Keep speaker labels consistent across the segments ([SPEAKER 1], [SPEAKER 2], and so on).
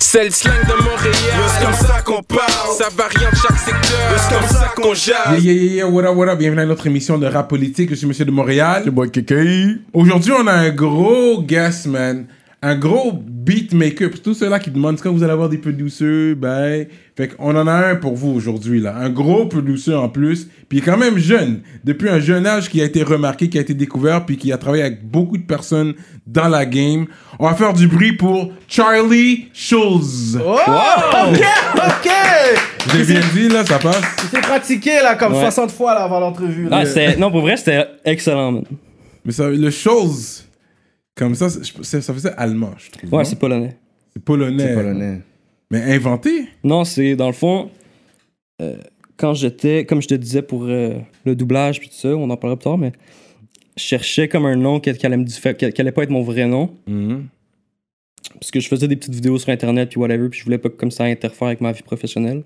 [SPEAKER 1] C'est le slang de Montréal. C'est comme ça qu'on parle. Ça varie en chaque secteur. C'est comme ça qu'on
[SPEAKER 2] Yeah,
[SPEAKER 1] jase.
[SPEAKER 2] yeah, yeah, yeah, what up, what up. Bienvenue à notre émission de rap politique. Je suis Monsieur de Montréal.
[SPEAKER 3] moi KKI.
[SPEAKER 2] Aujourd'hui, on a un gros guest, man. Un gros beatmaker. Pour tous ceux-là qui demandent quand vous allez avoir des producers, ben. Fait qu'on en a un pour vous aujourd'hui, là. Un gros producer en plus. Puis il est quand même jeune. Depuis un jeune âge qui a été remarqué, qui a été découvert, puis qui a travaillé avec beaucoup de personnes dans la game. On va faire du bruit pour Charlie Schulz.
[SPEAKER 4] Oh. Ok, ok.
[SPEAKER 2] J'ai bien dit, là, ça passe.
[SPEAKER 4] J'ai pratiqué là comme
[SPEAKER 5] Ouais.
[SPEAKER 4] 60 fois là avant l'entrevue.
[SPEAKER 5] Non,
[SPEAKER 4] là.
[SPEAKER 5] Ah, c'était- non, pour vrai, c'était excellent. man.
[SPEAKER 2] Mais ça, le chose, comme ça, c'est- je- ça, ça faisait allemand, je trouve.
[SPEAKER 5] Ouais,
[SPEAKER 2] non?
[SPEAKER 5] c'est polonais.
[SPEAKER 2] c'est polonais. Mais inventé.
[SPEAKER 5] Non, c'est dans le fond, euh, quand j'étais, comme je te disais pour euh, le doublage puis tout ça, on en parlera plus tard, mais je cherchais comme un nom qui, qui allait, me diffé- qui- qui allait pas être mon vrai nom. Parce que je faisais des petites vidéos sur Internet puis whatever, puis je voulais pas que comme ça interfère avec ma vie professionnelle.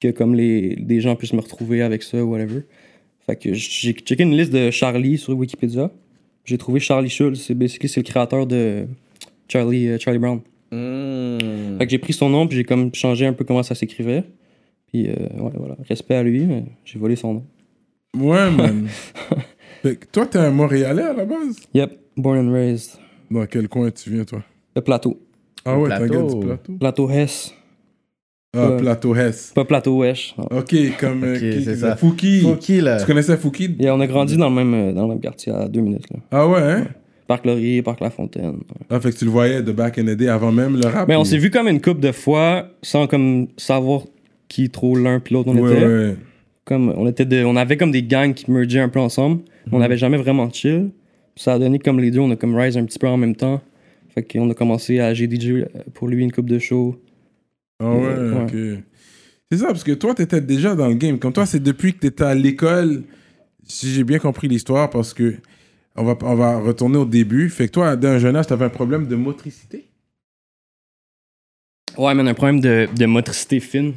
[SPEAKER 5] Que comme les, des gens puissent me retrouver avec ça, whatever. Fait que j'ai checké une liste de Charlie sur Wikipédia. J'ai trouvé Charlie Schulz. C'est basically c'est le créateur de Charlie, euh, Charlie Brown. Fait que j'ai pris son nom, puis j'ai comme changé un peu comment ça s'écrivait. Puis euh, ouais, voilà. Respect à lui, mais j'ai volé son nom.
[SPEAKER 2] Ouais, man. fait que toi, t'es un Montréalais à la base.
[SPEAKER 5] Yep, born and raised.
[SPEAKER 2] Dans quel coin tu viens, toi
[SPEAKER 5] Le plateau.
[SPEAKER 2] Ah ouais, t'as un gars
[SPEAKER 4] plateau.
[SPEAKER 2] du plateau.
[SPEAKER 5] Plateau Hess.
[SPEAKER 2] Ah,
[SPEAKER 5] Ouais.
[SPEAKER 2] plateau Hess.
[SPEAKER 5] Pas plateau Wesh. non.
[SPEAKER 2] Ok, comme euh,
[SPEAKER 4] Ok,
[SPEAKER 2] qui-
[SPEAKER 4] c'est
[SPEAKER 2] qui-
[SPEAKER 4] ça.
[SPEAKER 2] Fouki.
[SPEAKER 4] Faut euh, qui là
[SPEAKER 2] Tu connaissais Fouki
[SPEAKER 5] Et on a grandi dans le même, euh, dans le même quartier à deux minutes. Là.
[SPEAKER 2] Ah ouais, hein
[SPEAKER 5] Parc Laurier, Parc La Fontaine. ouais.
[SPEAKER 2] Ah, fait que tu le voyais de back in the day avant même le rap.
[SPEAKER 5] Mais on
[SPEAKER 2] ou-
[SPEAKER 5] s'est vu comme une couple de fois sans comme savoir qui trop l'un puis l'autre on
[SPEAKER 2] Ouais,
[SPEAKER 5] était.
[SPEAKER 2] ouais.
[SPEAKER 5] Comme, on, était de, on avait comme des gangs qui mergeaient un peu ensemble. mais On n'avait jamais vraiment chill. Puis ça a donné comme les deux, on a comme rise un petit peu en même temps. Fait qu'on a commencé à GDJ euh, pour lui une coupe de show.
[SPEAKER 2] Ah ouais,
[SPEAKER 5] Ouais.
[SPEAKER 2] ok. C'est ça, parce que toi, t'étais déjà dans le game. Comme toi, c'est depuis que t'étais à l'école, si j'ai bien compris l'histoire, parce que on va, on va retourner au début. Fait que toi, dès un jeune âge, t'avais un problème de motricité.
[SPEAKER 5] Ouais, mais un problème de, de motricité fine.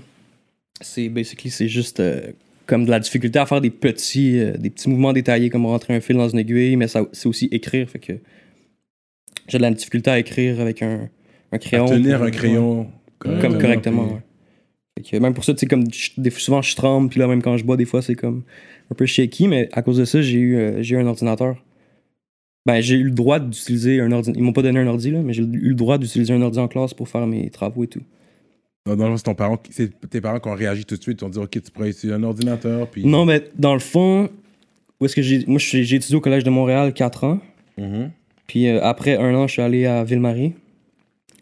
[SPEAKER 5] C'est basically, c'est juste euh, comme de la difficulté à faire des petits, euh, des petits mouvements détaillés, comme rentrer un fil dans une aiguille, mais ça, c'est aussi écrire. Fait que j'ai de la difficulté à écrire avec un, un
[SPEAKER 2] À
[SPEAKER 5] crayon.
[SPEAKER 2] tenir
[SPEAKER 5] Pour-
[SPEAKER 2] un crayon
[SPEAKER 5] Ouais, Comme correctement,
[SPEAKER 2] puis-
[SPEAKER 5] ouais. Fait que même pour ça, tu sais, comme je- des- souvent je tremble, puis là, même quand je bois, des fois, c'est comme un peu shaky, mais à cause de ça, j'ai eu, euh, j'ai eu un ordinateur. Ben, j'ai eu le droit d'utiliser un ordi. Ils m'ont pas donné un ordi, là, mais j'ai eu le droit d'utiliser un ordi en classe pour faire mes travaux et tout.
[SPEAKER 2] Non, non, c'est ton parent, qui- c'est tes parents qui ont réagi tout de suite. Ils ont dit, OK, tu pourrais utiliser un ordinateur. Puis...
[SPEAKER 5] Non, mais dans le fond, où est-ce que j'ai. Moi, je suis- j'ai étudié au Collège de Montréal 4 ans.
[SPEAKER 2] Mhm.
[SPEAKER 5] Puis euh, après un an, je suis allé à Ville-Marie,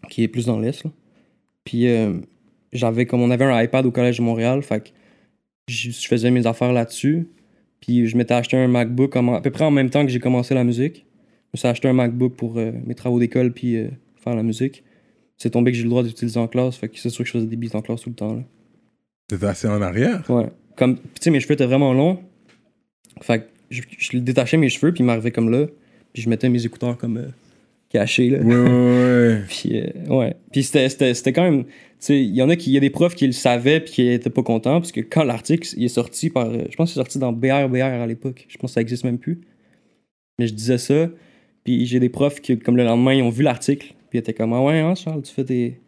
[SPEAKER 5] qui est plus dans l'Est. là. Puis euh, j'avais, comme on avait un iPad au Collège de Montréal, fait que j- je faisais mes affaires là-dessus. Puis je m'étais acheté un MacBook en- à peu près en même temps que j'ai commencé la musique. Je me suis acheté un MacBook pour euh, mes travaux d'école puis euh, faire la musique. C'est tombé que j'ai eu le droit d'utiliser en classe, fait que c'est sûr que je faisais des beats en classe tout le temps. Là.
[SPEAKER 2] T'étais assez en arrière.
[SPEAKER 5] Ouais. Comme, puis tu sais, mes cheveux étaient vraiment longs. Fait que je, je détachais mes cheveux, puis ils m'arrivaient comme là. Puis je mettais mes écouteurs comme euh, cachés, là.
[SPEAKER 2] Ouais, ouais, ouais.
[SPEAKER 5] Puis, euh, ouais. Puis c'était, c'était, c'était quand même. Tu sais, il y en a qui. Il y a des profs qui le savaient, puis qui étaient pas contents, parce que quand l'article il est sorti par. euh, Je pense que c'est sorti dans BRBR à l'époque. Je pense que ça existe même plus. Mais je disais ça. Puis j'ai des profs qui, comme le lendemain, ils ont vu l'article. Puis ils étaient comme, ah ouais, hein, Charles, tu fais des.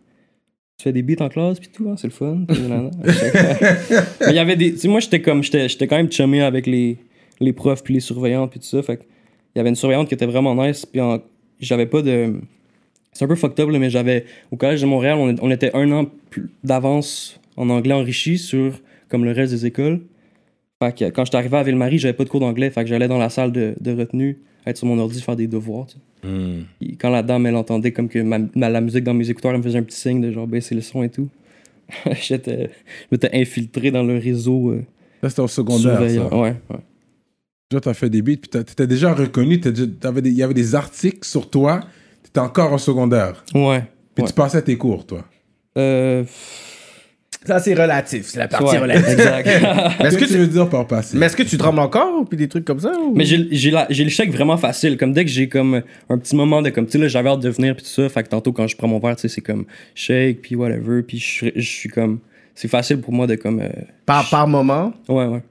[SPEAKER 5] Tu fais des beats en classe, puis tout, hein, c'est le fun. Puis nanana. Mais il y avait des. Tu sais, moi, j'étais comme. J'étais, j'étais quand même chumé avec les, les profs, puis les surveillants, puis tout ça. Fait que il y avait une surveillante qui était vraiment nice, puis en- j'avais pas de. C'est un peu fucked up, là, mais j'avais. Au Collège de Montréal, on, est- on était un an plus d'avance en anglais enrichi sur comme le reste des écoles. Fait que quand j'étais arrivé à Ville-Marie, j'avais pas de cours d'anglais, fait que j'allais dans la salle de, de retenue, être sur mon ordi, faire des devoirs. tu sais.
[SPEAKER 4] Hmm.
[SPEAKER 5] Puis quand la dame, elle entendait comme que ma, ma- la musique dans mes écouteurs, elle me faisait un petit signe de genre baisser le son et tout. J'étais, je m'étais infiltré dans le réseau euh,
[SPEAKER 2] Ça, c'était au secondaire.
[SPEAKER 5] surveillant.
[SPEAKER 2] Ça.
[SPEAKER 5] Ouais, ouais.
[SPEAKER 2] Toi, t'as fait des beats, puis t'as- t'étais déjà reconnu. t'as déjà- t'avais des- Il y avait des articles sur toi. T'étais encore au secondaire.
[SPEAKER 5] Ouais.
[SPEAKER 2] Puis
[SPEAKER 5] Ouais.
[SPEAKER 2] tu passais tes cours, toi.
[SPEAKER 5] Euh,
[SPEAKER 4] Ça c'est relatif, c'est la partie
[SPEAKER 5] ouais,
[SPEAKER 4] relative.
[SPEAKER 5] exact.
[SPEAKER 4] Mais
[SPEAKER 2] Qu'est-ce
[SPEAKER 4] est-ce que
[SPEAKER 2] que tu
[SPEAKER 4] tu
[SPEAKER 2] veux dire par passer
[SPEAKER 4] mais est-ce que tu trembles encore ou puis des trucs comme ça ou-
[SPEAKER 5] Mais j'ai j'ai la- j'ai le chèque vraiment facile. Comme dès que j'ai comme un petit moment de comme, tu sais, là, j'avais hâte de venir, puis tout ça. Fait que tantôt, quand je prends mon verre, tu sais, c'est comme shake, puis whatever, puis je suis- je suis comme. C'est facile pour moi de comme. euh,
[SPEAKER 4] par par moment
[SPEAKER 5] Ouais, ouais.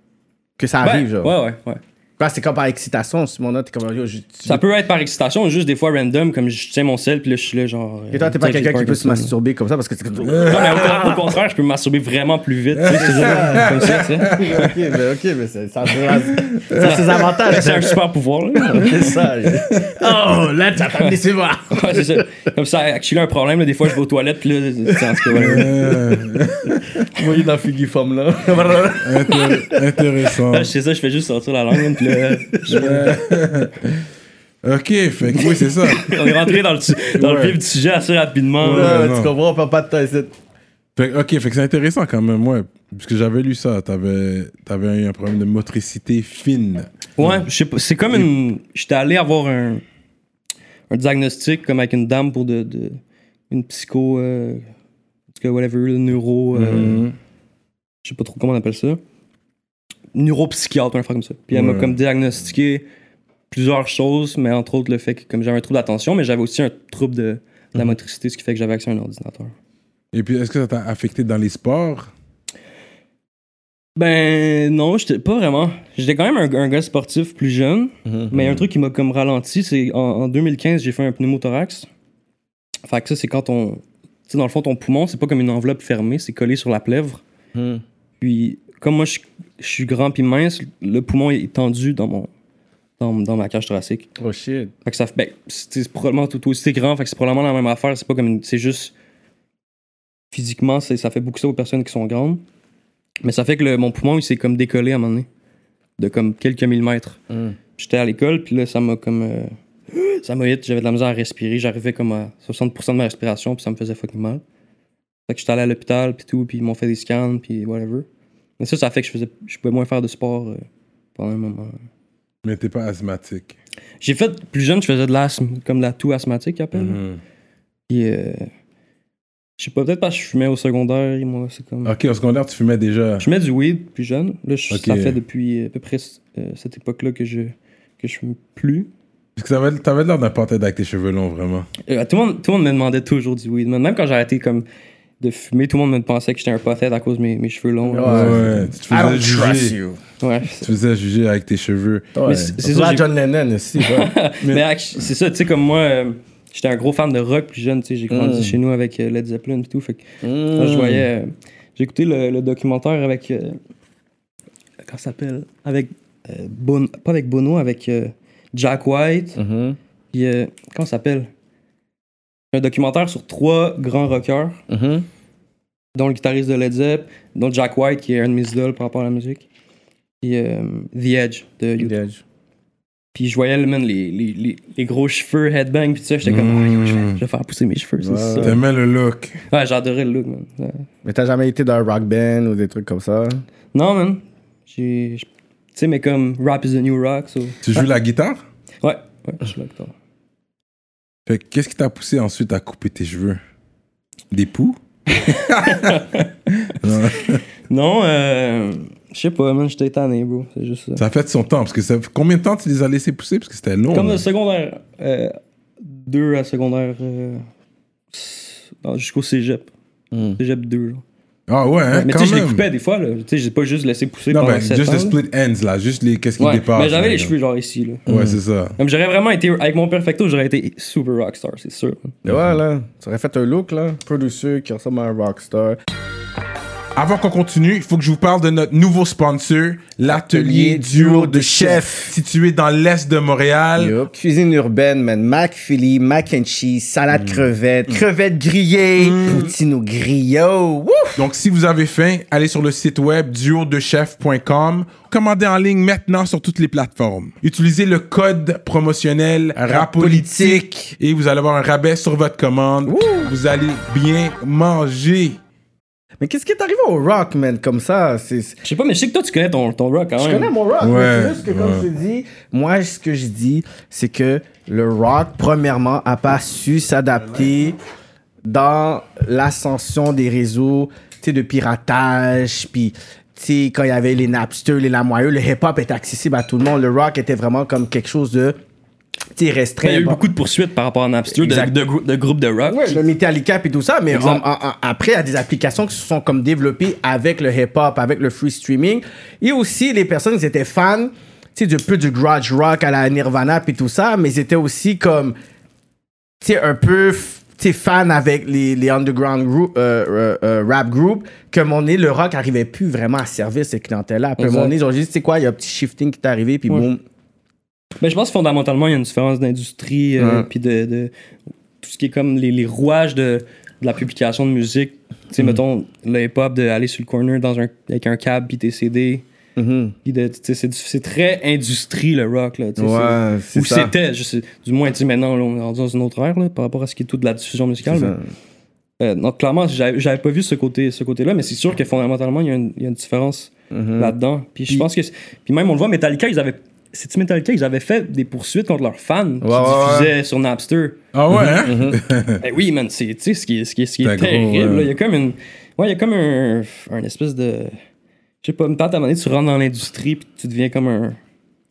[SPEAKER 4] que ça
[SPEAKER 5] Ouais,
[SPEAKER 4] arrive genre.
[SPEAKER 5] ouais, ouais, ouais.
[SPEAKER 4] Bah, c'est comme par excitation, si mon note, t'es comme. yo, je- tu-
[SPEAKER 5] Ça peut être par excitation, juste des fois random, comme je tiens mon sel, puis là, je suis là, genre. euh,
[SPEAKER 4] Et toi, t'es pas quelqu'un qui peut se masturber comme ça parce que c'est comme.
[SPEAKER 5] Non, mais au, au contraire, je peux me masturber vraiment plus vite, tu sais, c'est genre comme ça, tu sais.
[SPEAKER 4] ok, mais ok, mais c'est- ça, ça, ça a ses avantages.
[SPEAKER 5] C'est un super pouvoir, là.
[SPEAKER 4] C'est ça. Oh, là, tu vas laisser voir.
[SPEAKER 5] Ouais, c'est ça. Comme ça, actuellement, un problème, là, des fois, je vais aux toilettes, puis là, c'est en tout cas, voilà.
[SPEAKER 2] Euh,
[SPEAKER 4] Vous voyez dans la figuiforme, là.
[SPEAKER 2] Inté- intéressant. Euh,
[SPEAKER 5] Là, je sais ça, je fais juste sortir la langue, puis là,
[SPEAKER 2] Ok, fait que oui, c'est ça.
[SPEAKER 5] on est rentré dans le, su- dans le
[SPEAKER 2] Ouais.
[SPEAKER 5] vif du sujet assez rapidement.
[SPEAKER 2] Ouais.
[SPEAKER 5] là.
[SPEAKER 4] Là,
[SPEAKER 2] non.
[SPEAKER 4] tu comprends, on perd pas de temps ici.
[SPEAKER 2] Fait que, ok, fait que c'est intéressant quand même, ouais. Parce que j'avais lu ça, t'avais avais eu un problème de motricité fine.
[SPEAKER 5] Ouais, je sais pas. C'est comme une. J'étais allé avoir un, un diagnostic comme avec une dame pour de. de- une psycho. euh, en tout cas, whatever, le neuro. euh,
[SPEAKER 4] Mm-hmm.
[SPEAKER 2] Mhm.
[SPEAKER 5] Je sais pas trop comment on appelle ça. Neuropsychiatre, un frère comme ça. Puis elle m'a
[SPEAKER 2] Ouais.
[SPEAKER 5] comme diagnostiqué plusieurs choses, mais entre autres le fait que comme j'avais un trouble d'attention, mais j'avais aussi un trouble de, de
[SPEAKER 2] Mm-hmm.
[SPEAKER 5] la motricité, ce qui fait que j'avais accès à un ordinateur.
[SPEAKER 2] Et puis, est-ce que ça t'a affecté dans les sports
[SPEAKER 5] Ben non, j'étais pas vraiment. J'étais quand même un, un gars sportif plus jeune, mais un truc qui m'a comme ralenti, c'est en, en 2015, j'ai fait un pneumothorax. Fait que ça, c'est quand on. Tu sais, dans le fond, ton poumon, c'est pas comme une enveloppe fermée, c'est collé sur la plèvre.
[SPEAKER 4] Hmm.
[SPEAKER 5] Puis, comme moi, je, je suis grand puis mince, le poumon est tendu dans mon. Dans, dans ma cage thoracique.
[SPEAKER 4] Oh shit.
[SPEAKER 5] Fait que ça fait. Ben, c'est c'est probablement tout aussi grand, fait que c'est probablement la même affaire. C'est pas comme. une- C'est juste. Physiquement, c'est- ça fait beaucoup ça aux personnes qui sont grandes. Mais ça fait que le- mon poumon, il s'est comme décollé à un moment donné. De comme quelques millimètres. J'étais à l'école, puis là, ça m'a comme. euh, ça m'a hit, j'avais de la misère à respirer. J'arrivais comme à 60% de ma respiration, puis ça me faisait fucking mal. Fait que j'étais allé à l'hôpital, puis tout, puis ils m'ont fait des scans, puis whatever. Mais ça, ça fait que je, faisais, je pouvais moins faire de sport euh, pendant un moment.
[SPEAKER 2] Mais t'es pas asthmatique.
[SPEAKER 5] J'ai fait, plus jeune, je faisais de l'asthme, comme de la toux asthmatique, qu'ils
[SPEAKER 2] Mm-hmm.
[SPEAKER 5] appellent.
[SPEAKER 4] Mm-hmm.
[SPEAKER 5] Puis, euh, je sais pas, peut-être parce que je fumais au secondaire, et moi, c'est comme.
[SPEAKER 2] Ok, au secondaire, tu fumais déjà.
[SPEAKER 5] Je mets du weed plus jeune. Là, je-
[SPEAKER 2] Ok.
[SPEAKER 5] ça fait depuis à peu près euh, cette époque-là que je, que je fume plus.
[SPEAKER 2] Parce que t'avais- t'avais l'air d'un panthère avec tes cheveux longs, vraiment.
[SPEAKER 5] Euh, tout, le monde, tout le monde me demandait toujours du weed. man. Même quand j'ai arrêté comme, de fumer, tout le monde me pensait que j'étais un pothead à cause de mes, mes cheveux longs.
[SPEAKER 4] Ouais.
[SPEAKER 2] Ouais,
[SPEAKER 5] là.
[SPEAKER 2] tu te
[SPEAKER 4] I
[SPEAKER 2] faisais
[SPEAKER 4] don't trust
[SPEAKER 2] juger.
[SPEAKER 4] you.
[SPEAKER 5] Ouais.
[SPEAKER 2] Tu te faisais juger avec tes cheveux.
[SPEAKER 4] Ouais.
[SPEAKER 5] c'est- c'est
[SPEAKER 4] Surtout
[SPEAKER 5] ça,
[SPEAKER 4] à
[SPEAKER 5] j'ai-
[SPEAKER 4] John Lennon aussi. ouais.
[SPEAKER 5] Mais actu- c'est ça, tu sais, comme moi, euh, j'étais un gros fan de rock plus jeune. tu sais, J'ai grandi
[SPEAKER 2] Hmm.
[SPEAKER 4] Mm.
[SPEAKER 5] chez nous avec euh, Led Zeppelin et tout. Fait que quand
[SPEAKER 4] Hmm.
[SPEAKER 5] je voyais. euh, j'ai écouté le, le documentaire avec. euh, comment ça s'appelle Avec. euh, Bon- pas avec Bono, avec euh, Jack White.
[SPEAKER 4] Mhm.
[SPEAKER 5] Puis. euh, comment ça s'appelle Un documentaire sur trois grands rockers.
[SPEAKER 4] Mhm.
[SPEAKER 5] dont le guitariste de Led Zepp, dont Jack White, qui est un de mes idoles par rapport à la musique, et euh, The Edge de YouTube. Puis je voyais le man, les, les, les, les gros cheveux headbang, puis tout ça, j'étais comme,
[SPEAKER 2] Mm.
[SPEAKER 5] Ah, yo, je, vais, je vais faire pousser mes cheveux, c'est
[SPEAKER 4] Ouais.
[SPEAKER 5] ça.
[SPEAKER 2] T'aimais le look.
[SPEAKER 5] Ouais, j'adorais le look, man. Ouais.
[SPEAKER 4] Mais t'as jamais été dans un rock band ou des trucs comme ça?
[SPEAKER 5] Non, man, j'ai. j'- Tu sais, mais comme rap is the new rock, so.
[SPEAKER 2] Tu joues la guitare
[SPEAKER 5] Ouais, ouais, je suis là, toi.
[SPEAKER 2] Fait que qu'est-ce qui t'a poussé ensuite à couper tes cheveux Des poux Non,
[SPEAKER 5] Non, euh. Je sais pas, man, j'étais tanné, bro, c'est juste ça.
[SPEAKER 2] Ça a fait son temps. Parce que ça... combien de temps tu les as laissés pousser Parce que c'était long.
[SPEAKER 5] Comme
[SPEAKER 2] là.
[SPEAKER 5] le secondaire 2 à secondaire. euh, s- non, Jusqu'au cégep.
[SPEAKER 4] Mm.
[SPEAKER 5] Cégep 2, genre.
[SPEAKER 2] Ah ouais, hein,
[SPEAKER 5] Mais
[SPEAKER 2] quand
[SPEAKER 5] tu sais, je les
[SPEAKER 2] même.
[SPEAKER 5] coupais des fois, là. Tu sais, j'ai pas juste laissé pousser
[SPEAKER 2] Non,
[SPEAKER 5] pendant
[SPEAKER 2] mais
[SPEAKER 5] sept
[SPEAKER 2] juste
[SPEAKER 5] ans,
[SPEAKER 2] les
[SPEAKER 5] là.
[SPEAKER 2] split ends, là. Juste les... qu'est-ce qui
[SPEAKER 5] Ouais,
[SPEAKER 2] dépasse.
[SPEAKER 5] mais j'avais
[SPEAKER 2] là,
[SPEAKER 5] les
[SPEAKER 2] là.
[SPEAKER 5] cheveux, genre, ici, là.
[SPEAKER 2] Ouais, c'est ça.
[SPEAKER 5] Comme j'aurais vraiment été... Avec mon perfecto, j'aurais été super rockstar, c'est sûr.
[SPEAKER 4] Ouais, là. Tu aurais fait un look, là. Producer qui ressemble à un rockstar.
[SPEAKER 2] Avant qu'on continue, il faut que je vous parle de notre nouveau sponsor, l'atelier Duo de Chef, situé dans l'est de Montréal.
[SPEAKER 4] Yup. Cuisine urbaine, man. McPhilly, mac and cheese, salade
[SPEAKER 5] Mm.
[SPEAKER 4] crevette, crevette grillée, poutine au griot. Wouf!
[SPEAKER 2] Donc, si vous avez faim, allez sur le site web duodechef.com. Commandez en ligne maintenant sur toutes les plateformes. Utilisez le code promotionnel RAPOLITIQUE et vous allez avoir un rabais sur votre commande. Vous allez bien manger.
[SPEAKER 4] Mais qu'est-ce qui est arrivé au rock, man, comme ça? C'est...
[SPEAKER 5] Je sais pas, mais je sais que toi, tu connais ton, ton rock, quand
[SPEAKER 4] Je
[SPEAKER 5] même.
[SPEAKER 4] connais mon rock,
[SPEAKER 2] Ouais,
[SPEAKER 4] mais c'est juste que comme
[SPEAKER 2] ouais.
[SPEAKER 4] je te dis, moi, ce que je dis, c'est que le rock, premièrement, a pas su s'adapter dans l'ascension des réseaux, tu sais, de piratage, puis tu sais, quand il y avait les Napster, les Lamoyeux, le hip-hop était accessible à tout le monde. Le rock était vraiment comme quelque chose de, tu sais,
[SPEAKER 5] Il
[SPEAKER 4] restreint.
[SPEAKER 5] y a eu
[SPEAKER 4] Bon.
[SPEAKER 5] beaucoup de poursuites par rapport à Napster, de,
[SPEAKER 4] Eh ben, Exact.
[SPEAKER 5] de, grou- de groupes de rock.
[SPEAKER 4] Ouais, le Metallica et tout ça, mais
[SPEAKER 5] Exact.
[SPEAKER 4] en- en- en- après, il y a des applications qui se sont comme développées avec le hip-hop, avec le free streaming. Et aussi, les personnes, ils étaient fans tu sais, du peu du garage rock à la Nirvana puis tout ça, mais ils étaient aussi comme, tu sais, un peu, f- tu sais, fan avec les, les underground group, euh, euh, euh, rap group, que mon nez, le rock arrivait plus vraiment à servir cette clientèle-là. Après
[SPEAKER 5] Exact.
[SPEAKER 4] mon nez, ils ont juste, tu sais quoi, il y a un petit shifting qui est arrivé, puis
[SPEAKER 5] Ouais.
[SPEAKER 4] boum.
[SPEAKER 5] Mais je pense que fondamentalement, il y a une différence d'industrie, euh, puis de, de- tout ce qui est comme les, les rouages de, de la publication de musique. Tu sais,
[SPEAKER 4] Mm.
[SPEAKER 5] mettons, le hip-hop, d'aller sur le corner dans un, avec un câble, puis tes CD.
[SPEAKER 4] Mhm.
[SPEAKER 5] puis de- tu sais, c'est du- c'est très industrie, le rock. Là, tu sais,
[SPEAKER 4] Ouais, c'est
[SPEAKER 5] Ou
[SPEAKER 4] ça.
[SPEAKER 5] c'était, je sais- du moins, tu sais, maintenant, là, on est rendu dans une autre ère là, par rapport à ce qui est tout de la diffusion musicale.
[SPEAKER 4] C'est
[SPEAKER 5] mais- Euh, non, clairement, j'avais j'avais pas vu ce côté ce côté-là, mais c'est sûr que fondamentalement, il y a une, il y a une différence là-dedans. Puis je pense que. c'est- Puis même, on le voit, Metallica, ils avaient. C'est-tu Metallica, ils avaient fait des poursuites contre leurs fans qui
[SPEAKER 4] Ouais, ouais,
[SPEAKER 5] diffusaient sur Napster.
[SPEAKER 2] Ah ouais, hein?
[SPEAKER 5] Ben oui, man, c'est tu sais, ce qui est, ce qui est, ce qui est
[SPEAKER 2] C'est un gros,
[SPEAKER 5] terrible.
[SPEAKER 2] ouais.
[SPEAKER 5] là. Il y a comme une. Ouais, il y a comme un. Un espèce de. Je sais pas, une pâte à monnaie, tu rentres dans l'industrie puis tu deviens comme un.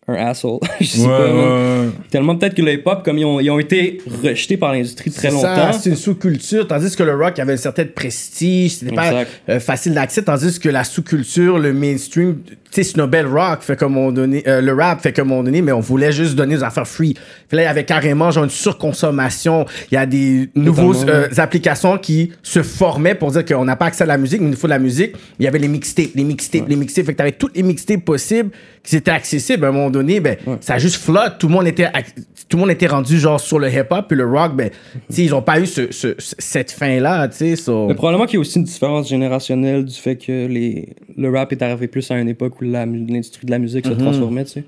[SPEAKER 5] Un asshole. je sais
[SPEAKER 2] Ouais,
[SPEAKER 5] pas, man.
[SPEAKER 2] ouais, ouais.
[SPEAKER 5] Tellement peut-être que le hip-hop, comme ils ont, ils ont été rejetés par l'industrie très
[SPEAKER 4] C'est ça,
[SPEAKER 5] longtemps.
[SPEAKER 4] C'est une sous-culture, tandis que le rock avait une certaine prestige, c'était pas
[SPEAKER 5] Exact.
[SPEAKER 4] euh, facile d'accès, tandis que la sous-culture, le mainstream, tu sais, c'est Nobel rock, fait comme on donnait, euh, le rap fait comme on donnait, mais on voulait juste donner des affaires free. Puis là, il y avait carrément genre une surconsommation. Il y a des euh, nouvelles applications qui se formaient pour dire qu'on n'a pas accès à la musique, mais il nous faut de la musique. Il y avait les mixtapes, les mixtapes, les mixtapes. Fait que t'avais toutes les mixtapes possibles qui étaient accessibles. À un moment donné, ben, ça a juste flotte. Tout le monde était, ac- tout le monde était rendu genre sur le hip-hop puis le rock. Ben, tu sais, ils ont pas eu ce- ce- ce- cette fin-là, tu sais. so-
[SPEAKER 5] Mais probablement qu'il y a aussi une différence générationnelle du fait que les, le rap est arrivé plus à une époque où la mu- l'industrie de la musique se transformait, tu sais.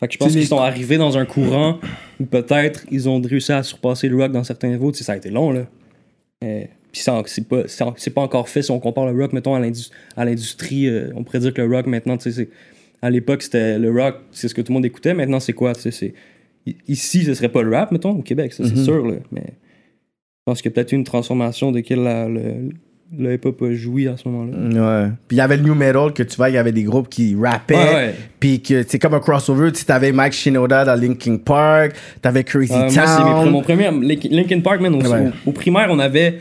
[SPEAKER 5] Fait que je pense
[SPEAKER 4] les-
[SPEAKER 5] qu'ils sont arrivés dans un courant où peut-être ils ont réussi à surpasser le rock dans certains niveaux. Tu sais, ça a été long, là. Euh, Puis ça en- c'est pas, c'est en- c'est pas encore fait si on compare le rock, mettons, à l'indu- à l'industrie. euh, on pourrait dire que le rock, maintenant, tu sais, c'est- à l'époque, c'était le rock, c'est ce que tout le monde écoutait. Maintenant, c'est quoi, tu sais, c'est... i- Ici, ce serait pas le rap, mettons, au Québec, ça, c'est sûr, là. Mais je pense qu'il y a peut-être eu une transformation de quelle la- le, le hip-hop a joui à ce moment-là. Euh,
[SPEAKER 4] Ouais. Puis il y avait le new metal que tu vois, il y avait des groupes qui rappaient.
[SPEAKER 5] Ouais, ouais.
[SPEAKER 4] Puis que c'est comme un crossover, tu sais, t'avais Mike Shinoda dans Linkin Park, t'avais Crazy
[SPEAKER 5] Euh, moi,
[SPEAKER 4] Town.
[SPEAKER 5] c'est mes pr- mon premier. Link- Linkin Park, man, au,
[SPEAKER 4] Ouais.
[SPEAKER 5] au- au primaire, on avait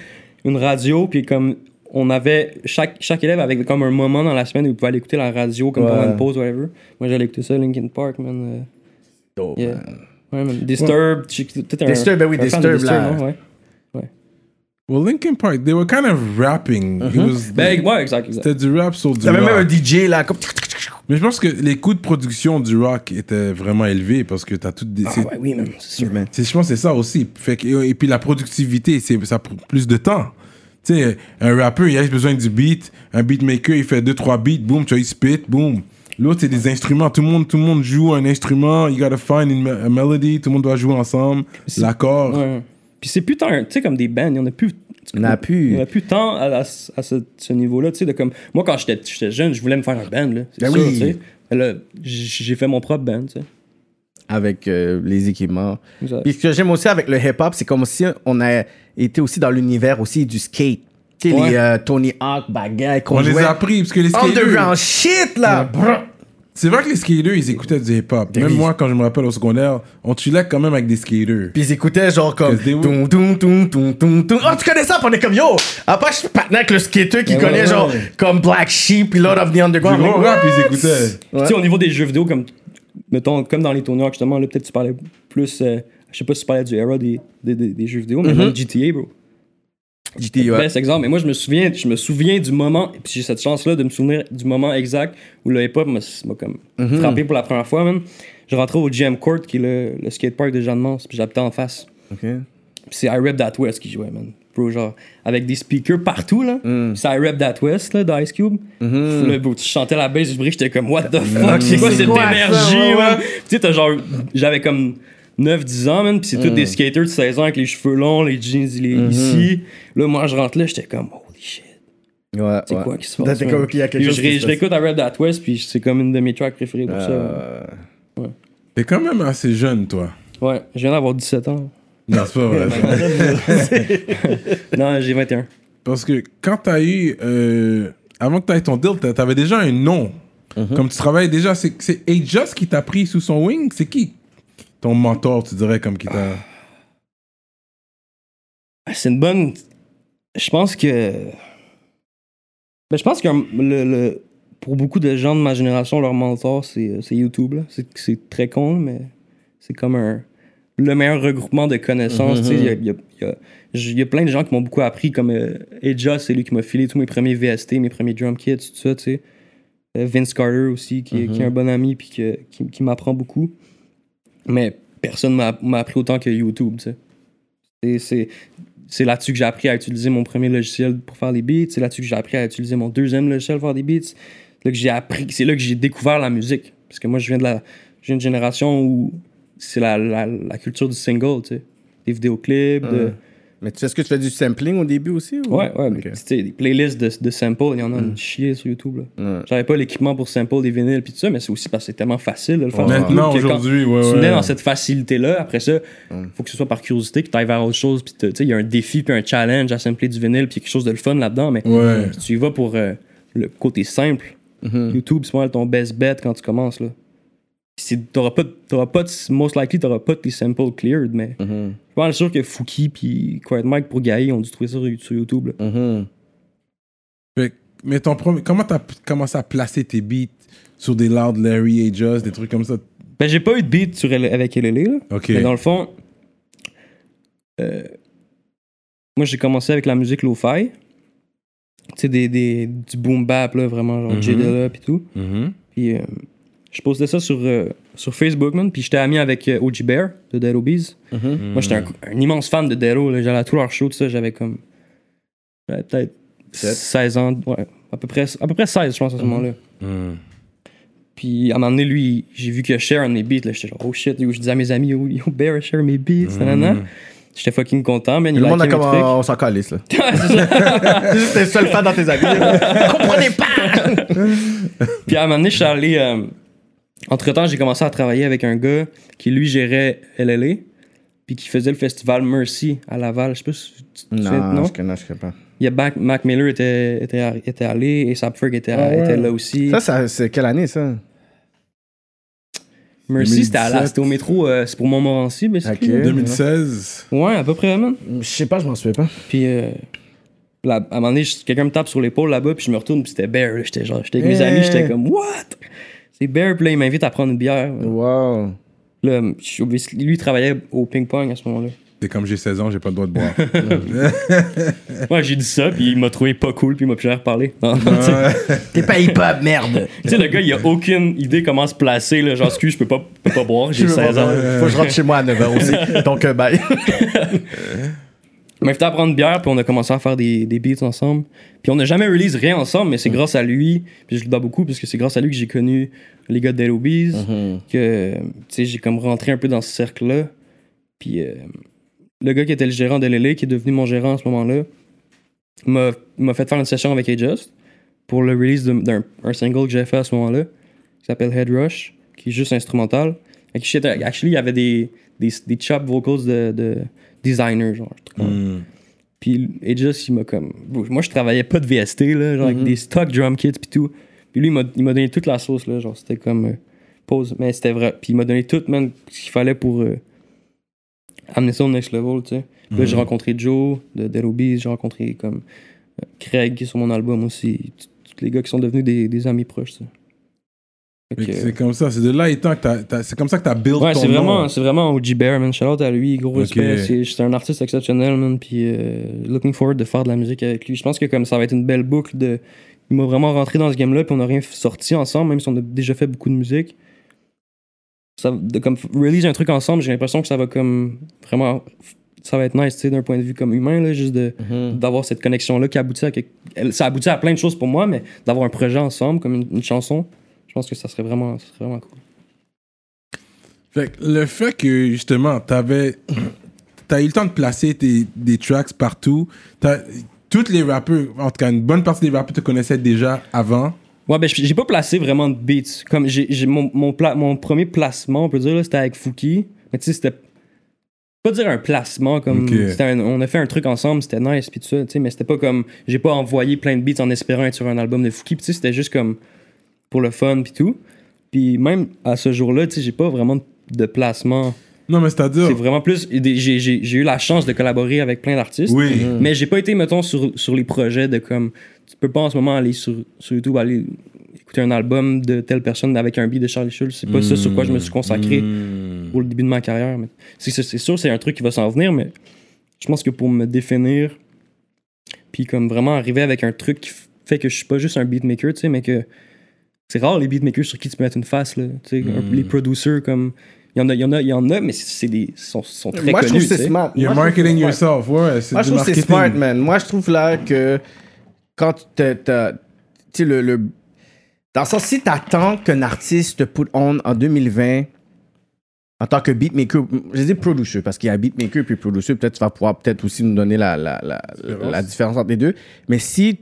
[SPEAKER 5] une radio, puis comme on avait. Chaque, chaque élève avait comme un moment dans la semaine où il pouvait aller écouter la radio, comme
[SPEAKER 4] Ouais.
[SPEAKER 5] pendant une pause, whatever. Moi, j'allais écouter ça, Linkin Park, man.
[SPEAKER 4] Dope,
[SPEAKER 5] euh, yeah. Ouais, man. Disturb, tu- t'es un-
[SPEAKER 4] Disturb, ben oui,
[SPEAKER 5] un fan de
[SPEAKER 4] Disturb, là.
[SPEAKER 5] non? Ouais.
[SPEAKER 2] Well, Linkin Park, they were kind of rapping. It was
[SPEAKER 5] Ben, ouais, exact, exact.
[SPEAKER 2] C'était du rap sur du
[SPEAKER 4] T'avais
[SPEAKER 2] rock.
[SPEAKER 4] même un DJ là, comme.
[SPEAKER 2] Mais je pense que les coûts de production du rock étaient vraiment élevés parce que t'as toutes des. c'est-
[SPEAKER 5] Ouais, oui, man, c'est sûr.
[SPEAKER 2] c'est- Je pense que c'est ça aussi. Fait que, et puis la productivité, c'est- ça prend plus de temps. Tu sais, un rappeur, il a juste besoin du beat. Un beatmaker, il fait 2-3 beats, boum, tu vois, il spit, boum. L'autre, c'est des instruments. Tout le, monde, tout le monde joue un instrument. You gotta find une me- a melody. Tout le monde doit jouer ensemble. L'accord.
[SPEAKER 5] Ouais. Puis c'est plus tant, tu sais, comme des bands, il y en a plus.
[SPEAKER 4] Il y en a plus.
[SPEAKER 5] Il y en a plus tant à, la- à ce, ce niveau-là, tu sais, de comme. Moi, quand j'étais j'étais jeune, je voulais me faire un band, là. C'est
[SPEAKER 4] Ben
[SPEAKER 5] sûr,
[SPEAKER 4] oui.
[SPEAKER 5] tu sais. Mais Là, j- j'ai fait mon propre band, tu sais.
[SPEAKER 4] Avec euh, les équipements.
[SPEAKER 5] Exact.
[SPEAKER 4] Puis ce que j'aime aussi avec le hip-hop, c'est comme si on a été aussi dans l'univers aussi du skate. Tu sais,
[SPEAKER 5] Ouais.
[SPEAKER 4] les euh, Tony Hawk, bagaille, qu'on
[SPEAKER 2] On les
[SPEAKER 4] jouait.
[SPEAKER 2] a appris parce que les skateurs.
[SPEAKER 4] Underground shit là! Brr.
[SPEAKER 2] C'est vrai que les skateurs, ils écoutaient du hip-hop. Même
[SPEAKER 4] oui.
[SPEAKER 2] moi, quand je me rappelle au secondaire, on chillait quand même avec des skateurs.
[SPEAKER 4] Puis ils écoutaient genre comme.
[SPEAKER 2] Que des-
[SPEAKER 4] Toum, toum, toum, toum, toum, toum. Oh, tu connais ça? Puis on est comme yo! Après, je suis partenaire avec le skater qui
[SPEAKER 5] Ouais,
[SPEAKER 4] connaît
[SPEAKER 5] ouais,
[SPEAKER 4] genre
[SPEAKER 5] ouais.
[SPEAKER 4] comme Black Sheep, puis Lord of the
[SPEAKER 2] Du
[SPEAKER 4] Underground.
[SPEAKER 2] gros
[SPEAKER 4] Mais
[SPEAKER 2] rap,
[SPEAKER 4] what?
[SPEAKER 2] ils écoutaient.
[SPEAKER 5] Puis, tu sais, au niveau des jeux vidéo, comme, mettons, comme dans les tournois, justement, là, peut-être tu parlais plus. euh, je sais pas si tu parlais du era des, des, des- des jeux vidéo,
[SPEAKER 4] Mm-hmm.
[SPEAKER 5] mais même GTA, bro.
[SPEAKER 4] GTA, ouais.
[SPEAKER 5] Best exemple. Mais moi, je me souviens, je me souviens du moment, et puis j'ai cette chance-là de me souvenir du moment exact où le hip-hop m'a m'a comme frappé pour la première fois, man. Je rentrais au GM Court, qui est le, le skatepark de Jeanne-Mance, puis j'habitais en face. Puis c'est I Rep That West qui jouait, man. Bro, genre, avec des speakers partout, là.
[SPEAKER 4] Mm.
[SPEAKER 5] Puis C'est I Rep That West, là, d'Ice Cube. Là, bro, tu chantais la bass du brick, j'étais comme, what the fuck, c'est quoi
[SPEAKER 4] Mm-hmm. Mm. C'est
[SPEAKER 5] cette
[SPEAKER 4] quoi ça, ouais,
[SPEAKER 5] énergie,
[SPEAKER 4] ouais.
[SPEAKER 5] man? Puis tu sais, t'as genre, j'avais comme 9-10 ans, man, puis c'est tous
[SPEAKER 4] Mm.
[SPEAKER 5] des skaters de 16 ans avec les cheveux longs, les jeans, les
[SPEAKER 4] Mm-hmm.
[SPEAKER 5] ici. Là, moi, je rentre là, j'étais comme, holy shit.
[SPEAKER 4] Ouais,
[SPEAKER 5] C'est
[SPEAKER 4] ouais.
[SPEAKER 5] quoi qui se
[SPEAKER 4] Là,
[SPEAKER 5] passe?
[SPEAKER 4] t'es
[SPEAKER 5] man?
[SPEAKER 4] comme, ok, il y a quelque
[SPEAKER 5] Puis
[SPEAKER 4] chose
[SPEAKER 5] je,
[SPEAKER 4] qui
[SPEAKER 5] ré-
[SPEAKER 4] se
[SPEAKER 5] je
[SPEAKER 4] passe.
[SPEAKER 5] réécoute I Rep That West, puis c'est comme une de mes tracks préférées pour
[SPEAKER 4] Euh,
[SPEAKER 2] T'es quand même assez jeune, toi.
[SPEAKER 5] ça. Ouais, je viens d'avoir 17 ans.
[SPEAKER 2] Non, c'est pas vrai.
[SPEAKER 5] Non, j'ai 21.
[SPEAKER 2] Parce que quand t'as eu. euh, avant que t'aies ton deal, t'a- t'avais déjà un nom.
[SPEAKER 5] Mhm.
[SPEAKER 2] Comme tu travailles déjà, c'est c'est Aegis qui t'a pris sous son wing C'est qui ton mentor, tu dirais, comme qui t'a.
[SPEAKER 5] Ah. C'est une bonne. Je pense que. Ben, je pense que le, le- pour beaucoup de gens de ma génération, leur mentor, c'est euh, c'est YouTube. là. C'est- C'est très con, mais c'est comme un, le meilleur regroupement de connaissances. tu sais. Il y a- il y, a, il y a- j- il y a plein de gens qui m'ont beaucoup appris, comme euh, Eja, c'est lui qui m'a filé tous mes premiers VST, mes premiers drum kits, tout ça. tu sais. Euh, Vince Carter aussi, qui, est- qui est un bon ami puis que- qui, qui m'apprend beaucoup. Mais personne m'a m'a appris autant que YouTube. tu sais. C'est- C'est c'est là-dessus que j'ai appris à utiliser mon premier logiciel pour faire des beats. C'est là-dessus que j'ai appris à utiliser mon deuxième logiciel pour faire des beats. C'est là que j'ai appris, c'est là que j'ai découvert la musique. Parce que moi, je viens de la, je viens d'une génération où c'est la, la, la culture du single, tu sais. Des vidéoclips, de-
[SPEAKER 4] Mais tu sais, est-ce que tu fais du sampling au début aussi? ou-
[SPEAKER 5] Ouais, ouais, mais
[SPEAKER 4] Ok.
[SPEAKER 5] tu sais, des playlists de, de samples, il y en a une chier sur YouTube. là.
[SPEAKER 4] Ouais.
[SPEAKER 5] J'avais pas l'équipement pour sample des vinyles puis tout ça, mais c'est aussi parce que c'est tellement facile de le faire. sur
[SPEAKER 2] Maintenant,
[SPEAKER 5] YouTube que quand-
[SPEAKER 2] aujourd'hui, ouais,
[SPEAKER 5] tu
[SPEAKER 2] ouais.
[SPEAKER 5] nais dans cette facilité-là. Après ça, faut que ce soit par curiosité, que tu ailles vers autre chose. Puis te- tu sais, il y a un défi, puis un challenge à sampler du vinyle, puis quelque chose de le fun là-dedans. Mais
[SPEAKER 2] Ouais.
[SPEAKER 5] si tu y vas pour euh, le côté simple, YouTube, c'est pas mal ton best bet quand tu commences. là. Puis c'est- T'auras pas, de- t'auras pas, de- most likely, t'auras pas tes samples cleared, mais je suis pas mal sûr que Fouki puis Quiet Mike pour Gaï ont dû trouver ça sur- sur YouTube. là.
[SPEAKER 4] Mhm.
[SPEAKER 2] Fait que- mais ton premier, comment t'as p- commencé à placer tes beats sur des Loud Larry et Just, des trucs comme ça?
[SPEAKER 5] Ben, j'ai pas eu de beat sur L- avec LLA, là.
[SPEAKER 2] Ok.
[SPEAKER 5] Mais dans le fond, euh, moi j'ai commencé avec la musique lo-fi. Tu sais, des, des- du boom bap, là, vraiment, genre
[SPEAKER 2] Mhm.
[SPEAKER 5] J Dilla pis tout.
[SPEAKER 2] Mhm.
[SPEAKER 5] Puis euh, je postais ça sur, euh, sur Facebook, man. Puis j'étais ami avec euh, OG Bear de Dead Obies. Moi j'étais un,
[SPEAKER 4] Hmm.
[SPEAKER 5] un immense fan de Dead O, là. J'allais à tous leurs shows, tout ça. J'avais comme. j'avais peut-être
[SPEAKER 4] Sept. Hmm.
[SPEAKER 5] 16 ans. Ouais, à peu près, à peu près 16, je pense, à ce moment-là.
[SPEAKER 2] Mhm.
[SPEAKER 5] Puis à un moment donné, lui, j'ai vu que share un de mes beats. là, J'étais genre, oh shit, yo, je disais à mes amis, yo, yo bear, share mes beats, nanana. J'étais fucking content, man. Il
[SPEAKER 4] Hmm. Le monde a
[SPEAKER 5] likait
[SPEAKER 4] comme. oh.
[SPEAKER 5] mes
[SPEAKER 4] un-
[SPEAKER 5] trucs.
[SPEAKER 4] On s'en calisse, là.
[SPEAKER 5] Ouais, c'est ça.
[SPEAKER 4] C'est juste le seul fan dans tes amis. Comprenez pas!
[SPEAKER 5] Puis à un moment donné, je suis allé. entre temps, j'ai commencé à travailler avec un gars qui, lui, gérait LLA. Puis qui faisait le festival Mercy à Laval. Je sais pas si tu- tu te souviens,
[SPEAKER 4] Non,
[SPEAKER 5] non?
[SPEAKER 4] je connais, je connais pas. et
[SPEAKER 5] Il y a Mac, Mac Miller était, était, était allé et Sapferg était,
[SPEAKER 2] Ah ouais.
[SPEAKER 5] était là aussi.
[SPEAKER 4] Ça, ça c'est quelle année, ça?
[SPEAKER 5] Mercy, c'était à
[SPEAKER 2] 2017.
[SPEAKER 5] la- c'était au métro, euh, c'est pour Montmorency, basically.
[SPEAKER 4] Ok.
[SPEAKER 2] 2016.
[SPEAKER 5] Ouais, à peu près, man.
[SPEAKER 4] Je sais pas, je m'en souviens pas.
[SPEAKER 5] Puis euh, là, à un moment donné, je- quelqu'un me tape sur l'épaule là-bas, puis je me retourne, puis c'était Bear. là. J'étais genre, j'étais avec mes
[SPEAKER 4] Hey.
[SPEAKER 5] amis, j'étais comme, what? C'est Bear, puis là, il m'invite à prendre une bière.
[SPEAKER 4] Wow.
[SPEAKER 5] Là, je suis obvious- lui, il travaillait au ping-pong à ce moment-là.
[SPEAKER 2] C'est comme j'ai 16 ans, j'ai pas le droit de boire.
[SPEAKER 5] Ouais, j'ai dit ça, puis il m'a trouvé pas cool, puis il m'a plus jamais reparlé. Non, tu sais.
[SPEAKER 4] T'es pas hip-hop, merde!
[SPEAKER 5] tu sais, le gars, il a aucune idée comment se placer, là. Genre, excuse, je peux pas, je peux pas boire, j'ai 16 ans.
[SPEAKER 4] Faut que je rentre chez moi à 9h aussi. Donc, euh, bye.
[SPEAKER 5] Il m'a invité à prendre une bière, puis on a commencé à faire des, des beats ensemble. Puis on n'a jamais release rien ensemble, mais c'est grâce à lui, puis je le dois beaucoup, parce que c'est grâce à lui que j'ai connu les gars de Dead Obies, que, tu sais, j'ai comme rentré un peu dans ce cercle-là. Puis euh, le gars qui était le gérant de LLA, qui est devenu mon gérant à ce moment-là, m'a m'a fait faire une session avec A-Just pour le release d'un- d'un un single que j'ai fait à ce moment-là, qui s'appelle Head Rush, qui est juste instrumental. Fait que shit, Actually, il y avait des, des, des chop vocals de, de designer, genre. je trouve.
[SPEAKER 2] Hmm.
[SPEAKER 5] Puis Aegis, il m'a comme. Moi, je travaillais pas de VST, là, genre avec des stock drum kits, puis tout. Puis lui, il m'a- il m'a donné toute la sauce, là, genre, c'était comme. euh, pause, mais c'était vrai. Puis il m'a donné tout, man, ce qu'il fallait pour euh, amener ça au next level, tu sais. Puis là, j'ai rencontré Joe de Dead Obies, j'ai rencontré comme euh, Craig qui est sur mon album aussi. T- Tous les gars qui sont devenus des, des amis proches, ça.
[SPEAKER 2] Fait
[SPEAKER 5] Fait que,
[SPEAKER 2] que C'est comme ça, c'est de là étant que t'as- t'as- c'est comme ça que t'as build
[SPEAKER 5] Ouais,
[SPEAKER 2] ton
[SPEAKER 5] c'est vraiment,
[SPEAKER 2] nom.
[SPEAKER 5] c'est vraiment OG Bear, man. Shout out à lui, gros
[SPEAKER 2] Ok.
[SPEAKER 5] respect. C'est- C'est un artiste exceptionnel, man. Puis, euh, looking forward de faire de la musique avec lui. Je pense que comme ça va être une belle boucle de. Il m'a vraiment rentré dans ce game-là, puis on n'a rien sorti ensemble, même si on a déjà fait beaucoup de musique. Ça, de comme release un truc ensemble, j'ai l'impression que ça va comme vraiment. Ça va être nice, tu sais, d'un point de vue comme humain, là, juste de
[SPEAKER 2] Mm-hmm.
[SPEAKER 5] d'avoir cette connexion-là qui aboutit à quelque- elle- Ça aboutit à plein de choses pour moi, mais d'avoir un projet ensemble, comme une, une chanson, je pense que ça serait vraiment, ça serait vraiment cool.
[SPEAKER 2] Fait que le fait que justement, t'avais. T'as eu le temps de placer tes, des tracks partout. T'as- Toutes les rappeurs, en tout cas, une bonne partie des rappeurs te connaissaient déjà avant.
[SPEAKER 5] Ouais, ben j'ai j'ai pas placé vraiment de beats. Comme j'ai j'ai- mon, mon, pla- mon premier placement, on peut dire, là, c'était avec Fouki. Mais tu sais, c'était pas dire un placement comme
[SPEAKER 2] Ok.
[SPEAKER 5] c'était un- on a fait un truc ensemble, c'était nice puis tout ça, tu sais, mais c'était pas comme j'ai pas envoyé plein de beats en espérant être sur un album de Fouki, puis tu sais, c'était juste comme pour le fun puis tout. Puis même à ce jour-là, tu sais, j'ai pas vraiment de- de placement.
[SPEAKER 2] Non, mais c'est-à-dire.
[SPEAKER 5] C'est vraiment plus des- j'ai j'ai- j'ai eu la chance de collaborer avec plein d'artistes.
[SPEAKER 2] Oui.
[SPEAKER 5] Mm. Mais j'ai pas été, mettons, sur, sur les projets de comme. Tu peux pas en ce moment aller sur, sur YouTube, aller écouter écouter un album de telle personne avec un beat de Charlie Schulz. C'est pas ça sur quoi je me suis consacré
[SPEAKER 2] Mmh.
[SPEAKER 5] au début de ma carrière. Mais c'est, c'est- c'est sûr, c'est un truc qui va s'en venir, mais je pense que pour me définir, puis comme vraiment arriver avec un truc qui f- fait que je suis pas juste un beatmaker, tu sais, mais que c'est rare les beatmakers sur qui tu peux mettre une face, là. Tu sais, un- les producers, comme. Il y en a, il y en a, il y en a, mais c'est, c'est des, sont, sont très
[SPEAKER 4] Euh, Moi, je
[SPEAKER 5] connus.
[SPEAKER 4] trouve que
[SPEAKER 5] tu
[SPEAKER 4] c'est
[SPEAKER 5] sais.
[SPEAKER 4] smart.
[SPEAKER 2] You're
[SPEAKER 4] Moi, je trouve que
[SPEAKER 2] marketing
[SPEAKER 4] c'est smart.
[SPEAKER 2] yourself, ouais. C'est
[SPEAKER 4] Moi, je
[SPEAKER 2] du
[SPEAKER 4] trouve que c'est
[SPEAKER 2] marketing.
[SPEAKER 4] smart, man. Moi, je trouve là que quand t'as- t'as- tu sais, le, le- Dans le sens, si t'attends qu'un artiste te put on en 2020 en tant que beatmaker, je dis producer, parce qu'il y a beatmaker puis producer, peut-être tu vas pouvoir peut-être aussi nous donner la, la, la,
[SPEAKER 2] Différence.
[SPEAKER 4] la différence entre les deux. Mais si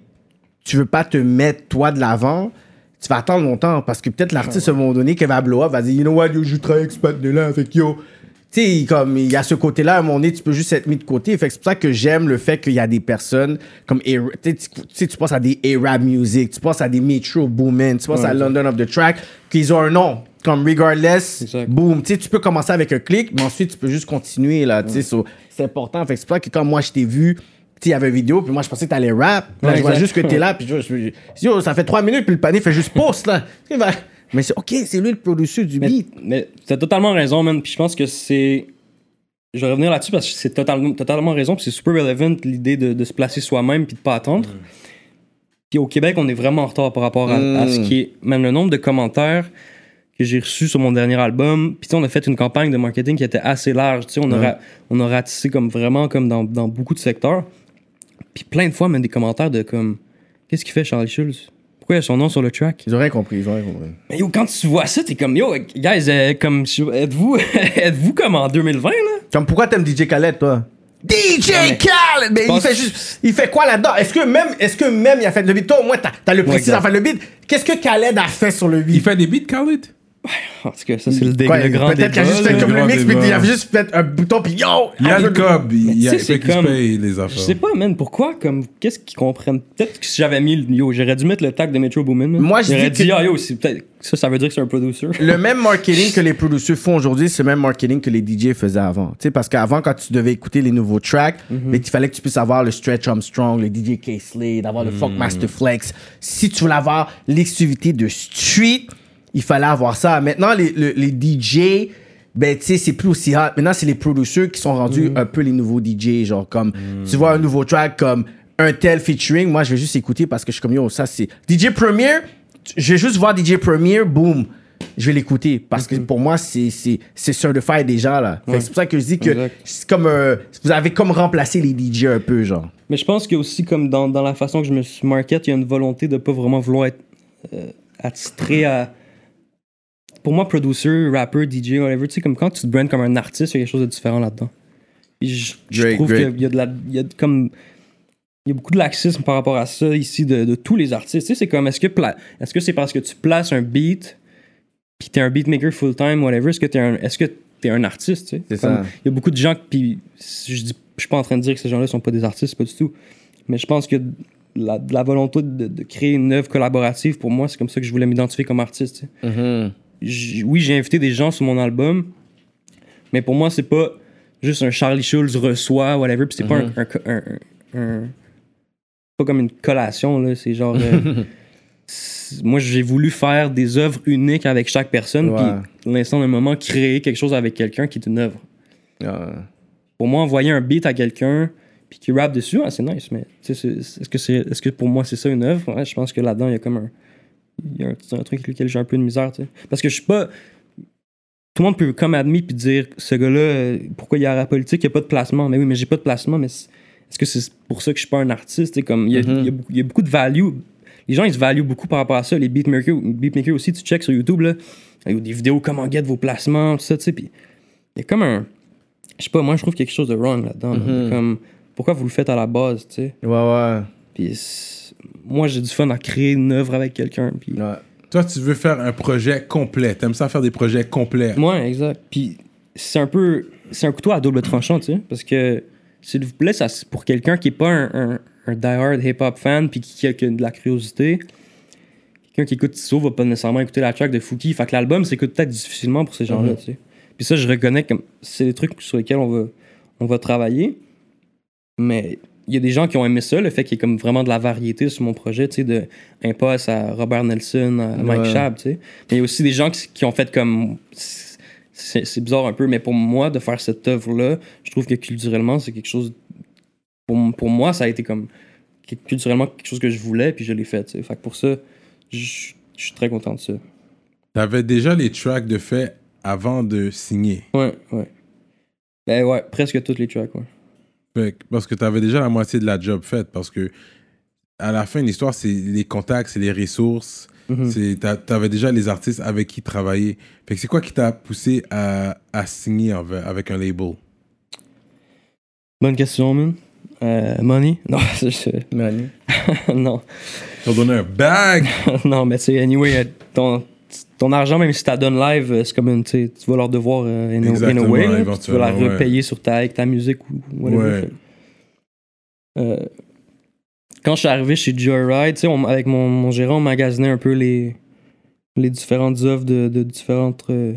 [SPEAKER 4] tu veux pas te mettre toi de l'avant, tu vas attendre longtemps parce que peut-être l'artiste, à un moment donné, qui va blow up, va dire, you know what, yo, je travaille avec ce là fait que yo. Tu sais, comme il y a ce côté-là, à un moment donné, tu peux juste être mis de côté. Fait que c'est pour ça que j'aime le fait qu'il y a des personnes comme. Era- Tu sais, tu- tu sais, tu penses à des A-Rap Music, tu penses à des Metro Boomin, tu penses à London of the Track, qu'ils ont un nom. Comme regardless,
[SPEAKER 5] Exact.
[SPEAKER 4] boom. Tu sais, tu peux commencer avec un clic, mais ensuite, tu peux juste continuer, là. Tu sais, so, c'est important. Fait que c'est pour ça que quand moi, je t'ai vu, tu sais, il y avait une vidéo, puis moi, je pensais que t'allais rap. Puis Là,
[SPEAKER 5] Ouais,
[SPEAKER 4] je vois
[SPEAKER 5] exact.
[SPEAKER 4] juste que t'es là, puis je, je- je- yo, ça fait trois minutes, puis le panier fait juste pause, là. Tu vas- Mais c'est OK, c'est lui le producer du
[SPEAKER 5] Mais,
[SPEAKER 4] beat.
[SPEAKER 5] mais t'as totalement raison, man. Puis je pense que c'est. Je vais revenir là-dessus parce que c'est totalement, totalement raison. Puis c'est super relevant l'idée de, de se placer soi-même puis de pas attendre. Puis au Québec, on est vraiment en retard par rapport à, à ce qui est. Même le nombre de commentaires que j'ai reçus sur mon dernier album. Puis tu sais, on a fait une campagne de marketing qui était assez large. Tu sais, on, a ra- on a ratissé comme vraiment comme dans, dans beaucoup de secteurs. Puis plein de fois, même des commentaires de comme. Qu'est-ce qu'il fait Charlie Schulz? Pourquoi il y a son nom sur le track?
[SPEAKER 4] Ils ont rien compris, ils ont rien compris.
[SPEAKER 5] Mais yo, quand tu vois ça, t'es comme yo, guys, euh, comme je- êtes-vous êtes-vous comme en 2020 là
[SPEAKER 4] Comme pourquoi t'aimes DJ Khaled, toi? DJ Khaled! Mais il
[SPEAKER 5] pense-
[SPEAKER 4] fait juste. Il fait quoi là-dedans? Est-ce que même, est-ce que même il a fait le beat? Toi, au moins, t'as, t'as le précis
[SPEAKER 5] exact.
[SPEAKER 4] à faire le beat. Qu'est-ce que Khaled a fait sur le beat?
[SPEAKER 2] Il fait des beats, Khalid
[SPEAKER 5] En tout cas, ça c'est le, dé-
[SPEAKER 4] Quoi,
[SPEAKER 5] le grand
[SPEAKER 4] Peut-être qu'il a
[SPEAKER 5] débat.
[SPEAKER 4] juste fait
[SPEAKER 5] là.
[SPEAKER 4] comme le
[SPEAKER 2] grand
[SPEAKER 4] mix, puis
[SPEAKER 2] débat.
[SPEAKER 4] il a juste fait un bouton, puis yo!
[SPEAKER 2] Il y a
[SPEAKER 4] un
[SPEAKER 2] le
[SPEAKER 4] peu-
[SPEAKER 2] cob, il y a
[SPEAKER 5] Tu sais, c'est
[SPEAKER 2] fait qu'il se
[SPEAKER 5] comme-
[SPEAKER 2] paye les
[SPEAKER 5] Je sais
[SPEAKER 2] affaires.
[SPEAKER 5] pas, man, pourquoi comme qu'est-ce qu'ils comprennent Peut-être que si j'avais mis le yo, j'aurais dû mettre le tag de Metro Boomin. man.
[SPEAKER 4] Moi, je
[SPEAKER 5] j'aurais
[SPEAKER 4] dis
[SPEAKER 5] dit
[SPEAKER 4] que-
[SPEAKER 5] ah yo, c'est peut-être ça ça veut dire que c'est un producer.
[SPEAKER 4] le même marketing que les producers font aujourd'hui, c'est le même marketing que les DJ faisaient avant. Tu sais, parce qu'avant, quand tu devais écouter les nouveaux tracks, mais il fallait que tu puisses avoir le Stretch Armstrong, le DJ Casely, d'avoir le Funk Master Flex. Si tu voulais avoir l'exclusivité de Street, il fallait avoir ça. Maintenant, les, le- les DJ, ben, tu sais, c'est plus aussi hot. Maintenant, c'est les producers qui sont rendus un peu les nouveaux DJ. Genre, comme, tu vois un nouveau track comme un tel featuring, moi, je vais juste écouter parce que je suis comme, yo, ça, c'est. DJ Premier, je vais juste voir DJ Premier, boum, je vais l'écouter. Parce que pour moi, c'est c'est- c'est certified déjà, là. Fait que C'est pour ça que je dis que
[SPEAKER 5] Exact.
[SPEAKER 4] c'est comme euh, vous avez comme remplacé les DJ un peu, genre.
[SPEAKER 5] Mais je pense que aussi comme dans, dans la façon que je me suis market, il y a une volonté de pas vraiment vouloir être euh, attitré à pour moi producer, rapper, DJ, whatever, tu sais comme quand tu te brandes comme un artiste, il y a quelque chose de différent là-dedans. Puis Je, je
[SPEAKER 4] Drake,
[SPEAKER 5] trouve
[SPEAKER 4] Drake.
[SPEAKER 5] qu'il y a de la il y a de comme il y a beaucoup de laxisme par rapport à ça ici de, de tous les artistes. Tu sais, c'est comme est-ce que pla- est-ce que c'est parce que tu places un beat puis t'es un beatmaker full time whatever, est-ce que t'es un est-ce que t'es un artiste, tu sais
[SPEAKER 4] C'est
[SPEAKER 5] Comme,
[SPEAKER 4] ça.
[SPEAKER 5] Il y a beaucoup de gens puis je dis je suis pas en train de dire que ces gens-là sont pas des artistes, pas du tout. Mais je pense que la, de la volonté de, de créer une œuvre collaborative pour moi, c'est comme ça que je voulais m'identifier comme artiste. tu sais
[SPEAKER 4] Mm-hmm.
[SPEAKER 5] j- oui, j'ai invité des gens sur mon album, mais pour moi, c'est pas juste un Charlie Schulz reçoit, whatever, puis c'est pas un- un, un- un- un- pas comme une collation, là, c'est genre... euh, c'est- moi, j'ai voulu faire des œuvres uniques avec chaque personne,
[SPEAKER 4] Ouais.
[SPEAKER 5] puis l'instant le moment, créer quelque chose avec quelqu'un qui est une œuvre.
[SPEAKER 4] Euh,
[SPEAKER 5] Pour moi, envoyer un beat à quelqu'un puis qui rappe dessus, ah, c'est nice, mais tu sais, c'est- c'est- est-ce que, c'est est-ce que pour moi c'est ça une œuvre? Ouais, je pense que là-dedans, il y a comme un, il y a un, c'est un truc avec lequel j'ai un peu de misère. tu sais. Parce que je suis pas. Tout le monde peut comme admettre puis dire ce gars-là, euh, pourquoi il est à la politique, il n'y a pas de placement. Mais oui, mais j'ai pas de placement, mais c'est- est-ce que c'est pour ça que je suis pas un artiste? tu sais, Comme, il, y a, il y a beaucoup- il y a beaucoup de value. Les gens, ils se valuent beaucoup par rapport à ça. Les beatmakers, beatmakers aussi, tu checks sur YouTube, là, il y a des vidéos comment get vos placements, tout ça, tu sais. Puis il y a comme un. Je sais pas, moi, je trouve quelque chose de wrong là-dedans. là. Comme, pourquoi vous le faites à la base, tu sais?
[SPEAKER 4] Ouais, ouais.
[SPEAKER 5] Puis c'est- moi, j'ai du fun à créer une œuvre avec quelqu'un. Puis...
[SPEAKER 4] ouais.
[SPEAKER 2] Toi, tu veux faire un projet complet. T'aimes ça faire des projets complets.
[SPEAKER 5] Ouais, exact. Puis c'est un peu. C'est un couteau à double tranchant, tu sais. Parce que, s'il vous plaît, ça, c'est pour quelqu'un qui est pas un, un, un die-hard hip-hop fan, puis qui, qui a que de la curiosité, quelqu'un qui écoute Tissot va pas nécessairement écouter la track de Fouki. Fait que l'album s'écoute peut-être difficilement pour ces gens-là, tu sais. Puis ça, je reconnais que c'est des trucs sur lesquels on va, on va travailler. Mais il il y a des gens qui ont aimé ça, le fait qu'il y ait comme vraiment de la variété sur mon projet, tu sais, de Impasse à Robert Nelson, à Mike
[SPEAKER 4] Ouais.
[SPEAKER 5] Schaab, tu sais. Mais il y a aussi des gens qui, qui ont fait comme. C'est c'est bizarre un peu, mais pour moi, de faire cette œuvre-là, je trouve que culturellement, c'est quelque chose. Pour, m- pour moi, ça a été comme. que- culturellement, quelque chose que je voulais, puis je l'ai fait, tu sais. Fait que pour ça, je je suis très content de ça.
[SPEAKER 2] T'avais déjà les tracks de fait avant de signer.
[SPEAKER 5] Ouais, ouais. Ben ouais, presque toutes les tracks, ouais.
[SPEAKER 2] Fait que- Ben, parce que t'avais déjà la moitié de la job faite. Parce que à la fin, l'histoire, c'est les contacts, c'est les ressources.
[SPEAKER 5] Mhm.
[SPEAKER 2] c'est t'a- T'avais déjà les artistes avec qui travailler. Fait que c'est quoi qui t'a poussé à, à signer en- avec un label
[SPEAKER 5] Bonne question, man. Euh, money? Non, je- je- non.
[SPEAKER 2] T'as donné un bag
[SPEAKER 5] non, mais tu sais, anyway, euh, ton, ton argent, même si tu la donnes live, euh, c'est comme une, tu sais, tu vas leur devoir euh, in, a- in a,
[SPEAKER 2] Exactement,
[SPEAKER 5] way. là, puis tu vas la
[SPEAKER 2] éventuellement, ouais.
[SPEAKER 5] repayer sur ta, avec ta musique ou whatever.
[SPEAKER 2] Ouais.
[SPEAKER 5] Fait- Euh, quand je suis arrivé chez Joyride, tu sais, on- avec mon, mon gérant, on magasinait un peu les, les différentes œuvres de, de différentes euh,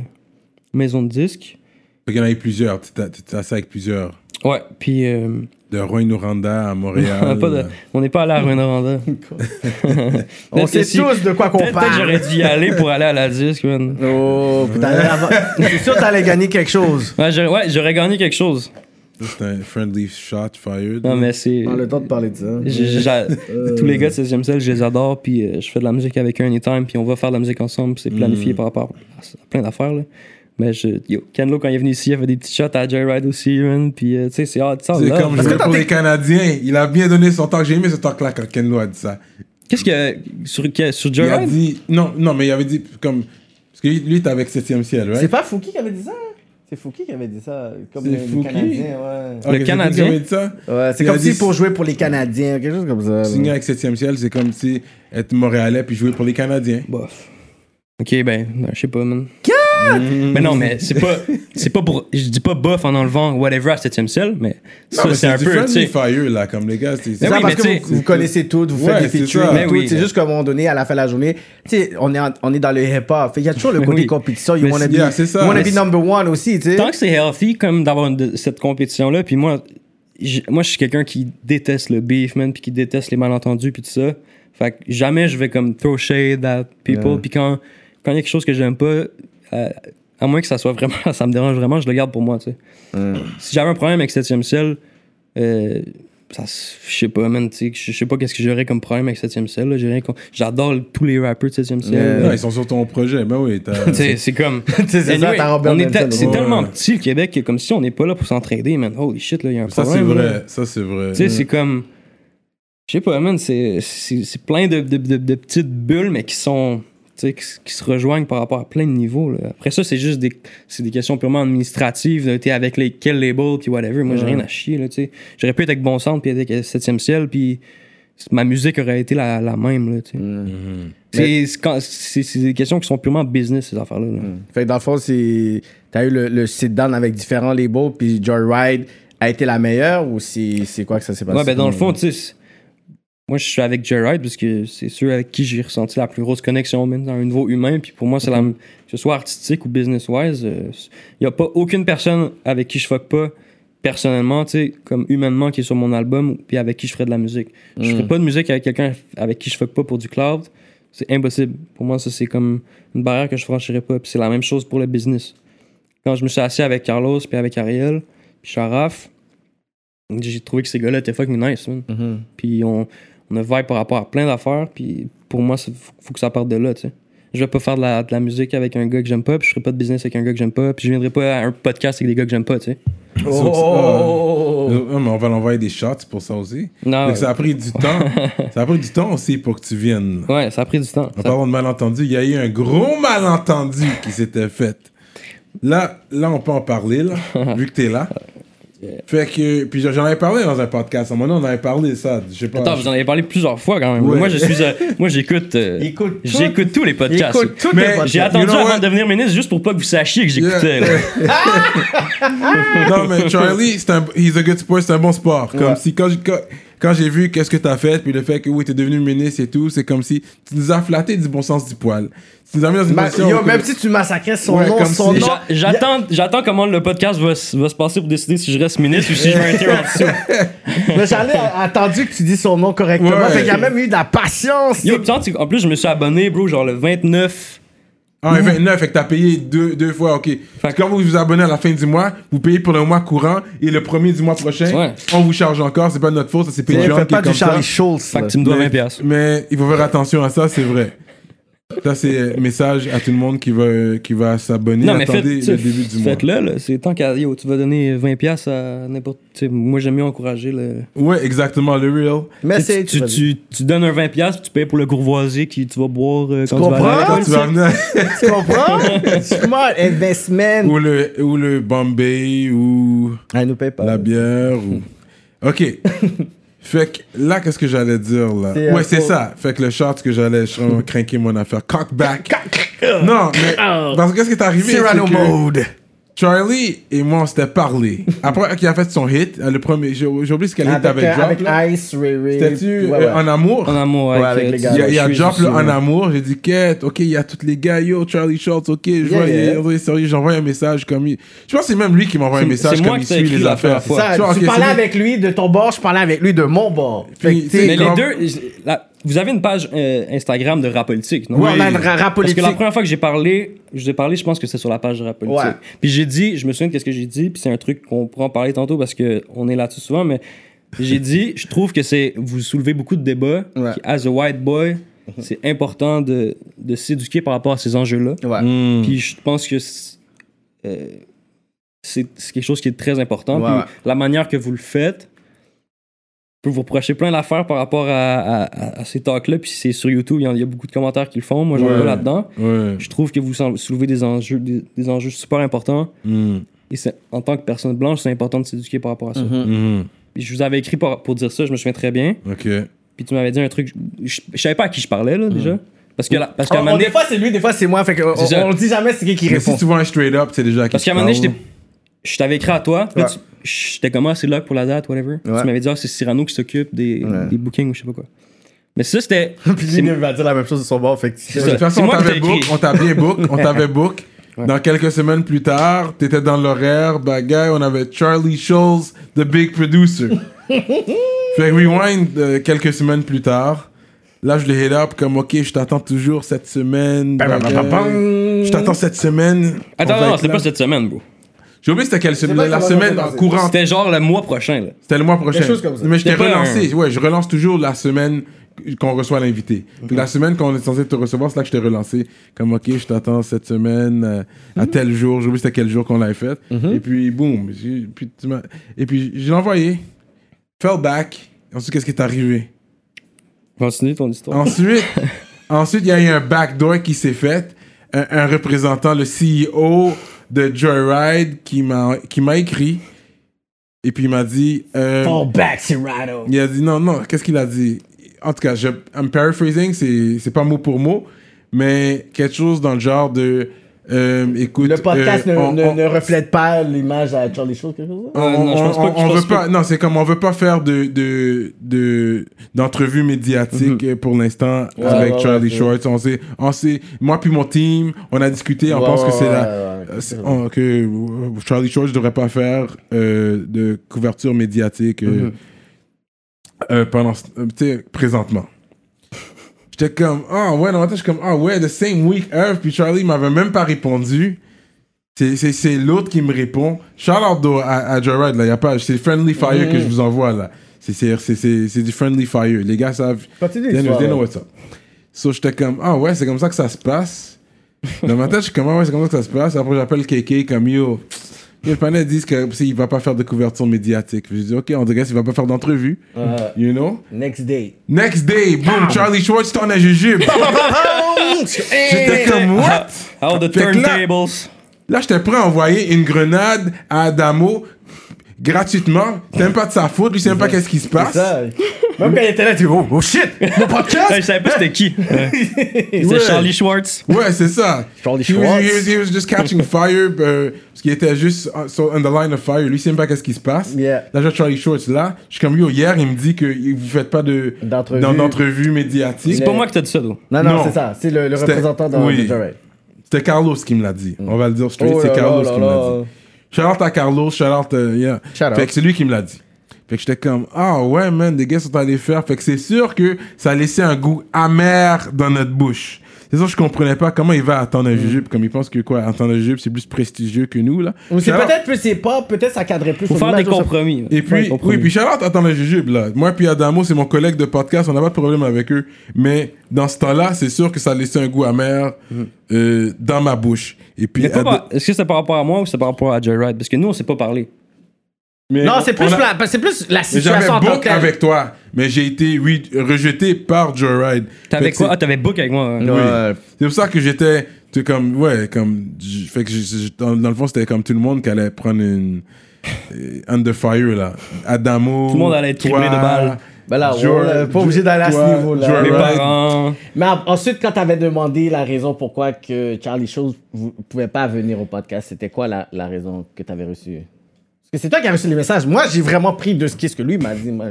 [SPEAKER 5] maisons de disques.
[SPEAKER 2] Fait qu'il y en avait plusieurs. T'as t'as ça avec plusieurs.
[SPEAKER 5] Ouais, puis euh,
[SPEAKER 2] De Rouen-Noranda à Montréal.
[SPEAKER 5] Pas de- on n'est pas allé à Rwanda.
[SPEAKER 4] On sait tous de quoi qu'on
[SPEAKER 5] Peut-être peut-être que j'aurais
[SPEAKER 4] parle.
[SPEAKER 5] dû y aller pour aller à la disque, man.
[SPEAKER 4] Oh, putain, c'est sûr que t'allais gagner quelque chose.
[SPEAKER 5] Ouais, j'aurais, ouais, j'aurais gagné quelque chose.
[SPEAKER 2] C'était un friendly shot fired.
[SPEAKER 5] Non, mais c'est.
[SPEAKER 3] Prends le temps de parler de ça.
[SPEAKER 5] j'ai- j'ai- j'a-
[SPEAKER 2] Euh.
[SPEAKER 5] Tous les gars de 16e ciel, je les adore, puis euh, je fais de la musique avec eux anytime, puis on va faire de la musique ensemble, puis c'est planifié
[SPEAKER 2] Mm.
[SPEAKER 5] par rapport à ça, plein d'affaires, là. Mais je, yo, Kenlo, quand il est venu ici, il avait des petits shots à Joyride aussi, man, puis euh, tu sais, c'est hard, ça,
[SPEAKER 2] C'est
[SPEAKER 5] là.
[SPEAKER 2] comme jouer pour les Canadiens. Il a bien donné son temps. J'ai aimé ce talk-là quand Ken Lo a dit ça.
[SPEAKER 5] Qu'est-ce que. Sur, que- sur
[SPEAKER 2] Il a
[SPEAKER 5] Joyride
[SPEAKER 2] dit. Non, non, mais il avait dit comme. Parce que lui, lui, t'es avec 7ème ciel,
[SPEAKER 3] C'est
[SPEAKER 2] right?
[SPEAKER 3] pas Fouki qui avait dit ça? hein? C'est Fouki qui avait dit ça. Comme
[SPEAKER 2] C'est
[SPEAKER 3] les, les
[SPEAKER 2] Fouki?
[SPEAKER 3] Canadiens, ouais.
[SPEAKER 2] Ok,
[SPEAKER 5] Le
[SPEAKER 2] c'est lui qui
[SPEAKER 5] Canadien.
[SPEAKER 2] avait dit ça.
[SPEAKER 4] Ouais, c'est
[SPEAKER 2] Il a
[SPEAKER 4] comme si
[SPEAKER 2] dit-
[SPEAKER 4] pour jouer pour les Canadiens, quelque chose comme ça. là.
[SPEAKER 2] Signer avec 7ème ciel, c'est comme si être Montréalais puis jouer pour les Canadiens.
[SPEAKER 5] Bof. Ok, ben, ben, je sais pas, man. Mm. Mais non, mais c'est pas, c'est pas pour. Je dis pas bof en enlevant whatever à 7ème ciel, mais
[SPEAKER 2] Non,
[SPEAKER 5] ça,
[SPEAKER 2] Ah, mais
[SPEAKER 5] c'est un
[SPEAKER 2] du
[SPEAKER 5] peu. tu
[SPEAKER 2] friendly
[SPEAKER 5] sais,
[SPEAKER 2] fire, là, comme les gars. C'est
[SPEAKER 4] C'est
[SPEAKER 5] Mais
[SPEAKER 4] ça
[SPEAKER 5] oui,
[SPEAKER 4] parce
[SPEAKER 5] mais
[SPEAKER 4] que
[SPEAKER 5] t'sais-
[SPEAKER 4] vous, vous connaissez tout, vous
[SPEAKER 2] Ouais,
[SPEAKER 4] faites
[SPEAKER 2] c'est
[SPEAKER 4] des features
[SPEAKER 2] ça.
[SPEAKER 4] et
[SPEAKER 5] Mais
[SPEAKER 4] tout.
[SPEAKER 5] oui,
[SPEAKER 4] c'est
[SPEAKER 5] mais-
[SPEAKER 4] juste qu'à un moment donné, à la fin de la journée, t'sais, on est, en- on est dans le hip-hop. Il y a toujours le
[SPEAKER 5] Mais
[SPEAKER 4] côté
[SPEAKER 5] oui.
[SPEAKER 4] compétition. You
[SPEAKER 5] Mais
[SPEAKER 4] wanna
[SPEAKER 5] c'est-
[SPEAKER 4] be,
[SPEAKER 2] yeah, c'est ça.
[SPEAKER 4] you wanna
[SPEAKER 2] Mais
[SPEAKER 4] be
[SPEAKER 2] c'est-
[SPEAKER 4] number one aussi, tu sais.
[SPEAKER 5] tant que c'est healthy comme d'avoir une- de- cette compétition là puis moi j- moi je suis quelqu'un qui déteste le beef man puis qui déteste les malentendus puis tout ça fait que jamais je vais comme throw shade at people puis quand quand il y a quelque chose que j'aime pas euh, à moins que ça soit vraiment ça me dérange vraiment je le garde pour moi tu sais si j'avais un problème avec 7ème ciel euh, ça s- je sais pas man tu sais je je sais pas qu'est-ce que j'aurais comme problème avec 7ème ciel là, j'ai rien con- j'adore tous les rappers de 7ème ciel
[SPEAKER 4] Yeah.
[SPEAKER 5] là.
[SPEAKER 2] Non, ils sont sur ton projet. Ben oui, t'as.
[SPEAKER 5] Tu sais, c'est comme
[SPEAKER 4] T'sais, c'est ça,
[SPEAKER 5] Anyway,
[SPEAKER 4] t'as Robert
[SPEAKER 5] on est
[SPEAKER 4] Nelson,
[SPEAKER 5] te- c'est
[SPEAKER 4] ouais.
[SPEAKER 5] tellement
[SPEAKER 2] Ouais.
[SPEAKER 5] petit le Québec que comme si on n'est pas là pour s'entraider, man. Holy shit, là, il y a un
[SPEAKER 2] Ça, c'est
[SPEAKER 5] problème. là.
[SPEAKER 2] vrai. Ça, c'est vrai.
[SPEAKER 5] Tu sais, c'est comme. Je sais pas, man, c'est c'est- c'est plein de, de- de- de petites bulles, mais qui sont. tu sais, Qui, s- qui se rejoignent par rapport à plein de niveaux. là. Après ça, c'est juste des, c'est des questions purement administratives. là, t'es avec les, quel label, puis whatever. Moi, j'ai rien à chier. là, tu sais. J'aurais pu être avec Bon Centre, puis être avec 7 e Ciel, puis ma musique aurait été la, la même. là, tu sais.
[SPEAKER 2] Mhm.
[SPEAKER 5] C'est- c'est quand- C'est c'est des questions qui sont purement business, ces affaires-là. là.
[SPEAKER 4] Fait que dans le fond, c'est. T'as eu le, le sit-down avec différents labels, puis Joyride a été la meilleure ou c'est c'est quoi que ça s'est passé?
[SPEAKER 5] Ouais, ben dans le fond, tu sais, c'est- moi je suis avec Gerard parce que c'est ceux avec qui j'ai ressenti la plus grosse connexion même dans un niveau humain. Puis pour moi, c'est la m- que ce soit artistique ou business-wise, il n'y a pas aucune personne avec qui je fuck pas personnellement, tu sais, comme humainement qui est sur mon album, puis avec qui je ferais de la musique. Je ferais pas de musique avec quelqu'un avec qui je fuck pas pour du cloud. C'est impossible. Pour moi, ça, c'est comme une barrière que je franchirais pas. Puis c'est la même chose pour le business. Quand je me suis assis avec Carlos, puis avec Ariel, puis Sharaf, j'ai trouvé que ces gars-là étaient fucking nice, man. Puis on, on a vibe par rapport à plein d'affaires. Puis pour moi, il faut, faut que ça parte de là, tu sais. Je vais pas faire de la, de la musique avec un gars que j'aime pas, puis je ferai pas de business avec un gars que j'aime pas, puis je viendrai pas à un podcast avec des gars que j'aime pas, tu sais.
[SPEAKER 2] Oh, oh, oh, oh. Non, mais on va l'envoyer des shots pour ça aussi.
[SPEAKER 5] Non,
[SPEAKER 2] Donc, ça a pris du temps. Ça a pris du temps aussi pour que tu viennes.
[SPEAKER 5] ouais, ça a pris du temps.
[SPEAKER 2] En
[SPEAKER 5] Ça-
[SPEAKER 2] parlant de malentendu, il y a eu un gros malentendu qui s'était fait. Là, là, on peut en parler, là, vu que t'es là. Fait que, puis j'en avais parlé dans un podcast. À un moment donné, on avait parlé de ça. Je sais pas.
[SPEAKER 5] Attends, vous en avez parlé plusieurs fois quand même.
[SPEAKER 2] Ouais.
[SPEAKER 5] Moi, je suis, euh, moi, j'écoute, euh,
[SPEAKER 4] Écoute tout.
[SPEAKER 5] j'écoute tous les podcasts.
[SPEAKER 4] Écoute tout
[SPEAKER 2] Mais-
[SPEAKER 4] le podcast.
[SPEAKER 5] J'ai attendu
[SPEAKER 2] You know
[SPEAKER 5] avant
[SPEAKER 2] what?
[SPEAKER 5] de devenir ministre juste pour pas que vous sachiez que
[SPEAKER 2] Yeah.
[SPEAKER 5] j'écoutais. là.
[SPEAKER 2] non, mais Charlie, c'est un, he's a good sport, c'est un bon sport. Comme si quand, je- quand, quand j'ai vu qu'est-ce que t'as fait, puis le fait que oui, t'es devenu ministre et tout, c'est comme si tu nous as flatté du bon sens du poil. Tu nous as mis dans une
[SPEAKER 4] Ma-
[SPEAKER 2] position
[SPEAKER 4] yo,
[SPEAKER 2] où-
[SPEAKER 4] même si tu massacrais son
[SPEAKER 2] Ouais,
[SPEAKER 4] nom,
[SPEAKER 2] comme
[SPEAKER 4] son
[SPEAKER 2] si-
[SPEAKER 4] nom.
[SPEAKER 5] J'a- J'attends, j'attends comment le podcast va, s- va se passer pour décider si je reste ministre ou si je vais être en dessous.
[SPEAKER 4] Mais j'en ai attendu que tu dis son nom correctement.
[SPEAKER 2] Ouais.
[SPEAKER 4] Fait qu'il y a même eu de la patience.
[SPEAKER 5] Yo, pis tant- en plus, je me suis abonné, bro, genre le 29.
[SPEAKER 2] Ah, et 29, fait que t'as payé deux, deux fois, ok.
[SPEAKER 5] Fait que-
[SPEAKER 2] Quand vous vous abonnez à la fin du mois, vous payez pour le mois courant et le premier du mois prochain,
[SPEAKER 5] Ouais.
[SPEAKER 2] on vous charge encore, c'est pas de notre faute, ça, c'est
[SPEAKER 4] Tu
[SPEAKER 2] Patreon
[SPEAKER 4] fais
[SPEAKER 2] qui est
[SPEAKER 4] pas
[SPEAKER 2] comme
[SPEAKER 4] du
[SPEAKER 2] ça.
[SPEAKER 4] Charlie Schulz.
[SPEAKER 5] Fait
[SPEAKER 4] là.
[SPEAKER 5] que tu me dois
[SPEAKER 2] Mais-
[SPEAKER 5] 20$. piastres.
[SPEAKER 2] Mais il faut faire attention à ça, c'est vrai. Ça, c'est euh, message à tout le monde qui va, qui va s'abonner.
[SPEAKER 5] Non, mais faites,
[SPEAKER 2] Attendez
[SPEAKER 5] tu sais,
[SPEAKER 2] le début du mois.
[SPEAKER 5] faites-le, là. C'est tant qu'à. Yo, tu vas donner 20$ piastres à n'importe. tu sais, Moi, j'aime mieux encourager le.
[SPEAKER 2] Ouais, exactement, le real.
[SPEAKER 4] Mais
[SPEAKER 5] Tu,
[SPEAKER 4] c'est.
[SPEAKER 5] tu, tu, tu donnes un 20$, piastres, puis tu payes pour le courvoisier qui tu vas boire euh, quand tu, vas
[SPEAKER 4] comprends?
[SPEAKER 5] aller à
[SPEAKER 2] Quand tu
[SPEAKER 5] l'école.
[SPEAKER 2] vas venir,
[SPEAKER 4] tu comprends? Smart investment.
[SPEAKER 2] ou le, ou le Bombay, ou
[SPEAKER 4] Elle nous paye pas.
[SPEAKER 2] la bière, ou. Ok. Fait que là, qu'est-ce que j'allais dire là?
[SPEAKER 4] C'est, euh,
[SPEAKER 2] Ouais, c'est
[SPEAKER 4] pour-
[SPEAKER 2] ça. Fait que le short que j'allais, je suis craquer mon affaire. Cockback. non, mais. Parce que qu'est-ce qui est arrivé? c'est
[SPEAKER 4] Oh. Cyrano
[SPEAKER 2] que-
[SPEAKER 4] mode.
[SPEAKER 2] Charlie et moi, on s'était parlé. Après qu'il a fait son hit, euh, le premier, j'ai j'ai oublié ce qu'elle hit
[SPEAKER 4] Avec,
[SPEAKER 2] avec
[SPEAKER 4] euh,
[SPEAKER 2] Drop.
[SPEAKER 4] avec
[SPEAKER 2] là.
[SPEAKER 4] Ice, Ray Ray.
[SPEAKER 2] C'était-tu
[SPEAKER 4] ouais,
[SPEAKER 2] euh,
[SPEAKER 4] ouais.
[SPEAKER 2] En Amour?
[SPEAKER 5] En amour,
[SPEAKER 4] Ouais, avec
[SPEAKER 5] euh,
[SPEAKER 4] les
[SPEAKER 5] tu-
[SPEAKER 4] gars.
[SPEAKER 2] Il y a, il y a
[SPEAKER 4] je suis
[SPEAKER 2] Drop le
[SPEAKER 4] dessus,
[SPEAKER 2] En
[SPEAKER 4] ouais.
[SPEAKER 2] Amour, j'ai dit quête, ok, il y a tous les gars, yo, Charlie Schultz, ok, je
[SPEAKER 4] Yeah,
[SPEAKER 2] vois, il-
[SPEAKER 4] yeah.
[SPEAKER 2] oui, sérieux, j'envoie un message comme il. Je pense que c'est même lui qui m'envoie un
[SPEAKER 5] C'est-
[SPEAKER 2] message
[SPEAKER 5] c'est
[SPEAKER 2] comme
[SPEAKER 5] moi
[SPEAKER 2] il
[SPEAKER 5] qui t'ai
[SPEAKER 2] suit
[SPEAKER 5] écrit
[SPEAKER 2] les
[SPEAKER 5] la
[SPEAKER 2] affaires.
[SPEAKER 5] première fois.
[SPEAKER 4] Ça,
[SPEAKER 2] Tu vois,
[SPEAKER 4] tu
[SPEAKER 2] ok,
[SPEAKER 4] parlais
[SPEAKER 2] c'est lui.
[SPEAKER 4] avec lui de ton bord, je parlais avec lui de mon bord. Fait que,
[SPEAKER 2] Puis,
[SPEAKER 4] tu sais,
[SPEAKER 5] Mais les
[SPEAKER 2] Comme-
[SPEAKER 5] deux, je- la- vous avez une page euh, Instagram de rap politique, non?
[SPEAKER 4] ouais, on a un rap
[SPEAKER 5] Parce
[SPEAKER 4] politique.
[SPEAKER 5] que la première fois que j'ai parlé, je vous ai parlé, je pense que c'est sur la page de rap politique.
[SPEAKER 4] Ouais.
[SPEAKER 5] Puis j'ai dit, je me souviens de ce que j'ai dit, puis c'est un truc qu'on pourra en parler tantôt parce qu'on est là-dessus souvent, mais j'ai dit, je trouve que c'est. Vous soulevez beaucoup de débats.
[SPEAKER 4] Ouais.
[SPEAKER 5] puis As a white boy, c'est important de, de s'éduquer par rapport à ces enjeux-là.
[SPEAKER 4] Ouais.
[SPEAKER 2] Hmm.
[SPEAKER 5] Puis je pense que c'est euh, c'est- c'est quelque chose qui est très important.
[SPEAKER 4] Ouais,
[SPEAKER 5] Puis
[SPEAKER 4] ouais.
[SPEAKER 5] la manière que vous le faites, je peux vous reprocher plein d'affaires par rapport à, à- à- à ces talks-là. Puis c'est sur YouTube, il y, en- il y a beaucoup de commentaires qui le font. Moi, j'en
[SPEAKER 2] Ouais.
[SPEAKER 5] veux là-dedans.
[SPEAKER 2] Ouais.
[SPEAKER 5] Je trouve que vous sou- soulevez des enjeux, des, des enjeux super importants.
[SPEAKER 2] Hmm.
[SPEAKER 5] Et c'est- en tant que personne blanche, c'est important de s'éduquer par rapport à ça.
[SPEAKER 2] Hmm.
[SPEAKER 5] Puis je vous avais écrit par- pour dire ça, je me souviens très bien.
[SPEAKER 2] Ok.
[SPEAKER 5] Puis tu m'avais dit un truc, je, je savais pas à qui je parlais, là, déjà. Parce que, la- parce qu'à un
[SPEAKER 2] Oh,
[SPEAKER 4] On- on-
[SPEAKER 5] moment donné-
[SPEAKER 4] des fois, c'est lui, des fois, c'est moi. Fait que, on,
[SPEAKER 5] C'est ça.
[SPEAKER 4] on le dit jamais, c'est qui qui
[SPEAKER 2] Mais
[SPEAKER 4] répond.
[SPEAKER 2] si tu vois un straight up, c'est déjà
[SPEAKER 5] Parce qu'à un moment donné, j'étais- je t'avais écrit à toi. puis là, tu- J'étais comme, ah, c'est Locke pour la date, whatever.
[SPEAKER 4] Ouais.
[SPEAKER 5] Tu m'avais dit, ah, c'est Cyrano qui s'occupe des,
[SPEAKER 4] Ouais.
[SPEAKER 5] des bookings ou je sais pas quoi. Mais ça, c'était.
[SPEAKER 4] Puis
[SPEAKER 5] c'est-
[SPEAKER 4] lui, il va dire la même chose de son bord. Fait que,
[SPEAKER 2] De toute façon,
[SPEAKER 5] C'est
[SPEAKER 2] on
[SPEAKER 5] moi qui
[SPEAKER 2] t'avait
[SPEAKER 5] t'ai
[SPEAKER 2] book,
[SPEAKER 5] écrit.
[SPEAKER 2] on t'a bien book, on t'avait book. Dans quelques semaines plus tard, t'étais dans l'horaire, bagaille, on avait Charlie Schulz, the big producer. fait que rewind euh, quelques semaines plus tard. Là, je le hit up comme, ok, je t'attends toujours cette semaine.
[SPEAKER 4] Bam, bam, bam,
[SPEAKER 2] bagaille.
[SPEAKER 4] bam.
[SPEAKER 2] Je t'attends cette semaine. On
[SPEAKER 5] Attends,
[SPEAKER 2] va
[SPEAKER 5] non,
[SPEAKER 2] être
[SPEAKER 5] c'était
[SPEAKER 2] là.
[SPEAKER 5] pas cette semaine, bro.
[SPEAKER 2] J'ai oublié c'était quelle semaine.
[SPEAKER 4] pas
[SPEAKER 2] La, la
[SPEAKER 4] comment
[SPEAKER 2] semaine
[SPEAKER 4] ça
[SPEAKER 2] en
[SPEAKER 4] s'est passé.
[SPEAKER 2] courant.
[SPEAKER 5] C'était genre le mois prochain, là.
[SPEAKER 2] C'était le mois prochain.
[SPEAKER 4] Quelque chose comme ça.
[SPEAKER 2] Mais je
[SPEAKER 5] Y
[SPEAKER 2] t'ai
[SPEAKER 5] a pas
[SPEAKER 2] relancé. Ouais, je relance toujours la semaine qu'on reçoit l'invité. Puis la semaine qu'on est censé te recevoir, c'est là que je t'ai relancé. Comme, OK, je t'attends cette semaine euh,
[SPEAKER 4] Mhm.
[SPEAKER 2] à tel jour. J'ai oublié c'était quel jour qu'on l'avait fait. Et puis, boum. j'ai- puis tu m'as- Et puis, je l'ai envoyé. Fell back. Ensuite, qu'est-ce qui est arrivé?
[SPEAKER 5] Continue ton histoire.
[SPEAKER 2] Ensuite, ensuite, il y a eu un backdoor qui s'est fait. Un, un représentant, le CEO de Joyride, qui m'a qui m'a écrit. Et puis, il m'a dit... euh,
[SPEAKER 4] Fall back, Cyrano.
[SPEAKER 2] il a dit non, non, qu'est-ce qu'il a dit En tout cas, je, I'm paraphrasing, c'est c'est pas mot pour mot, mais quelque chose dans le genre de. euh, écoute,
[SPEAKER 4] Le podcast
[SPEAKER 2] euh,
[SPEAKER 4] ne,
[SPEAKER 2] on-
[SPEAKER 4] ne-
[SPEAKER 2] on-
[SPEAKER 4] ne reflète pas l'image à Charlie Schulz, quelque chose.
[SPEAKER 2] on-
[SPEAKER 5] Ouais, non, je
[SPEAKER 2] on-
[SPEAKER 5] pense pas que-
[SPEAKER 2] on
[SPEAKER 5] je
[SPEAKER 2] veut
[SPEAKER 5] pense pas-
[SPEAKER 2] pas- Non, c'est comme on veut pas faire de de de- d'entrevue médiatique euh, pour l'instant avec
[SPEAKER 4] Mhm. ouais,
[SPEAKER 2] Charlie
[SPEAKER 4] ouais.
[SPEAKER 2] Shorts. On s'est, on s'est- moi puis mon team, on a discuté. On
[SPEAKER 4] Ouais,
[SPEAKER 2] pense
[SPEAKER 4] ouais,
[SPEAKER 2] que c'est
[SPEAKER 4] ouais,
[SPEAKER 2] la,
[SPEAKER 4] ouais, ouais.
[SPEAKER 2] euh, c'est- on- que euh, Charlie Shorts devrait pas faire euh, de couverture médiatique euh, euh, pendant, ce- euh, tu sais, présentement. J'étais comme, ah ouais, dans ma tête, j'étais comme, ah ouais, the same week of, puis Charlie m'avait même pas répondu. C'est- C'est c'est l'autre qui me répond. Shout out though, à, à Jared, là, y a pas, c'est Friendly Fire que je vous envoie, là. C'est- C'est c'est- c'est- c'est du Friendly Fire. Les gars savent.
[SPEAKER 4] Continue
[SPEAKER 2] They know,
[SPEAKER 4] l'histoire,
[SPEAKER 2] they know
[SPEAKER 4] ouais.
[SPEAKER 2] what's up. So j'étais comme, ah ouais, c'est comme ça que ça se passe. Dans ma tête, je suis comme, ah ouais, c'est comme ça que ça se passe. Après, j'appelle KK comme, yo, yo, le panel dit qu'il va pas faire de couverture médiatique. Je dis, ok, on dirait qu'il va pas faire d'entrevue. You know?
[SPEAKER 4] Next day.
[SPEAKER 2] Next day, boom, Charlie Schwartz tourne à jujube. ah, J'étais comme, what?
[SPEAKER 5] How
[SPEAKER 2] Fait
[SPEAKER 5] the
[SPEAKER 2] que là-
[SPEAKER 5] turntables.
[SPEAKER 2] Là, j'étais prêt à envoyer une grenade à Adamo gratuitement. C'est même pas de sa faute, lui, c'est même pas qu'est-ce qui se
[SPEAKER 4] C'est
[SPEAKER 2] passe.
[SPEAKER 4] ça. Même quand il était là, tu dis, oh, oh shit, mon
[SPEAKER 5] Ouais,
[SPEAKER 4] podcast!
[SPEAKER 5] je savais pas c'était qui. Ouais. C'était Charlie Schwartz.
[SPEAKER 2] Ouais, c'est ça.
[SPEAKER 4] Charlie
[SPEAKER 2] He was,
[SPEAKER 4] Schwartz.
[SPEAKER 2] he was- he was just catching fire, euh, parce qu'il était juste euh, sur- on the line of fire. Lui, il sait même pas qu'est-ce qui se passe.
[SPEAKER 4] Yeah.
[SPEAKER 2] Là, j'ai Charlie Schwartz là. Je suis comme, yo, hier, il me dit que vous faites pas de,
[SPEAKER 4] D'entrevue.
[SPEAKER 2] dans- d'entrevue médiatique.
[SPEAKER 5] C'est pas moi qui t'ai dit ça, toi.
[SPEAKER 4] Non, non,
[SPEAKER 2] Non.
[SPEAKER 4] c'est ça. C'est le, le
[SPEAKER 2] C'était-
[SPEAKER 4] représentant de
[SPEAKER 2] oui.
[SPEAKER 4] The Direct.
[SPEAKER 2] C'était Carlos qui me l'a dit. On va le dire straight,
[SPEAKER 4] Oh
[SPEAKER 2] c'est
[SPEAKER 4] là
[SPEAKER 2] Carlos
[SPEAKER 4] là
[SPEAKER 2] qui me
[SPEAKER 4] là
[SPEAKER 2] l'a
[SPEAKER 4] là.
[SPEAKER 2] dit. Shout out à Carlos, shout out, euh, yeah.
[SPEAKER 4] Shout out.
[SPEAKER 2] Fait que c'est lui qui me l'a dit. Fait que j'étais comme, ah ouais, man, des gars sont allés faire. Fait que c'est sûr que ça a laissé un goût amer dans notre bouche. C'est sûr, je comprenais pas comment il va attendre
[SPEAKER 4] Mm.
[SPEAKER 2] un jujube, comme il pense que quoi, attendre un jujube, c'est plus prestigieux que nous, là.
[SPEAKER 4] Ou c'est
[SPEAKER 2] Shout out.
[SPEAKER 4] peut-être plus c'est pas, peut-être ça cadrait plus.
[SPEAKER 5] Faut
[SPEAKER 4] au
[SPEAKER 5] faire des
[SPEAKER 4] image, ça-
[SPEAKER 5] compromis.
[SPEAKER 2] Et
[SPEAKER 5] Faut faire des
[SPEAKER 2] puis,
[SPEAKER 5] compromis.
[SPEAKER 2] oui, puis shout out à Attends un jujube, là. Moi, puis Adamo, c'est mon collègue de podcast, on n'a pas de problème avec eux. Mais dans ce temps-là, c'est sûr que ça a laissé un goût amer
[SPEAKER 4] Mm.
[SPEAKER 2] euh, dans ma bouche. Et puis,
[SPEAKER 5] Mais pas
[SPEAKER 2] Ad-
[SPEAKER 5] par- Est-ce que c'est par rapport à moi ou c'est par rapport à Joyride Parce que nous, on s'est pas parlé.
[SPEAKER 2] mais
[SPEAKER 4] Non, c'est
[SPEAKER 2] on
[SPEAKER 4] plus,
[SPEAKER 2] a-
[SPEAKER 4] la- c'est plus la
[SPEAKER 2] Mais J'avais
[SPEAKER 4] situation en tant
[SPEAKER 2] book
[SPEAKER 4] que telle.
[SPEAKER 2] avec toi, mais j'ai été oui, rejeté par Joyride. Fait
[SPEAKER 5] T'avais
[SPEAKER 2] que
[SPEAKER 5] quoi Ah,
[SPEAKER 2] c'est-
[SPEAKER 5] t'avais Book avec moi. hein.
[SPEAKER 2] Oui.
[SPEAKER 4] Ouais.
[SPEAKER 2] C'est pour ça que j'étais tu sais, comme ouais comme j- fait que j- j- dans, dans le fond c'était comme tout le monde qui allait prendre une euh, under fire là. Adamo.
[SPEAKER 5] Tout le monde allait être criblé de balles.
[SPEAKER 4] Ben là,
[SPEAKER 2] Joe-
[SPEAKER 4] on est pas obligé
[SPEAKER 2] Joe-
[SPEAKER 4] d'aller à ce
[SPEAKER 2] toi,
[SPEAKER 4] niveau-là.
[SPEAKER 2] Joe
[SPEAKER 5] Mes
[SPEAKER 2] Ride.
[SPEAKER 5] parents.
[SPEAKER 4] Mais en- ensuite, quand t'avais demandé la raison pourquoi que Charlie Chose ne pouvait pas venir au podcast, c'était quoi la, la raison que t'avais reçue? Parce que c'est toi qui as reçu les messages. Moi, j'ai vraiment pris de ce qu'est-ce que lui m'a dit. Moi,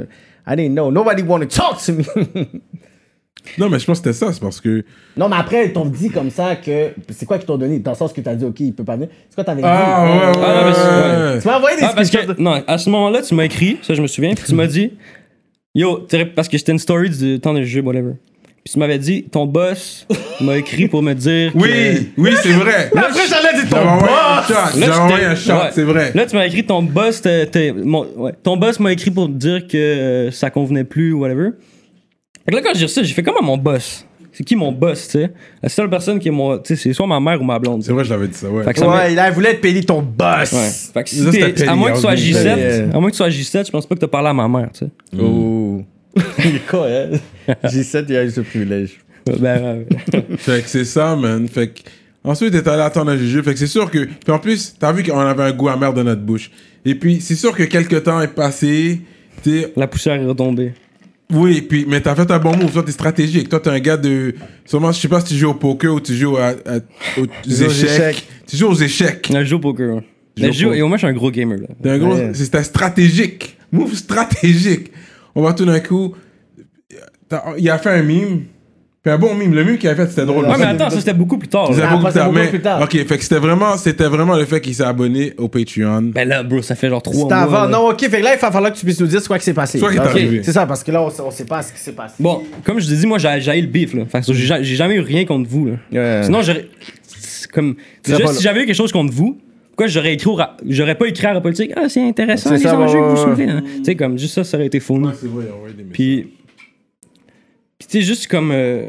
[SPEAKER 4] I didn't know. Nobody wanted to talk to me.
[SPEAKER 2] Non mais je pense que c'était ça, c'est parce que
[SPEAKER 4] non, mais après, ils t'ont dit comme ça que... C'est quoi qu'ils t'ont donné? Dans le sens que t'as dit, OK, il peut pas venir. C'est quoi t'avais
[SPEAKER 2] ah
[SPEAKER 4] dit?
[SPEAKER 2] ouais ouais.
[SPEAKER 5] Ah, mais
[SPEAKER 2] ouais.
[SPEAKER 4] Tu m'as envoyé des
[SPEAKER 5] Ah, parce
[SPEAKER 4] screenshots de-
[SPEAKER 5] que, non, à ce moment-là, tu m'as écrit, ça je me souviens, puis tu m'as dit, yo, t'aurais- parce que c'était une story du temps de jeu, whatever. Puis tu m'avais dit, ton boss m'a écrit pour me dire. que-
[SPEAKER 2] Oui oui c'est vrai.
[SPEAKER 4] Là, après, j'allais dire
[SPEAKER 2] J'avais
[SPEAKER 4] ton
[SPEAKER 2] envoyé
[SPEAKER 4] boss.
[SPEAKER 2] un shot,
[SPEAKER 5] Là,
[SPEAKER 2] j'avais
[SPEAKER 5] tu
[SPEAKER 2] envoyé
[SPEAKER 5] t'es-
[SPEAKER 2] un shot,
[SPEAKER 5] ouais.
[SPEAKER 2] c'est vrai.
[SPEAKER 5] Là, tu m'as écrit, ton boss, t'es- t'es- mon- ouais, ton boss m'a écrit pour dire que euh, ça convenait plus, ou whatever. Fait que là, quand j'ai reçu ça, j'ai fait comment mon boss C'est qui mon boss, tu sais La seule personne qui est mon. Tu sais, c'est soit ma mère ou ma blonde.
[SPEAKER 2] C'est vrai, je l'avais dit ça, ouais.
[SPEAKER 5] Fait que ça m'a-
[SPEAKER 4] Ouais, là, il voulait te payer ton boss.
[SPEAKER 5] Ouais. Fait que si
[SPEAKER 2] Ça, c'était euh.
[SPEAKER 5] t'es-
[SPEAKER 2] Penny,
[SPEAKER 5] à moins que tu sois à
[SPEAKER 2] Hourglass.
[SPEAKER 5] J7,
[SPEAKER 4] Yeah.
[SPEAKER 5] à moins que tu sois à J7, je pense pas que t'as parlé à ma mère, tu sais.
[SPEAKER 4] Oh.
[SPEAKER 3] Il est con, hein. J7, il a eu ce privilège.
[SPEAKER 5] Ben, euh,
[SPEAKER 2] Fait que c'est ça, man. Fait que... Ensuite, t'es allé attendre un jujube. Fait que c'est sûr que... Puis en plus, t'as vu qu'on avait un goût amer dans notre bouche. Et puis, c'est sûr que quelques temps est passé. T'es...
[SPEAKER 5] la poussière est retombée.
[SPEAKER 2] Oui, puis... Mais t'as fait un bon move. Toi, t'es stratégique. Toi, t'es un gars de... Sûrement, je sais pas si tu joues au poker ou tu joues à- à- aux, échecs.
[SPEAKER 4] échecs.
[SPEAKER 2] Tu joues aux échecs.
[SPEAKER 5] Un jeu au
[SPEAKER 2] Joue
[SPEAKER 5] poker.
[SPEAKER 2] au
[SPEAKER 5] Mais je joue-
[SPEAKER 2] poker.
[SPEAKER 5] et au moins, je suis un gros gamer. Là.
[SPEAKER 2] T'es un gros...
[SPEAKER 4] Ouais.
[SPEAKER 2] C'est un stratégique. Move stratégique. On va tout d'un coup... t'as- Il a fait un mime. Puis un bon mime. Le mime qu'il a fait, c'était drôle.
[SPEAKER 4] Ouais,
[SPEAKER 5] Ouais,
[SPEAKER 2] Parce
[SPEAKER 5] mais
[SPEAKER 2] que-
[SPEAKER 5] attends, ça c'était beaucoup plus tard.
[SPEAKER 2] Vous avez
[SPEAKER 5] là.
[SPEAKER 4] Ah,
[SPEAKER 2] beaucoup
[SPEAKER 4] pas
[SPEAKER 2] plus tard,
[SPEAKER 4] beaucoup
[SPEAKER 2] mais-
[SPEAKER 4] plus tard.
[SPEAKER 2] Ok, fait que c'était vraiment, c'était vraiment le fait qu'il s'est abonné au Patreon.
[SPEAKER 5] Ben là, bro, ça fait genre 3
[SPEAKER 4] C'était
[SPEAKER 5] mois.
[SPEAKER 4] avant.
[SPEAKER 5] là.
[SPEAKER 4] Non, ok, fait que là, il va falloir que tu puisses nous dire ce quoi qui s'est passé.
[SPEAKER 2] Soit qui est
[SPEAKER 4] Ok,
[SPEAKER 2] arrivé.
[SPEAKER 4] C'est ça, parce que là, on sait, on sait pas ce qui s'est passé.
[SPEAKER 5] Bon, comme je te dis, moi, j'ai j'ai le bif. Là. Fait que j'ai ja- j'ai jamais eu rien contre vous. Là.
[SPEAKER 4] Ouais.
[SPEAKER 5] Sinon, j'aurais. c'est Comme.
[SPEAKER 4] serais
[SPEAKER 5] Déjà,
[SPEAKER 4] Euh. pas
[SPEAKER 5] si
[SPEAKER 4] là.
[SPEAKER 5] j'avais eu quelque chose contre vous, pourquoi j'aurais écrit au ra- J'aurais pas écrit à la politique. Ah, c'est intéressant
[SPEAKER 4] C'est
[SPEAKER 5] les
[SPEAKER 4] ça,
[SPEAKER 5] enjeux
[SPEAKER 4] ouais,
[SPEAKER 5] que vous
[SPEAKER 4] ouais,
[SPEAKER 5] soulevez. hein. Tu sais, comme, juste ça, ça aurait été faux.
[SPEAKER 2] c'est vrai, ouais, des messages.
[SPEAKER 5] Puis, puis tu sais, juste comme. euh,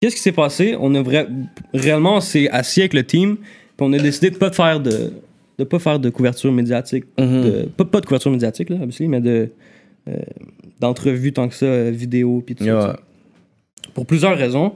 [SPEAKER 5] Qu'est-ce qui s'est passé? On a vra- réellement, on s'est assis avec le team, puis on a décidé de pas de faire de, de pas faire de couverture médiatique,
[SPEAKER 4] Mhm.
[SPEAKER 5] de- pas, pas de couverture médiatique là, obviously, mais de euh, d'entrevue tant que ça, euh, vidéo, puis tout ça, tout ça. Pour plusieurs raisons,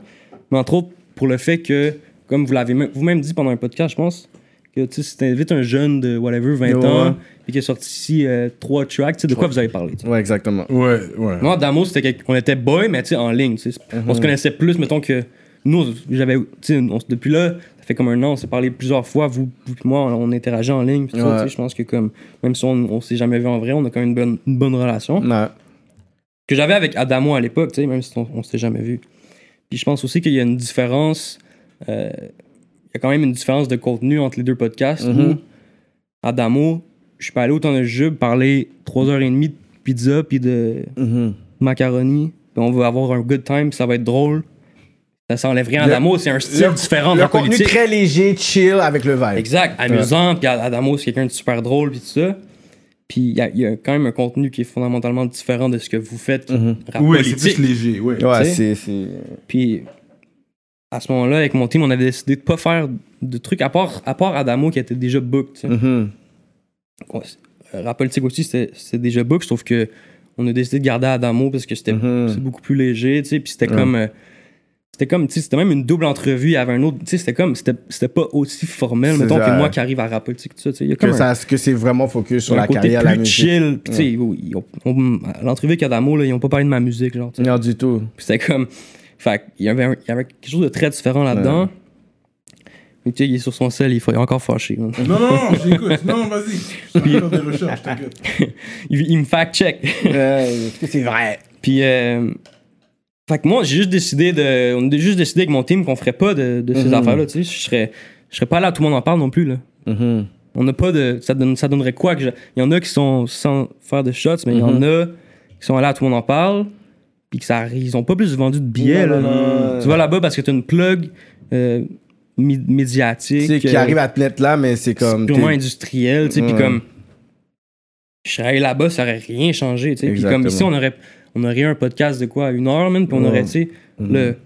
[SPEAKER 5] mais entre autres pour le fait que, comme vous l'avez me- vous-même dit pendant un podcast, je pense. Que, tu sais, si t'invites un jeune de whatever, 20
[SPEAKER 4] Ouais.
[SPEAKER 5] ans, puis qui a sorti ici euh, trois tracks, tu sais, de quoi vous avez parlé? tu sais?
[SPEAKER 4] Ouais, exactement.
[SPEAKER 2] Ouais, ouais.
[SPEAKER 5] Moi, Damo, c'était quelque- on était boy, mais tu sais, en ligne. tu sais. On se connaissait plus, mettons que nous, j'avais. tu sais, on- Depuis là, ça fait comme un an, on s'est parlé plusieurs fois. Vous, vous puis moi, on, on interagit en ligne. puis tout ça,
[SPEAKER 4] Ouais.
[SPEAKER 5] tu sais, Je pense que comme même si on, on s'est jamais vu en vrai, on a quand même une bonne, une bonne relation.
[SPEAKER 4] Ouais.
[SPEAKER 5] Que j'avais avec Adamo à l'époque, tu sais, même si on, on s'était jamais vu. Puis je pense aussi qu'il y a une différence. euh, Il y a quand même une différence de contenu entre les deux podcasts où Adamo, je suis pas allé autant de jeu parler 3h30 de pizza puis de
[SPEAKER 4] Mhm.
[SPEAKER 5] macaroni, puis on va avoir un good time, ça va être drôle. Ça s'enlève rien. Adamo, c'est un style différent de
[SPEAKER 4] Le
[SPEAKER 5] la
[SPEAKER 4] contenu
[SPEAKER 5] politique.
[SPEAKER 4] très léger, chill avec le vibe.
[SPEAKER 5] Exact, amusant, puis Adamo, c'est quelqu'un de super drôle, puis tout ça. Puis il y, a- il y a quand même un contenu qui est fondamentalement différent de ce que vous faites,
[SPEAKER 4] Mhm.
[SPEAKER 5] rap
[SPEAKER 2] Ouais, c'est
[SPEAKER 5] politique.
[SPEAKER 2] plus léger, ouais.
[SPEAKER 5] Tu
[SPEAKER 4] c'est. c'est-
[SPEAKER 5] Puis à ce moment-là, avec mon team, on avait décidé de pas faire de trucs, à part, à part Adamo qui était déjà booked. tu sais.
[SPEAKER 4] Mhm.
[SPEAKER 5] Ouais, c'est- euh, Rap politique aussi, c'était c'était déjà book, sauf que on a décidé de garder Adamo parce que c'était
[SPEAKER 4] Mhm.
[SPEAKER 5] c'est beaucoup plus léger, tu sais, puis c'était comme... euh, C'était comme, tu sais, c'était même une double entrevue. Il y avait un autre. Tu sais, c'était comme, c'était c'était pas aussi formel,
[SPEAKER 4] C'est
[SPEAKER 5] mettons, que
[SPEAKER 4] ça.
[SPEAKER 5] moi qui arrive à rapper, tu sais, que tout ça. tu sais. Il y a
[SPEAKER 4] Que,
[SPEAKER 5] comme un,
[SPEAKER 4] ça- que c'est vraiment focus sur
[SPEAKER 5] un
[SPEAKER 4] la
[SPEAKER 5] côté
[SPEAKER 4] carrière,
[SPEAKER 5] plus
[SPEAKER 4] la musique.
[SPEAKER 5] chill. Puis, tu sais, ils- ils ont- on- à l'entrevue avec Adamo, là, ils ont pas parlé de ma musique, genre, tu sais.
[SPEAKER 4] Non, du tout.
[SPEAKER 5] Puis c'était comme. Fait qu'il y avait, un- il y avait quelque chose de très différent là-dedans. Mais tu sais, il est sur son sel, il est encore fâché. man.
[SPEAKER 2] Non, non, non, j'écoute. Non, vas-y. Je suis en train de faire des recherches, t'inquiète.
[SPEAKER 5] il, il me fact-check.
[SPEAKER 4] c'est vrai.
[SPEAKER 5] Puis, euh, fait que moi, j'ai juste décidé de. On a juste décidé avec mon team qu'on ferait pas de, de
[SPEAKER 4] Mhm.
[SPEAKER 5] ces affaires-là, tu sais. Je serais, je serais pas là, tout le monde en parle non plus, là.
[SPEAKER 4] Mhm.
[SPEAKER 5] On n'a pas de. Ça, donne- ça donnerait quoi que je- Il y en a qui sont sans faire de shots, mais
[SPEAKER 4] Mhm.
[SPEAKER 5] il y en a qui sont là, tout le monde en parle. Puis que ça, ils ont pas plus vendu de billets,
[SPEAKER 4] Non,
[SPEAKER 5] là.
[SPEAKER 4] non, non.
[SPEAKER 5] Tu vas là-bas parce que t'as une plug euh, mi- médiatique.
[SPEAKER 4] Tu sais, qui
[SPEAKER 5] euh,
[SPEAKER 4] arrive à te mettre là, mais c'est comme.
[SPEAKER 5] c'est purement
[SPEAKER 4] t'es-
[SPEAKER 5] industriel, tu sais, puis
[SPEAKER 4] Ouais.
[SPEAKER 5] comme je serais allé là-bas, ça aurait rien changé, tu sais, puis comme
[SPEAKER 4] Exactement.
[SPEAKER 5] ici on aurait on aurait eu un podcast de quoi une heure même, puis on
[SPEAKER 4] Ouais. Mm-hmm.
[SPEAKER 5] aurait tu sais le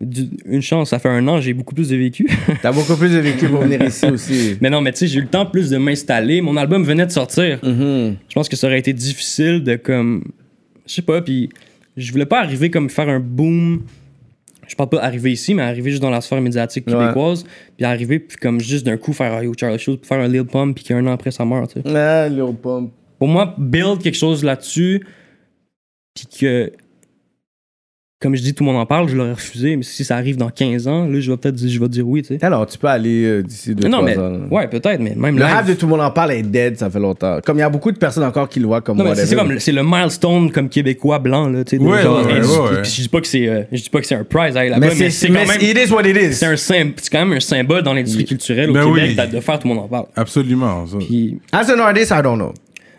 [SPEAKER 5] du- une chance, ça fait un an, j'ai beaucoup plus de vécu.
[SPEAKER 4] T'as beaucoup plus de vécu pour venir ici aussi.
[SPEAKER 5] mais non, mais tu sais, j'ai eu le temps plus de m'installer. Mon album venait de sortir.
[SPEAKER 4] Mhm.
[SPEAKER 5] Je pense que ça aurait été difficile de comme. Je sais pas, puis je voulais pas arriver comme faire un boom. Je parle pas arriver ici, mais arriver juste dans la sphère médiatique
[SPEAKER 4] Ouais.
[SPEAKER 5] québécoise, puis arriver, puis comme juste d'un coup faire un Yo Charles Schultz, puis faire un Lil Pump, puis qu'un an après ça meurt, tu sais.
[SPEAKER 4] Ah, Lil Pump.
[SPEAKER 5] Pour moi, build quelque chose là-dessus, puis que. Comme je dis, tout le monde en parle, je l'aurais refusé, mais si ça arrive dans 15 ans, là, je vais peut-être dire, je vais dire oui, tu sais.
[SPEAKER 4] Alors, tu peux aller euh, d'ici deux,
[SPEAKER 5] Non,
[SPEAKER 4] trois
[SPEAKER 5] mais.
[SPEAKER 4] ans, là.
[SPEAKER 5] Ouais, peut-être, mais même
[SPEAKER 4] Le
[SPEAKER 5] live-
[SPEAKER 4] rap de tout le monde en parle est dead, ça fait longtemps. Comme il y a beaucoup de personnes encore qui le voient comme
[SPEAKER 5] Non, mais c'est-
[SPEAKER 4] whatever.
[SPEAKER 5] c'est comme c'est le milestone comme québécois blanc là, tu sais, de
[SPEAKER 2] Ouais,
[SPEAKER 5] genre,
[SPEAKER 2] ouais,
[SPEAKER 5] et-
[SPEAKER 2] ouais, ouais.
[SPEAKER 5] puis Je dis pas que c'est euh, je dis pas que c'est un prize à la
[SPEAKER 4] Mais
[SPEAKER 5] bonne, Ah, mais c'est quand
[SPEAKER 4] mais
[SPEAKER 5] même
[SPEAKER 4] it is what it is.
[SPEAKER 5] c'est un sym- c'est quand même un symbole dans l'industrie culturelle au
[SPEAKER 2] Ben
[SPEAKER 5] Québec
[SPEAKER 2] oui.
[SPEAKER 5] t'as de faire tout le monde en parle.
[SPEAKER 2] Absolument. ça.
[SPEAKER 5] Puis
[SPEAKER 4] As an artist, I don't know.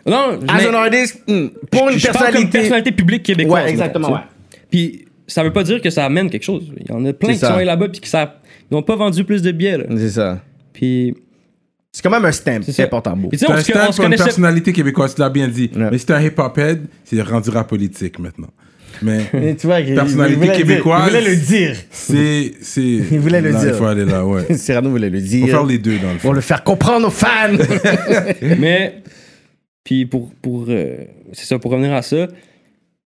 [SPEAKER 5] non, je-
[SPEAKER 4] Ah, As
[SPEAKER 5] mais-
[SPEAKER 4] an artist, hmm, pour
[SPEAKER 5] je-
[SPEAKER 4] une
[SPEAKER 5] je parle comme
[SPEAKER 4] personnalité.
[SPEAKER 5] personnalité publique québécoise.
[SPEAKER 4] Ouais, exactement,
[SPEAKER 5] mettons, tu sais. Puis ça veut pas dire que ça amène quelque chose. Il y en a plein
[SPEAKER 4] C'est
[SPEAKER 5] qui
[SPEAKER 4] ça.
[SPEAKER 5] sont allés là-bas puis qui ça ils ont pas vendu plus de billets là.
[SPEAKER 4] C'est ça.
[SPEAKER 5] Puis
[SPEAKER 4] C'est quand même un stamp.
[SPEAKER 5] C'est
[SPEAKER 4] C'est
[SPEAKER 5] ça.
[SPEAKER 4] important, beau.
[SPEAKER 5] Puis tu sais,
[SPEAKER 2] C'est
[SPEAKER 5] on
[SPEAKER 2] un
[SPEAKER 5] se-
[SPEAKER 2] stamp
[SPEAKER 5] on se
[SPEAKER 2] pour une
[SPEAKER 5] connaissait
[SPEAKER 2] personnalité québécoise, tu l'as bien dit.
[SPEAKER 4] Ouais.
[SPEAKER 2] Mais si t'es un hip-hop-head, c'est rendu rap politique maintenant. Mais
[SPEAKER 4] tu vois, il- il
[SPEAKER 2] Personnalité
[SPEAKER 4] voulait le dire.
[SPEAKER 2] québécoise.
[SPEAKER 4] Il voulait le dire.
[SPEAKER 2] c'est. c'est-
[SPEAKER 4] Il voulait le
[SPEAKER 2] là, Il
[SPEAKER 4] dire.
[SPEAKER 2] faut aller là, ouais.
[SPEAKER 4] Cyrano voulait le
[SPEAKER 2] Faut faire
[SPEAKER 4] dire.
[SPEAKER 2] les deux dans le fond.
[SPEAKER 4] Pour le faire comprendre aux fans.
[SPEAKER 5] Mais, puis pour, pour euh, c'est ça, pour revenir à ça,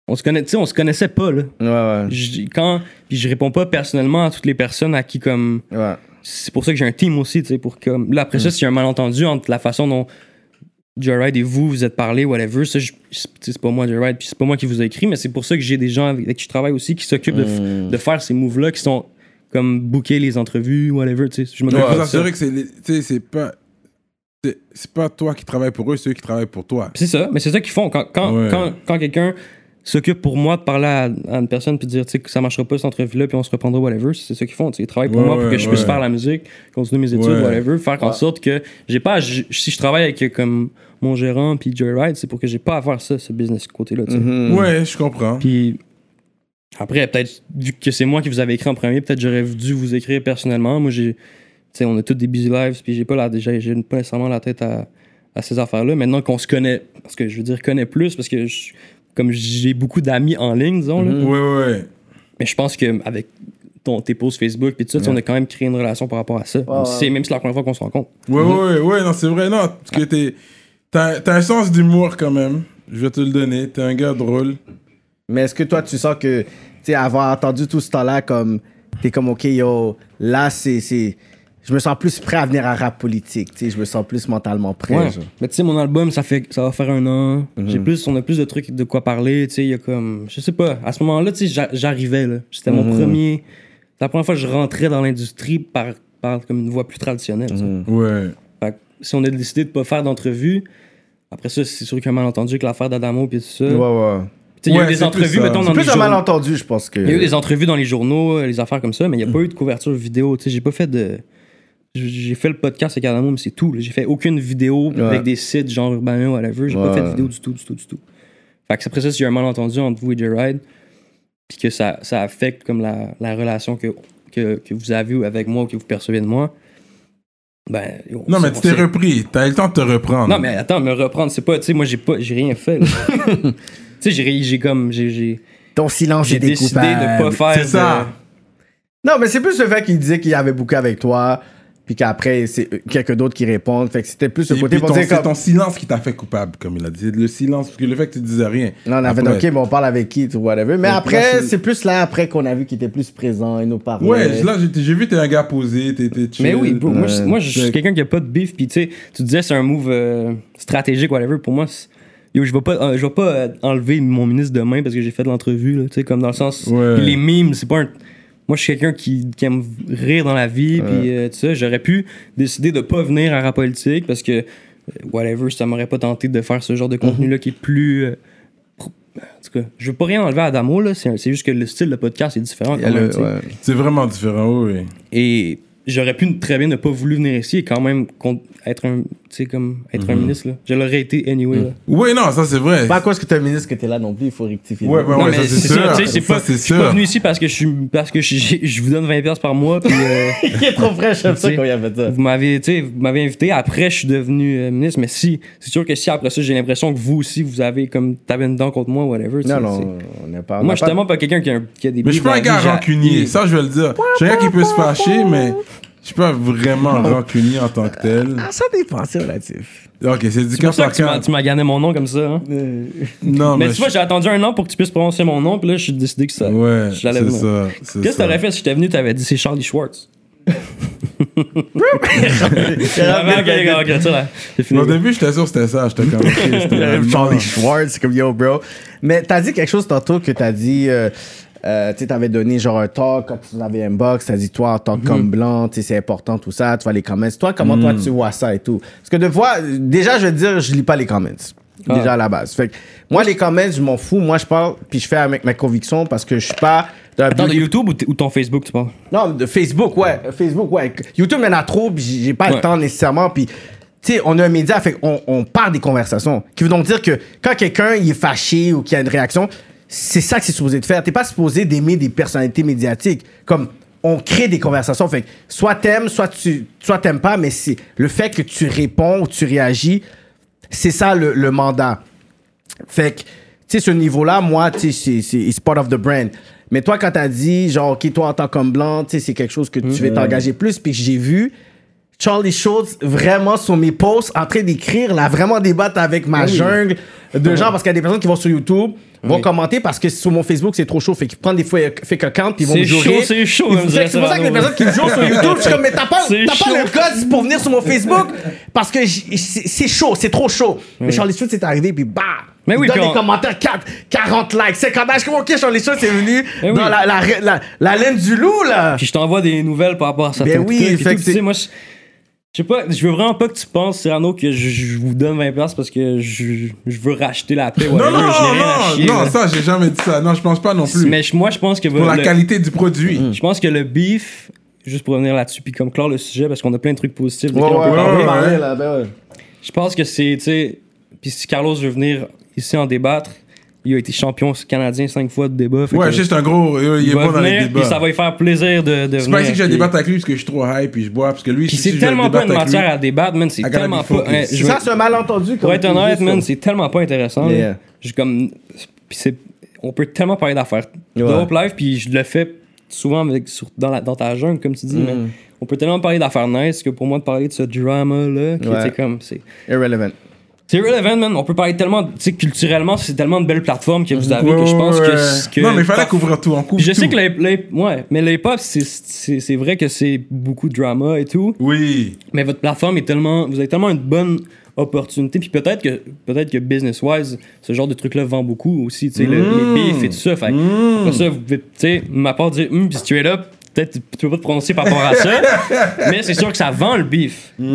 [SPEAKER 5] on se connaît, tu sais, on se connaissait pas, là.
[SPEAKER 4] ouais,
[SPEAKER 5] Je- quand, puis je réponds pas personnellement à toutes les personnes à qui, comme,
[SPEAKER 4] ouais. Ouais.
[SPEAKER 5] c'est pour ça que j'ai un team aussi, tu sais, pour comme, là, après ça, s'il y a un malentendu entre la façon dont Joyride et vous, vous êtes parlé, whatever, ça, je- c'est tu sais, c'est pas moi, Joyride, puis c'est pas moi qui vous ai écrit, mais c'est pour ça que j'ai des gens avec, avec qui je travaille aussi qui s'occupent de f- de, faire ces moves-là, qui sont comme booker les entrevues, whatever, tu sais, je me
[SPEAKER 2] Mais
[SPEAKER 5] connais
[SPEAKER 2] vous
[SPEAKER 5] pas ça.
[SPEAKER 2] assurer que c'est les- tu sais, c'est pas. c'est- C'est pas toi qui travaille pour eux, c'est eux qui travaillent pour toi.
[SPEAKER 5] Puis C'est ça, mais c'est ça qu'ils font. Quand, quand,
[SPEAKER 2] Ouais.
[SPEAKER 5] quand, quand quelqu'un s'occupe pour moi de parler à, à une personne puis de dire tu sais, que ça marchera pas cette entrevue-là, puis on se reprendra, whatever, c'est ça qu'ils font. tu sais. Ils travaillent pour
[SPEAKER 2] Ouais,
[SPEAKER 5] moi pour que
[SPEAKER 2] ouais,
[SPEAKER 5] je puisse
[SPEAKER 2] ouais.
[SPEAKER 5] faire la musique, continuer mes études,
[SPEAKER 2] Ouais.
[SPEAKER 5] whatever, faire en sorte que j'ai pas. à ju- si je travaille avec euh, comme mon gérant puis Joyride, c'est pour que j'ai pas à faire ça, ce business côté-là.
[SPEAKER 4] Mm-hmm.
[SPEAKER 5] tu sais.
[SPEAKER 4] Mhm. Hmm.
[SPEAKER 2] Ouais, je comprends.
[SPEAKER 5] Puis après, peut-être, vu que c'est moi qui vous avais écrit en premier, peut-être j'aurais dû vous écrire personnellement. Moi, j'ai. Tu sais, on a tous des busy lives, puis j'ai pas, la, j'ai, j'ai pas nécessairement la tête à, à ces affaires-là. Maintenant qu'on se connaît, parce que je veux dire, connaît plus, parce que je- comme j'ai beaucoup d'amis en ligne, disons, là,
[SPEAKER 2] Ouais, ouais, ouais.
[SPEAKER 5] mais je pense qu'avec ton, tes posts Facebook, puis tout ça, tu sais, on a quand même créé une relation par rapport à ça. même, si, c'est- même si c'est la première fois qu'on se rencontre.
[SPEAKER 2] Ouais, ouais, ouais, ouais, non, c'est vrai, non. Parce que t'es. T'as t'as un sens d'humour quand même. Je vais te le donner. T'es un gars drôle.
[SPEAKER 4] Mais est-ce que toi, tu sens que, tu sais, avoir entendu tout ce temps-là, comme, t'es comme, OK, yo, là, c'est, c'est, je me sens plus prêt à venir à rap politique, tu sais, je me sens plus mentalement prêt.
[SPEAKER 5] Ouais.
[SPEAKER 4] genre.
[SPEAKER 5] Mais tu sais, mon album, ça, fait, ça va faire un an. J'ai
[SPEAKER 2] Mhm.
[SPEAKER 5] plus, on a plus de trucs de quoi parler. Tu sais, il y a comme. Je sais pas. À ce moment-là, tu sais, j'a- j'arrivais. là. C'était
[SPEAKER 2] Mhm.
[SPEAKER 5] mon premier. c'est La première fois que je rentrais dans l'industrie par, par comme une voie plus traditionnelle.
[SPEAKER 2] Mhm.
[SPEAKER 5] tu sais.
[SPEAKER 2] Ouais.
[SPEAKER 5] Fait que si on a décidé de pas faire d'entrevue, après ça, c'est sûr qu'il y a un malentendu avec l'affaire d'Adamo et tout ça.
[SPEAKER 4] Ouais, ouais.
[SPEAKER 5] Tu sais, il y a eu
[SPEAKER 2] Ouais,
[SPEAKER 5] des
[SPEAKER 2] c'est
[SPEAKER 5] entrevues,
[SPEAKER 2] plus ça. C'est
[SPEAKER 5] mettons, dans
[SPEAKER 4] C'est
[SPEAKER 5] les
[SPEAKER 4] plus un
[SPEAKER 5] journaux.
[SPEAKER 4] malentendu, je pense que.
[SPEAKER 2] Euh,
[SPEAKER 5] Il y a eu des entrevues dans les journaux, euh, les affaires comme ça, mais il n'y a pas
[SPEAKER 2] Mm.
[SPEAKER 5] eu de couverture vidéo. Tu sais, j'ai pas fait de. j- J'ai fait le podcast avec Adamo, mais c'est tout. là. J'ai fait aucune vidéo
[SPEAKER 4] Ouais.
[SPEAKER 5] avec des sites genre Urbain ou whatever. J'ai pas
[SPEAKER 4] Ouais.
[SPEAKER 5] fait de vidéo du tout, du tout, du tout. Fait que c'est après ça, s'il y a un malentendu entre vous et J-Ride, puis que ça, ça affecte comme la, la relation que, que, que vous avez avec moi ou que vous percevez de moi, ben. on
[SPEAKER 2] Non,
[SPEAKER 5] s'est-
[SPEAKER 2] mais
[SPEAKER 5] on
[SPEAKER 2] tu t'es
[SPEAKER 5] s'est-
[SPEAKER 2] repris. T'as eu le temps de te reprendre.
[SPEAKER 5] non, mais attends, me reprendre, c'est pas. Tu sais, moi, j'ai pas- j'ai rien fait. là. tu sais, j'ai ri- j'ai comme. j'ai- J'ai
[SPEAKER 4] Ton silence
[SPEAKER 5] j'ai
[SPEAKER 4] était
[SPEAKER 5] décidé de
[SPEAKER 4] coupable.
[SPEAKER 5] pas faire.
[SPEAKER 2] C'est ça.
[SPEAKER 5] de-
[SPEAKER 4] Non, mais c'est plus le fait qu'il disait qu'il avait bouqué avec toi, puis qu'après, c'est euh, quelqu'un d'autre qui répond. Fait que c'était plus le
[SPEAKER 2] Et
[SPEAKER 4] côté
[SPEAKER 2] puis
[SPEAKER 4] pour
[SPEAKER 2] ton-
[SPEAKER 4] dire
[SPEAKER 2] c'est
[SPEAKER 4] comme-
[SPEAKER 2] ton silence qui t'a fait coupable, comme il a dit. Le silence, parce que le fait que tu disais rien.
[SPEAKER 4] Non, on avait
[SPEAKER 2] Après-
[SPEAKER 4] dit, OK, mais on parle avec qui, ou whatever. Mais
[SPEAKER 2] là,
[SPEAKER 4] après,
[SPEAKER 2] c'est-
[SPEAKER 4] c'est plus là, après, qu'on a vu qu'il était plus présent, il nous parlait.
[SPEAKER 2] Ouais, là, j'ai j'ai vu, t'es un gars posé, t'es t'es chill.
[SPEAKER 5] Mais oui, bro,
[SPEAKER 3] Euh,
[SPEAKER 5] moi, je,
[SPEAKER 4] Ouais.
[SPEAKER 5] moi, je suis quelqu'un qui a pas de beef, puis tu sais, tu disais c'est un move euh, stratégique, whatever. Pour moi, c'est- yo, je vais pas, euh, je vais pas euh, enlever mon ministre demain parce que j'ai fait de l'entrevue, là, tu sais, comme dans le sens,
[SPEAKER 2] Ouais.
[SPEAKER 5] les mimes, c'est pas un. Moi, je suis quelqu'un qui, qui aime rire dans la vie, puis euh, tu sais, j'aurais pu décider de pas venir à rap politique parce que, euh, whatever, ça m'aurait pas tenté de faire ce genre de
[SPEAKER 3] Mhm.
[SPEAKER 5] contenu-là qui est plus. euh, pro- en tout cas, je veux pas rien enlever à Adamo, là, c'est c'est juste que le style de podcast est différent.
[SPEAKER 3] Il y a
[SPEAKER 5] quand même,
[SPEAKER 3] le-
[SPEAKER 5] tu sais.
[SPEAKER 3] ouais.
[SPEAKER 2] C'est vraiment différent, oui.
[SPEAKER 5] Et j'aurais pu très bien ne pas voulu venir ici et quand même con- être un, tu sais, comme être
[SPEAKER 2] Mhm.
[SPEAKER 5] un ministre. Là. Je l'aurais été anyway. Là.
[SPEAKER 2] Oui, non, ça, c'est vrai.
[SPEAKER 4] Pas à cause que t'as un ministre que t'es là non plus, il faut rectifier.
[SPEAKER 2] Ouais, ouais,
[SPEAKER 5] Non,
[SPEAKER 2] ouais,
[SPEAKER 5] mais
[SPEAKER 2] ça, c'est sûr.
[SPEAKER 5] tu sais, c'est
[SPEAKER 2] Ça,
[SPEAKER 5] pas-
[SPEAKER 2] c'est
[SPEAKER 5] Je suis pas
[SPEAKER 2] sûr.
[SPEAKER 5] venu ici parce que je suis parce que je, j'ai- je vous donne 20 pièces par mois puis euh,
[SPEAKER 4] Il est trop fraîche, j'aime ça quand il a fait ça.
[SPEAKER 5] vous m'avez tu sais, vous m'avez invité après je suis devenu euh, ministre mais si c'est sûr que si après ça j'ai l'impression que vous aussi vous avez comme tapé une dent contre moi whatever. tu sais,
[SPEAKER 4] Non,
[SPEAKER 5] c'est-
[SPEAKER 4] non, on n'est pas. on
[SPEAKER 5] Moi
[SPEAKER 4] a
[SPEAKER 5] je suis
[SPEAKER 4] pas-
[SPEAKER 5] tellement pas quelqu'un qui a, un- qui a des
[SPEAKER 2] Mais je suis pas un gars rancunier, ça, je vais le dire. Je suis un gars qui peut se fâcher, mais je suis pas vraiment rancunier en tant que tel.
[SPEAKER 4] Ah, ça dépend, c'est relatif.
[SPEAKER 2] Ok, c'est du
[SPEAKER 5] C'est
[SPEAKER 2] cas
[SPEAKER 5] pour ça
[SPEAKER 2] par
[SPEAKER 5] que tu m'as-
[SPEAKER 2] cas.
[SPEAKER 5] tu m'as gagné mon nom comme ça. hein.
[SPEAKER 2] Euh, Non,
[SPEAKER 5] Mais
[SPEAKER 2] mais.
[SPEAKER 5] tu vois,
[SPEAKER 2] je-
[SPEAKER 5] j'ai attendu un an pour que tu puisses prononcer mon nom, puis là, je suis décidé que ça.
[SPEAKER 2] Ouais,
[SPEAKER 5] je
[SPEAKER 2] c'est
[SPEAKER 5] l'allais venir.
[SPEAKER 2] ça. c'est
[SPEAKER 5] Qu'est-ce que
[SPEAKER 2] ça.
[SPEAKER 5] t'aurais fait si j'étais venu, t'avais dit c'est Charlie Schwartz?
[SPEAKER 4] C'est
[SPEAKER 5] Vraiment, ok,
[SPEAKER 4] relatif.
[SPEAKER 5] ok, ok, ça, là, c'est fini.
[SPEAKER 2] Au début, j'étais sûr que c'était ça. J'étais comme. ok, c'était
[SPEAKER 4] J'arrive,
[SPEAKER 2] vraiment-
[SPEAKER 4] Euh, Charlie Schwartz, c'est comme yo, bro. Mais t'as dit quelque chose tantôt que t'as dit, euh, euh, tu sais, t'avais donné genre un talk quand tu avais un box, t'as dit toi en tant que comme blanc, tu sais, c'est important tout ça, tu vois les comments. Toi, comment toi tu vois ça et tout? Parce que de fois, euh, déjà, je veux dire, je lis pas les comments.
[SPEAKER 5] Ah.
[SPEAKER 4] Déjà à la base. Fait que moi, les comments, je m'en fous. Moi, je parle, puis je fais avec ma conviction parce que je suis pas. dans la
[SPEAKER 5] Attends, de
[SPEAKER 4] public-
[SPEAKER 5] YouTube ou, t- ou ton Facebook, tu parles?
[SPEAKER 4] non, de Facebook, ouais. Facebook, ouais. YouTube, il y en a trop, puis j'ai j'ai pas
[SPEAKER 5] Ouais.
[SPEAKER 4] le temps nécessairement. Puis, tu sais, on a un média, fait qu'on on part des conversations. Qui veut donc dire que quand quelqu'un il est fâché ou qu'il a une réaction, c'est ça que c'est supposé de faire. T'es pas supposé d'aimer des personnalités médiatiques. Comme, on crée des conversations. Fait que soit t'aimes, soit tu soit t'aimes pas, mais c'est le fait que tu réponds ou tu réagis, c'est ça le, le mandat. Fait que, tu sais, ce niveau-là, moi, tu sais, c'est- c'est it's part of the brand. Mais toi, quand t'as dit, genre, OK, toi, en tant qu'homme blanc, tu sais, c'est quelque chose que tu
[SPEAKER 5] Mm-hmm.
[SPEAKER 4] veux t'engager plus, puis que j'ai vu Charlie Schultz vraiment sur mes posts en train d'écrire, là, vraiment débattre avec ma jungle de gens, parce qu'il y a des personnes qui vont sur YouTube, vont commenter parce que sur mon Facebook, c'est trop chaud, fait qu'ils prennent des fois fake accounts, puis ils vont
[SPEAKER 5] C'est
[SPEAKER 4] me jurer.
[SPEAKER 5] chaud, c'est chaud,
[SPEAKER 4] Ils-
[SPEAKER 5] comme dirait
[SPEAKER 4] C'est pour ça que les
[SPEAKER 5] Cyrano.
[SPEAKER 4] personnes qui me jurent sur YouTube, je suis comme, mais t'as pas,
[SPEAKER 5] C'est
[SPEAKER 4] t'as pas
[SPEAKER 5] chaud.
[SPEAKER 4] le code pour venir sur mon Facebook parce que j- c'est c'est chaud, c'est trop chaud. Mais Charlie Schultz est arrivé, puis bah!
[SPEAKER 5] Mais
[SPEAKER 4] il
[SPEAKER 5] oui,
[SPEAKER 4] donne
[SPEAKER 5] puis
[SPEAKER 4] des
[SPEAKER 5] on-
[SPEAKER 4] commentaires, 4, 40 likes, 50 likes. Je suis comme, ok, Charlie Schultz est venu
[SPEAKER 5] Mais
[SPEAKER 4] dans
[SPEAKER 5] oui.
[SPEAKER 4] la, la, la, la laine du loup, là.
[SPEAKER 5] Puis je t'envoie des nouvelles par rapport à certains
[SPEAKER 4] Ben oui,
[SPEAKER 5] trucs et
[SPEAKER 4] fait
[SPEAKER 5] tout,
[SPEAKER 4] que
[SPEAKER 5] puis
[SPEAKER 4] c'est-
[SPEAKER 5] tu sais, moi, je je sais pas, je veux vraiment pas que tu penses, Cyrano, que je, je vous donne 20 pièces parce que je, je veux racheter la paix,
[SPEAKER 2] Non,
[SPEAKER 5] whatever,
[SPEAKER 2] non,
[SPEAKER 5] je n'ai rien à
[SPEAKER 2] non,
[SPEAKER 5] chier,
[SPEAKER 2] non,
[SPEAKER 5] là.
[SPEAKER 2] ça, j'ai jamais dit ça. Non, je pense pas non plus.
[SPEAKER 5] Mais je- moi, je pense que...
[SPEAKER 2] Pour la
[SPEAKER 5] le-
[SPEAKER 2] qualité du produit.
[SPEAKER 5] Je pense que le beef, juste pour revenir là-dessus, puis comme clore le sujet, parce qu'on a plein de trucs positifs
[SPEAKER 4] Ouais,
[SPEAKER 5] desquels
[SPEAKER 4] ouais,
[SPEAKER 5] on peut
[SPEAKER 4] ouais,
[SPEAKER 5] parler,
[SPEAKER 2] ouais, ouais.
[SPEAKER 4] là, ben ouais.
[SPEAKER 5] Je pense que c'est, tu sais, puis si Carlos veut venir ici en débattre, il a été champion canadien cinq fois de débat. fait
[SPEAKER 2] Ouais,
[SPEAKER 5] que
[SPEAKER 2] juste un gros. euh, Il
[SPEAKER 5] il
[SPEAKER 2] est
[SPEAKER 5] va
[SPEAKER 2] bon dans
[SPEAKER 5] venir,
[SPEAKER 2] les
[SPEAKER 5] puis ça
[SPEAKER 2] débats.
[SPEAKER 5] va lui faire plaisir de, de
[SPEAKER 2] C'est pas
[SPEAKER 5] venir,
[SPEAKER 2] ici que je
[SPEAKER 5] puis-
[SPEAKER 2] débatte avec lui parce que je suis trop hype puis je bois parce que lui,
[SPEAKER 5] Puis
[SPEAKER 2] si
[SPEAKER 5] c'est
[SPEAKER 2] je
[SPEAKER 5] tellement pas
[SPEAKER 2] débatte
[SPEAKER 5] une
[SPEAKER 2] avec lui-
[SPEAKER 5] matière à débattre, man. C'est
[SPEAKER 2] I gotta
[SPEAKER 5] tellement
[SPEAKER 2] be
[SPEAKER 5] pas.
[SPEAKER 2] focused.
[SPEAKER 5] hein, je veux-
[SPEAKER 4] Ça, c'est un malentendu.
[SPEAKER 5] pour
[SPEAKER 4] comme
[SPEAKER 5] être
[SPEAKER 4] tu dis,
[SPEAKER 5] honnête,
[SPEAKER 4] ça.
[SPEAKER 5] man, c'est tellement pas intéressant. là.
[SPEAKER 4] Yeah.
[SPEAKER 5] Je comme. Puis c'est. On peut tellement parler d'affaires.
[SPEAKER 4] Ouais.
[SPEAKER 5] Dope live, puis je le fais souvent avec, sur- dans, la, dans ta jungle, comme tu dis,
[SPEAKER 4] Mm.
[SPEAKER 5] mais on peut tellement parler d'affaires nice que pour moi, de parler de ce drama-là, qui
[SPEAKER 4] Ouais.
[SPEAKER 5] était comme. c'est-
[SPEAKER 4] Irrelevant.
[SPEAKER 5] C'est relevant, man. On peut parler tellement, tu sais, culturellement, c'est tellement de belles plateformes que vous avez
[SPEAKER 2] Ouais,
[SPEAKER 5] que je pense
[SPEAKER 2] ouais,
[SPEAKER 5] que,
[SPEAKER 2] ouais.
[SPEAKER 5] c'est- que-
[SPEAKER 2] Non, mais il fallait
[SPEAKER 5] parf-
[SPEAKER 2] couvrir tout. On couvre
[SPEAKER 5] Puis je sais
[SPEAKER 2] tout.
[SPEAKER 5] que les, les- ouais, mais les pop, c'est- c'est c'est vrai que c'est beaucoup de drama et tout,
[SPEAKER 2] Oui.
[SPEAKER 5] mais votre plateforme est tellement, vous avez tellement une bonne opportunité, puis peut-être que, peut-être que business-wise, ce genre de truc-là vend beaucoup aussi, tu sais, le- les bifs et tout ça. Fait que après ça, vous pouvez, tu sais, ma part dire, hum, puis si tu es là, peut-être tu peux pas te prononcer par rapport à ça, mais c'est sûr que ça vend le bif.
[SPEAKER 4] Mais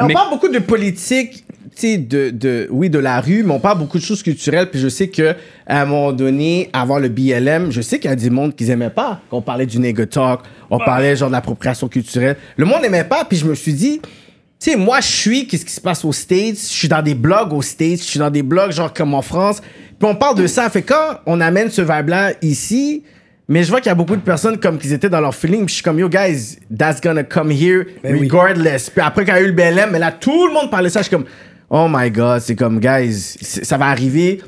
[SPEAKER 4] on
[SPEAKER 5] Mais-
[SPEAKER 4] parle beaucoup de politique, tu sais, de, de, oui, de la rue, mais on parle beaucoup de choses culturelles. Puis je sais que à un moment donné, avant le BLM, je sais qu'il y a du monde qu'ils aimaient pas. Qu'on parlait du nigger talk, on parlait genre de l'appropriation culturelle. Le monde n'aimait pas. Puis je me suis dit, tu sais, moi, je suis, qu'est-ce qui se passe aux States? Je suis dans des blogs aux States, je suis dans des blogs genre comme en France. Puis on parle de ça. Fait quand on amène ce vibe-là ici, mais je vois qu'il y a beaucoup de personnes comme qu'ils étaient dans leur feeling. Puis je suis comme, yo, guys, that's gonna come here
[SPEAKER 5] oui.
[SPEAKER 4] regardless. Puis après, quand il y a eu le BLM, mais là, tout le monde parlait ça. Je suis comme, oh my god, c'est comme, guys, c'est- ça va arriver.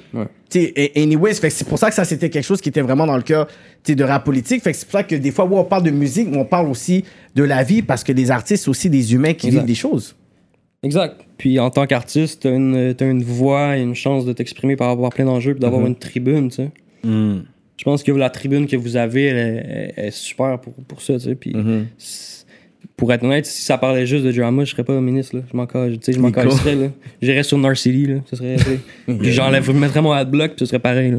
[SPEAKER 4] T'sais, a- anyways, fait que c'est pour ça que ça, c'était quelque chose qui était vraiment dans le cœur t'sais, de rap politique. Fait que c'est pour ça que des fois, ouais, on parle de musique, mais on parle aussi de la vie parce que les artistes, c'est aussi des humains qui
[SPEAKER 5] Exact.
[SPEAKER 4] vivent des choses.
[SPEAKER 5] Exact. Puis en tant qu'artiste, t'as une, t'as une voix et une chance de t'exprimer par rapport à plein d'enjeux puis d'avoir
[SPEAKER 4] Mm-hmm.
[SPEAKER 5] une tribune, tu sais.
[SPEAKER 4] Mm.
[SPEAKER 5] Je pense que la tribune que vous avez, elle est- elle est super pour, pour ça, tu sais. Puis
[SPEAKER 4] Mm-hmm.
[SPEAKER 5] c'est- pour être honnête, si ça parlait juste de drama, je serais pas ministre, là. Je m'en cas- tu sais, je m'en calisserais, là. J'irais sur North City, là. Ce serait, tu sais.
[SPEAKER 4] Mm-hmm.
[SPEAKER 5] Puis j'enlève, je mettrais mon adblock, puis ce serait pareil, là.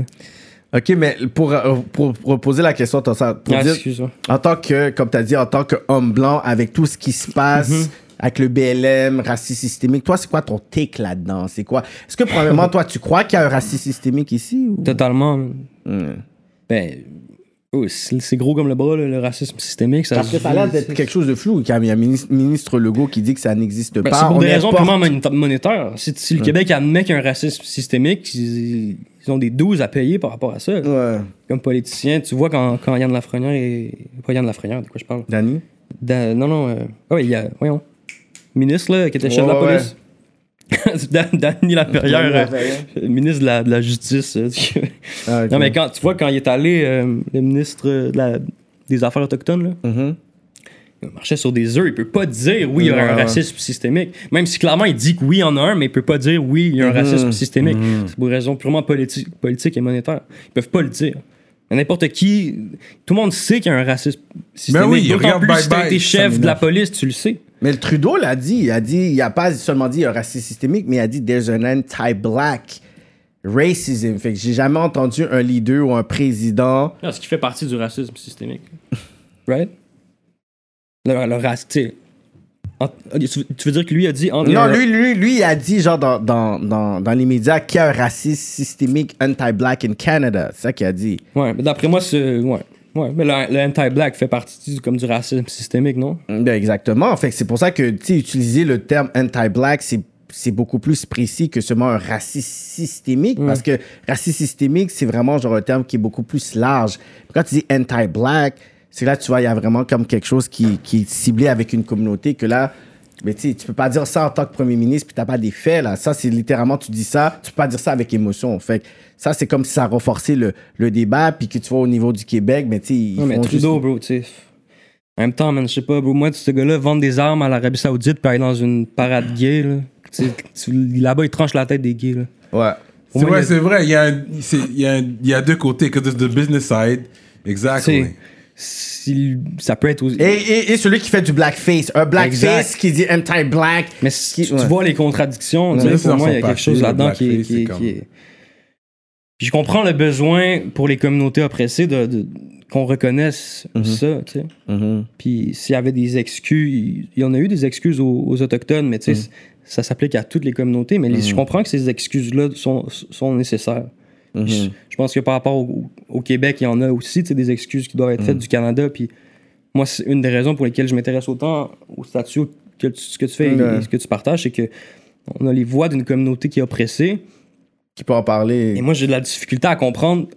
[SPEAKER 4] OK, mais pour, euh, pour, pour poser la question, t'as ça, pour
[SPEAKER 5] Ah,
[SPEAKER 4] dire-
[SPEAKER 5] excuse-moi.
[SPEAKER 4] en tant que, comme tu as dit, en tant qu'homme blanc, avec tout ce qui se passe,
[SPEAKER 5] Mhm.
[SPEAKER 4] avec le BLM, racisme systémique, toi, c'est quoi ton take là-dedans? C'est quoi? Est-ce que, premièrement, toi, tu crois qu'il y a un racisme systémique ici? Ou...
[SPEAKER 5] Totalement.
[SPEAKER 4] Mm.
[SPEAKER 5] Ben, oh, c'est c'est gros comme le bras, là, le racisme systémique. Ça
[SPEAKER 4] Parce que ça a l'air d'être quelque chose de flou. quand Il y a ministre, ministre Legault qui dit que ça n'existe
[SPEAKER 5] Ben,
[SPEAKER 4] pas.
[SPEAKER 5] c'est pour
[SPEAKER 4] On
[SPEAKER 5] des raisons
[SPEAKER 4] importe-
[SPEAKER 5] purement monita- monétaires. Si, si le Québec admet qu'il y a un racisme systémique, ils, ils ont des 12 à payer par rapport à ça.
[SPEAKER 4] Ouais.
[SPEAKER 5] Comme politicien, tu vois quand, quand Yann Lafrenière et. Pas Yann Lafrenière, de quoi je parle
[SPEAKER 4] Dani?
[SPEAKER 5] Da- Non, non. euh, ah ouais, il y a. Voyons. Ministre, là, qui était chef de la
[SPEAKER 4] Ouais, ouais.
[SPEAKER 5] police. Dan- Danny Laferrière,
[SPEAKER 4] Dany
[SPEAKER 5] euh,
[SPEAKER 4] Laferrière.
[SPEAKER 5] ministre de la, de la justice. euh, tu-
[SPEAKER 4] Ah, ok.
[SPEAKER 5] non, mais quand tu vois, quand il est allé, euh, le ministre euh, de la- des Affaires autochtones, là,
[SPEAKER 4] Mhm.
[SPEAKER 5] il marchait sur des œufs. Il peut pas dire oui, il y a
[SPEAKER 4] Ouais,
[SPEAKER 5] un
[SPEAKER 4] ouais.
[SPEAKER 5] racisme systémique. Même si clairement il dit que oui, il y en a un, mais il peut pas dire oui, il
[SPEAKER 4] Mm-hmm.
[SPEAKER 5] y a un racisme systémique. C'est pour raisons purement politiques politique et monétaires. Ils peuvent pas le dire. Mais N'importe qui, tout le monde sait qu'il y a un racisme
[SPEAKER 4] Ben
[SPEAKER 5] systémique.
[SPEAKER 2] oui,
[SPEAKER 5] D'autant
[SPEAKER 2] regarde
[SPEAKER 5] plus
[SPEAKER 2] Bye
[SPEAKER 5] si t'as
[SPEAKER 2] Bye,
[SPEAKER 5] été chef de la
[SPEAKER 2] Samina.
[SPEAKER 5] police, tu le sais.
[SPEAKER 4] Mais le Trudeau l'a dit. Il a dit, il a pas seulement dit il y a un racisme systémique, mais il a dit there's an anti-black racism. Fait que j'ai jamais entendu un leader ou un président.
[SPEAKER 5] Non, ce qui fait partie du racisme systémique. Right? Le, le racisme, tu sais. En- tu veux- tu veux dire que lui a dit... en-
[SPEAKER 4] Non, lui, lui, lui, il a dit genre dans, dans, dans, dans les médias qu'il y a un racisme systémique anti-black in Canada. C'est ça qu'il a dit.
[SPEAKER 5] Ouais, mais d'après moi, c'est... Ouais. Ouais, mais le, le anti-black fait partie du, comme du racisme systémique, non?
[SPEAKER 4] Ben, exactement. Fait que c'est pour ça que tu sais, utiliser le terme anti-black, c'est c'est beaucoup plus précis que seulement un racisme systémique
[SPEAKER 5] Mm.
[SPEAKER 4] parce que racisme systémique c'est vraiment genre un terme qui est beaucoup plus large. Quand tu dis anti-black, c'est là tu vois il y a vraiment comme quelque chose qui, qui est ciblé avec une communauté que là mais tu sais, tu peux pas dire ça en tant que premier ministre puis t'as pas des faits là. Ça c'est littéralement tu dis ça, tu peux pas dire ça avec émotion. Fait que ça c'est comme si ça renforçait le, le débat puis que tu vois au niveau du Québec, mais tu sais ils
[SPEAKER 5] Non, mais
[SPEAKER 4] font juste-
[SPEAKER 5] Trudeau, bro, tu sais... En même temps, man, je sais pas, bro, moi, ce gars-là, vendre des armes à l'Arabie Saoudite puis aller dans une parade gay, là. Tu sais, tu- Là-bas, il tranche la tête des gays, là.
[SPEAKER 4] Ouais.
[SPEAKER 5] Au
[SPEAKER 2] C'est
[SPEAKER 5] moins,
[SPEAKER 2] vrai,
[SPEAKER 5] il y a-
[SPEAKER 2] c'est vrai. Il y a, un- c'est- il y a un- il y a deux côtés, que the business side. Exactly.
[SPEAKER 4] Ah,
[SPEAKER 5] Tu sais, si- ça peut être... aussi-
[SPEAKER 4] Et, et, et celui qui fait du blackface. Un blackface
[SPEAKER 5] Exact.
[SPEAKER 4] qui dit anti-black.
[SPEAKER 5] Mais si
[SPEAKER 4] Qui-
[SPEAKER 5] tu
[SPEAKER 4] ouais.
[SPEAKER 5] vois les contradictions, tu
[SPEAKER 2] Ouais,
[SPEAKER 5] sais,
[SPEAKER 2] ça,
[SPEAKER 5] pour moi,
[SPEAKER 2] ça
[SPEAKER 5] il y a
[SPEAKER 2] sont
[SPEAKER 5] quelque chose
[SPEAKER 2] partis,
[SPEAKER 5] là-dedans
[SPEAKER 2] le
[SPEAKER 5] qui est.
[SPEAKER 2] blackface,
[SPEAKER 5] qui est-
[SPEAKER 2] c'est
[SPEAKER 5] qui est- Je comprends le besoin pour les communautés oppressées de, de- qu'on reconnaisse
[SPEAKER 2] Mhm.
[SPEAKER 5] ça, tu sais. Puis s'il y avait des excuses, il- il y en a eu des excuses aux, aux Autochtones, mais tu sais,
[SPEAKER 2] Mhm.
[SPEAKER 5] ça s'applique à toutes les communautés. Mais les- je comprends que ces excuses-là sont, sont nécessaires. je, je pense que par rapport au, au Québec, il y en a aussi tu sais, des excuses qui doivent être faites du Canada. Puis moi, c'est une des raisons pour lesquelles je m'intéresse autant au statut que tu- ce que tu fais et ce que tu partages, c'est que on a les voix d'une communauté qui est oppressée.
[SPEAKER 4] Qui peut en
[SPEAKER 5] Et
[SPEAKER 4] parler.
[SPEAKER 5] moi, j'ai de la difficulté à comprendre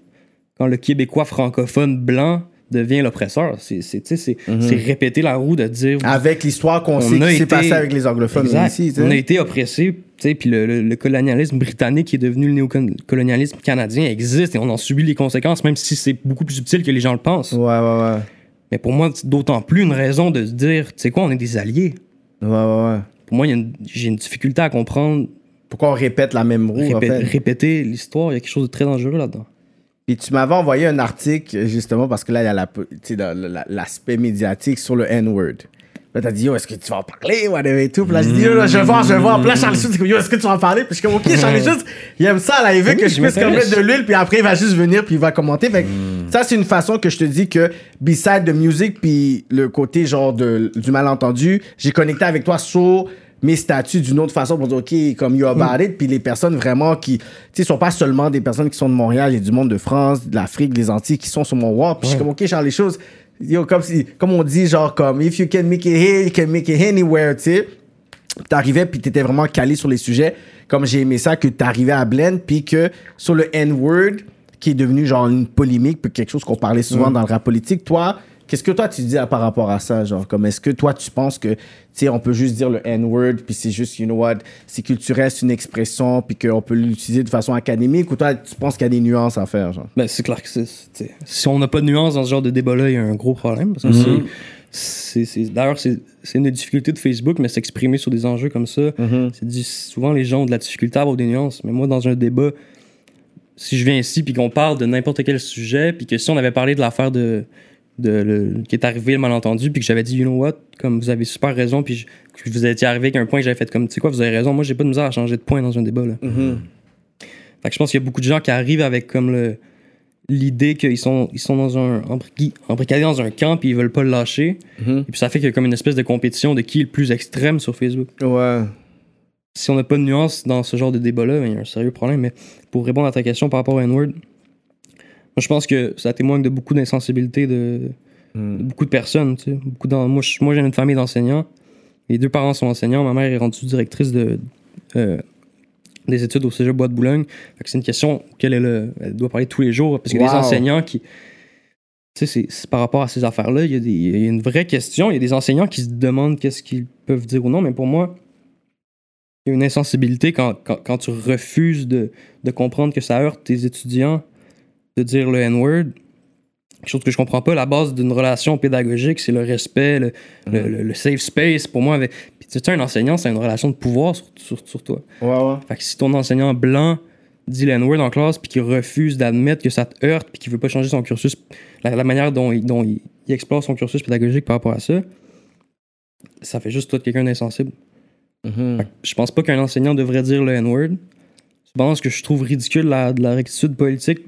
[SPEAKER 5] quand le Québécois francophone blanc devient l'oppresseur. C'est c'est- tu sais, c'est- c'est répéter la roue de dire
[SPEAKER 4] Avec l'histoire qu'on
[SPEAKER 5] On
[SPEAKER 4] sait
[SPEAKER 5] a
[SPEAKER 4] qui s'est
[SPEAKER 5] été-
[SPEAKER 4] passée avec les anglophones
[SPEAKER 5] Exact.
[SPEAKER 4] ici. tu
[SPEAKER 5] On a
[SPEAKER 4] sais.
[SPEAKER 5] été oppressés, tu sais, puis le, le- le colonialisme britannique qui est devenu le néocolonialisme canadien existe et on en subit les conséquences, même si c'est beaucoup plus subtil que les gens le pensent.
[SPEAKER 4] Ouais, ouais, ouais.
[SPEAKER 5] Mais pour moi, c'est d'autant plus une raison de se dire, tu sais quoi, on est des alliés.
[SPEAKER 4] Ouais, ouais, ouais.
[SPEAKER 5] Pour moi, il y a une- j'ai une difficulté à comprendre,
[SPEAKER 4] Pourquoi on répète la même roue, Oh, en
[SPEAKER 5] répé-
[SPEAKER 4] fait?
[SPEAKER 5] répéter l'histoire, il y a quelque chose de très dangereux là-dedans.
[SPEAKER 4] Puis tu m'avais envoyé un article, justement, parce que là, il y a la po- tu sais, dans la- l'aspect médiatique sur le N-word. Là, t'as dit, yo, est-ce que tu vas en parler, whatever et tout. Puis là, je dis, yo, là, je vais voir, je vais voir. Puis là, Charles Schultz, il dit, yo, est-ce que tu vas en parler? Puis je suis comme, ok, Charles Schultz, il aime ça, là, il veut
[SPEAKER 5] Oui,
[SPEAKER 4] que
[SPEAKER 5] je
[SPEAKER 4] je puisse comme
[SPEAKER 5] m'intéresse.
[SPEAKER 4] mettre de l'huile, puis après, il va juste venir, puis il va commenter. Fait que ça, c'est une façon que je te dis que, beside the music, puis le côté, genre, de, du malentendu, j'ai connecté avec toi sur mes statuts d'une autre façon pour dire, OK, comme you about it, puis les personnes vraiment qui, tu sais, sont pas seulement des personnes qui sont de Montréal et du monde de France, de l'Afrique, des Antilles, qui sont sur mon wall, puis je suis comme, OK, genre, les choses, yo, comme, si, comme on dit, genre, comme, if you can make it here, you can make it anywhere, tu sais. Puis T'arrivais, puis t'étais vraiment calé sur les sujets. Comme j'ai aimé ça, que t'arrivais à Blend, puis que sur le N-word, qui est devenu genre une polémique, puis quelque chose qu'on parlait souvent dans le rap politique, toi, Qu'est-ce que toi tu dis à- par rapport à ça, genre comme est-ce que toi tu penses que tu sais on peut juste dire le N-word puis c'est juste you know what c'est culturel c'est une expression puis qu'on peut l'utiliser de façon académique ou toi tu penses qu'il y a des nuances à faire genre
[SPEAKER 5] Ben, c'est clair que c'est. c'est- t'sais, Si on n'a pas de nuance dans ce genre de débat-là, il y a un gros problème. Parce que c'est- c'est- c'est- D'ailleurs, c'est c'est une des difficultés de Facebook, mais s'exprimer sur des enjeux comme ça, c'est dit- souvent les gens ont de la difficulté à avoir des nuances. Mais moi, dans un débat, si je viens ici puis qu'on parle de n'importe quel sujet, puis que si on avait parlé de l'affaire de. De le- qui est arrivé le malentendu, puis que j'avais dit, you know what, comme vous avez super raison, puis je- que vous étiez arrivé avec un point que j'avais fait comme, tu sais quoi, vous avez raison, moi j'ai pas de misère à changer de point dans un débat. Là. Fait que je pense qu'il y a beaucoup de gens qui arrivent avec comme le l'idée qu'ils sont ils sont dans un embri- embricadés dans un camp puis ils veulent pas le lâcher et puis ça fait qu'il y a comme une espèce de compétition de qui est le plus extrême sur Facebook
[SPEAKER 4] ouais
[SPEAKER 5] si on n'a pas de nuance dans ce genre de débat-là, ben, il y a un sérieux problème. Mais pour répondre à ta question par rapport à N-Word, moi je pense que ça témoigne de beaucoup d'insensibilité de, de beaucoup de personnes. tu sais. Beaucoup d'en- moi, je- moi j'ai une famille d'enseignants. Les deux parents sont enseignants. Ma mère est rendue directrice de, euh, des études au Cégep Bois de Boulogne. Fait que C'est une question auquel elle, euh, elle doit parler tous les jours. Parce que des
[SPEAKER 4] Wow.
[SPEAKER 5] enseignants qui. Tu sais, c'est- c'est par rapport à ces affaires-là, il y, a des- il y a une vraie question. Il y a des enseignants qui se demandent qu'est-ce qu'ils peuvent dire ou non, mais pour moi, il y a une insensibilité quand, quand, quand tu refuses de, de comprendre que ça heurte tes étudiants de dire le N-word. Quelque chose que je comprends pas, la base d'une relation pédagogique, c'est le respect, le, le- le- le safe space. Pour moi, avec... Puis tu sais, un enseignant, c'est une relation de pouvoir sur, sur- sur toi.
[SPEAKER 4] ouais ouais
[SPEAKER 5] Fait que si ton enseignant blanc dit le N-word en classe, puis qu'il refuse d'admettre que ça te heurte, puis qu'il veut pas changer son cursus, la, la manière dont, il, dont il- il explore son cursus pédagogique par rapport à ça, ça fait juste toi de quelqu'un d'insensible. Fait que Je pense pas qu'un enseignant devrait dire le N-word. Cependant, ce que je trouve ridicule la- de la rectitude politique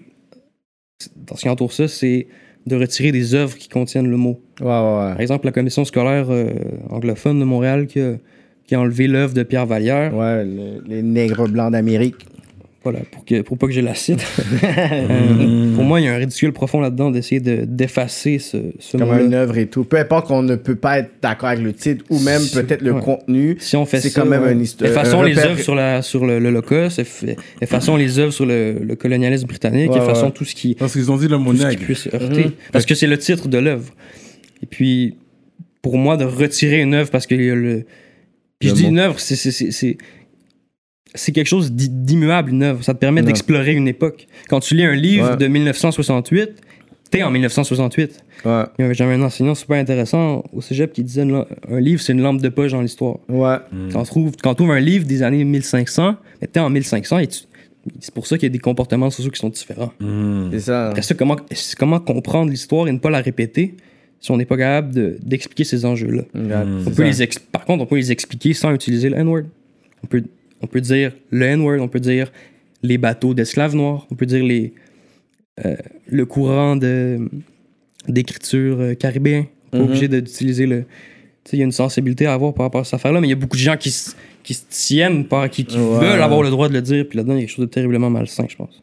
[SPEAKER 5] c'est- dans ce qui entoure ça, c'est de retirer des œuvres qui contiennent le mot.
[SPEAKER 4] ouais ouais
[SPEAKER 5] Par exemple, la commission scolaire euh, anglophone de Montréal qui a, qui a enlevé l'œuvre de Pierre Vallière.
[SPEAKER 4] ouais, ouais le- les nègres blancs d'Amérique
[SPEAKER 5] Voilà, pour, que, pour pas que je la cite. Euh,
[SPEAKER 4] Mm.
[SPEAKER 5] pour moi, il y a un ridicule profond là-dedans d'essayer de- d'effacer ce, ce
[SPEAKER 4] comme
[SPEAKER 5] mot-là.
[SPEAKER 4] une œuvre et tout peu importe qu'on ne peut pas être d'accord avec le titre ou même
[SPEAKER 5] C'est-
[SPEAKER 4] peut-être le
[SPEAKER 5] ouais.
[SPEAKER 4] contenu
[SPEAKER 5] Si on fait
[SPEAKER 4] C'est
[SPEAKER 5] ça,
[SPEAKER 4] quand même
[SPEAKER 5] ouais.
[SPEAKER 4] un histo-
[SPEAKER 5] Effaçons
[SPEAKER 4] un
[SPEAKER 5] les
[SPEAKER 4] repère-
[SPEAKER 5] œuvres sur, la, sur le, l'Holocauste, eff- effaçons les œuvres sur le, le colonialisme britannique,
[SPEAKER 4] Ouais,
[SPEAKER 5] effaçons
[SPEAKER 4] ouais.
[SPEAKER 5] tout ce qui,
[SPEAKER 2] Parce qu'ils ont dit le mot
[SPEAKER 5] tout ce qui
[SPEAKER 2] nègre.
[SPEAKER 5] puisse heurter. Parce que c'est le titre de l'œuvre. Et puis, pour moi, de retirer une œuvre parce que le. Puis je
[SPEAKER 4] Le
[SPEAKER 5] dis
[SPEAKER 4] mot.
[SPEAKER 5] une œuvre, c'est. c'est- c'est- c'est- C'est quelque chose d'i- d'immuable, une œuvre. Ça te permet
[SPEAKER 4] Non.
[SPEAKER 5] d'explorer une époque. Quand tu lis un livre
[SPEAKER 4] Ouais.
[SPEAKER 5] de 1968, t'es en 1968.
[SPEAKER 4] ouais
[SPEAKER 5] Il y avait- J'avais un enseignant super intéressant au cégep qui disait une la- un livre, c'est une lampe de poche dans l'histoire.
[SPEAKER 4] ouais
[SPEAKER 5] Quand, tu trouves, quand tu ouvres un livre des années 1500, mais t'es en 1500 et tu- c'est pour ça qu'il y a des comportements sociaux qui sont différents.
[SPEAKER 4] c'est ça
[SPEAKER 5] Après ça, comment, comment comprendre l'histoire et ne pas la répéter si on n'est pas capable de- d'expliquer ces enjeux-là?
[SPEAKER 4] Regarde,
[SPEAKER 5] On
[SPEAKER 4] Mm. c'est
[SPEAKER 5] peut
[SPEAKER 4] ça.
[SPEAKER 5] les ex- Par contre, on peut les expliquer sans utiliser le N-word. On peut, on peut dire le N-word, on peut dire les bateaux d'esclaves noirs, on peut dire les, euh, le courant de- d'écriture euh, caribéen. On n'est pas
[SPEAKER 4] Mm-hmm.
[SPEAKER 5] obligé de- d'utiliser le. Tu sais, il y a une sensibilité à avoir par rapport à cette affaire-là, mais il y a beaucoup de gens qui, se- qui se tiennent, par, qui, qui
[SPEAKER 4] Ouais.
[SPEAKER 5] veulent avoir le droit de le dire, puis là-dedans, il y a quelque chose de terriblement malsain, je pense.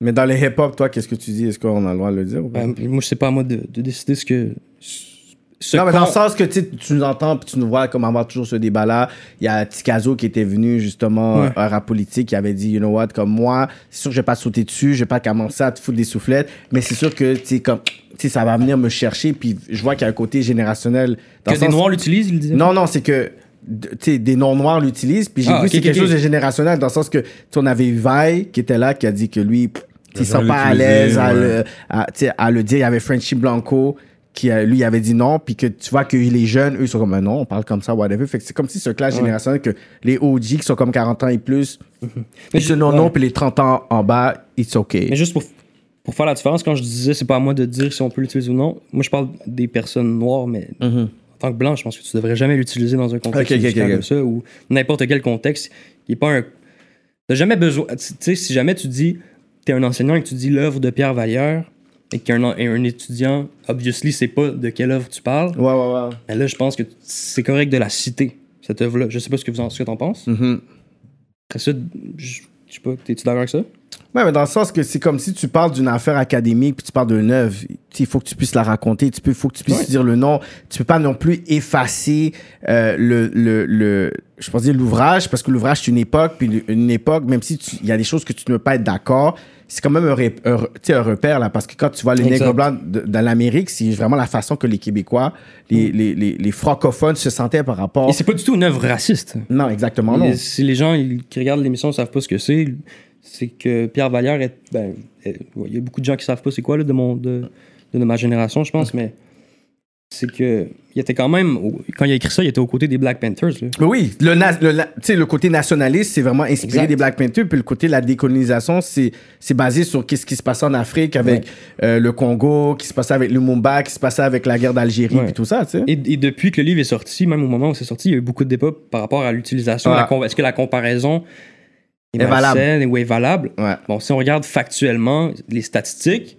[SPEAKER 4] mais dans les hip-hop toi qu'est-ce que tu dis est-ce qu'on a le droit de le dire ou pas?
[SPEAKER 5] Ben, moi, c'est pas à moi de, de décider ce que. ce
[SPEAKER 4] non, mais dans
[SPEAKER 5] qu'on-
[SPEAKER 4] le sens que tu sais, tu nous entends puis tu nous vois comme avoir toujours ce débat-là. Il y a Ticazo qui était venu justement
[SPEAKER 5] Ouais.
[SPEAKER 4] à rap politique qui avait dit, you know what, comme moi, c'est sûr que je vais pas sauter dessus, je vais pas commencer à te foutre des soufflettes, mais c'est sûr que tu sais, comme, tu sais, ça va venir me chercher puis je vois qu'il y a un côté générationnel. Dans
[SPEAKER 5] Que
[SPEAKER 4] le
[SPEAKER 5] des
[SPEAKER 4] sens-
[SPEAKER 5] noirs l'utilisent, il disait.
[SPEAKER 4] Non, non, c'est que de- tu sais, des noms noirs l'utilisent puis j'ai
[SPEAKER 5] Ah,
[SPEAKER 4] vu
[SPEAKER 5] ok,
[SPEAKER 4] c'est
[SPEAKER 5] ok,
[SPEAKER 4] quelque
[SPEAKER 5] ok.
[SPEAKER 4] chose de générationnel dans le sens que tu sais, on avait Vaille qui était là qui a dit que lui pff, tu sais, il
[SPEAKER 2] gens
[SPEAKER 4] sent pas à
[SPEAKER 2] l'utilisaient,
[SPEAKER 4] l'aise à,
[SPEAKER 2] ouais.
[SPEAKER 4] le- à, tu sais, à le dire il y avait Frenchy Blanco qui euh, lui avait dit non puis que tu vois que les jeunes eux sont comme ben non on parle comme ça whatever fait que c'est comme si ce clash générationnel que les OG qui sont comme 40 ans et plus
[SPEAKER 5] Mhm. Mais
[SPEAKER 4] ils se
[SPEAKER 5] je-
[SPEAKER 4] non
[SPEAKER 5] ouais.
[SPEAKER 4] non puis les 30 ans en bas it's okay
[SPEAKER 5] Mais juste pour, pour faire la différence, quand je disais c'est pas à moi de dire si on peut l'utiliser ou non, moi je parle des personnes noires, mais en tant que blanc, je pense que tu devrais jamais l'utiliser dans un contexte
[SPEAKER 4] Mhm. Ok, ok,
[SPEAKER 5] musical
[SPEAKER 4] ok, ok.
[SPEAKER 5] comme ça ou n'importe quel contexte. Il n'est pas un. T'as jamais besoin. Tu tu sais, si jamais tu dis t'es un enseignant et que tu dis l'œuvre de Pierre Vallière et qu'un en- et un étudiant, obviously, sait pas de quelle œuvre tu parles,
[SPEAKER 4] ouais ouais ouais
[SPEAKER 5] mais là je pense que c'est correct de la citer, cette œuvre-là. Je sais pas ce que vous en, ce que t'en penses.
[SPEAKER 4] Mhm.
[SPEAKER 5] Après ça, je je sais pas, t'es-tu d'accord avec ça?
[SPEAKER 4] Ouais, mais dans le sens que c'est comme si tu parles d'une affaire académique puis tu parles de neuf. il faut que tu puisses la raconter, tu peux, faut que tu puisses dire le nom. Tu peux pas non plus effacer euh, le, le, le, je pense dire l'ouvrage, parce que l'ouvrage, c'est une époque, puis une- une époque, même si tu- il y a des choses que tu ne peux pas être d'accord, c'est quand même un, ré- un re- tu sais, un repère, là, parce que quand tu vois le
[SPEAKER 5] Exact.
[SPEAKER 4] nègre blanc de- dans l'Amérique, c'est vraiment la façon que les Québécois, les, les, les, les francophones se sentaient par rapport.
[SPEAKER 5] Mm. Et c'est pas du tout une œuvre raciste.
[SPEAKER 4] Non, exactement, non.
[SPEAKER 5] Les- si les gens ils- qui regardent l'émission ne savent pas ce que c'est, c'est que Pierre Vallière est. ben, est- ouais, il y a beaucoup de gens qui savent pas c'est quoi là, de, mon, de, de ma génération, je pense, mais c'est que il était quand même. au- Quand il a écrit ça, il était aux côtés des Black Panthers. là.
[SPEAKER 4] Mais oui, le, na- le, la- tu sais, le côté nationaliste, c'est vraiment inspiré
[SPEAKER 5] Exact.
[SPEAKER 4] des Black Panthers, puis le côté de la décolonisation, c'est c'est basé sur qu'est-ce qui se passait en Afrique avec euh, le Congo, qui se passait avec Lumumba, qui se passait avec la guerre d'Algérie,
[SPEAKER 5] Ouais.
[SPEAKER 4] puis tout ça, tu sais.
[SPEAKER 5] Et, et depuis que le livre est sorti, même au moment où c'est sorti, il y a eu beaucoup de débats par rapport à l'utilisation.
[SPEAKER 4] Ouais.
[SPEAKER 5] la com- Est-ce que la comparaison est,
[SPEAKER 4] Ah. Est valable.
[SPEAKER 5] malsaine ou est valable?
[SPEAKER 4] Ouais.
[SPEAKER 5] Bon, si on regarde factuellement les statistiques,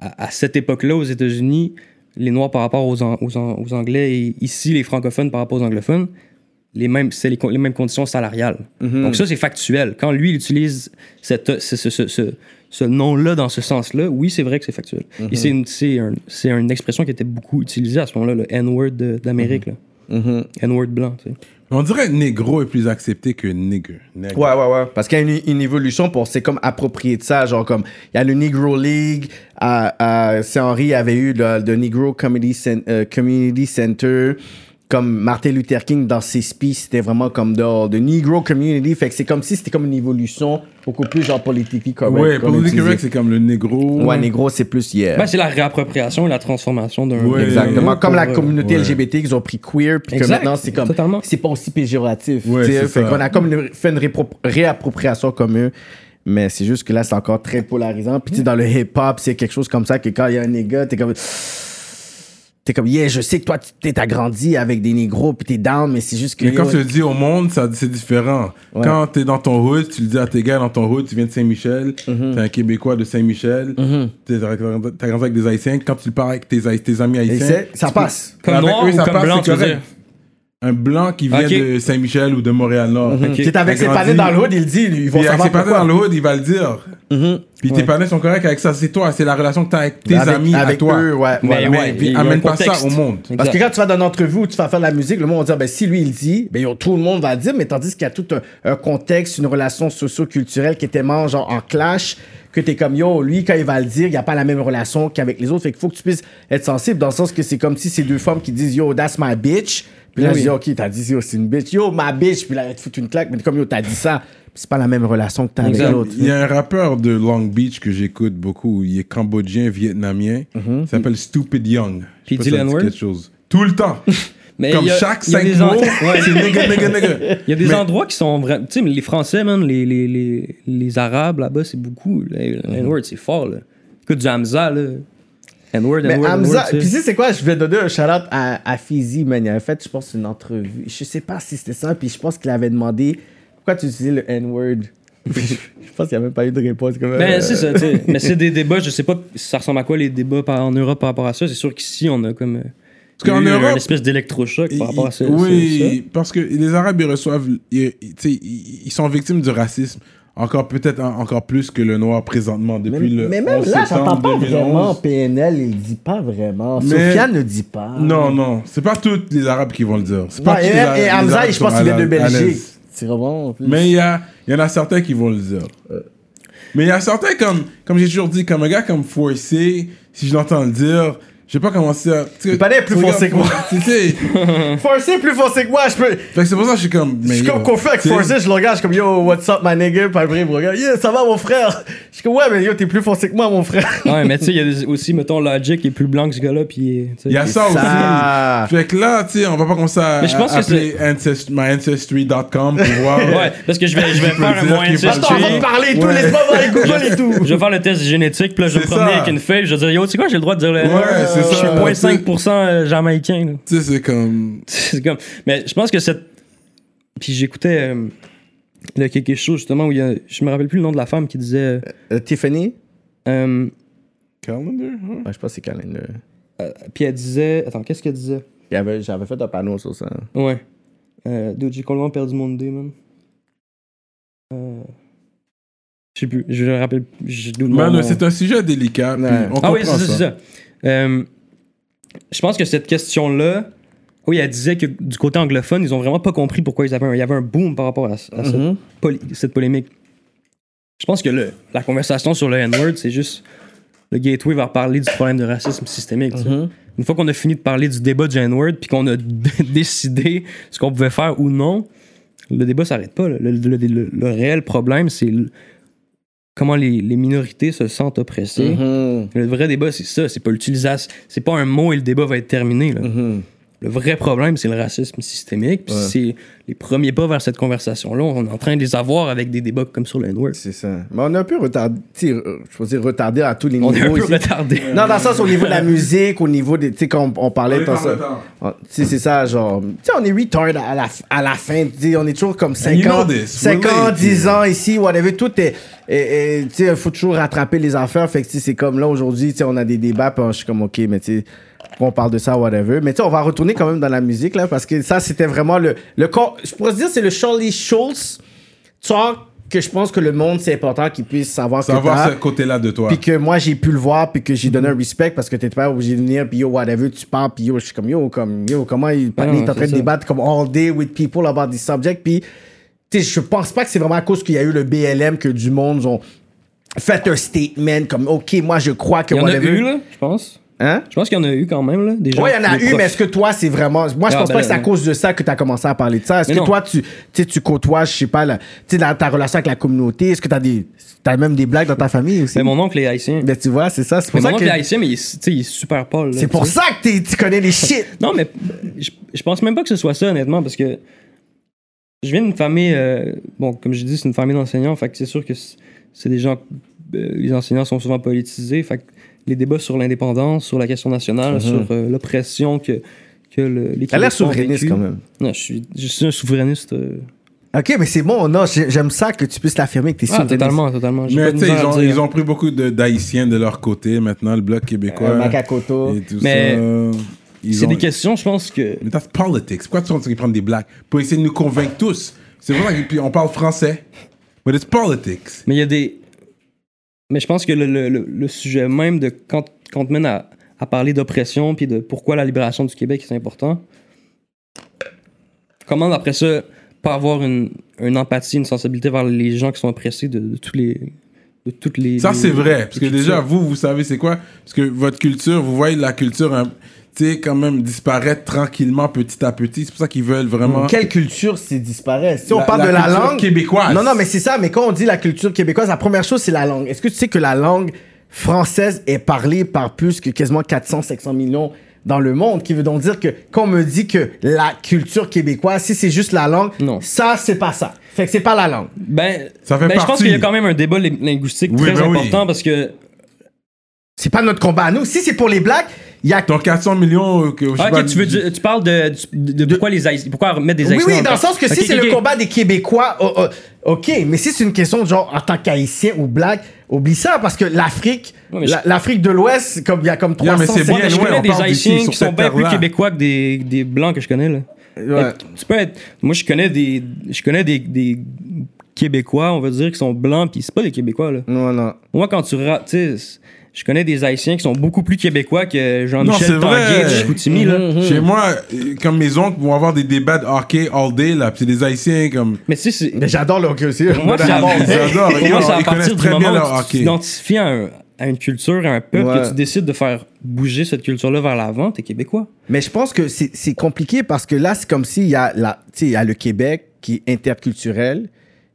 [SPEAKER 5] à, à cette époque-là, aux États-Unis, les Noirs par rapport aux, An- aux An- aux Anglais et ici, les francophones par rapport aux anglophones, les mêmes, c'est les, con- les mêmes conditions salariales.
[SPEAKER 4] Mhm. Hmm.
[SPEAKER 5] Donc ça, c'est factuel. Quand lui, il utilise cette, ce, ce- ce- ce- ce nom-là dans ce sens-là, oui, c'est vrai que c'est factuel. Et c'est une, c'est un- c'est une expression qui était beaucoup utilisée à ce moment-là, le N-word de- d'Amérique. là. N-word blanc, tu sais.
[SPEAKER 2] On dirait négro est plus accepté que nigger. Nègre.
[SPEAKER 4] Ouais, ouais, ouais. Parce qu'il y a une, une évolution pour c'est comme approprié de ça, genre comme il y a le Negro League, à, à Saint-Henri avait eu le, le Negro Comedy, Cen- euh, Community Center, comme Martin Luther King dans ses speeches, c'était vraiment comme de, de Negro Community, fait que c'est comme si c'était comme une évolution beaucoup plus genre politically correct.
[SPEAKER 2] Ouais,
[SPEAKER 4] comme
[SPEAKER 2] pour le
[SPEAKER 4] on disait.
[SPEAKER 2] correct, c'est comme le négro.
[SPEAKER 4] Ouais, Negro c'est plus hier.
[SPEAKER 5] Ben, c'est la réappropriation et la transformation d'un...
[SPEAKER 2] Ouais.
[SPEAKER 4] Exactement.
[SPEAKER 5] d'un-
[SPEAKER 4] Comme la
[SPEAKER 5] pour, euh,
[SPEAKER 4] communauté
[SPEAKER 2] ouais.
[SPEAKER 4] LGBT, ils ont pris queer, puis que
[SPEAKER 5] Exact.
[SPEAKER 4] maintenant, c'est comme.
[SPEAKER 5] Totalement.
[SPEAKER 4] C'est pas aussi péjoratif.
[SPEAKER 2] Ouais,
[SPEAKER 4] tu sais.
[SPEAKER 2] c'est
[SPEAKER 4] fait
[SPEAKER 2] ça.
[SPEAKER 4] qu'on a comme une- fait une répro- réappropriation commune. Mais c'est juste que là, c'est encore très polarisant. Puis tu sais, dans le hip-hop, c'est quelque chose comme ça que quand il y a un nigga, t'es comme. T'es comme, yeah, je sais que toi, tu- t'es t'as grandi avec des négros, puis t'es down, mais c'est juste que.
[SPEAKER 2] Mais quand
[SPEAKER 4] yo,
[SPEAKER 2] tu le dis au monde, ça, c'est différent.
[SPEAKER 4] Ouais.
[SPEAKER 2] Quand t'es dans ton hood, tu le dis à tes gars dans ton hood, tu viens de Saint-Michel,
[SPEAKER 4] Mhm.
[SPEAKER 2] t'es un Québécois de Saint-Michel, t'es- t'as grandi t'as grandi avec des Haïtiens. Quand tu le parles avec tes, Haï- tes amis
[SPEAKER 4] et
[SPEAKER 2] haïtiens,
[SPEAKER 4] c'est- ça passe.
[SPEAKER 5] Comme
[SPEAKER 2] avec
[SPEAKER 5] noir
[SPEAKER 2] eux,
[SPEAKER 5] ou
[SPEAKER 2] ça
[SPEAKER 5] comme
[SPEAKER 2] passe,
[SPEAKER 5] blanc,
[SPEAKER 2] c'est
[SPEAKER 5] tu veux
[SPEAKER 2] correct.
[SPEAKER 5] dire?
[SPEAKER 2] un blanc qui vient
[SPEAKER 5] Ok.
[SPEAKER 2] de Saint-Michel ou de Montréal-Nord.
[SPEAKER 4] Si T'es avec
[SPEAKER 2] T'as
[SPEAKER 4] ses
[SPEAKER 2] grandi.
[SPEAKER 4] panneaux dans le hood, il le dit, lui, Mhm. ils vont
[SPEAKER 2] Puis avec
[SPEAKER 4] savoir
[SPEAKER 2] ses parents
[SPEAKER 4] pourquoi.
[SPEAKER 2] dans le hood, il va le dire. Puis tes parents sont corrects avec ça. C'est toi, c'est la relation que t'as avec tes
[SPEAKER 4] Mhm. Avec-
[SPEAKER 2] amis, à
[SPEAKER 4] avec
[SPEAKER 2] toi.
[SPEAKER 4] eux, ouais.
[SPEAKER 2] Mais,
[SPEAKER 5] Mais Ben ouais, il y a un
[SPEAKER 2] amène pas ça
[SPEAKER 5] contexte.
[SPEAKER 2] au monde.
[SPEAKER 4] Parce que
[SPEAKER 5] Exact.
[SPEAKER 4] quand tu vas dans une entrevue où tu vas faire de la musique, le monde va dire, ben, si lui il dit, ben, yo, tout le monde va le dire, mais tandis qu'il y a tout un, un contexte, une relation socio-culturelle qui est tellement genre en clash que t'es comme, yo, lui, quand il va le dire, il n'y a pas la même relation qu'avec les autres. Fait qu'il faut que tu puisses être sensible dans le sens que c'est comme si ces deux femmes qui disent, yo, that's my bitch. Puis là,
[SPEAKER 5] Oui.
[SPEAKER 4] je dis, ok, t'as dit, yo, c'est une bitch. Yo, ma bitch. Puis là, elle te fout une claque. Mais t'es comme, yo, t'as dit ça. Puis c'est pas la même relation que t'as avec
[SPEAKER 5] Exact.
[SPEAKER 4] l'autre.
[SPEAKER 2] Il y a un rappeur de Long Beach que j'écoute beaucoup. Il est cambodgien, vietnamien.
[SPEAKER 4] Mhm.
[SPEAKER 2] Il s'appelle Stupid Young. Je sais
[SPEAKER 5] Puis
[SPEAKER 2] pas si ça
[SPEAKER 5] Dylan
[SPEAKER 2] dit
[SPEAKER 5] Ward?
[SPEAKER 2] quelque chose. Tout le temps.
[SPEAKER 5] Mais
[SPEAKER 2] Comme
[SPEAKER 5] il y a-
[SPEAKER 2] chaque
[SPEAKER 5] il y a
[SPEAKER 2] cinq
[SPEAKER 5] des
[SPEAKER 2] mots,
[SPEAKER 5] endroits- Ouais.
[SPEAKER 2] c'est nigga, nigga, nigga.
[SPEAKER 5] Il y a des
[SPEAKER 2] Mais-
[SPEAKER 5] endroits qui sont vraiment. Tu sais, mais les Français, man, les, les, les, les Arabes là-bas, c'est beaucoup. là.
[SPEAKER 2] Mhm.
[SPEAKER 5] N-word, c'est fort, là. Écoute, du Hamza, là. N-word,
[SPEAKER 4] Mais
[SPEAKER 5] N-word,
[SPEAKER 4] Hamza,
[SPEAKER 5] N-word, tu
[SPEAKER 4] puis tu
[SPEAKER 5] sais.
[SPEAKER 4] sais c'est quoi, je vais donner un shout-out à, à Fizzy, man. Il avait fait, je pense, une entrevue. Je sais pas si c'était ça, puis je pense qu'il avait demandé pourquoi tu utilisais le N-word. Puis je pense qu'il n'y a même pas eu de réponse. Comme,
[SPEAKER 5] Ben,
[SPEAKER 4] euh,
[SPEAKER 5] c'est ça, tu sais. Mais c'est des débats, je sais pas ça ressemble à quoi les débats par- en Europe par rapport à ça. C'est sûr qu'ici, on a comme. euh,
[SPEAKER 2] Parce qu'en Europe-
[SPEAKER 5] Une espèce d'électrochoc par rapport à ça. ça- ça.
[SPEAKER 2] Oui, parce que les Arabes, ils reçoivent. Ils, ils- tu sais, ils- ils sont victimes du racisme. Encore peut-être en- encore plus que le noir présentement
[SPEAKER 4] Mais,
[SPEAKER 2] depuis le.
[SPEAKER 4] mais même
[SPEAKER 2] 11
[SPEAKER 4] là, j'entends
[SPEAKER 2] septembre
[SPEAKER 4] pas
[SPEAKER 2] 2011.
[SPEAKER 4] vraiment PNL, il dit pas vraiment.
[SPEAKER 2] Mais-
[SPEAKER 4] Sofiane ne dit pas.
[SPEAKER 2] Non, non, c'est pas tous les Arabes qui vont le dire. C'est
[SPEAKER 4] Ouais,
[SPEAKER 2] pas tous
[SPEAKER 4] et,
[SPEAKER 2] les Arabes-
[SPEAKER 4] et
[SPEAKER 2] les
[SPEAKER 4] Hamza,
[SPEAKER 2] Arabes
[SPEAKER 4] je pense
[SPEAKER 2] sont
[SPEAKER 4] qu'il vient de
[SPEAKER 2] à la- à
[SPEAKER 4] Belgique.
[SPEAKER 2] l'aise.
[SPEAKER 4] C'est vraiment. en plus.
[SPEAKER 2] Mais il y, a- il y en a certains qui vont le dire. Mais il y a certains, comme, comme j'ai toujours dit, comme un gars comme Forcé, si je l'entends le dire, je vais pas commencer à. Tu sais,
[SPEAKER 4] paraît plus
[SPEAKER 2] tu regardes
[SPEAKER 4] foncé que moi.
[SPEAKER 2] Forcé, tu sais.
[SPEAKER 4] Forcé est plus foncé que moi, je peux.
[SPEAKER 2] Fait que c'est pour ça que je suis comme.
[SPEAKER 4] Je
[SPEAKER 2] mais
[SPEAKER 4] suis
[SPEAKER 2] yo,
[SPEAKER 4] comme confus avec
[SPEAKER 2] tu sais.
[SPEAKER 4] Forcé, je le regarde, je suis comme yo, what's up, my nigga, puis après, il me regarde, yeah, ça va, mon frère. Je suis comme ouais, mais yo, t'es plus foncé que moi, mon frère.
[SPEAKER 5] Ah Ouais, mais tu sais, il y a des- aussi, mettons, Logic est plus blanc que ce gars-là, puis. il est- tu sais.
[SPEAKER 2] Il y a ça aussi.
[SPEAKER 4] ça.
[SPEAKER 2] Fait que là, tu sais, on va pas commencer à,
[SPEAKER 5] Mais je pense
[SPEAKER 2] à
[SPEAKER 5] que
[SPEAKER 2] appeler ancest- myancestry.com pour voir.
[SPEAKER 5] Ouais, parce que je vais, je vais
[SPEAKER 2] peux
[SPEAKER 5] faire
[SPEAKER 2] dire
[SPEAKER 5] mon
[SPEAKER 2] qu'il est
[SPEAKER 5] ancestry.
[SPEAKER 4] Attends, on va te parler et tout,
[SPEAKER 2] Ouais.
[SPEAKER 4] laisse-moi voir les Google et tout.
[SPEAKER 5] Je vais faire le test génétique, puis là, je vais me
[SPEAKER 2] C'est
[SPEAKER 5] promener
[SPEAKER 2] ça.
[SPEAKER 5] avec une feuille, je vais dire, yo, tu sais quoi, j'ai le droit de dire le.
[SPEAKER 2] Ouais, c'est
[SPEAKER 5] Je suis
[SPEAKER 2] ça.
[SPEAKER 5] 0.5% euh, jamaïcain. là.
[SPEAKER 2] Tu sais, c'est comme.
[SPEAKER 5] C'est comme... Mais je pense que cette. Puis j'écoutais euh, le quelque chose justement où il y a. Je me rappelle plus le nom de la femme qui disait.
[SPEAKER 4] Euh, Tiffany
[SPEAKER 5] euh, euh,
[SPEAKER 2] Calendar? hein?
[SPEAKER 4] Ouais, Je pense que c'est Calendar.
[SPEAKER 5] puis elle disait. Attends, qu'est-ce qu'elle disait
[SPEAKER 4] Il y avait- J'avais fait un panneau sur ça.
[SPEAKER 5] Ouais. Euh, Dude, j'ai complètement perdu mon idée, man. Euh, Je sais plus, je me rappelle. Je...
[SPEAKER 2] Man,
[SPEAKER 5] mon-
[SPEAKER 2] c'est un sujet délicat. puis
[SPEAKER 4] Ouais.
[SPEAKER 2] on
[SPEAKER 5] Ah oui, c'est
[SPEAKER 2] comprend
[SPEAKER 5] ça, c'est ça. Euh, je pense que cette question-là, oui, elle disait que du côté anglophone, ils ont vraiment pas compris pourquoi ils avaient un, il y avait un boom par rapport à, à cette,
[SPEAKER 2] Mm-hmm.
[SPEAKER 5] poli- cette polémique. Je pense que le, la conversation sur le N-word, c'est juste le gateway vers parler du problème de racisme systémique. tu sais.
[SPEAKER 2] Mm-hmm.
[SPEAKER 5] Une fois qu'on a fini de parler du débat du N-word, puis qu'on a d- décidé ce qu'on pouvait faire ou non, le débat s'arrête pas. là. Le, le- le- le réel problème, c'est le- comment les, les minorités se sentent oppressées.
[SPEAKER 2] Mm-hmm.
[SPEAKER 5] Le vrai débat, c'est ça. C'est pas l'utilisation. C'est pas un mot et le débat va être terminé. là.
[SPEAKER 4] Mm-hmm.
[SPEAKER 5] Le vrai problème, c'est le racisme systémique. Puis c'est les premiers pas vers cette conversation-là. On est en train de les avoir avec des débats comme sur le N-word.
[SPEAKER 4] C'est ça. Mais on est un peu retardé, tu sais, euh, je veux dire retardé à tous les
[SPEAKER 5] On est
[SPEAKER 4] niveaux.
[SPEAKER 5] un peu
[SPEAKER 4] ici.
[SPEAKER 5] retardé.
[SPEAKER 4] Non, dans le sens au niveau de la musique, au niveau des. Tu sais, quand on, on parlait
[SPEAKER 2] On est
[SPEAKER 4] de
[SPEAKER 2] en
[SPEAKER 4] ça.
[SPEAKER 2] retard.
[SPEAKER 4] On- Tu sais, c'est ça, genre. Tu sais, on est retard à la, à la fin. Tu sais, on est toujours comme
[SPEAKER 2] you
[SPEAKER 4] 5 ans.
[SPEAKER 2] know this,
[SPEAKER 4] 5
[SPEAKER 2] we're
[SPEAKER 4] ans,
[SPEAKER 2] late.
[SPEAKER 4] 10 ans ici, whatever. Tout est. et- et, Tu sais, il faut toujours rattraper les affaires. Fait que, tu sais, c'est comme là aujourd'hui, tu sais, on a des débats, puis je suis comme, OK, mais tu sais. On parle de ça, whatever. Mais tu sais, on va retourner quand même dans la musique, là, parce que ça, c'était vraiment le. le cor- je pourrais dire, c'est le Charlie Schultz talk que je pense que le monde, c'est important qu'il puisse savoir que
[SPEAKER 2] Savoir
[SPEAKER 4] t'as.
[SPEAKER 2] ce côté-là de toi.
[SPEAKER 4] Puis que moi, j'ai pu le voir, puis que j'ai
[SPEAKER 5] Mm-hmm.
[SPEAKER 4] donné un respect parce que t'es pas obligé de venir, puis yo, whatever, tu parles, puis yo, je suis comme yo, comme yo, comment il
[SPEAKER 5] Ah
[SPEAKER 4] parle,
[SPEAKER 5] non,
[SPEAKER 4] il est en train
[SPEAKER 5] c'est
[SPEAKER 4] de
[SPEAKER 5] ça.
[SPEAKER 4] débattre comme all day with people about this subject, puis tu sais, je pense pas que c'est vraiment à cause qu'il y a eu le BLM que du monde ont fait un statement comme ok, moi je crois que
[SPEAKER 5] Il y en a
[SPEAKER 4] whatever.
[SPEAKER 5] eu, là, je pense.
[SPEAKER 4] Hein?
[SPEAKER 5] Je pense qu'il y en a eu quand même, là. Des gens
[SPEAKER 4] Ouais, il y en a
[SPEAKER 5] des
[SPEAKER 4] eu,
[SPEAKER 5] profs.
[SPEAKER 4] mais est-ce que toi, c'est vraiment. Moi, je
[SPEAKER 5] Ah,
[SPEAKER 4] pense pas
[SPEAKER 5] ben là,
[SPEAKER 4] que c'est à
[SPEAKER 5] ouais.
[SPEAKER 4] cause de ça que tu as commencé à parler de ça. Est-ce
[SPEAKER 5] Mais
[SPEAKER 4] que
[SPEAKER 5] non.
[SPEAKER 4] toi, tu, tu sais, tu côtoies, je sais pas, la- tu sais, la- ta relation avec la communauté, est-ce que tu as, des... as même des blagues dans ta famille aussi?
[SPEAKER 5] Mais mon oncle est haïtien.
[SPEAKER 4] Ben, tu vois, c'est ça. C'est pour
[SPEAKER 5] Mais mon
[SPEAKER 4] ça
[SPEAKER 5] oncle
[SPEAKER 4] que.
[SPEAKER 5] est haïtien, mais il, est- tu sais, il est super pâle. là,
[SPEAKER 4] C'est pour
[SPEAKER 5] tu sais.
[SPEAKER 4] ça que t'es- tu connais les shit.
[SPEAKER 5] Non, mais euh, je, je pense même pas que ce soit ça, honnêtement, parce que je viens d'une famille. euh, bon, comme je dis, c'est une famille d'enseignants, fait que c'est sûr que c'est c'est des gens. euh, les enseignants sont souvent politisés, fait que les débats sur l'indépendance, sur la question nationale, sur euh, l'oppression que, que le, les
[SPEAKER 4] T'as
[SPEAKER 5] Québécois ont
[SPEAKER 4] Mhm. l'air souverainiste
[SPEAKER 5] vécu.
[SPEAKER 4] quand même.
[SPEAKER 5] Non, je suis, je suis un souverainiste. euh.
[SPEAKER 4] Ok, mais c'est bon, non, j'ai- j'aime ça que tu puisses l'affirmer que t'es
[SPEAKER 5] Ah,
[SPEAKER 4] souverainiste.
[SPEAKER 5] totalement, totalement. J'ai pas
[SPEAKER 2] Mais
[SPEAKER 5] de
[SPEAKER 2] tu sais,
[SPEAKER 5] misère
[SPEAKER 2] ils,
[SPEAKER 5] à
[SPEAKER 2] ont-
[SPEAKER 5] dire.
[SPEAKER 2] ils ont pris beaucoup de- d'Haïtiens de leur côté maintenant, le bloc québécois.
[SPEAKER 4] Euh, Macacoto.
[SPEAKER 2] Et tout
[SPEAKER 5] Mais
[SPEAKER 2] ça. Ils
[SPEAKER 5] C'est
[SPEAKER 2] ont-
[SPEAKER 5] des questions, je pense que.
[SPEAKER 2] Mais that's politics. Pourquoi tu penses qu'ils prennent des blagues Pour essayer de nous convaincre tous. C'est vrai qu'on parle français. But it's politics.
[SPEAKER 5] Mais il y a des. Mais je pense que le, le- le- le sujet même de quand, quand on te mène à, à parler d'oppression puis de pourquoi la libération du Québec est important, comment après ça, pas avoir une, une empathie, une sensibilité vers les gens qui sont oppressés de, de tous les. De toutes les
[SPEAKER 2] Ça,
[SPEAKER 5] les-
[SPEAKER 2] c'est vrai.
[SPEAKER 5] les
[SPEAKER 2] Parce que
[SPEAKER 5] cultures.
[SPEAKER 2] déjà, vous, vous savez c'est quoi. Parce que votre culture, vous voyez la culture, hein, tu sais, quand même disparaître tranquillement, petit à petit. C'est pour ça qu'ils veulent vraiment.
[SPEAKER 4] Quelle culture c'est disparaît? Si on
[SPEAKER 2] La-
[SPEAKER 4] parle
[SPEAKER 2] la
[SPEAKER 4] de la
[SPEAKER 2] culture
[SPEAKER 4] langue.
[SPEAKER 2] québécoise.
[SPEAKER 4] Non, non, mais c'est ça, mais quand on dit la culture québécoise, la première chose, c'est la langue. Est-ce que tu sais que la langue française est parlée par plus que quasiment 400, 500 millions dans le monde? Qui veut donc dire que quand on me dit que la culture québécoise, si c'est juste la langue,
[SPEAKER 5] Non.
[SPEAKER 4] ça, c'est pas ça. Fait que c'est pas la langue.
[SPEAKER 5] Ben,
[SPEAKER 2] Ça fait
[SPEAKER 5] ben, je pense
[SPEAKER 2] partie.
[SPEAKER 5] qu'il y a quand même un débat li- linguistique
[SPEAKER 2] Oui,
[SPEAKER 5] très
[SPEAKER 2] ben oui.
[SPEAKER 5] important parce que.
[SPEAKER 4] C'est pas notre combat à nous. Si c'est pour les blacks, il y a
[SPEAKER 2] Ton 400 millions. euh, Que, je sais
[SPEAKER 5] Ah,
[SPEAKER 2] pas,
[SPEAKER 5] ok, tu, veux, dire- tu parles de, de, de pourquoi les Haïti- pourquoi remettre des
[SPEAKER 4] Oui,
[SPEAKER 5] Haïtiens
[SPEAKER 4] oui, dans le
[SPEAKER 5] camp.
[SPEAKER 4] sens que
[SPEAKER 5] Ok,
[SPEAKER 4] si c'est
[SPEAKER 5] ok,
[SPEAKER 4] le
[SPEAKER 5] ok.
[SPEAKER 4] combat des Québécois, oh, oh, ok, mais si c'est une question de genre en tant qu'haïtien ou black, oublie ça parce que l'Afrique,
[SPEAKER 5] Ouais, mais
[SPEAKER 4] la-
[SPEAKER 5] je-
[SPEAKER 4] l'Afrique de l'Ouest, comme il y a comme
[SPEAKER 2] Yeah, mais
[SPEAKER 4] 300
[SPEAKER 2] c'est
[SPEAKER 5] Moi,
[SPEAKER 2] bien
[SPEAKER 5] mais je
[SPEAKER 2] loin,
[SPEAKER 5] connais
[SPEAKER 2] on
[SPEAKER 5] des
[SPEAKER 2] parle d'ici,
[SPEAKER 5] Haïtiens
[SPEAKER 2] sur
[SPEAKER 5] qui
[SPEAKER 2] cette
[SPEAKER 5] sont bien plus
[SPEAKER 2] terre-là.
[SPEAKER 5] québécois que des, des Blancs que je connais. Là. Mais Tu peux être... Moi, je connais, des, je connais des, des Québécois, on va dire, qui sont blancs, puis c'est pas des Québécois. Là.
[SPEAKER 2] Mm.
[SPEAKER 4] Non, non.
[SPEAKER 5] Moi, quand tu ra- tu sais, je connais des Haïtiens qui sont beaucoup plus Québécois que
[SPEAKER 2] Non, c'est
[SPEAKER 5] Jean-Michel
[SPEAKER 2] vrai.
[SPEAKER 5] euh,
[SPEAKER 2] Mm.
[SPEAKER 5] Tanguay de Chicoutimi. là.
[SPEAKER 2] Chez moi, euh, comme mes oncles vont avoir des débats de hockey all day, là. Puis c'est des Haïtiens comme.
[SPEAKER 5] Mais tu sais, c'est-
[SPEAKER 4] Mais j'adore le hockey aussi.
[SPEAKER 5] pour moi, c'est à,
[SPEAKER 2] J'adore, j'adore.
[SPEAKER 5] pour moi, c'est à
[SPEAKER 2] Ben, Ils connaissent
[SPEAKER 5] partir du
[SPEAKER 2] très bien
[SPEAKER 5] moment
[SPEAKER 2] leur
[SPEAKER 5] où tu
[SPEAKER 2] hockey.
[SPEAKER 5] t'identifies à, un- à une culture, à un peuple,
[SPEAKER 4] Ouais.
[SPEAKER 5] que tu décides de faire bouger cette culture-là vers l'avant, t'es Québécois.
[SPEAKER 4] Mais je pense que c'est c'est compliqué parce que là, c'est comme s'il y, a la- tu sais, il y a le Québec qui est interculturel,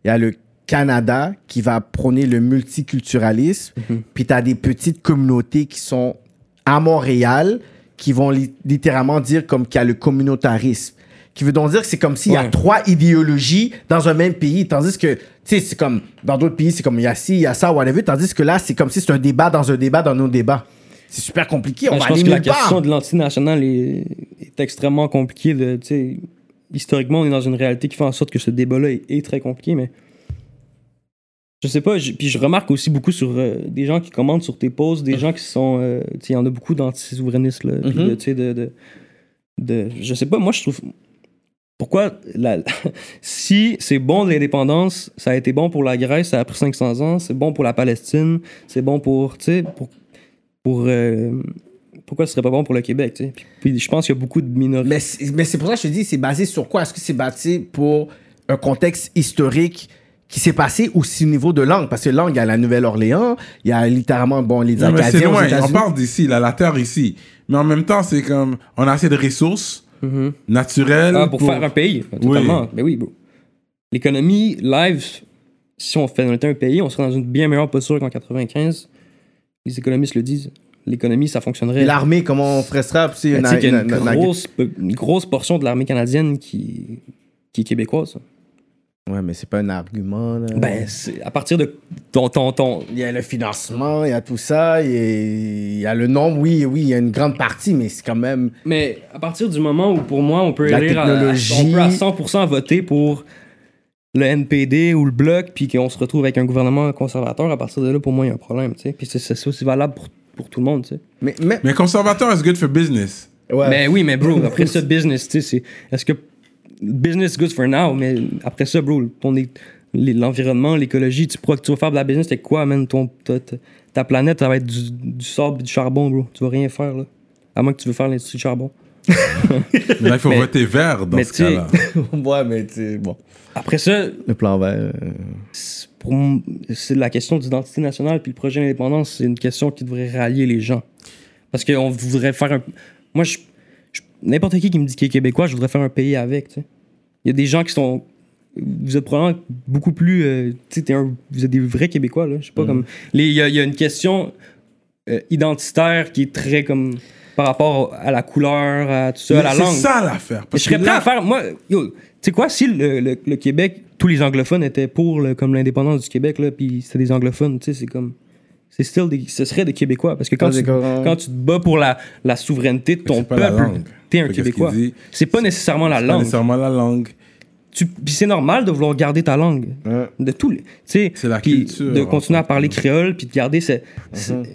[SPEAKER 4] il y a le Canada qui va prôner le multiculturalisme,
[SPEAKER 5] Mhm.
[SPEAKER 4] puis tu as des petites communautés qui sont à Montréal qui vont li- littéralement dire comme qu'il y a le communautarisme. Qui veut donc dire que c'est comme s'il y a
[SPEAKER 5] Ouais.
[SPEAKER 4] trois idéologies dans un même pays, tandis que, tu sais, c'est comme, dans d'autres pays, c'est comme il y a ci, il y a ça, whatever, tandis que là, c'est comme si c'est un débat dans un débat dans nos débats. C'est super compliqué, on
[SPEAKER 5] Ben,
[SPEAKER 4] va
[SPEAKER 5] je pense
[SPEAKER 4] aller
[SPEAKER 5] que la
[SPEAKER 4] nulle part.
[SPEAKER 5] question de l'entité nationale est, est extrêmement compliquée. De, tu sais, historiquement, on est dans une réalité qui fait en sorte que ce débat-là est, est très compliqué, mais je sais pas. je- Puis je remarque aussi beaucoup sur euh, des gens qui commentent sur tes posts, des gens qui sont. euh, tu sais, il y en a beaucoup d'anti-souverainistes. là, puis
[SPEAKER 4] Mm-hmm.
[SPEAKER 5] de, tu sais, de, de- de- je sais pas, moi je trouve. Pourquoi la, si c'est bon de l'indépendance, ça a été bon pour la Grèce, ça a pris 500 ans, c'est bon pour la Palestine, c'est bon pour, tu sais, pour, pour euh, pourquoi ce serait pas bon pour le Québec, tu sais? Puis, puis je pense qu'il y a beaucoup de minorités.
[SPEAKER 4] Mais c'est mais c'est pour ça que je te dis, c'est basé sur quoi Est-ce que c'est basé pour un contexte historique qui s'est passé aussi au niveau de langue Parce que langue, il y a la Nouvelle-Orléans, il y a littéralement, bon, les
[SPEAKER 2] Non, mais c'est
[SPEAKER 4] Acadiens aux
[SPEAKER 2] loin. On
[SPEAKER 4] États-Unis.
[SPEAKER 2] parle d'ici, là, la terre ici. Mais en même temps, c'est comme. On a assez de ressources naturelles.
[SPEAKER 5] Ah, Mm-hmm. pour, faire un pays, totalement. Mais oui, bro. L'économie live, si on fait on était un pays, on serait dans une bien meilleure posture qu'en 95. Les économistes le disent. L'économie, ça
[SPEAKER 4] Et
[SPEAKER 5] fonctionnerait.
[SPEAKER 4] l'armée, comment on ferait ça Puis c'est
[SPEAKER 5] Mais
[SPEAKER 4] une-
[SPEAKER 5] tu sais qu'il y a
[SPEAKER 4] une-
[SPEAKER 5] une,
[SPEAKER 4] une- une-
[SPEAKER 5] grosse, pe- une grosse portion de l'armée canadienne qui, qui est québécoise.
[SPEAKER 4] Ouais, mais c'est pas un argument. là.
[SPEAKER 5] Ben, c'est à partir de ton. ton, ton-
[SPEAKER 4] il y a le financement, il y a tout ça, il y a- il y a le nombre, oui, oui, il y a une grande partie, mais c'est quand même.
[SPEAKER 5] Mais à partir du moment où, pour moi, on peut
[SPEAKER 4] La
[SPEAKER 5] élire à-
[SPEAKER 4] technologie.
[SPEAKER 5] on peut à 100% voter pour le NPD ou le Bloc, puis qu'on se retrouve avec un gouvernement conservateur, à partir de là, pour moi, il y a un problème. tu sais. Puis c'est- c'est aussi valable pour, pour tout le monde. tu sais.
[SPEAKER 4] Mais, mais,
[SPEAKER 2] Mais conservateur is good for business.
[SPEAKER 4] ouais.
[SPEAKER 5] Mais oui, mais bro, après ça, business, tu sais, c'est. Est-ce que. Business good for now, mais après ça, bro, ton é- les- l'environnement, l'écologie, tu pourras que tu vas faire de la business, c'est quoi, man? Ton, ta, ta- ta planète, ça va être du, du sable et du charbon, bro. Tu vas rien faire, là. À moins que tu veux faire l'industrie du charbon.
[SPEAKER 2] Mais là, il faut
[SPEAKER 5] Mais-
[SPEAKER 2] voter vert dans
[SPEAKER 5] mais
[SPEAKER 2] ce
[SPEAKER 5] tu sais-
[SPEAKER 2] cas-là.
[SPEAKER 4] ouais, mais tu sais, bon.
[SPEAKER 5] Après ça,
[SPEAKER 4] Le plan vert. euh,
[SPEAKER 5] c'est- pour m- c'est la question d'identité nationale, puis le projet d'indépendance, c'est une question qui devrait rallier les gens. Parce qu'on voudrait faire un. Moi, je. je- N'importe qui qui me dit qu'il est québécois, je voudrais faire un pays avec, tu sais. Il y a des gens qui sont. Vous êtes probablement beaucoup plus. euh, tu sais, t'es un- vous êtes des vrais Québécois, là. Je sais
[SPEAKER 2] Mm.
[SPEAKER 5] pas, comme. les- Il y, a- il y a une question euh, identitaire qui est très comme. par rapport à la couleur, à tout ça, à la
[SPEAKER 2] Mais
[SPEAKER 5] langue.
[SPEAKER 2] C'est ça l'affaire.
[SPEAKER 5] Mais
[SPEAKER 2] parce
[SPEAKER 5] je serais
[SPEAKER 2] que
[SPEAKER 5] prêt
[SPEAKER 2] là-
[SPEAKER 5] à faire. Moi, yo, tu sais quoi, si le, le- le Québec, tous les anglophones étaient pour le- comme l'indépendance du Québec, là, puis c'était des anglophones, tu sais, c'est comme. C'est still des, ce serait des Québécois. Parce que quand,
[SPEAKER 4] Ah,
[SPEAKER 5] tu,
[SPEAKER 4] d'accord, ouais.
[SPEAKER 5] quand tu te bats pour la, la souveraineté de ton
[SPEAKER 2] c'est pas la
[SPEAKER 5] peuple,
[SPEAKER 2] langue.
[SPEAKER 5] t'es un
[SPEAKER 2] Fait qu'est-ce
[SPEAKER 5] Québécois.
[SPEAKER 2] qu'il dit?
[SPEAKER 5] C'est pas nécessairement la
[SPEAKER 2] Pas
[SPEAKER 5] langue.
[SPEAKER 2] nécessairement la langue.
[SPEAKER 5] Tu- Puis c'est normal de vouloir garder ta langue.
[SPEAKER 4] Ouais.
[SPEAKER 5] De tous les. Tu sais,
[SPEAKER 2] C'est la
[SPEAKER 5] puis
[SPEAKER 2] culture,
[SPEAKER 5] De
[SPEAKER 2] en
[SPEAKER 5] continuer à
[SPEAKER 2] fait.
[SPEAKER 5] parler créole, puis de garder. ce- ce-
[SPEAKER 4] Uh-huh.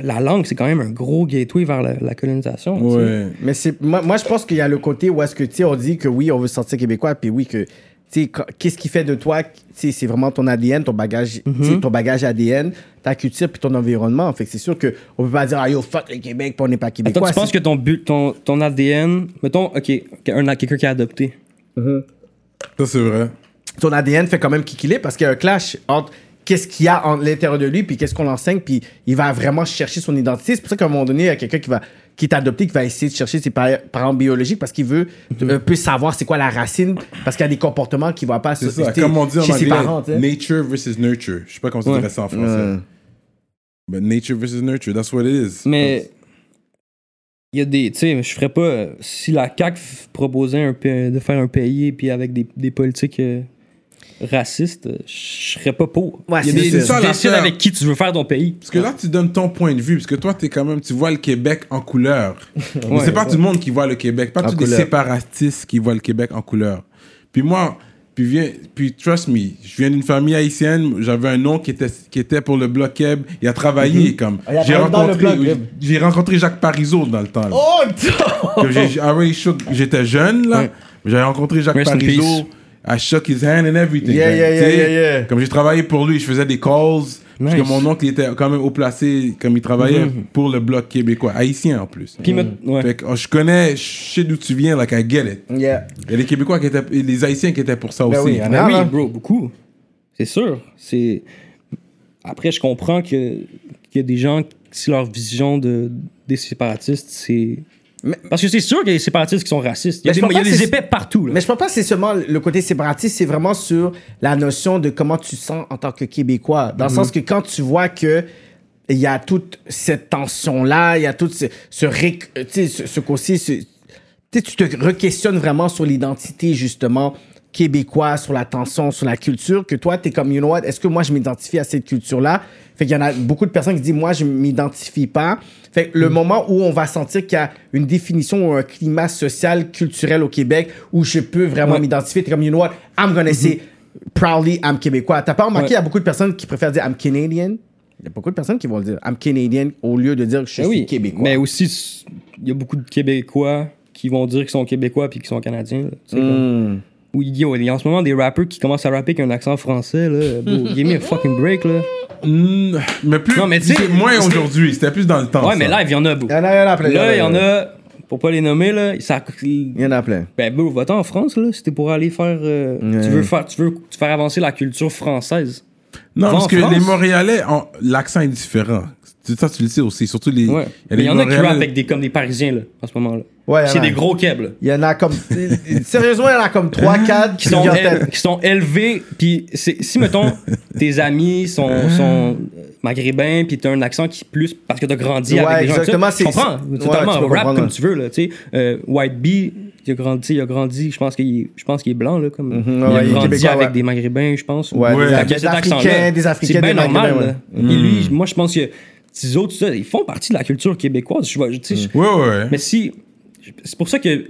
[SPEAKER 5] La langue, c'est quand même un gros gateway vers la, la colonisation. tu sais.
[SPEAKER 2] Ouais.
[SPEAKER 4] Mais c'est moi, moi je pense qu'il y a le côté où est-ce que tu sais on dit que oui on veut sortir québécois puis oui que tu sais quand- qu'est-ce qui fait de toi tu sais c'est vraiment ton ADN ton bagage tu
[SPEAKER 5] Mhm.
[SPEAKER 4] sais, ton bagage ADN ta culture puis ton environnement fait que c'est sûr que on peut pas dire ah yo fuck le Québec puis on n'est pas
[SPEAKER 5] Attends,
[SPEAKER 4] québécois
[SPEAKER 5] tu penses que ton, but, ton, ton ADN, mettons, ok, un- quelqu'un qui a adopté.
[SPEAKER 2] Ça, c'est vrai.
[SPEAKER 4] C'est- ton ADN fait quand même qu'il est parce qu'il y a un clash entre qu'est-ce qu'il y a en l'intérieur de lui puis qu'est-ce qu'on l'enseigne puis il va vraiment chercher son identité c'est pour ça qu'à un moment donné il y a quelqu'un qui va qui est adopté qui va essayer de chercher ses par- parents biologiques parce qu'il veut
[SPEAKER 2] Mhm.
[SPEAKER 4] un peu savoir c'est quoi la racine parce qu'il y a des comportements qu'il va pas
[SPEAKER 2] C'est ça.
[SPEAKER 4] société
[SPEAKER 2] Comme on dit en
[SPEAKER 4] chez ses
[SPEAKER 2] anglais,
[SPEAKER 4] parents tu sais.
[SPEAKER 2] nature versus nurture. Je sais pas comment ça
[SPEAKER 5] Ouais.
[SPEAKER 2] dirait ça en français.
[SPEAKER 4] Mm.
[SPEAKER 2] But nature versus nurture, that's what it is.
[SPEAKER 5] Mais il y a des. Tu sais, je ferais pas. Si la CAQ f- proposait un, pa- de faire un pays puis avec des, des politiques euh, racistes, euh, je serais pas pour.
[SPEAKER 4] Ouais,
[SPEAKER 5] Il y
[SPEAKER 4] c'est-
[SPEAKER 5] a des-
[SPEAKER 4] c'est
[SPEAKER 2] ça
[SPEAKER 5] tu décides
[SPEAKER 2] l'affaire.
[SPEAKER 5] avec qui tu veux faire ton pays.
[SPEAKER 2] Parce que là, tu donnes ton point de vue, parce que toi, t'es quand même, tu vois le Québec en couleur. Mais
[SPEAKER 5] Ouais.
[SPEAKER 2] c'est pas tout le monde qui voit le Québec, pas
[SPEAKER 4] En
[SPEAKER 2] tous les
[SPEAKER 4] couleur.
[SPEAKER 2] séparatistes qui voient le Québec en couleur. Puis moi, puis, viens, puis trust me, je viens d'une famille haïtienne, j'avais un nom qui était, qui était pour le Bloc Québec, il a travaillé comme.
[SPEAKER 4] Mhm. Ah, Il a
[SPEAKER 2] J'ai
[SPEAKER 4] travaillé dans le
[SPEAKER 2] rencontré,
[SPEAKER 4] Bloc Québec.
[SPEAKER 2] j'ai rencontré Jacques Parizeau dans le temps. là.
[SPEAKER 4] Oh,
[SPEAKER 2] que j'ai- ah oui, shook- j'étais jeune, là.
[SPEAKER 5] Ouais.
[SPEAKER 2] mais J'avais rencontré Jacques
[SPEAKER 5] Rest in
[SPEAKER 2] Parizeau. I shook his hand and everything.
[SPEAKER 4] Yeah,
[SPEAKER 2] man,
[SPEAKER 4] yeah, yeah,
[SPEAKER 2] tu sais.
[SPEAKER 4] yeah, yeah.
[SPEAKER 2] Comme j'ai travaillé pour lui, je faisais des calls. Parce que
[SPEAKER 5] Nice. Mm-hmm.
[SPEAKER 2] mon oncle il était quand même haut placé, comme il travaillait pour le bloc québécois, haïtien en plus.
[SPEAKER 5] Puis me- ouais. Mm.
[SPEAKER 2] Fait que oh, je connais, je sais d'où tu viens, like I get it.
[SPEAKER 4] Yeah.
[SPEAKER 2] Il y a les Québécois qui étaient, et les Haïtiens qui étaient pour ça
[SPEAKER 4] Ben
[SPEAKER 2] aussi.
[SPEAKER 4] oui, hein.
[SPEAKER 5] Ben
[SPEAKER 4] Ah,
[SPEAKER 5] oui,
[SPEAKER 4] là.
[SPEAKER 5] bro, beaucoup. C'est sûr. C'est... Après, je comprends que, qu'il y a des gens, si leur vision de, des séparatistes, c'est.
[SPEAKER 4] Mais-
[SPEAKER 5] Parce que c'est sûr qu'il y a des séparatistes qui sont racistes. Il y a
[SPEAKER 4] Mais je
[SPEAKER 5] des,
[SPEAKER 4] pense
[SPEAKER 5] il y a
[SPEAKER 4] pas
[SPEAKER 5] des
[SPEAKER 4] que c'est-
[SPEAKER 5] épais partout. Là.
[SPEAKER 4] Mais je pense pas que c'est seulement le côté séparatiste, c'est vraiment sur la notion de comment tu sens en tant que Québécois. Dans le sens que quand tu vois que il y a toute cette tension-là, il y a tout ce, ce, ré- euh, tu sais, ce, ce côté, ce- tu sais, tu te re-questionnes vraiment sur l'identité, justement, québécoise, sur la tension, sur la culture, que toi, t'es comme, you know what, est-ce que moi, je m'identifie à cette culture-là? Fait qu'il y en a beaucoup de personnes qui disent, moi, je m'identifie pas. Fait que
[SPEAKER 5] Mm.
[SPEAKER 4] le moment où on va sentir qu'il y a une définition ou un climat social, culturel au Québec, où je peux vraiment
[SPEAKER 5] Ouais. Mm-hmm.
[SPEAKER 4] m'identifier, t'es comme, you know what, I'm gonna say proudly, I'm québécois. T'as pas remarqué,
[SPEAKER 5] Ouais.
[SPEAKER 4] il y a beaucoup de personnes qui préfèrent dire, I'm Canadian? Il y a beaucoup de personnes qui vont le dire. I'm Canadian au lieu de dire que je
[SPEAKER 5] Ben
[SPEAKER 4] suis
[SPEAKER 5] oui.
[SPEAKER 4] québécois. Mm.
[SPEAKER 5] Mais aussi, s- il y a beaucoup de Québécois qui vont dire qu'ils sont Québécois puis qu'ils sont Canadiens. là. Tu sais, comme-
[SPEAKER 4] Hmm.
[SPEAKER 5] Ou yo, il y a en ce moment des rappers qui commencent à rapper avec un accent français, là. Bro, give me a fucking break, là.
[SPEAKER 2] Mm, mais plus.
[SPEAKER 5] Non, mais tu sais,
[SPEAKER 2] c'est moins
[SPEAKER 5] c'est-
[SPEAKER 2] aujourd'hui, c'était plus dans le temps.
[SPEAKER 5] Ouais,
[SPEAKER 2] ça.
[SPEAKER 5] mais live, il y en a, bro.
[SPEAKER 4] Il y en a, il y en a plein.
[SPEAKER 5] Là, il y en a, pour pas les nommer, là, ça.
[SPEAKER 4] Il y en a plein.
[SPEAKER 5] Ben, bro, va-t'en en France, là, c'était pour aller faire. euh,
[SPEAKER 4] Ouais.
[SPEAKER 5] Tu veux faire, tu veux tu faire avancer la culture française.
[SPEAKER 2] Non,
[SPEAKER 5] Va
[SPEAKER 2] parce
[SPEAKER 5] en
[SPEAKER 2] que
[SPEAKER 5] France.
[SPEAKER 2] les Montréalais, en- l'accent est différent. Tu- Ça, tu le sais aussi. Surtout les.
[SPEAKER 5] Ouais.
[SPEAKER 2] y a
[SPEAKER 5] Mais il
[SPEAKER 2] les
[SPEAKER 5] y en a qui
[SPEAKER 2] Montréalais-
[SPEAKER 5] rappent avec des, comme des Parisiens, là, en ce moment-là.
[SPEAKER 4] Ouais, il y en
[SPEAKER 5] C'est
[SPEAKER 4] a.
[SPEAKER 5] des gros câbles.
[SPEAKER 4] Il y en a comme. Sérieusement, il y en a comme 3-4
[SPEAKER 5] qui sont, éle- qui sont élevés. Puis c'est- si, mettons, tes amis
[SPEAKER 4] Ah.
[SPEAKER 5] sont, sont maghrébins, puis t'as un accent qui plus parce que t'as grandi
[SPEAKER 4] Ouais,
[SPEAKER 5] avec des gens. comme ça.
[SPEAKER 4] exactement,
[SPEAKER 5] Je
[SPEAKER 4] c'est-
[SPEAKER 5] comprends.
[SPEAKER 4] ouais,
[SPEAKER 5] Totalement.
[SPEAKER 4] tu peux
[SPEAKER 5] rap
[SPEAKER 4] comprendre.
[SPEAKER 5] comme tu veux, là. Tu sais, Euh, White Bee, il a grandi, il a grandi. Je pense qu'il est- je pense qu'il est blanc, là. Comme,
[SPEAKER 4] Mhm,
[SPEAKER 5] il a
[SPEAKER 4] ouais, il est
[SPEAKER 5] grandi
[SPEAKER 4] québécois,
[SPEAKER 5] avec
[SPEAKER 4] ouais.
[SPEAKER 5] des maghrébins, je pense.
[SPEAKER 4] Ouais,
[SPEAKER 2] Ouais.
[SPEAKER 4] des-
[SPEAKER 2] Fait
[SPEAKER 5] Fait que
[SPEAKER 4] des
[SPEAKER 5] cet accent-là,
[SPEAKER 4] Africains, des Africains,
[SPEAKER 5] C'est
[SPEAKER 4] des
[SPEAKER 5] bien normal,
[SPEAKER 4] Maghrébins.
[SPEAKER 5] là.
[SPEAKER 4] ouais. Mm.
[SPEAKER 5] Et lui, moi, je pense que ces autres, tout ça, ils font partie de la culture québécoise. Je vois, tu sais,
[SPEAKER 4] Mm.
[SPEAKER 5] je-
[SPEAKER 2] Ouais, ouais, ouais.
[SPEAKER 5] mais si. C'est pour ça que.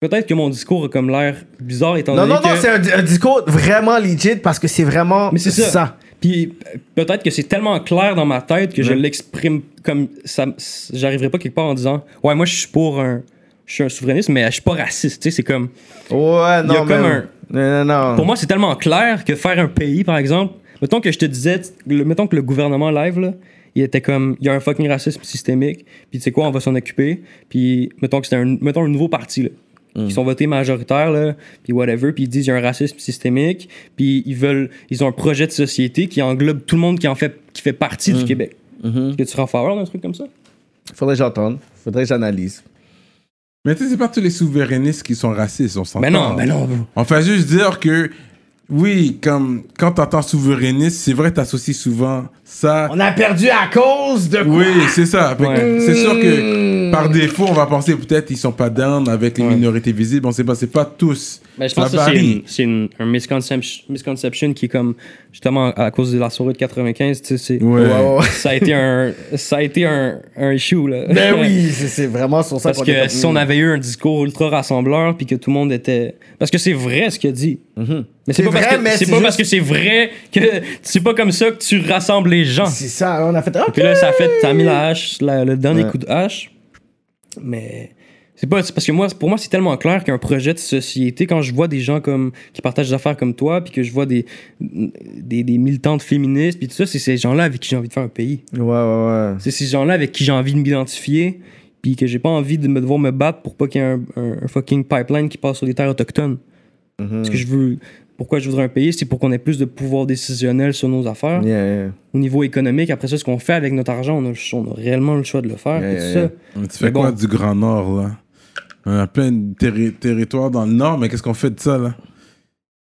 [SPEAKER 5] Peut-être que mon discours a comme l'air bizarre étant
[SPEAKER 4] Non,
[SPEAKER 5] donné
[SPEAKER 4] non, non,
[SPEAKER 5] que-
[SPEAKER 4] c'est un, un discours vraiment legit parce que c'est vraiment
[SPEAKER 5] Mais c'est ça. Puis euh, peut-être que c'est tellement clair dans ma tête que je l'exprime comme. ça s- J'arriverai pas quelque part en disant Ouais, moi, je suis pour un. Je suis un souverainiste, mais je suis pas raciste. Tu sais, c'est comme.
[SPEAKER 4] Ouais, non,
[SPEAKER 5] Il y a
[SPEAKER 4] mais-
[SPEAKER 5] comme un-
[SPEAKER 4] Non, non, non.
[SPEAKER 5] Pour moi, c'est tellement clair que faire un pays, par exemple, mettons que je te disais, le- mettons que le gouvernement live, là, il était comme, il y a un fucking racisme systémique, puis tu sais quoi, on va s'en occuper, puis mettons que c'était un, mettons un nouveau parti, là. Ils sont votés majoritaires, là, puis whatever, puis ils disent il y a un racisme systémique, puis ils veulent, ils ont un projet de société qui englobe tout le monde qui en fait, qui fait partie du Québec. Est-ce que tu seras en faveur d'un truc comme ça?
[SPEAKER 4] Faudrait que j'entende. Faudrait que j'analyse.
[SPEAKER 2] Mais tu sais, c'est pas tous les souverainistes qui sont racistes, on s'entend.
[SPEAKER 5] Ben non, ben non, bro.
[SPEAKER 2] On fait juste dire que, oui, comme quand t'entends souverainiste, c'est vrai, t'associes souvent ça.
[SPEAKER 4] On a perdu à cause de quoi?
[SPEAKER 2] Oui, c'est ça. Fait que
[SPEAKER 5] Ouais.
[SPEAKER 2] C'est sûr que par défaut, on va penser peut-être ils sont pas down avec les
[SPEAKER 5] Ouais.
[SPEAKER 2] minorités visibles. On sait pas, c'est pas tous.
[SPEAKER 5] Ben, je pense que
[SPEAKER 2] ça
[SPEAKER 5] ça, c'est,
[SPEAKER 2] varie.
[SPEAKER 5] une- c'est une- un misconception, misconception qui est comme, justement, à cause de la soirée de 95, tu sais, c'est-
[SPEAKER 2] Ouais.
[SPEAKER 4] Ouais, ouais, ouais.
[SPEAKER 5] ça a été un ça a été un, un issue là.
[SPEAKER 4] Ben oui, c'est c'est vraiment sur ça
[SPEAKER 5] Parce
[SPEAKER 4] qu'on est
[SPEAKER 5] que
[SPEAKER 4] comme-
[SPEAKER 5] si on avait eu un discours ultra rassembleur puis que tout le monde était parce que c'est vrai ce qu'il a dit. Mais c'est
[SPEAKER 4] Mhm. C'est
[SPEAKER 5] pas parce
[SPEAKER 4] vrai,
[SPEAKER 5] que
[SPEAKER 4] mais
[SPEAKER 5] c'est,
[SPEAKER 4] c'est
[SPEAKER 5] pas
[SPEAKER 4] juste-
[SPEAKER 5] parce que c'est vrai que c'est pas comme ça que tu rassembles les gens.
[SPEAKER 4] C'est ça, on a fait. OK.
[SPEAKER 5] Puis là ça a fait t'as mis la hache la- le dernier
[SPEAKER 4] Ouais.
[SPEAKER 5] coup de hache. Mais c'est pas c'est parce que moi pour moi c'est tellement clair qu'un projet de société quand je vois des gens comme qui partagent des affaires comme toi puis que je vois des des, des militantes féministes puis tout ça c'est ces gens-là avec qui j'ai envie de faire un pays.
[SPEAKER 4] Ouais, ouais, ouais.
[SPEAKER 5] C'est ces gens-là avec qui j'ai envie de m'identifier, puis que j'ai pas envie de me devoir me battre pour pas qu'il y ait un, un- un fucking pipeline qui passe sur les terres autochtones.
[SPEAKER 4] Mhm.
[SPEAKER 5] Parce que je veux. Pourquoi je voudrais un pays, c'est pour qu'on ait plus de pouvoir décisionnel sur nos affaires.
[SPEAKER 4] Yeah, yeah.
[SPEAKER 5] Au niveau économique, après ça, ce qu'on fait avec notre argent, on a, le ch- on a réellement le choix de le faire.
[SPEAKER 4] Yeah,
[SPEAKER 5] puis tout
[SPEAKER 4] yeah, yeah.
[SPEAKER 5] ça.
[SPEAKER 2] Mais Tu fais
[SPEAKER 5] Mais
[SPEAKER 2] quoi
[SPEAKER 5] bon.
[SPEAKER 2] du Grand Nord, là On a plein de terri- territoires dans le Nord, mais qu'est-ce qu'on fait de ça, là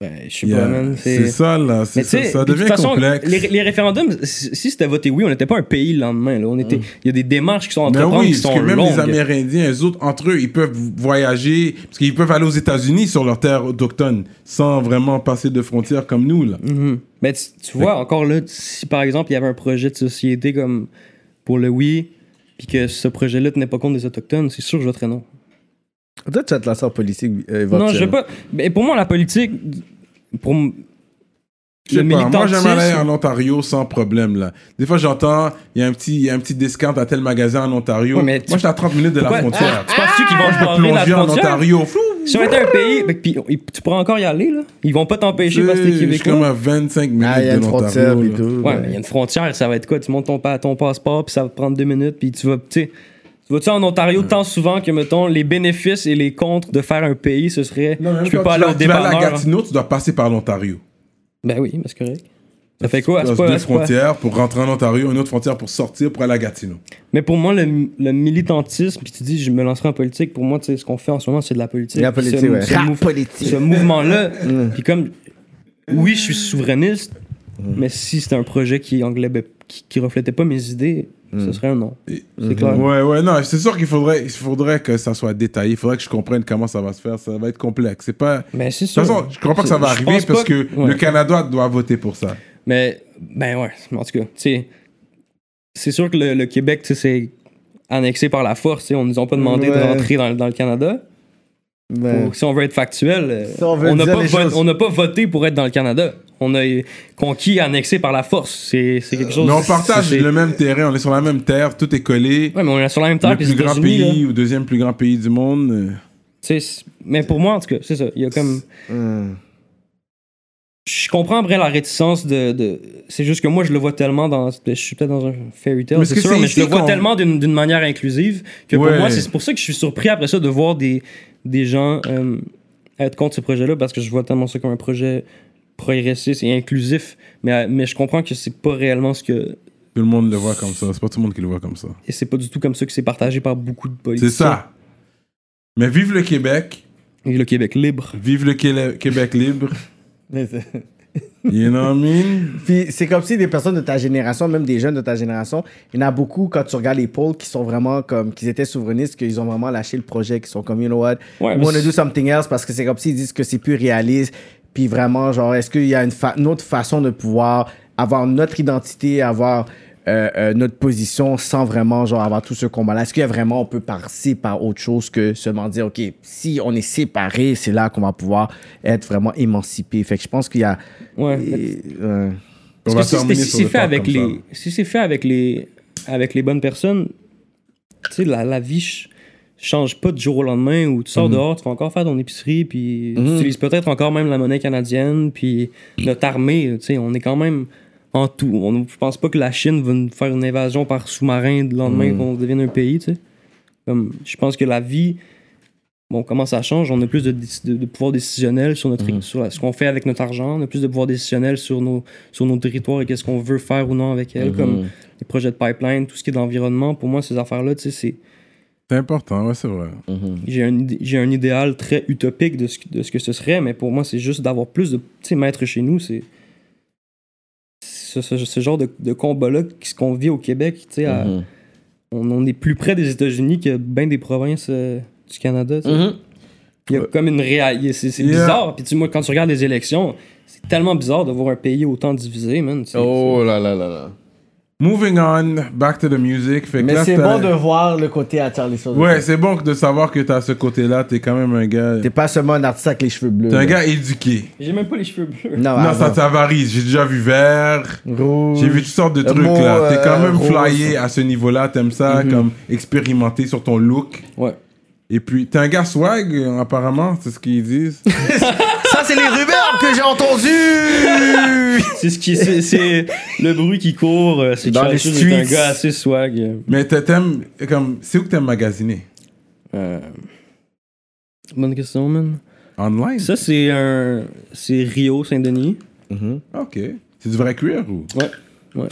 [SPEAKER 5] Ben, je sais
[SPEAKER 2] Yeah.
[SPEAKER 5] pas, man.
[SPEAKER 2] C'est ça, là. C'est
[SPEAKER 5] Mais tu
[SPEAKER 2] ça,
[SPEAKER 5] sais,
[SPEAKER 2] ça
[SPEAKER 5] puis de
[SPEAKER 2] devient
[SPEAKER 5] toute façon,
[SPEAKER 2] complexe.
[SPEAKER 5] les, les référendums, si si c'était voté oui, on n'était pas un pays le lendemain. là. On était,
[SPEAKER 4] Mm.
[SPEAKER 5] il y a des démarches qui sont
[SPEAKER 2] Mais Ben
[SPEAKER 5] entreprises
[SPEAKER 2] oui,
[SPEAKER 5] qui
[SPEAKER 2] parce
[SPEAKER 5] sont
[SPEAKER 2] que même les
[SPEAKER 5] longues.
[SPEAKER 2] Amérindiens, eux autres, entre eux, ils peuvent voyager, parce qu'ils peuvent aller aux États-Unis sur leur terre autochtone, sans vraiment passer de frontières comme nous, là.
[SPEAKER 5] Mhm. Mais tu, tu vois, encore là, si par exemple il y avait un projet de société comme pour le oui, puis que ce projet-là tenait pas compte des Autochtones, c'est sûr que je voterais non.
[SPEAKER 4] Toi, tu vas te lancer en politique. euh,
[SPEAKER 5] Non,
[SPEAKER 4] éventuellement.
[SPEAKER 5] je sais pas. Mais pour moi, la politique, pour m-
[SPEAKER 2] Je sais
[SPEAKER 5] le
[SPEAKER 2] pas, moi
[SPEAKER 5] militantisme-
[SPEAKER 2] j'aimerais aller en Ontario sans problème là. Des fois j'entends, il y a un petit, il y a un petit discount à tel magasin en Ontario.
[SPEAKER 5] Ouais, mais tu-
[SPEAKER 2] Moi je suis à 30 minutes de la
[SPEAKER 5] Pourquoi-
[SPEAKER 2] frontière.
[SPEAKER 5] Tu penses-tu qu'ils vont
[SPEAKER 2] Ah,
[SPEAKER 5] barrer la
[SPEAKER 2] plongé en
[SPEAKER 5] frontière?
[SPEAKER 2] Ontario. Flou,
[SPEAKER 5] Si on était un pays, ben, puis ils- tu pourras encore y aller, là. Ils vont pas t'empêcher parce que t'es
[SPEAKER 2] Je suis comme
[SPEAKER 5] Québécois.
[SPEAKER 2] à 25 minutes
[SPEAKER 4] Ah, il y a
[SPEAKER 2] de
[SPEAKER 4] une frontière
[SPEAKER 2] l'Ontario.
[SPEAKER 4] et
[SPEAKER 2] là.
[SPEAKER 4] tout.
[SPEAKER 5] Ouais, mais il y a une frontière, ça va être quoi? Tu montes ton, pa- ton passeport, puis ça va te prendre deux minutes, puis tu vas, tu sais, tu vas-tu en Ontario tant souvent que, mettons, les bénéfices et les contres de faire un pays, ce serait.
[SPEAKER 2] Non, même
[SPEAKER 5] je peux
[SPEAKER 2] quand
[SPEAKER 5] pas
[SPEAKER 2] tu
[SPEAKER 5] aller
[SPEAKER 2] vas-
[SPEAKER 5] au
[SPEAKER 2] tu vas aller à
[SPEAKER 5] dépanneur. hein.
[SPEAKER 2] Gatineau, tu dois passer par l'Ontario.
[SPEAKER 5] Ben oui, mais c'est correct. Ça fait quoi?
[SPEAKER 2] Tu
[SPEAKER 5] C'est
[SPEAKER 2] passes
[SPEAKER 5] pas-
[SPEAKER 2] deux
[SPEAKER 5] c'est pas-
[SPEAKER 2] frontières pour rentrer en Ontario, une autre frontière pour sortir pour aller à Gatineau.
[SPEAKER 5] Mais pour moi, le, le militantisme, puis tu dis, je me lancerai en politique, pour moi, tu sais, ce qu'on fait en ce moment, c'est de la politique.
[SPEAKER 4] La
[SPEAKER 5] Puis
[SPEAKER 4] politique,
[SPEAKER 5] ce,
[SPEAKER 4] ouais.
[SPEAKER 5] ce
[SPEAKER 4] La
[SPEAKER 5] mouve-
[SPEAKER 4] politique.
[SPEAKER 5] ce mouvement-là, puis comme, oui, je suis souverainiste, mais si c'était un projet qui englobait, qui, qui reflétait pas mes idées, ce serait un non.
[SPEAKER 2] Et-
[SPEAKER 5] C'est clair.
[SPEAKER 2] Ouais, ouais, non, c'est sûr qu'il faudrait, il faudrait que ça soit détaillé. Il faudrait que je comprenne comment ça va se faire. Ça va être complexe. C'est pas.
[SPEAKER 5] Mais Ben, c'est
[SPEAKER 2] De
[SPEAKER 5] sûr.
[SPEAKER 2] toute façon, je crois pas que ça va
[SPEAKER 5] Je
[SPEAKER 2] arriver
[SPEAKER 5] pense
[SPEAKER 2] parce
[SPEAKER 5] pas
[SPEAKER 2] que
[SPEAKER 5] ouais.
[SPEAKER 2] le Canada doit voter pour ça.
[SPEAKER 5] Mais, ben ouais, en tout cas, tu sais, c'est sûr que le, le Québec, tu sais, c'est annexé par la force, tu sais, on nous a pas demandé de
[SPEAKER 4] Ouais.
[SPEAKER 5] rentrer dans, le- dans le Canada.
[SPEAKER 4] Ouais.
[SPEAKER 5] Faut- si on veut être factuel, euh,
[SPEAKER 4] Si on veut
[SPEAKER 5] on n'a
[SPEAKER 4] dire
[SPEAKER 5] pas,
[SPEAKER 4] les
[SPEAKER 5] vote-
[SPEAKER 4] choses.
[SPEAKER 5] on n'a pas voté pour être dans le Canada. On a eu- conquis, annexé par la force. C'est c'est quelque chose.
[SPEAKER 2] Mais on partage
[SPEAKER 5] c'est-
[SPEAKER 2] le même terrain, on est sur la même terre, tout est collé.
[SPEAKER 5] Ouais, mais on est sur la même terre
[SPEAKER 2] Le
[SPEAKER 5] que les
[SPEAKER 2] plus grand
[SPEAKER 5] États-Unis.
[SPEAKER 2] pays
[SPEAKER 5] là.
[SPEAKER 2] ou deuxième plus grand pays du monde. euh,
[SPEAKER 5] Tu sais, c'est- mais pour moi, en tout cas, c'est ça. Il y a comme.
[SPEAKER 4] Hmm.
[SPEAKER 5] Je comprends après la réticence de. de- C'est juste que moi, je le vois tellement dans. Je suis peut-être dans un fairy tale,
[SPEAKER 2] Mais est-ce
[SPEAKER 5] c'est
[SPEAKER 2] que
[SPEAKER 5] sûr,
[SPEAKER 2] c'est
[SPEAKER 5] mais je
[SPEAKER 2] ici
[SPEAKER 5] le vois
[SPEAKER 2] qu'on-
[SPEAKER 5] tellement d'une d'une manière inclusive que
[SPEAKER 2] Ouais.
[SPEAKER 5] pour moi, c'est pour ça que je suis surpris après ça de voir des, des gens euh, être contre ce projet-là parce que je vois tellement ça comme un projet progressiste et inclusif. Mais, euh, mais je comprends que c'est pas réellement ce que.
[SPEAKER 2] Tout le monde le voit comme ça. C'est pas tout le monde qui le voit comme ça.
[SPEAKER 5] Et c'est pas du tout comme ça que c'est partagé par beaucoup de
[SPEAKER 2] C'est
[SPEAKER 5] politiciens.
[SPEAKER 2] ça. Mais vive le Québec.
[SPEAKER 5] Et le Québec libre.
[SPEAKER 2] Vive le Quélé- Québec libre.
[SPEAKER 3] Mais c'est-
[SPEAKER 2] You know what I mean?
[SPEAKER 4] Puis c'est comme si des personnes de ta génération, même des jeunes de ta génération, il y en a beaucoup quand tu regardes les polls qui sont vraiment comme, qu'ils étaient souverainistes, qu'ils ont vraiment lâché le projet, qu'ils sont comme, you know what,
[SPEAKER 5] Ouais,
[SPEAKER 4] we
[SPEAKER 5] mais
[SPEAKER 4] wanna
[SPEAKER 5] c'est-
[SPEAKER 4] do something else parce que c'est comme s'ils disent que c'est plus réaliste. Puis vraiment, genre, est-ce qu'il y a une, fa- une autre façon de pouvoir avoir notre identité, avoir euh, euh, notre position sans vraiment, genre, avoir tout ce combat-là? Est-ce qu'il y a vraiment, on peut passer par autre chose que seulement dire, OK, si on est séparés, c'est là qu'on va pouvoir être vraiment émancipé. Fait que je pense qu'il y a.
[SPEAKER 5] Ouais.
[SPEAKER 4] Et- ouais.
[SPEAKER 2] On va
[SPEAKER 5] Parce que si-
[SPEAKER 2] terminer
[SPEAKER 5] si
[SPEAKER 2] sur
[SPEAKER 5] c'est
[SPEAKER 2] le
[SPEAKER 5] fait
[SPEAKER 2] top
[SPEAKER 5] avec
[SPEAKER 2] comme ça.
[SPEAKER 5] les, si c'est fait avec les, avec les bonnes personnes, tu sais, la, la vie ch- change pas du jour au lendemain où tu sors
[SPEAKER 2] Mhm.
[SPEAKER 5] dehors, tu vas encore faire ton épicerie, puis tu utilises peut-être encore même la monnaie canadienne, puis notre armée, tu sais, on est quand même en tout. On, je pense pas que la Chine va nous faire une invasion par sous-marin le lendemain
[SPEAKER 2] Mhm.
[SPEAKER 5] qu'on devienne un pays, tu sais. Comme, je pense que la vie, bon, comment ça change, on a plus de, déci- de, de pouvoir décisionnel sur, notre, sur la- ce qu'on fait avec notre argent, on a plus de pouvoir décisionnel sur nos, sur nos territoires et qu'est-ce qu'on veut faire ou non avec
[SPEAKER 4] Mm-hmm.
[SPEAKER 5] elles,
[SPEAKER 4] Mhm.
[SPEAKER 5] comme les projets de pipeline, tout ce qui est d'environnement. Pour moi, ces affaires-là, tu sais, c'est-
[SPEAKER 2] C'est important, ouais, c'est vrai.
[SPEAKER 5] j'ai un, idé- j'ai un idéal très utopique de ce, que- de ce que ce serait, mais pour moi, c'est juste d'avoir plus de. Tu sais, maître chez nous, c'est. Ce, ce- ce genre de, de combat-là qui- qu'on vit au Québec, tu sais, à-
[SPEAKER 4] Mhm.
[SPEAKER 5] on, on est plus près des États-Unis que bien des provinces euh, du Canada.
[SPEAKER 4] Mhm.
[SPEAKER 5] tu sais. Il y a comme une réalité. C'est c'est
[SPEAKER 2] Yeah.
[SPEAKER 5] bizarre. Puis tu sais, moi, quand tu regardes les élections, c'est tellement bizarre de voir un pays autant divisé, man. C'est-
[SPEAKER 3] Oh là là là là.
[SPEAKER 2] Moving on, back to the music. Fait que
[SPEAKER 3] Mais
[SPEAKER 2] là,
[SPEAKER 3] c'est
[SPEAKER 2] t'as-
[SPEAKER 3] bon de voir le côté à Charlie Sosa.
[SPEAKER 2] Ouais, c'est bon que de savoir que t'as ce côté-là. T'es quand même un gars.
[SPEAKER 4] T'es pas seulement un artiste avec les cheveux bleus.
[SPEAKER 2] T'es un
[SPEAKER 4] là.
[SPEAKER 2] gars éduqué.
[SPEAKER 5] J'ai même pas les cheveux bleus.
[SPEAKER 4] Non,
[SPEAKER 2] non, ça,
[SPEAKER 4] avant.
[SPEAKER 2] ça varie. J'ai déjà vu vert.
[SPEAKER 4] Rouge.
[SPEAKER 2] J'ai vu toutes sortes de
[SPEAKER 4] Euh,
[SPEAKER 2] trucs
[SPEAKER 4] bon,
[SPEAKER 2] là. T'es quand
[SPEAKER 4] euh,
[SPEAKER 2] même
[SPEAKER 4] rose.
[SPEAKER 2] flyé à ce niveau-là. T'aimes ça, comme expérimenter sur ton look.
[SPEAKER 5] Ouais.
[SPEAKER 2] Et puis, t'es un gars swag, euh, apparemment, c'est ce qu'ils disent.
[SPEAKER 4] Ça, c'est les rumeurs que j'ai entendues!
[SPEAKER 5] C'est ce qui. C'est c'est le bruit qui court. euh, C'est que
[SPEAKER 4] Dans les
[SPEAKER 5] Charles Schulz est un
[SPEAKER 4] streets.
[SPEAKER 5] gars assez swag. euh,
[SPEAKER 2] Mais t'a- t'aimes, comme, c'est où que t'aimes magasiner
[SPEAKER 5] euh, Bonne question, man.
[SPEAKER 2] Online
[SPEAKER 5] Ça, c'est un. C'est Rio Saint-Denis.
[SPEAKER 2] Ok. C'est du vrai cuir ou
[SPEAKER 5] Ouais. Ouais.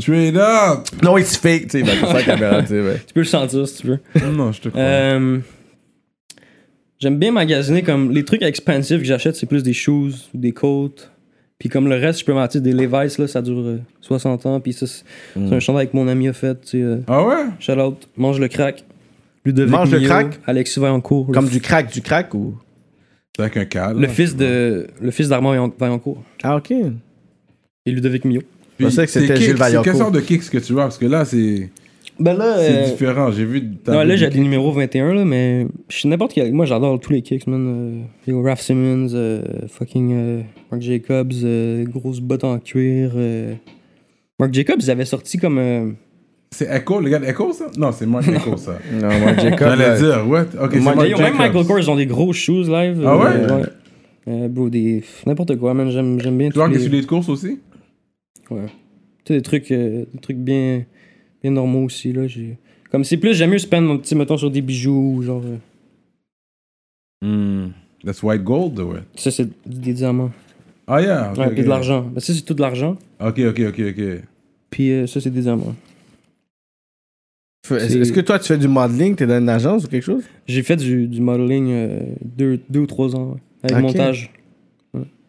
[SPEAKER 2] Straight up
[SPEAKER 4] non, it's fake, tu sais.
[SPEAKER 3] C'est ça la caméra, tu sais, ouais.
[SPEAKER 5] Tu peux le sentir si tu veux.
[SPEAKER 2] Non, je te crois.
[SPEAKER 5] Euh, J'aime bien magasiner comme les trucs expansifs que j'achète, c'est plus des shoes ou des coats. Puis comme le reste, je peux m'acheter des Levi's, là, ça dure euh, 60 ans. Puis ça, c'est
[SPEAKER 4] Mm.
[SPEAKER 5] c'est un chandail que mon ami a fait. Tu sais, euh,
[SPEAKER 2] Ah ouais
[SPEAKER 5] shout out, mange le crack. Ludovic
[SPEAKER 4] Mange le
[SPEAKER 5] Millot,
[SPEAKER 4] crack?
[SPEAKER 5] Alexis Vaillancourt. le
[SPEAKER 4] Comme
[SPEAKER 5] f-
[SPEAKER 4] du crack, du crack ou.
[SPEAKER 2] C'est avec un cal.
[SPEAKER 5] le fils de le fils d'Armand Vaillan- Vaillancourt
[SPEAKER 4] Ah, ok.
[SPEAKER 5] et Ludovic Millot.
[SPEAKER 2] Puis,
[SPEAKER 4] Je pensais que
[SPEAKER 2] tes
[SPEAKER 4] c'était
[SPEAKER 2] kicks,
[SPEAKER 4] Gilles
[SPEAKER 2] C'est
[SPEAKER 4] Vaillancourt.
[SPEAKER 2] quelle sorte de kicks que tu vois Parce que là, c'est
[SPEAKER 5] Ben là,
[SPEAKER 2] c'est différent. J'ai vu. t'as
[SPEAKER 5] Non,
[SPEAKER 2] vu
[SPEAKER 5] là,
[SPEAKER 2] du-
[SPEAKER 5] j'ai des numéros 21, là, mais je suis n'importe quel. Moi, j'adore tous les kicks, man. Euh, yo, Raph Simmons, euh, fucking euh, Mark Jacobs, euh, grosse botte en cuir. euh. Mark Jacobs, ils avaient sorti comme. euh,
[SPEAKER 2] C'est Echo, le gars d'Echo, ça Non, c'est Mike Echo, ça.
[SPEAKER 4] Non, moi, Jacob.
[SPEAKER 2] J'allais
[SPEAKER 4] là,
[SPEAKER 2] dire, what Ok, c'est
[SPEAKER 4] Mike-
[SPEAKER 2] Mike
[SPEAKER 5] yo, même
[SPEAKER 2] Jacobs.
[SPEAKER 5] euh, Michael Kors, ils ont des grosses shoes live.
[SPEAKER 2] Ah ouais?
[SPEAKER 5] Euh, bro, des. N'importe quoi, man. J'aime j'aime bien.
[SPEAKER 2] Tu vois
[SPEAKER 5] tous
[SPEAKER 2] que
[SPEAKER 5] les-
[SPEAKER 2] tu les courses aussi
[SPEAKER 5] Ouais. Tu sais, des trucs, euh, des trucs bien, bien normaux aussi, là. j'ai- Comme c'est plus, j'aime mieux spend mon petit, mettons, sur des bijoux, ou genre. euh,
[SPEAKER 2] Hmm. That's white gold, ouais.
[SPEAKER 5] Ça, c'est des diamants.
[SPEAKER 2] Ah, yeah. ok,
[SPEAKER 5] Ouais,
[SPEAKER 2] ok.
[SPEAKER 5] puis de l'argent. Ben, ça, c'est tout de l'argent.
[SPEAKER 2] Ok, ok, ok, ok.
[SPEAKER 5] Puis euh, ça, c'est des diamants.
[SPEAKER 4] f- Est-ce est-ce que toi, tu fais du modeling? T'es dans une agence ou quelque chose?
[SPEAKER 5] J'ai fait du, du modeling euh, deux, deux ou trois ans, ouais, avec
[SPEAKER 4] Ok.
[SPEAKER 5] montage.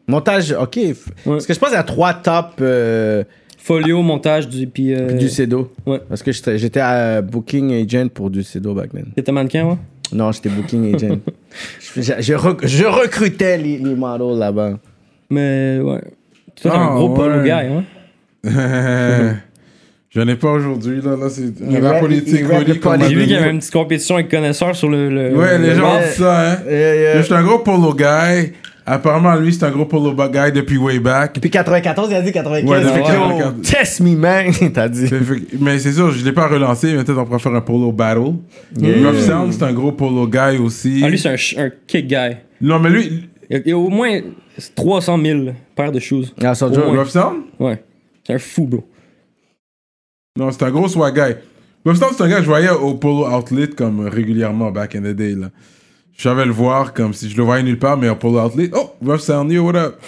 [SPEAKER 4] Montage, ok. f-
[SPEAKER 5] Ouais.
[SPEAKER 4] Parce que je pense qu'il y a trois tops euh,
[SPEAKER 5] Folio, montage, du, puis... Euh,
[SPEAKER 4] du CEDO.
[SPEAKER 5] ouais.
[SPEAKER 4] Parce que j'étais j'étais à Booking Agent pour du CEDO back then.
[SPEAKER 5] T'étais mannequin, ouais?
[SPEAKER 4] Non, j'étais Booking Agent. je, je- je rec- je recrutais les, les models là-bas.
[SPEAKER 5] Mais, ouais. Toi, t'es
[SPEAKER 2] Ah,
[SPEAKER 5] un gros polo
[SPEAKER 2] ouais.
[SPEAKER 5] guy, hein?
[SPEAKER 2] J'en ai pas aujourd'hui, là. Là, c'est
[SPEAKER 4] Il
[SPEAKER 2] un rap
[SPEAKER 4] rap-
[SPEAKER 2] politique
[SPEAKER 4] il rap
[SPEAKER 2] relié
[SPEAKER 4] le
[SPEAKER 2] qu'on m'a
[SPEAKER 4] politique.
[SPEAKER 5] J'ai vu qu'il y
[SPEAKER 2] donné.
[SPEAKER 5] avait une petite compétition avec connaisseurs sur le... le-
[SPEAKER 2] Ouais,
[SPEAKER 5] le-
[SPEAKER 2] les gens
[SPEAKER 4] Ouais.
[SPEAKER 2] disent ça, hein.
[SPEAKER 4] Euh,
[SPEAKER 2] Là,
[SPEAKER 4] euh,
[SPEAKER 2] Je suis un gros polo guy. Apparemment, lui, c'est un gros polo guy depuis way back.
[SPEAKER 4] Depuis 94, il a dit 95.
[SPEAKER 2] Ouais, depuis
[SPEAKER 4] Fait que,
[SPEAKER 2] 94.
[SPEAKER 4] yo, test me, man, t'as dit.
[SPEAKER 2] Fait- fait- Mais c'est sûr, je l'ai pas relancé, mais peut-être on pourrait faire un polo battle. Rough Sound, c'est un gros polo guy aussi.
[SPEAKER 5] Ah, lui, c'est un, ch- un kick guy.
[SPEAKER 2] Non, mais lui,
[SPEAKER 5] Il y a- il y a au moins 300 000 paires de shoes.
[SPEAKER 4] Ah, Soldier,
[SPEAKER 5] Au moins.
[SPEAKER 2] Rough Sound
[SPEAKER 5] Ouais. C'est un fou, bro.
[SPEAKER 2] Non, c'est un gros swag guy. Rough Sound, c'est un gars que je voyais au polo outlet comme euh, régulièrement back in the day. Là. Je savais le voir comme si je le voyais nulle part, mais au polo outlet. Oh, Rough Sound, yo, what up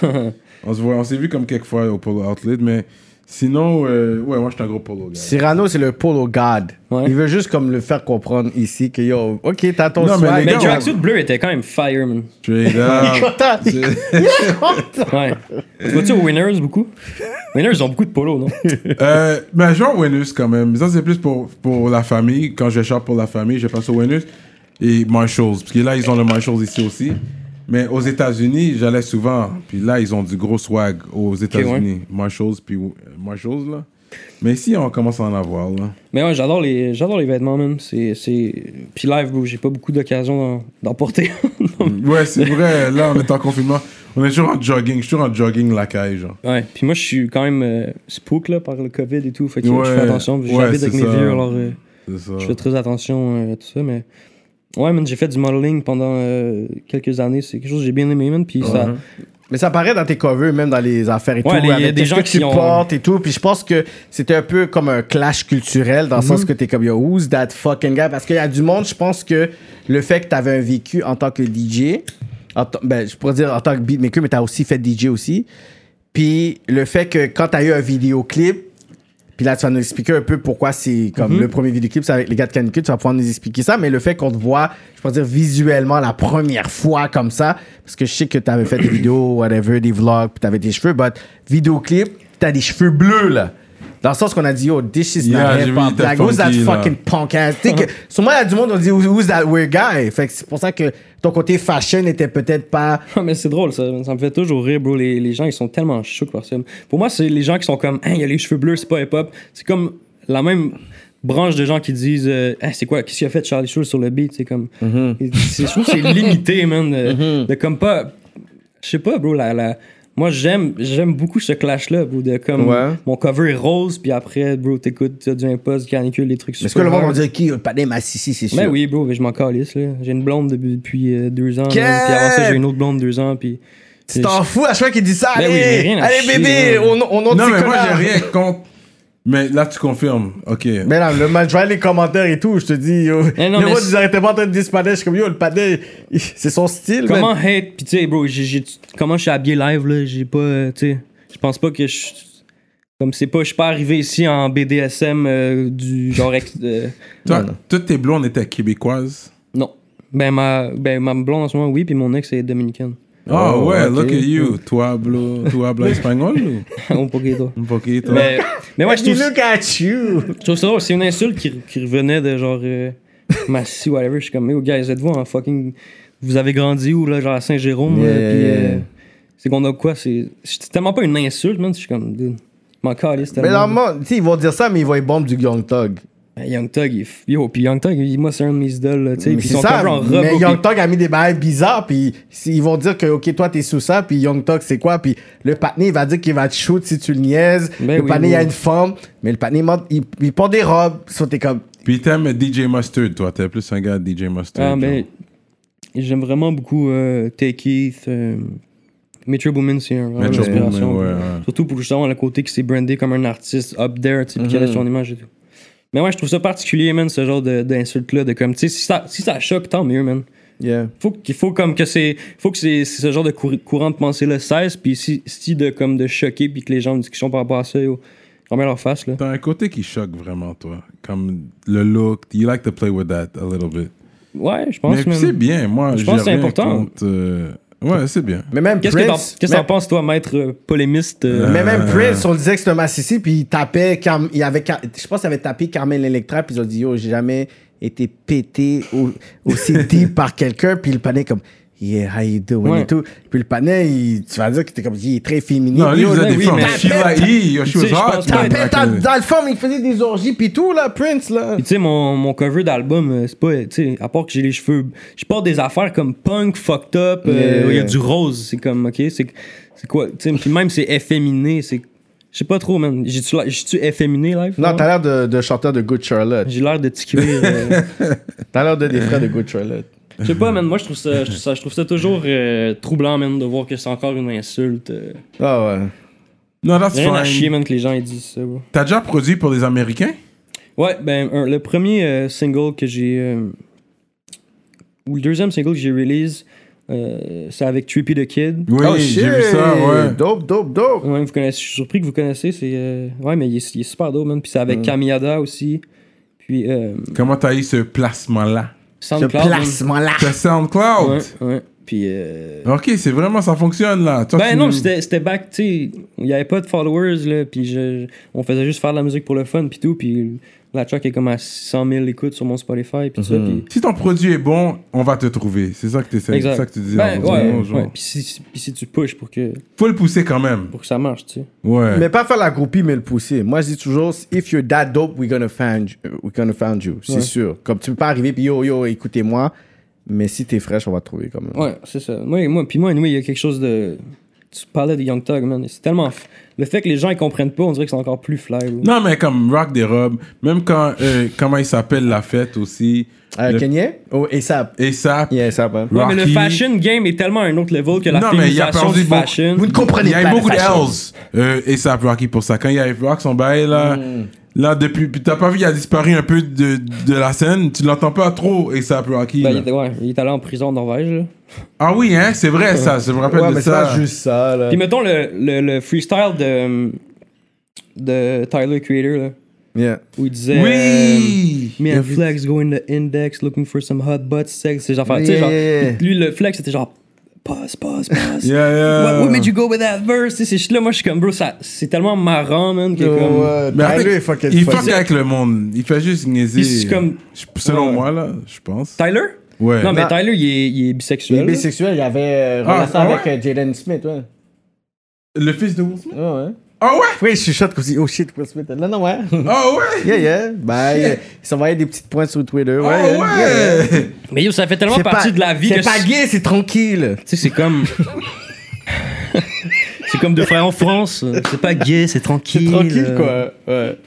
[SPEAKER 2] On se voit- on s'est vu comme quelques fois au polo outlet, mais sinon, euh, ouais, moi, je suis un gros polo guy.
[SPEAKER 4] Cyrano, c'est le polo god.
[SPEAKER 5] Ouais.
[SPEAKER 4] Il veut juste comme le faire comprendre ici que yo, ok, t'as ton
[SPEAKER 2] Non, mais
[SPEAKER 4] swag.
[SPEAKER 2] les
[SPEAKER 5] Mais
[SPEAKER 2] gars,
[SPEAKER 5] le
[SPEAKER 2] on-
[SPEAKER 5] tracksuit bleu était quand même fire, man.
[SPEAKER 2] Straight up.
[SPEAKER 4] Content.
[SPEAKER 2] C'est-
[SPEAKER 5] Ouais. tu vois-tu aux Winners beaucoup Winners, ils ont beaucoup de polo, non
[SPEAKER 2] euh, mais je vais au Winners quand même. Mais Ça, c'est plus pour, pour la famille. Quand je shop pour la famille, je passe au Winners et Marshalls. Parce que là, ils ont le Marshalls ici aussi. Mais aux États-Unis, j'allais souvent. Puis là, ils ont du gros swag aux États-Unis. Marshalls, puis euh, Marshalls, là. Mais ici, on commence à en avoir, là.
[SPEAKER 5] Mais ouais, j'adore les, j'adore les vêtements, man. C'est, c'est... Puis live, bro, j'ai pas beaucoup d'occasion d'en, d'en porter.
[SPEAKER 2] Ouais, c'est vrai. Là, on est en confinement. On est toujours en jogging. Je suis toujours en jogging la caille, genre.
[SPEAKER 5] ouais. Puis moi, je suis quand même euh, spook, là, par le COVID et tout. Fait que
[SPEAKER 2] Ouais.
[SPEAKER 5] je fais attention. J'habite
[SPEAKER 2] Ouais, c'est
[SPEAKER 5] avec mes
[SPEAKER 2] ça.
[SPEAKER 5] vieux, alors euh,
[SPEAKER 2] C'est ça.
[SPEAKER 5] je fais très attention euh, à tout ça. Mais ouais, man, j'ai fait du modeling pendant euh, quelques années. C'est quelque chose que j'ai bien aimé, man. Puis ça.
[SPEAKER 4] Mais ça paraît dans tes covers, même dans les affaires et
[SPEAKER 5] Ouais,
[SPEAKER 4] tout,
[SPEAKER 5] les-
[SPEAKER 4] avec
[SPEAKER 5] des
[SPEAKER 4] qu'est-ce
[SPEAKER 5] gens
[SPEAKER 4] que
[SPEAKER 5] qui
[SPEAKER 4] tu
[SPEAKER 5] ont-
[SPEAKER 4] portes et tout. Puis je pense que c'était un peu comme un clash culturel, dans le
[SPEAKER 5] Mhm.
[SPEAKER 4] sens que t'es comme, yo, who's that fucking guy? Parce qu'il y a du monde, je pense que le fait que t'avais un vécu en tant que DJ, en tant- ben, je pourrais dire en tant que beatmaker, mais t'as aussi fait DJ aussi. Puis le fait que quand t'as eu un vidéoclip, puis là, tu vas nous expliquer un peu pourquoi c'est comme
[SPEAKER 2] Mhm.
[SPEAKER 4] le premier vidéoclip, c'est avec les gars de Canicule, tu vas pouvoir nous expliquer ça. Mais le fait qu'on te voit, je peux dire visuellement la première fois comme ça, parce que je sais que tu avais fait des vidéos, whatever, des vlogs, puis tu avais des cheveux, but vidéoclip, tu as des cheveux bleus là. Dans le sens qu'on a dit, oh, this is
[SPEAKER 2] Yeah,
[SPEAKER 4] not
[SPEAKER 2] j'ai
[SPEAKER 4] hip
[SPEAKER 2] vu,
[SPEAKER 4] hop.
[SPEAKER 2] t'as
[SPEAKER 4] Like, who's that
[SPEAKER 2] funky, là.
[SPEAKER 4] fucking punk ass? Tu sais que, sûrement, il y a du monde, on dit, Who- who's that weird guy? Fait que c'est pour ça que ton côté fashion n'était peut-être pas.
[SPEAKER 5] Ah, mais c'est drôle, ça, ça me fait toujours rire, bro. Les, les gens, ils sont tellement chocs par ça. Pour moi, c'est les gens qui sont comme, Hein, il y a les cheveux bleus, c'est pas hip-hop. C'est comme la même branche de gens qui disent, euh, Hein, c'est quoi, qu'est-ce qu'il a fait Charlie Schulz sur le beat? C'est comme,
[SPEAKER 4] Mm-hmm.
[SPEAKER 5] c'est- je trouve que c'est limité, man. De, de comme pas, je sais pas, bro. La, la- moi, j'aime, j'aime beaucoup ce clash-là, bro. De comme,
[SPEAKER 4] Ouais.
[SPEAKER 5] mon cover est rose, puis après, bro, t'écoutes, t'as du impost, canicule, les trucs
[SPEAKER 4] Est-ce que le monde
[SPEAKER 5] hard.
[SPEAKER 4] va dire qui? Le pané Massissi, c'est sûr.
[SPEAKER 5] Ben oui, bro, mais je m'en calisse, là. J'ai une blonde depuis, depuis, euh, deux ans. man,
[SPEAKER 4] Quel-
[SPEAKER 5] Puis avant ça, j'ai une autre blonde deux ans, puis.
[SPEAKER 4] Tu t'en fous à chaque fois qu'il dit ça.
[SPEAKER 5] Ben oui, mais
[SPEAKER 4] allez,
[SPEAKER 5] rien à
[SPEAKER 4] allez
[SPEAKER 5] chier,
[SPEAKER 4] bébé,
[SPEAKER 5] là.
[SPEAKER 4] on, on, on
[SPEAKER 2] Non,
[SPEAKER 4] dit
[SPEAKER 2] mais moi, j'ai
[SPEAKER 4] connard.
[SPEAKER 2] rien contre. Mais là, tu confirmes. OK.
[SPEAKER 4] Mais Ben là, le match, je vois les commentaires et tout, je te dis, yo,
[SPEAKER 5] Eh non,
[SPEAKER 4] le
[SPEAKER 5] mais
[SPEAKER 4] monde,
[SPEAKER 5] c'est-
[SPEAKER 4] ils arrêtaient pas en train de dire ce panais, je suis comme, yo, le panais, il- c'est son style,
[SPEAKER 5] Comment
[SPEAKER 4] man.
[SPEAKER 5] hate, pis tu sais, bro, j'ai, j'ai- comment je suis habillé live, là, j'ai pas, euh, tu sais, je pense pas que je comme c'est pas, je suis pas arrivé ici en BDSM euh, du genre, ex- euh,
[SPEAKER 2] Toi, toutes tes blondes étaient québécoises.
[SPEAKER 5] non. Ben ma, ben ma blonde en ce moment, oui, puis mon ex est dominicaine.
[SPEAKER 2] Oh,
[SPEAKER 4] Oh,
[SPEAKER 2] ouais,
[SPEAKER 4] ok.
[SPEAKER 2] look at you. Tu hablo, tu hablo espagnol ou
[SPEAKER 5] Un poquito.
[SPEAKER 2] un poquito?
[SPEAKER 5] Mais, mais ouais, je
[SPEAKER 4] You
[SPEAKER 5] trouve,
[SPEAKER 4] look at you.
[SPEAKER 5] je trouve ça drôle, c'est une insulte qui, qui revenait de genre, euh, Massy, whatever, je suis comme, mais guys, êtes-vous en fucking, vous avez grandi où, là, genre à Saint-Jérôme, là,
[SPEAKER 4] Yeah,
[SPEAKER 5] puis,
[SPEAKER 4] yeah.
[SPEAKER 5] euh, c'est qu'on a quoi, c'est, c'est tellement pas une insulte, man, je suis comme, dude, m'en calisse
[SPEAKER 4] Mais
[SPEAKER 5] tellement.
[SPEAKER 4] normalement, tu sais, ils vont dire ça, mais ils vont être bombes du Young Thug.
[SPEAKER 5] Ben, Young Thug, il... f- yo, puis Young Thug, il- moi, c'est un de mes idoles, là, tu sais.
[SPEAKER 4] Mais
[SPEAKER 5] Puis
[SPEAKER 4] c'est
[SPEAKER 5] son
[SPEAKER 4] ça,
[SPEAKER 5] cover en robe.
[SPEAKER 4] mais
[SPEAKER 5] puis-
[SPEAKER 4] Young Thug a mis des bails bizarres, puis si- ils vont dire que, ok, toi, t'es sous ça, puis Young Thug, c'est quoi, puis le patné, il va dire qu'il va te shoot si tu le niaises,
[SPEAKER 5] Ben
[SPEAKER 4] le
[SPEAKER 5] oui,
[SPEAKER 4] patné, il a
[SPEAKER 5] oui.
[SPEAKER 4] une forme, mais le patné, il, il porte des robes, soit t'es comme,
[SPEAKER 2] Puis t'aimes DJ Mustard, toi. T'es plus un gars de DJ Mustard.
[SPEAKER 5] Ah, ben,
[SPEAKER 2] genre.
[SPEAKER 5] j'aime vraiment beaucoup euh, Take Keith. Euh... Metro Boomin, c'est un vraiment
[SPEAKER 2] Metro
[SPEAKER 5] une inspiration.
[SPEAKER 2] Boomin, ouais, ouais.
[SPEAKER 5] Surtout pour justement le côté qui s'est brandé comme un artiste up there, tu sais, puis
[SPEAKER 2] Mm-hmm.
[SPEAKER 5] qui a son image et tout. Mais ouais, je trouve ça particulier, man, ce genre de- d'insulte-là, de comme, tu sais, si ça, si ça choque, tant mieux, man.
[SPEAKER 4] yeah.
[SPEAKER 5] Faut qu'il faut comme que c'est faut que c'est c'est ce genre de cour- courant de pensée le 16 puis si, si de comme de choquer puis que les gens ont une discussion par rapport à ça, yo, combien leur face là.
[SPEAKER 2] T'as un côté qui choque vraiment, toi. Comme le look. You like to play with that a little bit.
[SPEAKER 5] Ouais, je pense
[SPEAKER 2] Mais
[SPEAKER 5] man.
[SPEAKER 2] c'est bien, moi.
[SPEAKER 5] Je
[SPEAKER 2] j'ai
[SPEAKER 5] pense que c'est
[SPEAKER 2] rien
[SPEAKER 5] important.
[SPEAKER 2] contre, euh, Ouais, c'est bien.
[SPEAKER 4] Mais même
[SPEAKER 5] Qu'est-ce que t'en-
[SPEAKER 4] Prince,
[SPEAKER 5] qu'est-ce que t'en
[SPEAKER 4] même-
[SPEAKER 5] penses, toi, maître euh, polémiste euh,
[SPEAKER 4] Mais même Prince, on disait que c'était un massissi, puis il tapait, Carm- il avait, Car- je pense qu'il avait tapé Carmen Electra, puis ils ont dit, yo, j'ai jamais été pété au- aussi deep par quelqu'un, puis le panier comme, Yeah, how you doing
[SPEAKER 5] Ouais.
[SPEAKER 4] et tout. Puis le panel, il- tu vas dire que t'es comme, il est très féminin.
[SPEAKER 2] Non, lui,
[SPEAKER 4] Yo,
[SPEAKER 2] vous
[SPEAKER 5] là,
[SPEAKER 2] êtes des
[SPEAKER 5] oui,
[SPEAKER 2] femmes.
[SPEAKER 5] mais-
[SPEAKER 2] She was- he- she
[SPEAKER 5] Tu
[SPEAKER 2] was
[SPEAKER 5] sais, je
[SPEAKER 2] hot,
[SPEAKER 5] pense
[SPEAKER 2] man,
[SPEAKER 5] pas-
[SPEAKER 2] back
[SPEAKER 4] Pète dans,
[SPEAKER 2] in the-
[SPEAKER 4] dans le fond, il faisait des orgies pis tout, là, Prince, là.
[SPEAKER 5] Puis tu sais, mon, mon cover d'album, euh, c'est pas, tu sais, à part que j'ai les cheveux, je porte des affaires comme punk, fucked up, euh, il
[SPEAKER 4] Yeah.
[SPEAKER 5] y a du rose, c'est comme, ok, c'est c'est quoi, tu sais, puis même c'est efféminé, c'est, je sais pas trop, man, j'ai-tu l'air- j'ai-tu efféminé live?
[SPEAKER 3] Non,
[SPEAKER 5] vraiment?
[SPEAKER 3] t'as l'air de, de chanteur de Good Charlotte.
[SPEAKER 5] J'ai l'air de tiquer. euh,
[SPEAKER 3] T'as l'air de des frères de Good Charlotte.
[SPEAKER 5] je sais pas, man, moi je trouve ça, je trouve ça, je trouve ça toujours euh, troublant, man, de voir que c'est encore une insulte. euh.
[SPEAKER 3] Ah ouais.
[SPEAKER 2] Non, that's
[SPEAKER 5] Rien à chier,
[SPEAKER 2] fine.
[SPEAKER 5] man, que les gens ils disent ça, bro.
[SPEAKER 2] T'as déjà produit pour des Américains?
[SPEAKER 5] Ouais, ben, un- le premier euh, single que j'ai. euh, ou le deuxième single que j'ai release, euh, c'est avec Trippy the Kid.
[SPEAKER 2] Oui,
[SPEAKER 3] oh,
[SPEAKER 2] j'ai vu ça, Ah ouais.
[SPEAKER 3] Dope, dope, dope.
[SPEAKER 5] Ouais, vous connaissez, je suis surpris que vous connaissez. C'est, euh, ouais, mais il est, il est super dope, man. Puis c'est avec Kamiada aussi. Puis euh,
[SPEAKER 2] Comment t'as eu ce placement-là?
[SPEAKER 4] Ce
[SPEAKER 5] SoundCloud. man.
[SPEAKER 4] placement-là.
[SPEAKER 2] C'est SoundCloud.
[SPEAKER 5] Ouais, ouais. Puis. euh,
[SPEAKER 2] Ok, c'est vraiment, ça fonctionne là. Toi,
[SPEAKER 5] ben
[SPEAKER 2] tu-
[SPEAKER 5] non, c'était c'était back, tu sais, il n'y avait pas de followers, là, puis je, on faisait juste faire de la musique pour le fun, puis tout, puis la track est comme à 100 000 écoutes sur mon Spotify, puis ça, puis...
[SPEAKER 2] Si ton produit est bon, on va te trouver. C'est ça que t'essaies- c'est ça que tu dis.
[SPEAKER 5] Ben,
[SPEAKER 2] dans-
[SPEAKER 5] ouais,
[SPEAKER 2] dans- genre.
[SPEAKER 5] ouais. Puis si, si- puis si tu pushes pour que,
[SPEAKER 2] Faut le pousser quand même.
[SPEAKER 5] pour que ça marche, tu sais.
[SPEAKER 2] Ouais.
[SPEAKER 4] Mais pas faire la groupie, mais le pousser. Moi, je dis toujours, if you're that dope, we're gonna find you. We're gonna find you. C'est
[SPEAKER 5] Ouais.
[SPEAKER 4] sûr. Comme tu peux pas arriver, puis yo, yo, écoutez-moi. Mais si t'es fraîche, on va te trouver quand même.
[SPEAKER 5] Ouais, c'est ça. Moi, moi, puis moi, anyway, il y a quelque chose de... Tu parlais de Young Thug, man, c'est tellement... f- Le fait que les gens, ils comprennent pas, on dirait que c'est encore plus fly, bro.
[SPEAKER 2] Non, mais comme Rock des Robes, même quand, euh, comment il s'appelle la fête aussi.
[SPEAKER 4] Euh,
[SPEAKER 2] Le-
[SPEAKER 4] Kenya? Oh, et ça.
[SPEAKER 2] Et ça.
[SPEAKER 4] Yeah, ça, pas.
[SPEAKER 5] Ouais, mais le
[SPEAKER 2] Rocky.
[SPEAKER 5] fashion game est tellement à un autre level que la
[SPEAKER 2] Non, mais il a
[SPEAKER 5] féminisation
[SPEAKER 2] perdu
[SPEAKER 5] du
[SPEAKER 2] beaucoup.
[SPEAKER 5] fashion.
[SPEAKER 4] Vous ne
[SPEAKER 2] Il
[SPEAKER 4] comprenez
[SPEAKER 2] y
[SPEAKER 4] pas.
[SPEAKER 2] a eu
[SPEAKER 4] la
[SPEAKER 2] beaucoup de
[SPEAKER 4] fashion.
[SPEAKER 2] Hells. Euh, et ça, Rocky pour ça. Quand il y a eu Rock, son bail là.
[SPEAKER 5] Hmm.
[SPEAKER 2] Là, depuis. puis T'as pas vu, il a disparu un peu de, de la scène. Tu l'entends pas trop, et ça, Rocky.
[SPEAKER 5] Ben,
[SPEAKER 2] là.
[SPEAKER 5] il était- ouais, il est allé en prison en Norvège, là.
[SPEAKER 2] Ah oui, hein, c'est vrai ça. Je me rappelle
[SPEAKER 4] Ouais,
[SPEAKER 2] de
[SPEAKER 4] mais c'est
[SPEAKER 2] ça.
[SPEAKER 4] pas juste ça, là.
[SPEAKER 5] Puis mettons le, le, le freestyle de, de Tyler Creator, là,
[SPEAKER 4] Yeah.
[SPEAKER 5] où il disait
[SPEAKER 2] Oui.
[SPEAKER 5] euh, Me and Flex going to index looking for some hot butt sex. C'est genre, tu sais, genre,
[SPEAKER 4] Yeah.
[SPEAKER 5] lui, le Flex, c'était genre, pause, pause, pause.
[SPEAKER 2] Yeah, yeah.
[SPEAKER 5] What, what made you go with that verse? Tu sais, Ces là moi, je suis comme, bro, ça, c'est tellement marrant, man. Que comme,
[SPEAKER 4] Ouais,
[SPEAKER 2] Ah, Mais avec-
[SPEAKER 4] euh, Tyler est fucking
[SPEAKER 2] il
[SPEAKER 4] funny.
[SPEAKER 2] fuck avec le monde. Il fait juste niaiser.
[SPEAKER 5] Puis c'est comme-
[SPEAKER 2] Je- Selon
[SPEAKER 5] Ouais.
[SPEAKER 2] moi, là, je pense.
[SPEAKER 5] Tyler?
[SPEAKER 2] Ouais.
[SPEAKER 5] Non, mais
[SPEAKER 4] Non.
[SPEAKER 5] Tyler, il est, il est
[SPEAKER 4] Il
[SPEAKER 5] bisexuel.
[SPEAKER 4] est
[SPEAKER 5] là.
[SPEAKER 4] bisexuel, il avait euh,
[SPEAKER 2] Ah,
[SPEAKER 4] relation
[SPEAKER 2] ah ouais?
[SPEAKER 4] avec euh, Jaden Smith, ouais.
[SPEAKER 2] Le fils de Will Smith?
[SPEAKER 4] Ouais, ouais.
[SPEAKER 2] Ah ouais?
[SPEAKER 4] Oui, je suis shot comme si, oh shit, Will Smith. Non, non, ouais.
[SPEAKER 2] Ah ouais?
[SPEAKER 4] yeah, yeah. Bye.
[SPEAKER 2] Shit.
[SPEAKER 4] Il s'envoyait des petites pointes sur Twitter. Ouais,
[SPEAKER 2] Ah
[SPEAKER 4] yeah, yeah, yeah.
[SPEAKER 2] ouais!
[SPEAKER 5] Mais yo, ça fait tellement
[SPEAKER 4] C'est
[SPEAKER 5] partie
[SPEAKER 4] pas-
[SPEAKER 5] de la vie que
[SPEAKER 4] C'est pas
[SPEAKER 5] c'est-
[SPEAKER 4] gay, c'est tranquille.
[SPEAKER 5] Tu sais, c'est comme. c'est comme deux frères en France. euh, C'est pas gay, c'est tranquille. euh,
[SPEAKER 4] Tranquille, quoi. Ouais.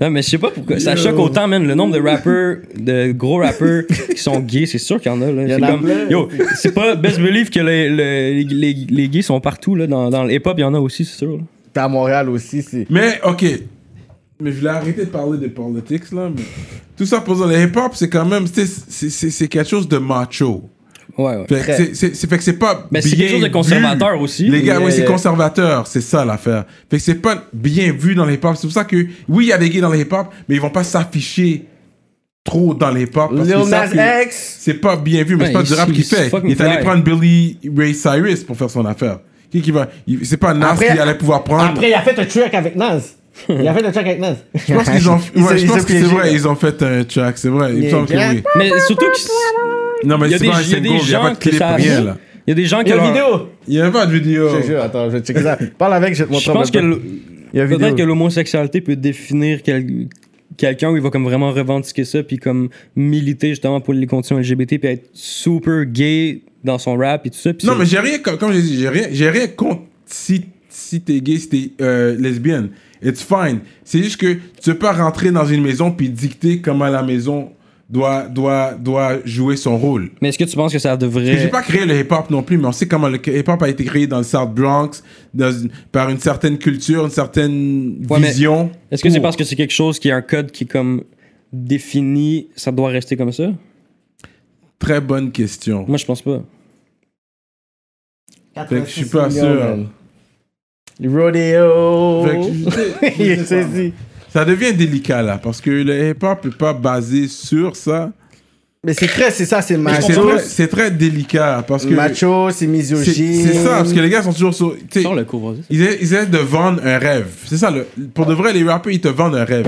[SPEAKER 5] Non, mais je sais pas pourquoi. Ça choque autant, man. Le nombre de rappers, de gros rappers qui sont gays, c'est sûr qu'il y en a. Là.
[SPEAKER 4] y en
[SPEAKER 5] C'est
[SPEAKER 4] a
[SPEAKER 5] comme-
[SPEAKER 4] plein.
[SPEAKER 5] Yo, c'est pas best believe que les, les, les, les gays sont partout. Là, dans, dans le hip-hop, il y en a aussi, c'est sûr. là.
[SPEAKER 4] T'es à Montréal aussi, c'est.
[SPEAKER 2] Mais, ok. Mais je voulais arrêter de parler de politics, là. Mais... Tout ça pour dire, le hip-hop, c'est quand même, c'est- c'est c'est- c'est quelque chose de macho.
[SPEAKER 5] Ouais, ouais.
[SPEAKER 2] Fait que c'est- c'est c'est- fait que c'est pas.
[SPEAKER 5] Mais c'est
[SPEAKER 2] bien
[SPEAKER 5] quelque chose de
[SPEAKER 2] vu.
[SPEAKER 5] conservateur aussi.
[SPEAKER 2] Les gars,
[SPEAKER 4] Yeah,
[SPEAKER 2] oui, c'est
[SPEAKER 4] yeah.
[SPEAKER 2] conservateur, c'est ça l'affaire. Fait que c'est pas bien vu dans les hip-hop. C'est pour ça que, oui, il y a des gays dans les hip-hop, mais ils vont pas s'afficher trop dans les hip-hop. parce qu'ils
[SPEAKER 4] Lil
[SPEAKER 2] savent
[SPEAKER 4] Nas
[SPEAKER 2] que
[SPEAKER 4] X.
[SPEAKER 2] C'est pas bien vu, mais
[SPEAKER 5] Ouais,
[SPEAKER 2] c'est pas du
[SPEAKER 5] il-
[SPEAKER 2] rap
[SPEAKER 5] il
[SPEAKER 2] qu'il
[SPEAKER 5] se
[SPEAKER 2] fait.
[SPEAKER 5] fucking
[SPEAKER 2] Il est allé
[SPEAKER 5] fly.
[SPEAKER 2] prendre Billy Ray Cyrus pour faire son affaire. Qui qui va il- C'est pas Nas qui
[SPEAKER 4] Après-
[SPEAKER 2] allait pouvoir prendre.
[SPEAKER 4] Après, il a fait un track avec Naz. Il a fait un track avec Naz.
[SPEAKER 2] Je pense qu'ils ont.
[SPEAKER 4] Ils
[SPEAKER 2] ouais,
[SPEAKER 4] se-
[SPEAKER 2] je
[SPEAKER 4] ils
[SPEAKER 2] pense
[SPEAKER 4] se
[SPEAKER 2] que c'est
[SPEAKER 4] piégeaient,
[SPEAKER 2] vrai,
[SPEAKER 4] là.
[SPEAKER 2] ils ont fait un track, c'est vrai. Il me
[SPEAKER 4] Les
[SPEAKER 2] semble
[SPEAKER 4] gars.
[SPEAKER 2] que oui.
[SPEAKER 5] Mais surtout que.
[SPEAKER 2] Non, mais
[SPEAKER 5] Il y a
[SPEAKER 2] c'est
[SPEAKER 5] des,
[SPEAKER 2] pas un
[SPEAKER 5] il y a
[SPEAKER 2] single,
[SPEAKER 5] des
[SPEAKER 2] il y a
[SPEAKER 5] gens
[SPEAKER 2] pas de
[SPEAKER 5] que
[SPEAKER 2] clip,
[SPEAKER 5] ça
[SPEAKER 2] rien là.
[SPEAKER 5] arrive. Il y a des gens
[SPEAKER 4] Il
[SPEAKER 5] qui.
[SPEAKER 4] y a une
[SPEAKER 5] leur-
[SPEAKER 4] vidéo.
[SPEAKER 2] Il y a pas de vidéo.
[SPEAKER 4] Je te jure, attends, je vais checker ça. Parle avec, je vais te montrer.
[SPEAKER 5] Je pense
[SPEAKER 4] un
[SPEAKER 5] que
[SPEAKER 4] peu.
[SPEAKER 5] le-
[SPEAKER 4] Il y a une vidéo.
[SPEAKER 5] peut-être que l'homosexualité peut définir quel- quelqu'un où il va comme vraiment revendiquer ça puis comme militer justement pour les conditions LGBT puis être super gay dans son rap et tout ça. puis
[SPEAKER 2] Non,
[SPEAKER 5] c'est-
[SPEAKER 2] mais j'ai rien, comme, comme j'ai dit, j'ai rien, j'ai rien contre si, si t'es gay, si t'es euh, lesbienne. It's fine. C'est juste que tu peux pas rentrer dans une maison puis dicter comment la maison doit, doit, doit jouer son rôle.
[SPEAKER 5] Mais est-ce que tu penses que ça
[SPEAKER 2] Parce que j'ai
[SPEAKER 5] devrait...
[SPEAKER 2] pas créé le hip-hop non plus, mais on sait comment le hip-hop a été créé dans le South Bronx, dans une- par une certaine culture, une certaine
[SPEAKER 5] Ouais, mais
[SPEAKER 2] vision.
[SPEAKER 5] Est-ce que c'est
[SPEAKER 2] Pour-
[SPEAKER 5] parce que c'est quelque chose qui est un code qui est comme défini, ça doit rester comme ça?
[SPEAKER 2] Très bonne question.
[SPEAKER 5] Moi, je pense pas.
[SPEAKER 2] Fait que je suis pas
[SPEAKER 4] 86
[SPEAKER 2] sûr.
[SPEAKER 4] millions, man. Le
[SPEAKER 5] Oh.
[SPEAKER 4] rodeo.
[SPEAKER 2] Fait que, je sais-
[SPEAKER 4] Il
[SPEAKER 2] je
[SPEAKER 4] est
[SPEAKER 2] sais pas.
[SPEAKER 4] saisi.
[SPEAKER 2] ça devient délicat là, parce que le hip-hop est pas basé sur ça.
[SPEAKER 4] Mais c'est très, c'est ça, c'est
[SPEAKER 2] Mais C'est
[SPEAKER 4] macho.
[SPEAKER 2] très, c'est très délicat parce que
[SPEAKER 4] Macho, c'est
[SPEAKER 2] c'est
[SPEAKER 4] misogyne.
[SPEAKER 2] c'est ça parce que les gars sont toujours sur. tu sais,
[SPEAKER 5] Sors le cours, vas-y.
[SPEAKER 2] Ils, essaient- ils essaient de vendre un rêve. C'est ça. le- pour de vrai, les rappeurs ils te vendent un rêve.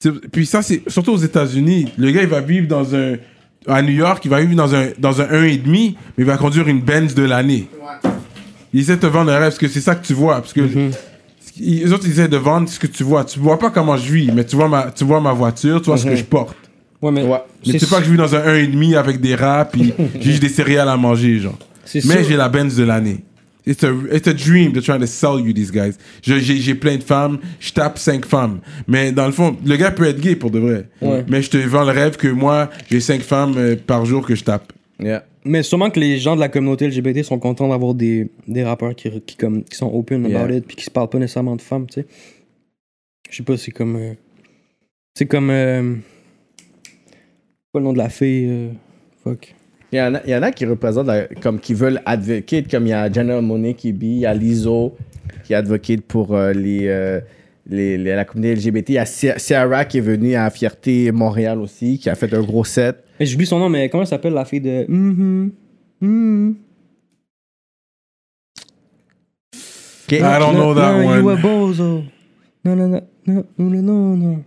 [SPEAKER 2] C'est- Puis ça c'est surtout aux États-Unis. Le gars il va vivre dans un à New York, il va vivre dans un, dans un 1,5, mais il va conduire une Benz de l'année. Il essaie de te vendre un rêve, parce que c'est ça que tu vois. Parce que
[SPEAKER 5] Mm-hmm.
[SPEAKER 2] ils- les autres, ils essaient de vendre ce que tu vois. Tu vois pas comment je vis, mais tu vois ma, tu vois ma voiture, tu vois
[SPEAKER 5] Mm-hmm.
[SPEAKER 2] ce que je porte.
[SPEAKER 5] Ouais, mais.
[SPEAKER 4] Ouais.
[SPEAKER 2] Mais tu sais pas que je vis dans un 1,5 avec des rats, puis j'ai juste des céréales à manger, genre.
[SPEAKER 5] C'est
[SPEAKER 2] Mais
[SPEAKER 5] sûr.
[SPEAKER 2] j'ai la Benz de l'année. It's a, it's a dream they're trying to sell you, these guys. Je- J'ai j'ai plein de femmes, je tape cinq femmes. Mais dans le fond, le gars peut être gay pour de vrai.
[SPEAKER 5] Ouais.
[SPEAKER 2] Mais je te vends le rêve que moi, j'ai cinq femmes euh, par jour que je tape.
[SPEAKER 4] Yeah.
[SPEAKER 5] Mais sûrement que les gens de la communauté LGBT sont contents d'avoir des, des rappeurs qui, qui, comme, qui sont open about
[SPEAKER 4] Yeah.
[SPEAKER 5] it puis qui se parlent pas nécessairement de femmes, tu sais. Je sais pas, c'est comme. euh, c'est comme. euh, c'est quoi le nom de la fille euh, Fuck.
[SPEAKER 4] Il y, en a, il y en a qui représentent, la- comme qui veulent advocate, comme il y a General Monet qui est bi, il y a Lizzo qui est advocate pour euh, les, euh, les, les- la communauté LGBT, il y a Ci- Ciara qui est venue à Fierté Montréal aussi, qui a fait un gros set.
[SPEAKER 5] Mais Eh, j'oublie son nom, mais comment elle s'appelle la fille de. Mhm. Mhm.
[SPEAKER 4] Ok?
[SPEAKER 2] I don't know that
[SPEAKER 5] No, You
[SPEAKER 2] one.
[SPEAKER 5] a bozo. Non, non, non, non, non, non, non.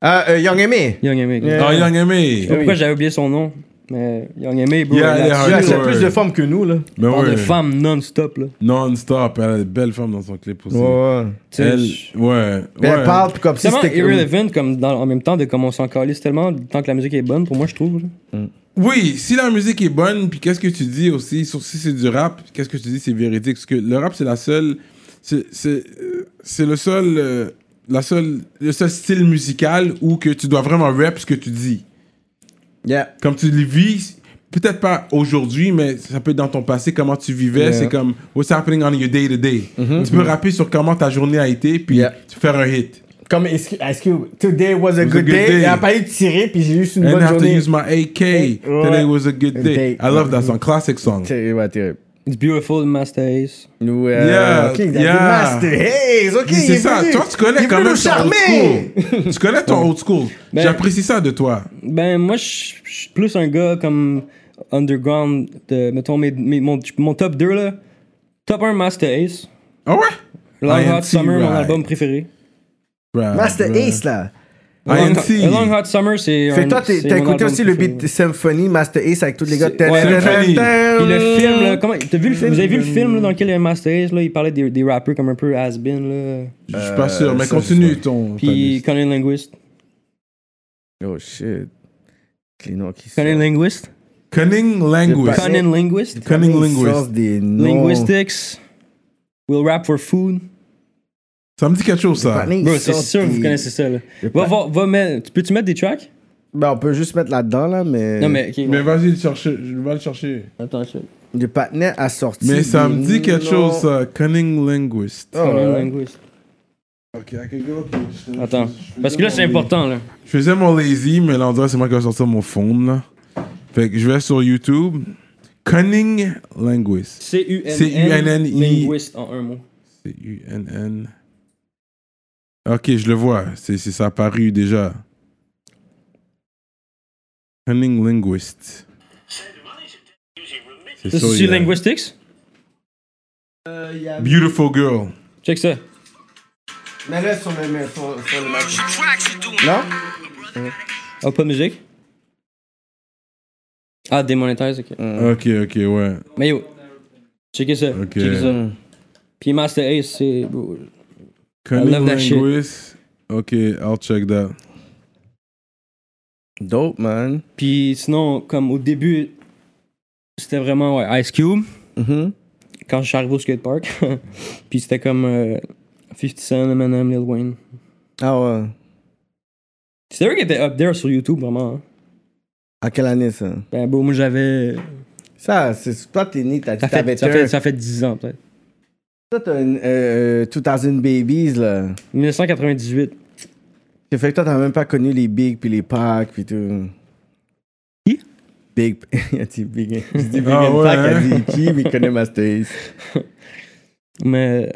[SPEAKER 4] Ah, euh, Young Aimé!
[SPEAKER 5] Young Aimé.
[SPEAKER 4] Yeah.
[SPEAKER 2] Oh,
[SPEAKER 5] Je
[SPEAKER 2] Young
[SPEAKER 5] sais
[SPEAKER 2] Aimé!
[SPEAKER 5] pas pourquoi j'avais oublié son nom, mais Young Aimé, bro,
[SPEAKER 2] Yeah,
[SPEAKER 5] elle
[SPEAKER 2] yeah,
[SPEAKER 5] a-
[SPEAKER 2] ouais.
[SPEAKER 4] Là, c'est
[SPEAKER 2] ouais.
[SPEAKER 4] plus de femmes que nous, là.
[SPEAKER 2] Mais
[SPEAKER 5] parle
[SPEAKER 2] ouais,
[SPEAKER 5] de femmes non-stop, là.
[SPEAKER 2] non-stop. Elle a des belles femmes dans son clip aussi.
[SPEAKER 5] Tu sais,
[SPEAKER 2] Elle,
[SPEAKER 5] je-
[SPEAKER 2] ouais,
[SPEAKER 4] Puis
[SPEAKER 2] ouais.
[SPEAKER 4] Elle parle comme
[SPEAKER 5] C'est
[SPEAKER 4] si
[SPEAKER 5] tellement
[SPEAKER 4] c'était...
[SPEAKER 5] irrelevant comme dans, en même temps de comment on s'en calisse tellement tant que la musique est bonne pour moi je trouve. là.
[SPEAKER 2] Oui, si la musique est bonne, puis qu'est-ce que tu dis aussi, sur si c'est du rap, qu'est-ce que tu dis c'est véridique, parce que le rap c'est la seule, c'est c'est euh, c'est le seul, euh, la seule, le seul style musical où que tu dois vraiment rap ce que tu dis.
[SPEAKER 4] Yeah.
[SPEAKER 2] Comme tu le vis, peut-être pas aujourd'hui, mais ça peut être dans ton passé comment tu vivais,
[SPEAKER 4] Yeah. Mm-hmm,
[SPEAKER 2] c'est comme what's happening on your day to day. Tu peux rapper sur comment ta journée a été, puis
[SPEAKER 4] Yeah.
[SPEAKER 2] tu faire un hit.
[SPEAKER 4] Comme, est-ce que, est-ce que today was a good, day? Elle a pas eu de tirer, puis j'ai eu juste une
[SPEAKER 2] And I
[SPEAKER 4] bonne
[SPEAKER 2] have to
[SPEAKER 4] journée.
[SPEAKER 2] use my AK.
[SPEAKER 4] Ouais.
[SPEAKER 2] Today was a good day.
[SPEAKER 4] Day.
[SPEAKER 2] I love that song, classic song.
[SPEAKER 4] Terrible, ouais, terrible.
[SPEAKER 5] It's beautiful de Master Ace.
[SPEAKER 4] Nous,
[SPEAKER 2] Yeah,
[SPEAKER 4] euh, ok, David
[SPEAKER 2] yeah.
[SPEAKER 4] Master. Hey, ok, il
[SPEAKER 2] C'est
[SPEAKER 4] est
[SPEAKER 2] ça,
[SPEAKER 4] venu.
[SPEAKER 2] toi tu
[SPEAKER 4] Il
[SPEAKER 2] connais
[SPEAKER 4] est
[SPEAKER 2] quand
[SPEAKER 4] venu
[SPEAKER 2] même
[SPEAKER 4] nous
[SPEAKER 2] ton
[SPEAKER 4] charmer.
[SPEAKER 2] old school. tu connais ton old school.
[SPEAKER 5] Ben-
[SPEAKER 2] J'apprécie ça de toi.
[SPEAKER 5] Ben moi je je suis plus un gars comme underground de mettons mes, mes- mon, mon top 2 là. Top 1 Master Ace.
[SPEAKER 2] Ah ouais?
[SPEAKER 5] Long
[SPEAKER 2] INT,
[SPEAKER 5] Hot Summer mon
[SPEAKER 2] right.
[SPEAKER 5] album préféré.
[SPEAKER 2] Bruh,
[SPEAKER 4] Master
[SPEAKER 2] bruh.
[SPEAKER 4] Ace, là.
[SPEAKER 5] Long,
[SPEAKER 2] INT.
[SPEAKER 5] A Long Hot Summer c'est
[SPEAKER 4] Fait
[SPEAKER 5] un-
[SPEAKER 4] que toi, t'es-
[SPEAKER 5] c'est
[SPEAKER 4] t'as
[SPEAKER 5] mon
[SPEAKER 4] écouté
[SPEAKER 5] album
[SPEAKER 4] aussi le
[SPEAKER 5] préféré.
[SPEAKER 4] beat Symphony, Master Ace avec tous les gars.
[SPEAKER 5] C'est- ouais.
[SPEAKER 2] Symphony.
[SPEAKER 5] Puis le
[SPEAKER 4] Euh.
[SPEAKER 5] film là, comment t'as vu le film Vous avez vu le film là, dans lequel il y a Master Ace là, il parlait des, des rappeurs comme un peu has-been là.
[SPEAKER 2] Je suis pas sûr,
[SPEAKER 4] Euh,
[SPEAKER 2] mais continue ton. ta
[SPEAKER 5] Puis
[SPEAKER 2] liste.
[SPEAKER 5] Colin Linguist.
[SPEAKER 4] Oh shit. Les noms qui
[SPEAKER 5] Colin Linguist.
[SPEAKER 2] Cunning Language.
[SPEAKER 4] Cunning-
[SPEAKER 5] Colin Linguist.
[SPEAKER 2] Cunning linguist.
[SPEAKER 4] sortent des noms.
[SPEAKER 5] Linguistics. We'll rap for food.
[SPEAKER 2] Ça me dit quelque chose ça.
[SPEAKER 4] Partner, ils
[SPEAKER 5] Bro, c'est
[SPEAKER 4] sortent
[SPEAKER 5] sûr que vous
[SPEAKER 4] des-
[SPEAKER 5] connaissez ça. Là.
[SPEAKER 4] des
[SPEAKER 5] Va,
[SPEAKER 4] pa-
[SPEAKER 5] va, va mettre- Peux-tu mettre des tracks?
[SPEAKER 4] Ben, on peut juste mettre là-dedans, là, mais.
[SPEAKER 5] Non, mais. ok,
[SPEAKER 2] Euh, Mais
[SPEAKER 5] bon.
[SPEAKER 2] vas-y, le chercher. je vais le chercher.
[SPEAKER 5] Attends, je
[SPEAKER 4] Le partenaire a sorti.
[SPEAKER 2] Mais ça
[SPEAKER 4] des
[SPEAKER 2] me dit quelque
[SPEAKER 4] noms.
[SPEAKER 2] chose ça. Cunning Linguist.
[SPEAKER 4] Ah, ouais.
[SPEAKER 5] Colin Linguist.
[SPEAKER 2] Ok, I can go, ok. Je-
[SPEAKER 5] Attends.
[SPEAKER 2] je- je
[SPEAKER 5] Parce
[SPEAKER 2] faisais
[SPEAKER 5] que là,
[SPEAKER 2] mon
[SPEAKER 5] c'est
[SPEAKER 2] lazy.
[SPEAKER 5] important, là.
[SPEAKER 2] Je faisais mon lazy, mais là, on dirait que c'est moi qui vais sortir mon phone là. Fait que je vais sur YouTube. Cunning Linguist.
[SPEAKER 5] C-U-N-N.
[SPEAKER 2] C-U-N-N-I.
[SPEAKER 5] Linguist en un mot.
[SPEAKER 2] C'est UNN. Ok, je le vois. C'est, c'est ça apparu déjà. Cunning Linguist. C'est
[SPEAKER 5] Ça,
[SPEAKER 2] ça,
[SPEAKER 5] c'est
[SPEAKER 2] il y a-
[SPEAKER 5] Linguistics?
[SPEAKER 2] Beautiful Girl.
[SPEAKER 5] Check ça.
[SPEAKER 4] Mais là, sur le. mais sur- sur le mic. Non?
[SPEAKER 5] Ah, pas de musique? Ah, démonétise, ok.
[SPEAKER 2] Ok, ok, ouais.
[SPEAKER 5] Mais yo. Checkez ça.
[SPEAKER 2] Ok.
[SPEAKER 5] Checkez ça. Puis Master Ace, c'est.
[SPEAKER 2] Cunning
[SPEAKER 5] love that shit.
[SPEAKER 2] Linguist. Ok, I'll check that.
[SPEAKER 4] Dope, man.
[SPEAKER 5] Puis sinon, comme au début, c'était vraiment ouais, Ice Cube.
[SPEAKER 4] Mhm.
[SPEAKER 5] quand je suis arrivé au skatepark. puis c'était comme euh, 50 Cent, Eminem, Lil Wayne.
[SPEAKER 4] Ah ouais.
[SPEAKER 5] C'est eux qui étaient up there sur YouTube, vraiment. hein.
[SPEAKER 4] À quelle année ça?
[SPEAKER 5] Ben, bon, moi j'avais.
[SPEAKER 4] Ça, c'est toi, t'es né, t'as dit
[SPEAKER 5] Ça fait,
[SPEAKER 4] t'avais
[SPEAKER 5] ça,
[SPEAKER 4] un-
[SPEAKER 5] fait, ça fait 10 ans, peut-être.
[SPEAKER 4] Toi, t'as une euh, euh, 2000 Babies, là.
[SPEAKER 5] 1998.
[SPEAKER 4] Ça fait que toi, t'as même pas connu les Big puis les Pac puis tout.
[SPEAKER 5] Qui?
[SPEAKER 4] Big. Il a dit Big. Je dis Big
[SPEAKER 2] Ah
[SPEAKER 4] and
[SPEAKER 2] ouais,
[SPEAKER 4] Pac, il a
[SPEAKER 2] hein?
[SPEAKER 4] dit qui, mais il connaît Master Ace.
[SPEAKER 5] Mais.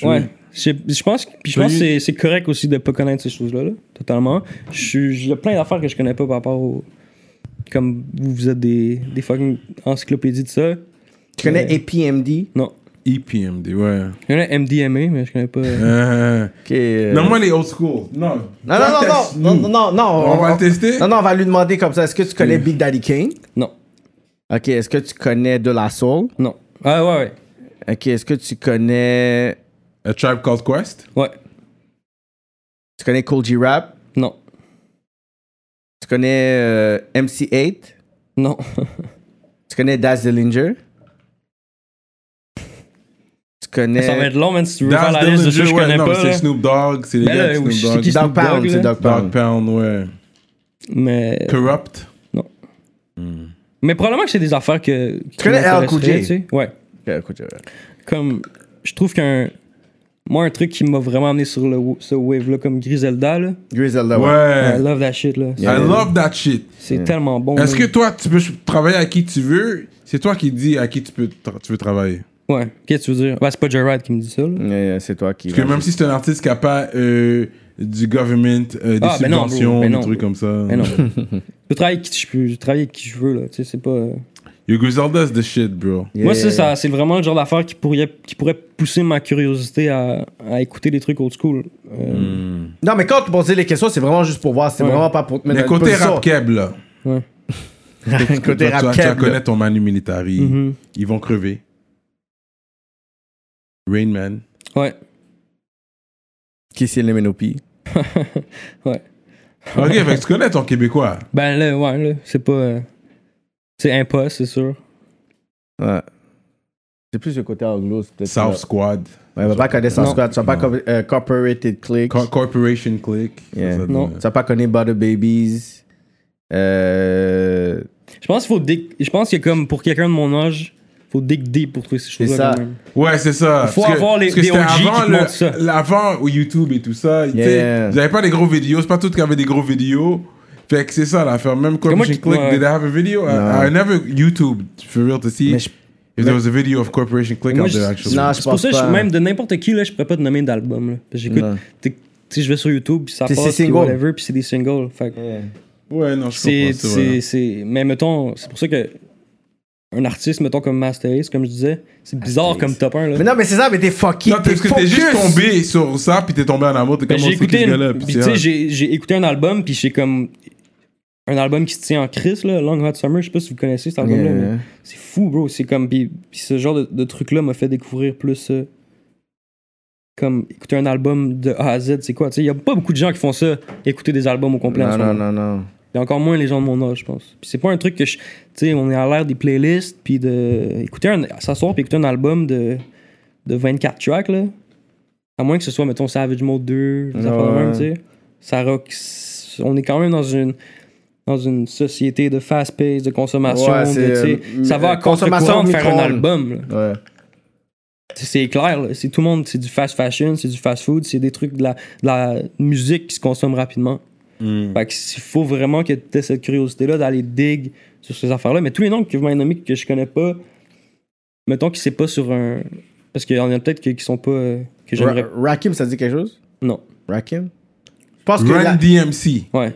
[SPEAKER 2] Je-
[SPEAKER 5] ouais. Je je pense, que- puis je pense que c'est- c'est correct aussi de pas connaître ces choses-là, là, totalement. Je suis- Il y a plein d'affaires que je connais pas par rapport au. Comme vous, vous êtes des, des fucking encyclopédies de ça.
[SPEAKER 4] Tu connais APMD?
[SPEAKER 5] Non.
[SPEAKER 2] E EPMD, ouais.
[SPEAKER 5] Il y en a MDMA, mais je connais pas. euh,
[SPEAKER 2] Euh,
[SPEAKER 4] Ok, euh,
[SPEAKER 2] non, moi, les old school. Non.
[SPEAKER 4] non, non, non,
[SPEAKER 2] Teste-nous.
[SPEAKER 4] non, non, non, non,
[SPEAKER 2] On va le tester?
[SPEAKER 4] Non, non, on va lui demander comme ça. Est-ce que tu connais Big Daddy Kane?
[SPEAKER 5] Non,
[SPEAKER 4] Ok, est-ce que tu connais De La Soul?
[SPEAKER 5] non. Ah ouais, ouais.
[SPEAKER 4] Ok, est-ce que tu connais.
[SPEAKER 2] A Tribe Called Quest?
[SPEAKER 5] Ouais,
[SPEAKER 4] Tu connais Cool G Rap?
[SPEAKER 5] non,
[SPEAKER 4] Tu connais euh, MC8?
[SPEAKER 5] non.
[SPEAKER 4] Tu connais Daz Dillinger? Tu
[SPEAKER 5] Ça va
[SPEAKER 4] connais.
[SPEAKER 5] être long, man, si tu veux
[SPEAKER 2] Dans
[SPEAKER 5] faire la liste de ceux que je connais
[SPEAKER 2] non, mais
[SPEAKER 5] pas.
[SPEAKER 2] c'est
[SPEAKER 5] là.
[SPEAKER 2] Snoop Dogg, c'est les
[SPEAKER 5] Ben
[SPEAKER 2] gars
[SPEAKER 5] là,
[SPEAKER 2] de
[SPEAKER 5] oui,
[SPEAKER 2] Snoop
[SPEAKER 5] c'est
[SPEAKER 2] Dogg.
[SPEAKER 5] qui-
[SPEAKER 4] Dog Pound,
[SPEAKER 5] Dog,
[SPEAKER 4] c'est
[SPEAKER 5] là.
[SPEAKER 4] Dog
[SPEAKER 2] Dog
[SPEAKER 4] Pound.
[SPEAKER 2] Pound, ouais.
[SPEAKER 5] Mais,
[SPEAKER 2] Corrupt?
[SPEAKER 5] mais probablement que c'est des affaires que. Tu
[SPEAKER 4] connais LL Cool J?
[SPEAKER 5] Ouais.
[SPEAKER 4] Ok, écoute, euh,
[SPEAKER 5] Comme, je trouve qu'un. Moi, un truc qui m'a vraiment amené sur le, ce wave-là, comme Griselda, là.
[SPEAKER 4] Griselda, ouais.
[SPEAKER 5] I
[SPEAKER 2] Ouais.
[SPEAKER 5] love that shit, là.
[SPEAKER 2] I love that shit.
[SPEAKER 5] C'est tellement bon.
[SPEAKER 2] Euh. Est-ce que
[SPEAKER 5] man.
[SPEAKER 2] toi, tu peux travailler à qui tu veux? C'est toi qui dis à qui tu, peux tra- tu veux travailler.
[SPEAKER 5] Ouais, qu'est-ce que tu veux dire? Bah, c'est pas Gerard qui me dit ça, là.
[SPEAKER 4] Ouais, ouais, C'est toi qui.
[SPEAKER 2] Parce que même si c'est un artiste qui n'a pas euh, du government, euh, des
[SPEAKER 5] Ah, ben non, bro,
[SPEAKER 2] subventions,
[SPEAKER 5] ben
[SPEAKER 2] des
[SPEAKER 5] non.
[SPEAKER 2] trucs comme ça.
[SPEAKER 5] Mais non. je peux travailler avec qui je peux, je travaille avec qui je veux, là. Tu sais, c'est pas. euh,
[SPEAKER 2] Yo, Griselda's the shit, bro.
[SPEAKER 5] Moi, ça, ça, c'est vraiment le genre d'affaire qui pourrait, qui pourrait pousser ma curiosité à, à écouter des trucs old school. Euh,
[SPEAKER 4] Non, mais quand tu posais les questions, c'est vraiment juste pour voir. C'est
[SPEAKER 5] Ouais.
[SPEAKER 4] vraiment pas pour te mettre
[SPEAKER 2] Mais
[SPEAKER 4] dans une
[SPEAKER 2] côté
[SPEAKER 4] position.
[SPEAKER 2] rap keb, là.
[SPEAKER 5] Ouais.
[SPEAKER 4] Côté
[SPEAKER 2] Toi,
[SPEAKER 4] rap
[SPEAKER 2] Tu vas
[SPEAKER 4] keb, là.
[SPEAKER 2] connaître ton Manu Militari.
[SPEAKER 5] Mhm.
[SPEAKER 2] Ils vont crever. Rain Man.
[SPEAKER 5] Ouais.
[SPEAKER 4] Qui c'est le MNOP?
[SPEAKER 5] ouais.
[SPEAKER 2] Ok, fait que tu connais ton Québécois.
[SPEAKER 5] Ben là, ouais, là, c'est pas. euh, c'est impost, c'est sûr.
[SPEAKER 4] Ouais. C'est plus le côté anglo, c'est peut-être.
[SPEAKER 2] South
[SPEAKER 4] ça.
[SPEAKER 2] Squad.
[SPEAKER 4] Ouais, on va pas connaître South
[SPEAKER 5] Non.
[SPEAKER 4] Squad, tu vas pas co- euh, Corporated Click,
[SPEAKER 2] Co- Corporation Click.
[SPEAKER 4] Yeah.
[SPEAKER 2] Ça, ça
[SPEAKER 5] Non.
[SPEAKER 2] donne-
[SPEAKER 4] tu vas pas connaître Butter Babies. Euh.
[SPEAKER 5] Je pense qu'il faut dig- Je pense que comme pour quelqu'un de mon âge, faut dig deep pour trouver ces
[SPEAKER 4] ça.
[SPEAKER 5] choses-là. quand même.
[SPEAKER 2] Ouais, c'est ça.
[SPEAKER 5] Il faut
[SPEAKER 2] Parce que-
[SPEAKER 5] avoir les-
[SPEAKER 2] parce que
[SPEAKER 5] des
[SPEAKER 2] c'était
[SPEAKER 5] OG qui
[SPEAKER 2] avant
[SPEAKER 5] te
[SPEAKER 2] le-
[SPEAKER 5] montrent ça.
[SPEAKER 2] L'avant au YouTube et tout ça. tu sais,
[SPEAKER 4] Yeah.
[SPEAKER 2] Vous n'avez pas des gros vidéos. C'est pas tout qui avait des gros vidéos. Fait que c'est ça l'affaire. Même
[SPEAKER 5] Comment
[SPEAKER 2] Corporation
[SPEAKER 5] tu-
[SPEAKER 2] Click,
[SPEAKER 5] ouais.
[SPEAKER 2] did I have a video? I-
[SPEAKER 4] Non.
[SPEAKER 2] I, never YouTube, for real, to see
[SPEAKER 4] Mais je-
[SPEAKER 2] if there was a video of Corporation Click
[SPEAKER 5] Moi,
[SPEAKER 2] out
[SPEAKER 5] je-
[SPEAKER 2] there, actually.
[SPEAKER 4] Non, je
[SPEAKER 5] C'est pour
[SPEAKER 4] pense
[SPEAKER 5] ça que je-
[SPEAKER 4] pas.
[SPEAKER 5] même de n'importe qui, là, je pourrais pas te nommer d'album. là. Parce que J'écoute.
[SPEAKER 4] Non.
[SPEAKER 5] t'es- Tu sais, je vais sur YouTube, puis ça
[SPEAKER 4] Puis c'est
[SPEAKER 5] passe, puis
[SPEAKER 4] single.
[SPEAKER 5] whatever, puis c'est des singles. Fait que-
[SPEAKER 2] Ouais, non, je
[SPEAKER 5] C'est,
[SPEAKER 2] comprends ça. ouais.
[SPEAKER 5] c'est, c'est- Mais mettons, c'est pour ça que un artiste, mettons comme Master Ace, comme je disais, c'est bizarre
[SPEAKER 4] Ace.
[SPEAKER 5] comme top 1. Là.
[SPEAKER 4] Mais non, mais c'est ça, mais t'es fucking.
[SPEAKER 2] Non, t'es- parce que t'es
[SPEAKER 4] focus.
[SPEAKER 2] juste tombé sur ça, puis t'es tombé en amour. T'es
[SPEAKER 5] Ben,
[SPEAKER 2] comme,
[SPEAKER 5] j'ai
[SPEAKER 2] on sait qui
[SPEAKER 5] écouté,
[SPEAKER 2] ce
[SPEAKER 5] une-
[SPEAKER 2] gars-là,
[SPEAKER 5] puis
[SPEAKER 2] puis
[SPEAKER 5] tu
[SPEAKER 2] c'est
[SPEAKER 5] sais,
[SPEAKER 2] hot.
[SPEAKER 5] j'ai, j'ai écouté un album, puis j'ai comme un album qui se tient en crise, là, Long Hot Summer. Je sais pas si vous connaissez cet album-là,
[SPEAKER 4] Yeah.
[SPEAKER 5] mais c'est fou, bro. C'est comme. Puis, puis ce genre de, de truc-là m'a fait découvrir plus. euh, comme écouter un album de A à Z, c'est quoi? Tu sais, il y a pas beaucoup de gens qui font ça, écouter des albums au complet en
[SPEAKER 4] Non,
[SPEAKER 5] ce
[SPEAKER 4] non,
[SPEAKER 5] moment.
[SPEAKER 4] non, non.
[SPEAKER 5] Et encore moins les gens de mon âge, je pense. Puis c'est pas un truc que je. Tu sais, on est à l'ère des playlists, puis de. Écouter un. S'asseoir, puis écouter un album de. de 24 tracks, là. À moins que ce soit, mettons, Savage Mode 2, des affaires de
[SPEAKER 4] Ouais.
[SPEAKER 5] même, tu sais. Ça rock. On est quand même dans une. dans une société de fast pace, de consommation.
[SPEAKER 4] Ouais,
[SPEAKER 5] de,
[SPEAKER 4] c'est,
[SPEAKER 5] tu sais,
[SPEAKER 4] euh,
[SPEAKER 5] ça va à
[SPEAKER 4] euh, consommation
[SPEAKER 5] contre-courant de faire un
[SPEAKER 4] micro-ondes.
[SPEAKER 5] album, là.
[SPEAKER 4] Ouais.
[SPEAKER 5] C'est- C'est clair, là. C'est tout le monde. C'est du fast fashion, c'est du fast food, c'est des trucs de la, de la musique qui se consomme rapidement.
[SPEAKER 4] Hmm.
[SPEAKER 5] Fait que s- il faut vraiment que tu aies cette curiosité-là d'aller dig sur ces affaires-là. Mais tous les noms que vous m'avez nommés que je connais pas, mettons qu'ils c'est pas sur un. Parce qu'il y en a peut-être que- qui sont pas. euh, que j'aimerais.
[SPEAKER 4] Ra- Rakim, ça dit quelque chose?
[SPEAKER 5] Non.
[SPEAKER 4] Rakim? Je pense que.
[SPEAKER 2] Run
[SPEAKER 4] la-
[SPEAKER 2] DMC.
[SPEAKER 5] Ouais.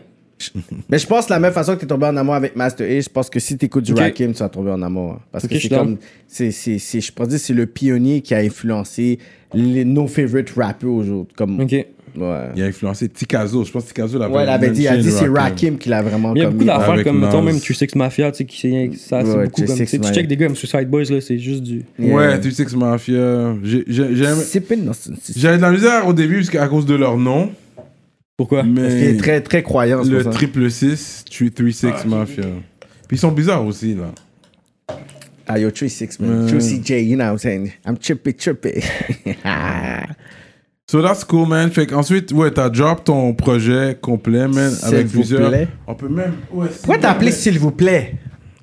[SPEAKER 4] Mais je pense de la même façon que t'es tombé en amour avec Master Ace, je pense que si t'écoutes du
[SPEAKER 5] Ok.
[SPEAKER 4] Rakim, tu vas tomber en amour. hein. Parce
[SPEAKER 5] Ok,
[SPEAKER 4] que
[SPEAKER 5] je
[SPEAKER 4] c'est
[SPEAKER 5] suis
[SPEAKER 4] comme. c'est c'est c'est- je pense que c'est le pionnier qui a influencé les, nos favorite rappers aujourd'hui. Comme.
[SPEAKER 5] Ok. Mais
[SPEAKER 4] Ouais.
[SPEAKER 2] Il a influencé Tikazo. Je pense que Tikazo l'avait
[SPEAKER 4] Ouais, il avait dit, il a dit c'est
[SPEAKER 2] mentioned,
[SPEAKER 4] Rakim qui l'a vraiment
[SPEAKER 5] Il y a
[SPEAKER 4] comme
[SPEAKER 5] beaucoup
[SPEAKER 4] mis.
[SPEAKER 5] d'affaires
[SPEAKER 2] avec
[SPEAKER 5] comme, mettons,
[SPEAKER 2] Nas.
[SPEAKER 5] même 36 Mafia, tu sais, qui c'est- ça, c'est
[SPEAKER 4] Ouais,
[SPEAKER 5] beaucoup comme.
[SPEAKER 4] 36
[SPEAKER 5] tu sais, Tu
[SPEAKER 4] Mafia.
[SPEAKER 5] check des gars comme Suicide Boys, là, c'est juste du.
[SPEAKER 2] Ouais, 36 Mafia. J'ai- j'ai- j'aime-
[SPEAKER 4] C'est pas une nonsense.
[SPEAKER 2] J'avais de la misère au début parce que- à cause de leur nom,
[SPEAKER 5] Pourquoi
[SPEAKER 4] Parce qu'il
[SPEAKER 2] mais
[SPEAKER 4] est très, très croyant. c'est
[SPEAKER 2] le
[SPEAKER 4] pour ça.
[SPEAKER 2] triple 6, 36 Mafia. Puis ils sont bizarres aussi, là.
[SPEAKER 4] Ah, yo, 3-6, man.
[SPEAKER 2] Ouais.
[SPEAKER 4] 3CJ, you know what I'm saying? I'm trippy, trippy.
[SPEAKER 2] So that's cool, man. Fait qu'ensuite, ouais, t'as drop ton projet complet, man,
[SPEAKER 4] S'il
[SPEAKER 2] avec
[SPEAKER 4] vous
[SPEAKER 2] plusieurs.
[SPEAKER 4] plaît.
[SPEAKER 2] On peut même. Ouais, s'il
[SPEAKER 4] Pourquoi
[SPEAKER 2] vous
[SPEAKER 4] t'as appelé
[SPEAKER 2] plaît.
[SPEAKER 4] s'il vous plaît?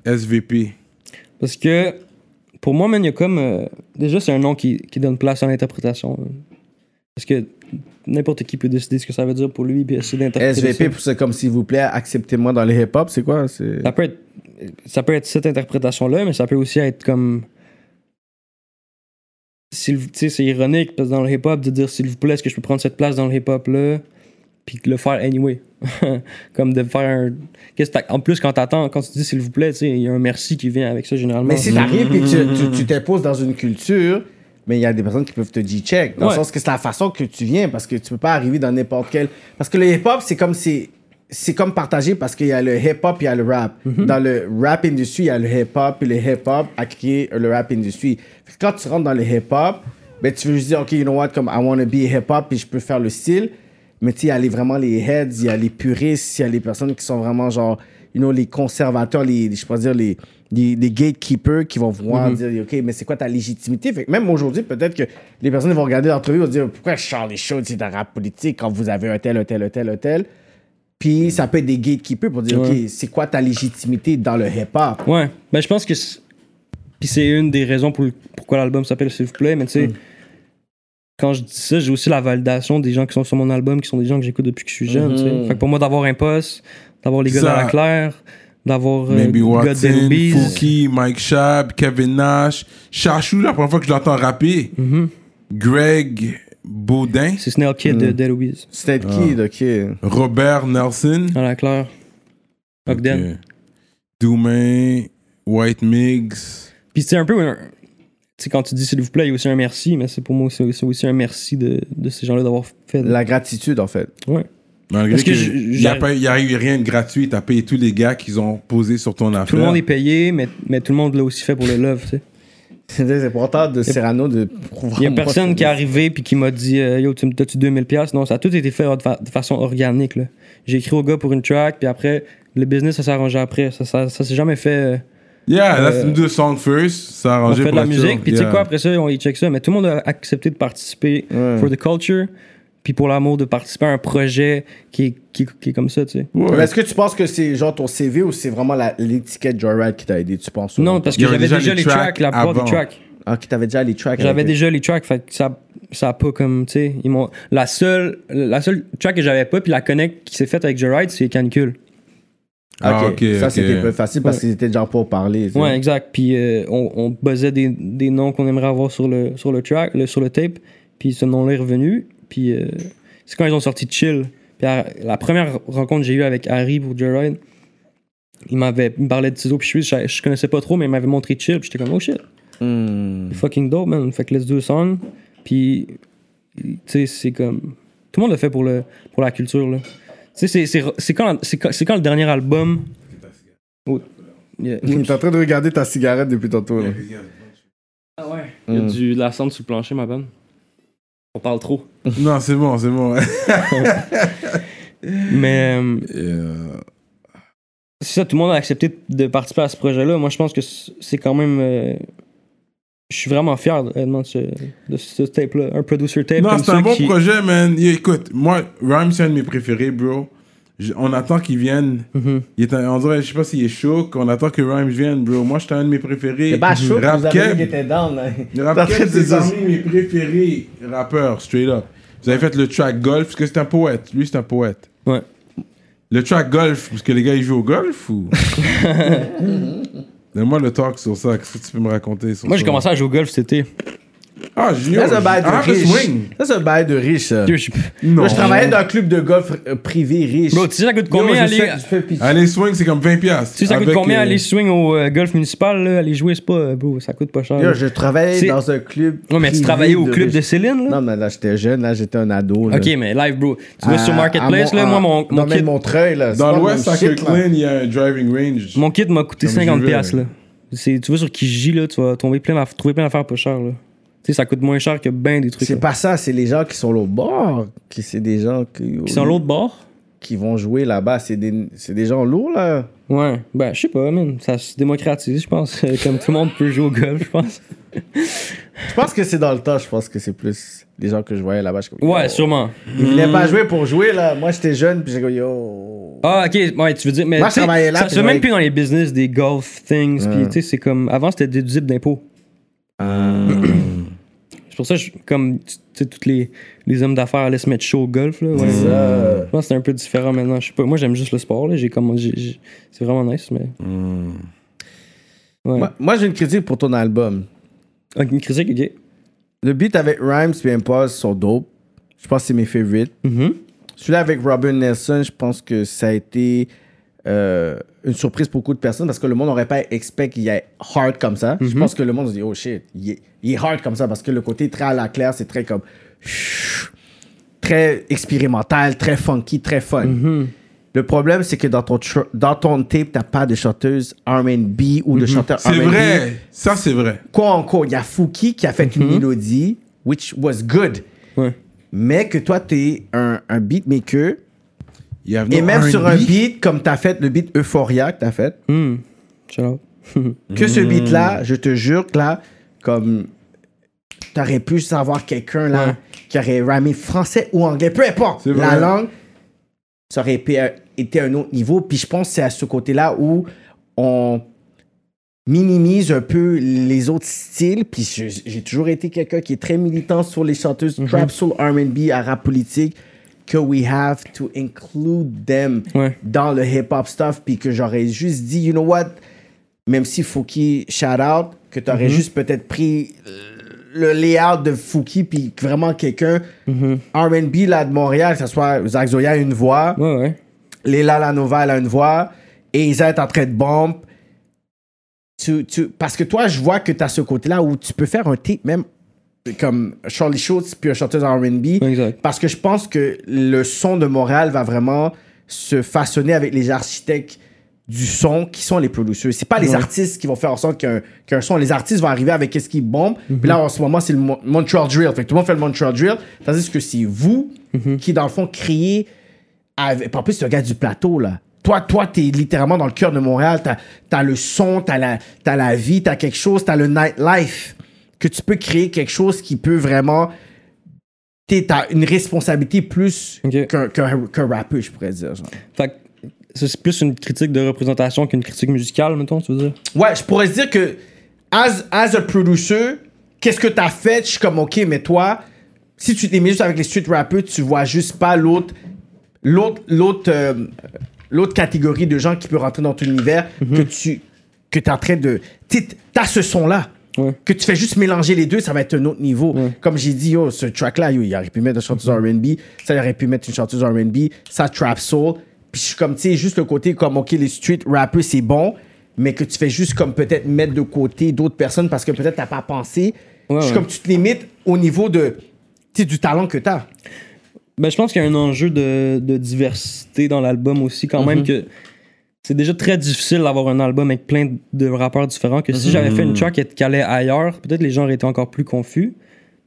[SPEAKER 2] SVP.
[SPEAKER 5] Parce que pour moi, man, il y a comme. euh, déjà, c'est un nom qui, qui donne place à l'interprétation. hein. Parce que n'importe qui peut décider ce que ça veut dire pour lui, puis essayer d'interpréter. ça.
[SPEAKER 4] SVP, pour ça, comme s'il vous plaît, acceptez-moi dans le hip-hop, c'est quoi? C'est.
[SPEAKER 5] Ça peut être, ça peut être cette interprétation-là, mais ça peut aussi être comme. s'il vous- tu sais, C'est ironique, parce que dans le hip-hop, de dire s'il vous plaît, est-ce que je peux prendre cette place dans le hip-hop-là, puis le faire anyway. comme de faire un. qu'est-ce que t'as- en plus, quand t'attends, quand tu dis s'il vous plaît, tu sais, il y a un merci qui vient avec ça généralement. Mm-hmm.
[SPEAKER 4] Mais si t'arrives et tu tu- tu t'imposes dans une culture, mais il y a des personnes qui peuvent te dire check. Dans
[SPEAKER 5] Ouais.
[SPEAKER 4] le sens que c'est la façon que tu viens, parce que tu peux pas arriver dans n'importe quel. Parce que le hip-hop, c'est comme c'est. C'est comme partagé parce qu'il y a le hip-hop, il y a le rap.
[SPEAKER 5] Mm-hmm.
[SPEAKER 4] Dans le rap industry, il y a le hip-hop, puis le hip-hop a créé le rap industry. Fait que Quand tu rentres dans le hip-hop, ben, tu veux juste dire, OK, you know what, comme I want to be hip-hop, puis je peux faire le style. Mais tu sais, il y a les- vraiment les heads, il y a les puristes, il y a les personnes qui sont vraiment genre, you know, les conservateurs, les, je peux dire, les, les, les gatekeepers qui vont voir dire, OK, mais c'est quoi ta légitimité? Fait que même aujourd'hui, peut-être que les personnes vont regarder l'entrevue et vont dire, pourquoi Charles Schultz c'est un rap politique quand vous avez un tel, un tel, un tel, un tel? Puis ça peut être des gatekeepers pour dire, OK, c'est quoi ta légitimité dans le hip-hop?
[SPEAKER 5] Ouais, ben je pense que c'est- puis c'est une des raisons pour pourquoi l'album s'appelle S'il vous plaît, mais tu sais
[SPEAKER 2] Mm.
[SPEAKER 5] quand je dis ça, j'ai aussi la validation des gens qui sont sur mon album, qui sont des gens que j'écoute depuis que je suis jeune, tu
[SPEAKER 2] Mm-hmm.
[SPEAKER 5] sais. Fait que pour moi d'avoir un poste, d'avoir les gars
[SPEAKER 2] Ça.
[SPEAKER 5] dans la claire, d'avoir euh,
[SPEAKER 2] Maybe
[SPEAKER 5] God
[SPEAKER 2] Watson,
[SPEAKER 5] Damn Bees.
[SPEAKER 2] Fouki, Mike Shab, Kevin Nash, Chachou, la première fois que je l'entends rapper,
[SPEAKER 4] Mm-hmm.
[SPEAKER 2] Greg Baudin,
[SPEAKER 5] c'est Snail Kid
[SPEAKER 2] Mm.
[SPEAKER 5] de Dead Bees,
[SPEAKER 4] C'était qui, OK?
[SPEAKER 2] Robert Nelson,
[SPEAKER 5] dans la claire. Ogden.
[SPEAKER 2] euh, Doumain, White Migs.
[SPEAKER 5] Puis c'est un peu un- tu sais, quand tu dis s'il vous plaît, il y a aussi un merci, mais c'est pour moi aussi, c'est aussi un merci de, de ces gens-là d'avoir fait.
[SPEAKER 4] La gratitude, en fait.
[SPEAKER 5] Ouais.
[SPEAKER 2] Malgré
[SPEAKER 5] Parce
[SPEAKER 2] que
[SPEAKER 5] que je-
[SPEAKER 2] il n'y a,
[SPEAKER 5] j'arrive-
[SPEAKER 2] pas- y a eu rien de gratuit, t'as payé tous les gars qu'ils ont posé sur ton affaire.
[SPEAKER 5] Tout le monde est payé, mais, mais tout le monde l'a aussi fait pour le love, tu sais.
[SPEAKER 4] C'est important de Cyrano de prouver.
[SPEAKER 5] Il y a personne qui est arrivé puis qui m'a dit euh, Yo, tu me t'as-tu 2000 pièces Non, ça a tout été fait de, fa- de façon organique. là. J'ai écrit au gars pour une track, puis après, le business, ça s'est arrangé après. Ça, ça, ça s'est jamais fait. euh,
[SPEAKER 2] Yeah, let's
[SPEAKER 5] Euh,
[SPEAKER 2] do a song first. Ça a
[SPEAKER 5] on
[SPEAKER 2] arrangé
[SPEAKER 5] fait de la
[SPEAKER 2] pour
[SPEAKER 5] musique, puis tu sais
[SPEAKER 2] yeah.
[SPEAKER 5] quoi, après ça, on y check ça. Mais tout le monde a accepté de participer
[SPEAKER 4] Ouais.
[SPEAKER 5] for the culture, puis pour l'amour de participer à un projet qui est, qui, qui est comme ça, tu sais.
[SPEAKER 2] Ouais.
[SPEAKER 4] Mais Est-ce que tu penses que c'est genre ton CV ou c'est vraiment la- l'étiquette Joyride qui t'a aidé, tu penses? ou-
[SPEAKER 5] Non, parce
[SPEAKER 2] Il y
[SPEAKER 5] que
[SPEAKER 2] avait
[SPEAKER 5] j'avais déjà,
[SPEAKER 2] déjà
[SPEAKER 5] les
[SPEAKER 2] les
[SPEAKER 5] tracks,
[SPEAKER 2] tracks
[SPEAKER 5] la plupart
[SPEAKER 2] avant.
[SPEAKER 5] des tracks.
[SPEAKER 4] Ah, ok, t'avais déjà les tracks.
[SPEAKER 5] J'avais
[SPEAKER 4] avec-
[SPEAKER 5] déjà les tracks, fait que ça, ça a pas comme, tu sais, ils m'ont... La seule, la seule track que j'avais pas, puis la connect qui s'est faite avec Joyride, c'est Canicule.
[SPEAKER 2] Ah,
[SPEAKER 4] Ok,
[SPEAKER 2] ok,
[SPEAKER 4] ça
[SPEAKER 2] ok.
[SPEAKER 4] c'était peu facile parce
[SPEAKER 5] Ouais.
[SPEAKER 4] qu'ils étaient genre pour parler. tu sais.
[SPEAKER 5] Ouais, exact. Puis euh, on, on buzzait des, des noms qu'on aimerait avoir sur le, sur le track, le- sur le tape. Puis ce nom-là est revenu. Puis euh, c'est quand ils ont sorti Chill. Puis à- la première rencontre que j'ai eue avec Harry pour Joyride, il m'avait il me parlait de Tizo puis Suisse, je, je connaissais pas trop, mais il m'avait montré Chill. Puis j'étais comme, oh shit,
[SPEAKER 4] Hmm.
[SPEAKER 5] fucking dope, man. Fait que let's do a song. Puis, tu sais, c'est comme. Tout le monde l'a fait pour, le, pour la culture, là. Tu sais, c'est- c'est- c'est quand, c'est quand, c'est quand le dernier album. Oh. Yeah.
[SPEAKER 4] Il est en train de regarder ta cigarette depuis tantôt. là.
[SPEAKER 5] Ah ouais. Il y a
[SPEAKER 4] Mm.
[SPEAKER 5] du, de la cendre sur le plancher, ma bonne. On parle trop.
[SPEAKER 2] Non, c'est bon, c'est bon.
[SPEAKER 5] Mais euh,
[SPEAKER 2] Euh,
[SPEAKER 5] c'est ça, tout le monde a accepté de participer à ce projet-là. Moi, je pense que c- c'est quand même. euh, je suis vraiment fier honnêtement, de ce, de ce tape-là. Un producer tape.
[SPEAKER 2] Non,
[SPEAKER 5] comme
[SPEAKER 2] c'est un
[SPEAKER 5] ça
[SPEAKER 2] bon
[SPEAKER 5] qui-
[SPEAKER 2] projet, man. Yo, écoute, moi, Rhyme, c'est un de mes préférés, bro. Je- on attend qu'il vienne.
[SPEAKER 5] Mhm.
[SPEAKER 2] Il est un- on dirait, je sais pas s'il est chaud, on attend que Rhyme vienne, bro. Moi, j'étais un de mes préférés.
[SPEAKER 4] C'est pas chaud, que vous
[SPEAKER 2] Rap
[SPEAKER 4] avez dit
[SPEAKER 2] Keb.
[SPEAKER 4] qu'il était down. là. T'es en
[SPEAKER 2] Rap
[SPEAKER 4] train
[SPEAKER 2] Keb,
[SPEAKER 4] de
[SPEAKER 2] c'est
[SPEAKER 4] dire-
[SPEAKER 2] parmi mes préférés rappeurs, straight up. Vous avez fait le track golf, parce que c'est un poète. Lui, c'est un poète.
[SPEAKER 5] Ouais.
[SPEAKER 2] Le track golf, parce que les gars, ils jouent au golf ou. Donne-moi le talk sur ça. Qu'est-ce que tu peux me raconter sur
[SPEAKER 5] Moi,
[SPEAKER 2] ça?
[SPEAKER 5] j'ai commencé à jouer au golf cet été.
[SPEAKER 2] Ah, Junior.
[SPEAKER 4] Ça, c'est un bail
[SPEAKER 2] ah,
[SPEAKER 4] de
[SPEAKER 2] le
[SPEAKER 4] riche.
[SPEAKER 2] swing.
[SPEAKER 4] Ça, c'est un bail de riche. ça.
[SPEAKER 5] Dieu, je suis-
[SPEAKER 2] Non.
[SPEAKER 4] Moi, je travaillais dans un club de golf euh, privé riche.
[SPEAKER 5] Bro, tu sais, ça coûte combien
[SPEAKER 4] Yo, je
[SPEAKER 5] aller.
[SPEAKER 4] sais que tu fais pitch.
[SPEAKER 2] Aller swing, c'est comme 20$. piastres.
[SPEAKER 5] Tu sais, ça coûte
[SPEAKER 2] Avec,
[SPEAKER 5] combien
[SPEAKER 2] euh,
[SPEAKER 5] aller swing au euh, golf municipal, là, aller jouer, c'est pas. euh, bro, ça coûte pas cher.
[SPEAKER 4] Yo,
[SPEAKER 5] là.
[SPEAKER 4] je travaillais
[SPEAKER 5] C'est-
[SPEAKER 4] dans un club.
[SPEAKER 5] Ouais, mais tu
[SPEAKER 4] privé
[SPEAKER 5] travaillais au
[SPEAKER 4] de
[SPEAKER 5] club
[SPEAKER 4] riche.
[SPEAKER 5] de Céline, là?
[SPEAKER 4] Non, mais là, j'étais jeune, là, j'étais un ado. là.
[SPEAKER 5] ok, mais live, bro. Tu vas
[SPEAKER 4] À-
[SPEAKER 5] sur Marketplace,
[SPEAKER 4] à
[SPEAKER 5] là, moi,
[SPEAKER 4] à-
[SPEAKER 5] Euh, mon,
[SPEAKER 4] non,
[SPEAKER 5] mon
[SPEAKER 4] mais
[SPEAKER 5] kit
[SPEAKER 4] Montreuil, là. c'est
[SPEAKER 2] Dans
[SPEAKER 4] pas le
[SPEAKER 2] l'ouest,
[SPEAKER 4] même
[SPEAKER 2] à
[SPEAKER 4] shit, là.
[SPEAKER 2] Kirkland, il y a un driving range.
[SPEAKER 5] Mon kit m'a coûté
[SPEAKER 2] Comme j'y
[SPEAKER 5] 50
[SPEAKER 2] vais,
[SPEAKER 5] pièces
[SPEAKER 2] ouais.
[SPEAKER 5] là. C'est- tu vas sur Kijiji là, tu vas tomber plein d'aff- trouver plein d'affaires pas chères là. Tu sais ça coûte moins cher que ben des trucs.
[SPEAKER 4] C'est
[SPEAKER 5] là.
[SPEAKER 4] pas ça, c'est les gens qui sont au bord. Qui, c'est des gens qui,
[SPEAKER 5] Qui sont l'autre bord
[SPEAKER 4] qui vont jouer là-bas. C'est des, c'est des gens lourds, là.
[SPEAKER 5] Ouais, ben je sais pas, man, ça se démocratise, je pense, euh, comme tout le monde peut jouer au golf, je pense.
[SPEAKER 4] Je pense que c'est dans le temps, je pense que c'est plus les gens que je voyais là-bas. je suis comme,
[SPEAKER 5] Ouais,
[SPEAKER 4] yo.
[SPEAKER 5] sûrement.
[SPEAKER 4] Ils venaient pas jouer pour jouer, là. Moi, j'étais jeune, puis j'ai comme, yo.
[SPEAKER 5] Ah OK, ouais, tu veux dire mais
[SPEAKER 4] Moi,
[SPEAKER 5] tu sais,
[SPEAKER 4] je travaillais là,
[SPEAKER 5] ça
[SPEAKER 4] puis
[SPEAKER 5] se fait même
[SPEAKER 4] j'avais-
[SPEAKER 5] plus dans les business des golf things puis tu sais c'est comme avant c'était déduisible d'impôts.
[SPEAKER 4] Ah.
[SPEAKER 5] C'est pour ça que je- comme tu sais tous les, les hommes d'affaires allaient se mettre chaud au golf là, ouais.
[SPEAKER 4] Euh,
[SPEAKER 5] Je pense que c'est un peu différent maintenant, je sais pas. Moi j'aime juste le sport là, j'ai comme j'ai- j'ai- c'est vraiment nice mais Ouais.
[SPEAKER 4] moi, moi, j'ai une critique pour ton album. Mm.
[SPEAKER 5] Ok, Une critique, ok.
[SPEAKER 4] Le beat avec Rhymes et Impulse sont dope.
[SPEAKER 2] Mm-hmm.
[SPEAKER 4] Je pense que c'est mes favorites.
[SPEAKER 5] Mhm.
[SPEAKER 4] Celui-là avec Robin Nelson, je pense que ça a été euh, une surprise pour beaucoup de personnes parce que le monde n'aurait pas expect qu'il y ait hard comme ça.
[SPEAKER 2] Mm-hmm.
[SPEAKER 4] Je pense que le monde se dit, oh shit, il est, il est hard comme ça parce que le côté très à la claire, c'est très comme. très expérimental, très funky, très fun.
[SPEAKER 2] Mm-hmm.
[SPEAKER 4] Le problème, c'est que dans ton, tr- dans ton tape, t'as pas de chanteuse R&B ou de chanteur R&B.
[SPEAKER 2] Mm-hmm. C'est vrai. Ça, c'est vrai.
[SPEAKER 4] Quoi encore, il y a Fouki qui a fait une mélodie, which was good.
[SPEAKER 5] Ouais.
[SPEAKER 4] Mais que toi, t'es un, un beatmaker.
[SPEAKER 2] Il y a
[SPEAKER 4] et même
[SPEAKER 2] R&B.
[SPEAKER 4] sur un beat, comme t'as fait le beat Euphoria que t'as fait,
[SPEAKER 5] Hmm. Shout out.
[SPEAKER 4] que ce beat-là, je te jure que là, comme t'aurais pu savoir quelqu'un là
[SPEAKER 5] Ouais.
[SPEAKER 4] qui aurait ramé français ou anglais, peu importe
[SPEAKER 2] C'est
[SPEAKER 4] la
[SPEAKER 2] vrai.
[SPEAKER 4] langue, ça aurait pu- été un autre niveau. Puis je pense que c'est à ce côté-là où on minimise un peu les autres styles. Puis je- j'ai toujours été quelqu'un qui est très militant sur les chanteuses trap, soul, R&B, à rap politique, que we have to include them
[SPEAKER 5] Ouais.
[SPEAKER 4] dans le hip-hop stuff. Puis que j'aurais juste dit, you know what, même si Fouki shout out, que tu aurais juste peut-être pris euh, le layout de Fouki, puis que vraiment quelqu'un RB là de Montréal, que ce soit Zach Zoya a une voix,
[SPEAKER 5] Ouais, ouais.
[SPEAKER 4] Léla Lanova elle a une voix, et Isa est en train de bombe. Tu, tu, parce que toi, je vois que tu as ce côté-là où tu peux faire un titre même comme Charlie Schultz puis un chanteuse en R&B.
[SPEAKER 5] Ouais, exact.
[SPEAKER 4] Parce que je pense que le son de Montréal va vraiment se façonner avec les architectes du son qui sont les producteurs. C'est pas les artistes qui vont faire en sorte qu'un qu'un son. Les artistes vont arriver avec qu'est-ce qui bombe. Puis là, en ce moment, c'est le Mo- Montreal Drill. Fait que tout le monde fait le Montreal Drill. Tandis que c'est vous qui, dans le fond, créez avec- En plus, c'est un gars du plateau, là. Toi, toi, t'es littéralement dans le cœur de Montréal. T'as as le son, t'as la, t'as la vie, t'as quelque chose, t'as le nightlife. Que tu peux créer quelque chose qui peut vraiment. T'es- T'as une responsabilité plus
[SPEAKER 5] Ok.
[SPEAKER 4] qu'un qu'un- qu'un rappeur, je pourrais dire. genre.
[SPEAKER 5] Fait que ça, c'est plus une critique de représentation qu'une critique musicale, mettons, tu veux dire.
[SPEAKER 4] Ouais, je pourrais dire que, as, as a producer, qu'est-ce que t'as fait? Je suis comme, OK, mais toi, si tu t'es mis juste avec les street rappers, tu vois juste pas l'autre, l'autre, l'autre, euh, l'autre catégorie de gens qui peut rentrer dans ton univers
[SPEAKER 5] Mhm.
[SPEAKER 4] que tu, que t'es en train de, t'sais, t'as ce son-là.
[SPEAKER 5] Ouais.
[SPEAKER 4] Que tu fais juste mélanger les deux, ça va être un autre niveau. Comme j'ai dit, yo, ce track-là, yo, il aurait pu mettre une
[SPEAKER 5] Mhm.
[SPEAKER 4] chanteuse RB, ça, il aurait pu mettre une chanteuse RB, ça, Trap Soul. Puis je suis comme, tu sais, juste le côté comme, ok, les street rappers, c'est bon, mais que tu fais juste comme peut-être mettre de côté d'autres personnes parce que peut-être t'as pas pensé.
[SPEAKER 5] Ouais,
[SPEAKER 4] je suis
[SPEAKER 5] ouais.
[SPEAKER 4] comme, tu te limites au niveau de, tu sais, du talent que t'as.
[SPEAKER 5] Ben, je pense qu'il y a un enjeu de, de diversité dans l'album aussi, quand même, que c'est déjà très difficile d'avoir un album avec plein de rappeurs différents, que si j'avais fait une track et qu'elle allait ailleurs, peut-être les gens auraient été encore plus confus.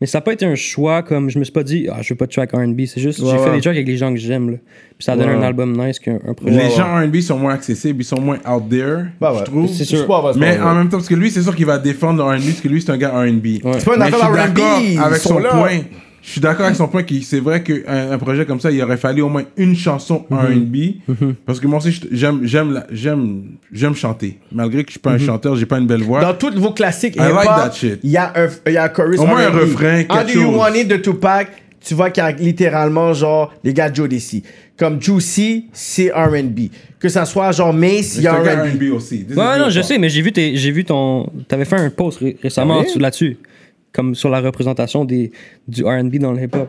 [SPEAKER 5] Mais ça n'a pas été un choix comme je me suis pas dit, ah, je veux pas de track RB, c'est juste, j'ai fait des tracks avec les gens que j'aime, là. Puis ça donne un album nice qu'un un projet.
[SPEAKER 2] Les gens R&B sont moins accessibles, ils sont moins out there,
[SPEAKER 4] Bah ouais.
[SPEAKER 2] je trouve.
[SPEAKER 5] C'est sûr.
[SPEAKER 2] Mais en même temps, parce que lui, c'est sûr qu'il va défendre le R&B, parce que lui, c'est un gars R&B.
[SPEAKER 4] C'est pas une
[SPEAKER 2] Mais je
[SPEAKER 4] affaire
[SPEAKER 2] suis
[SPEAKER 4] R&B.
[SPEAKER 2] d'accord
[SPEAKER 4] ils
[SPEAKER 2] avec
[SPEAKER 4] sont
[SPEAKER 2] son
[SPEAKER 4] là.
[SPEAKER 2] point. Je suis d'accord avec son point que c'est vrai qu'un un projet comme ça, il aurait fallu au moins une chanson
[SPEAKER 5] Mm-hmm.
[SPEAKER 2] R&B. Parce que moi aussi, je- j'aime, j'aime, la- j'aime, j'aime chanter. Malgré que je suis pas
[SPEAKER 5] Mm-hmm.
[SPEAKER 2] un chanteur, j'ai pas une belle voix.
[SPEAKER 4] Dans tous vos classiques,
[SPEAKER 2] I like
[SPEAKER 4] hip-hop,
[SPEAKER 2] that shit.
[SPEAKER 4] il y a un, il y a un chorus.
[SPEAKER 2] Au moins un
[SPEAKER 4] R&B.
[SPEAKER 2] refrain, quelque
[SPEAKER 4] How do you
[SPEAKER 2] chose.
[SPEAKER 4] want it de Tupac? Tu vois qu'il y a littéralement genre les gars de Jodeci. Comme Juicy, c'est R&B. Que ça soit genre Mace, il y
[SPEAKER 2] c'est
[SPEAKER 4] a
[SPEAKER 2] un gars
[SPEAKER 4] R&B.
[SPEAKER 2] R&B aussi. This
[SPEAKER 5] Ouais,
[SPEAKER 2] is
[SPEAKER 5] non, je
[SPEAKER 2] real
[SPEAKER 5] sais, mais j'ai vu, tes- j'ai vu ton. T'avais fait un post ré- récemment
[SPEAKER 4] Ah oui?
[SPEAKER 5] là-dessus, comme sur la représentation des, du RB dans le hip-hop.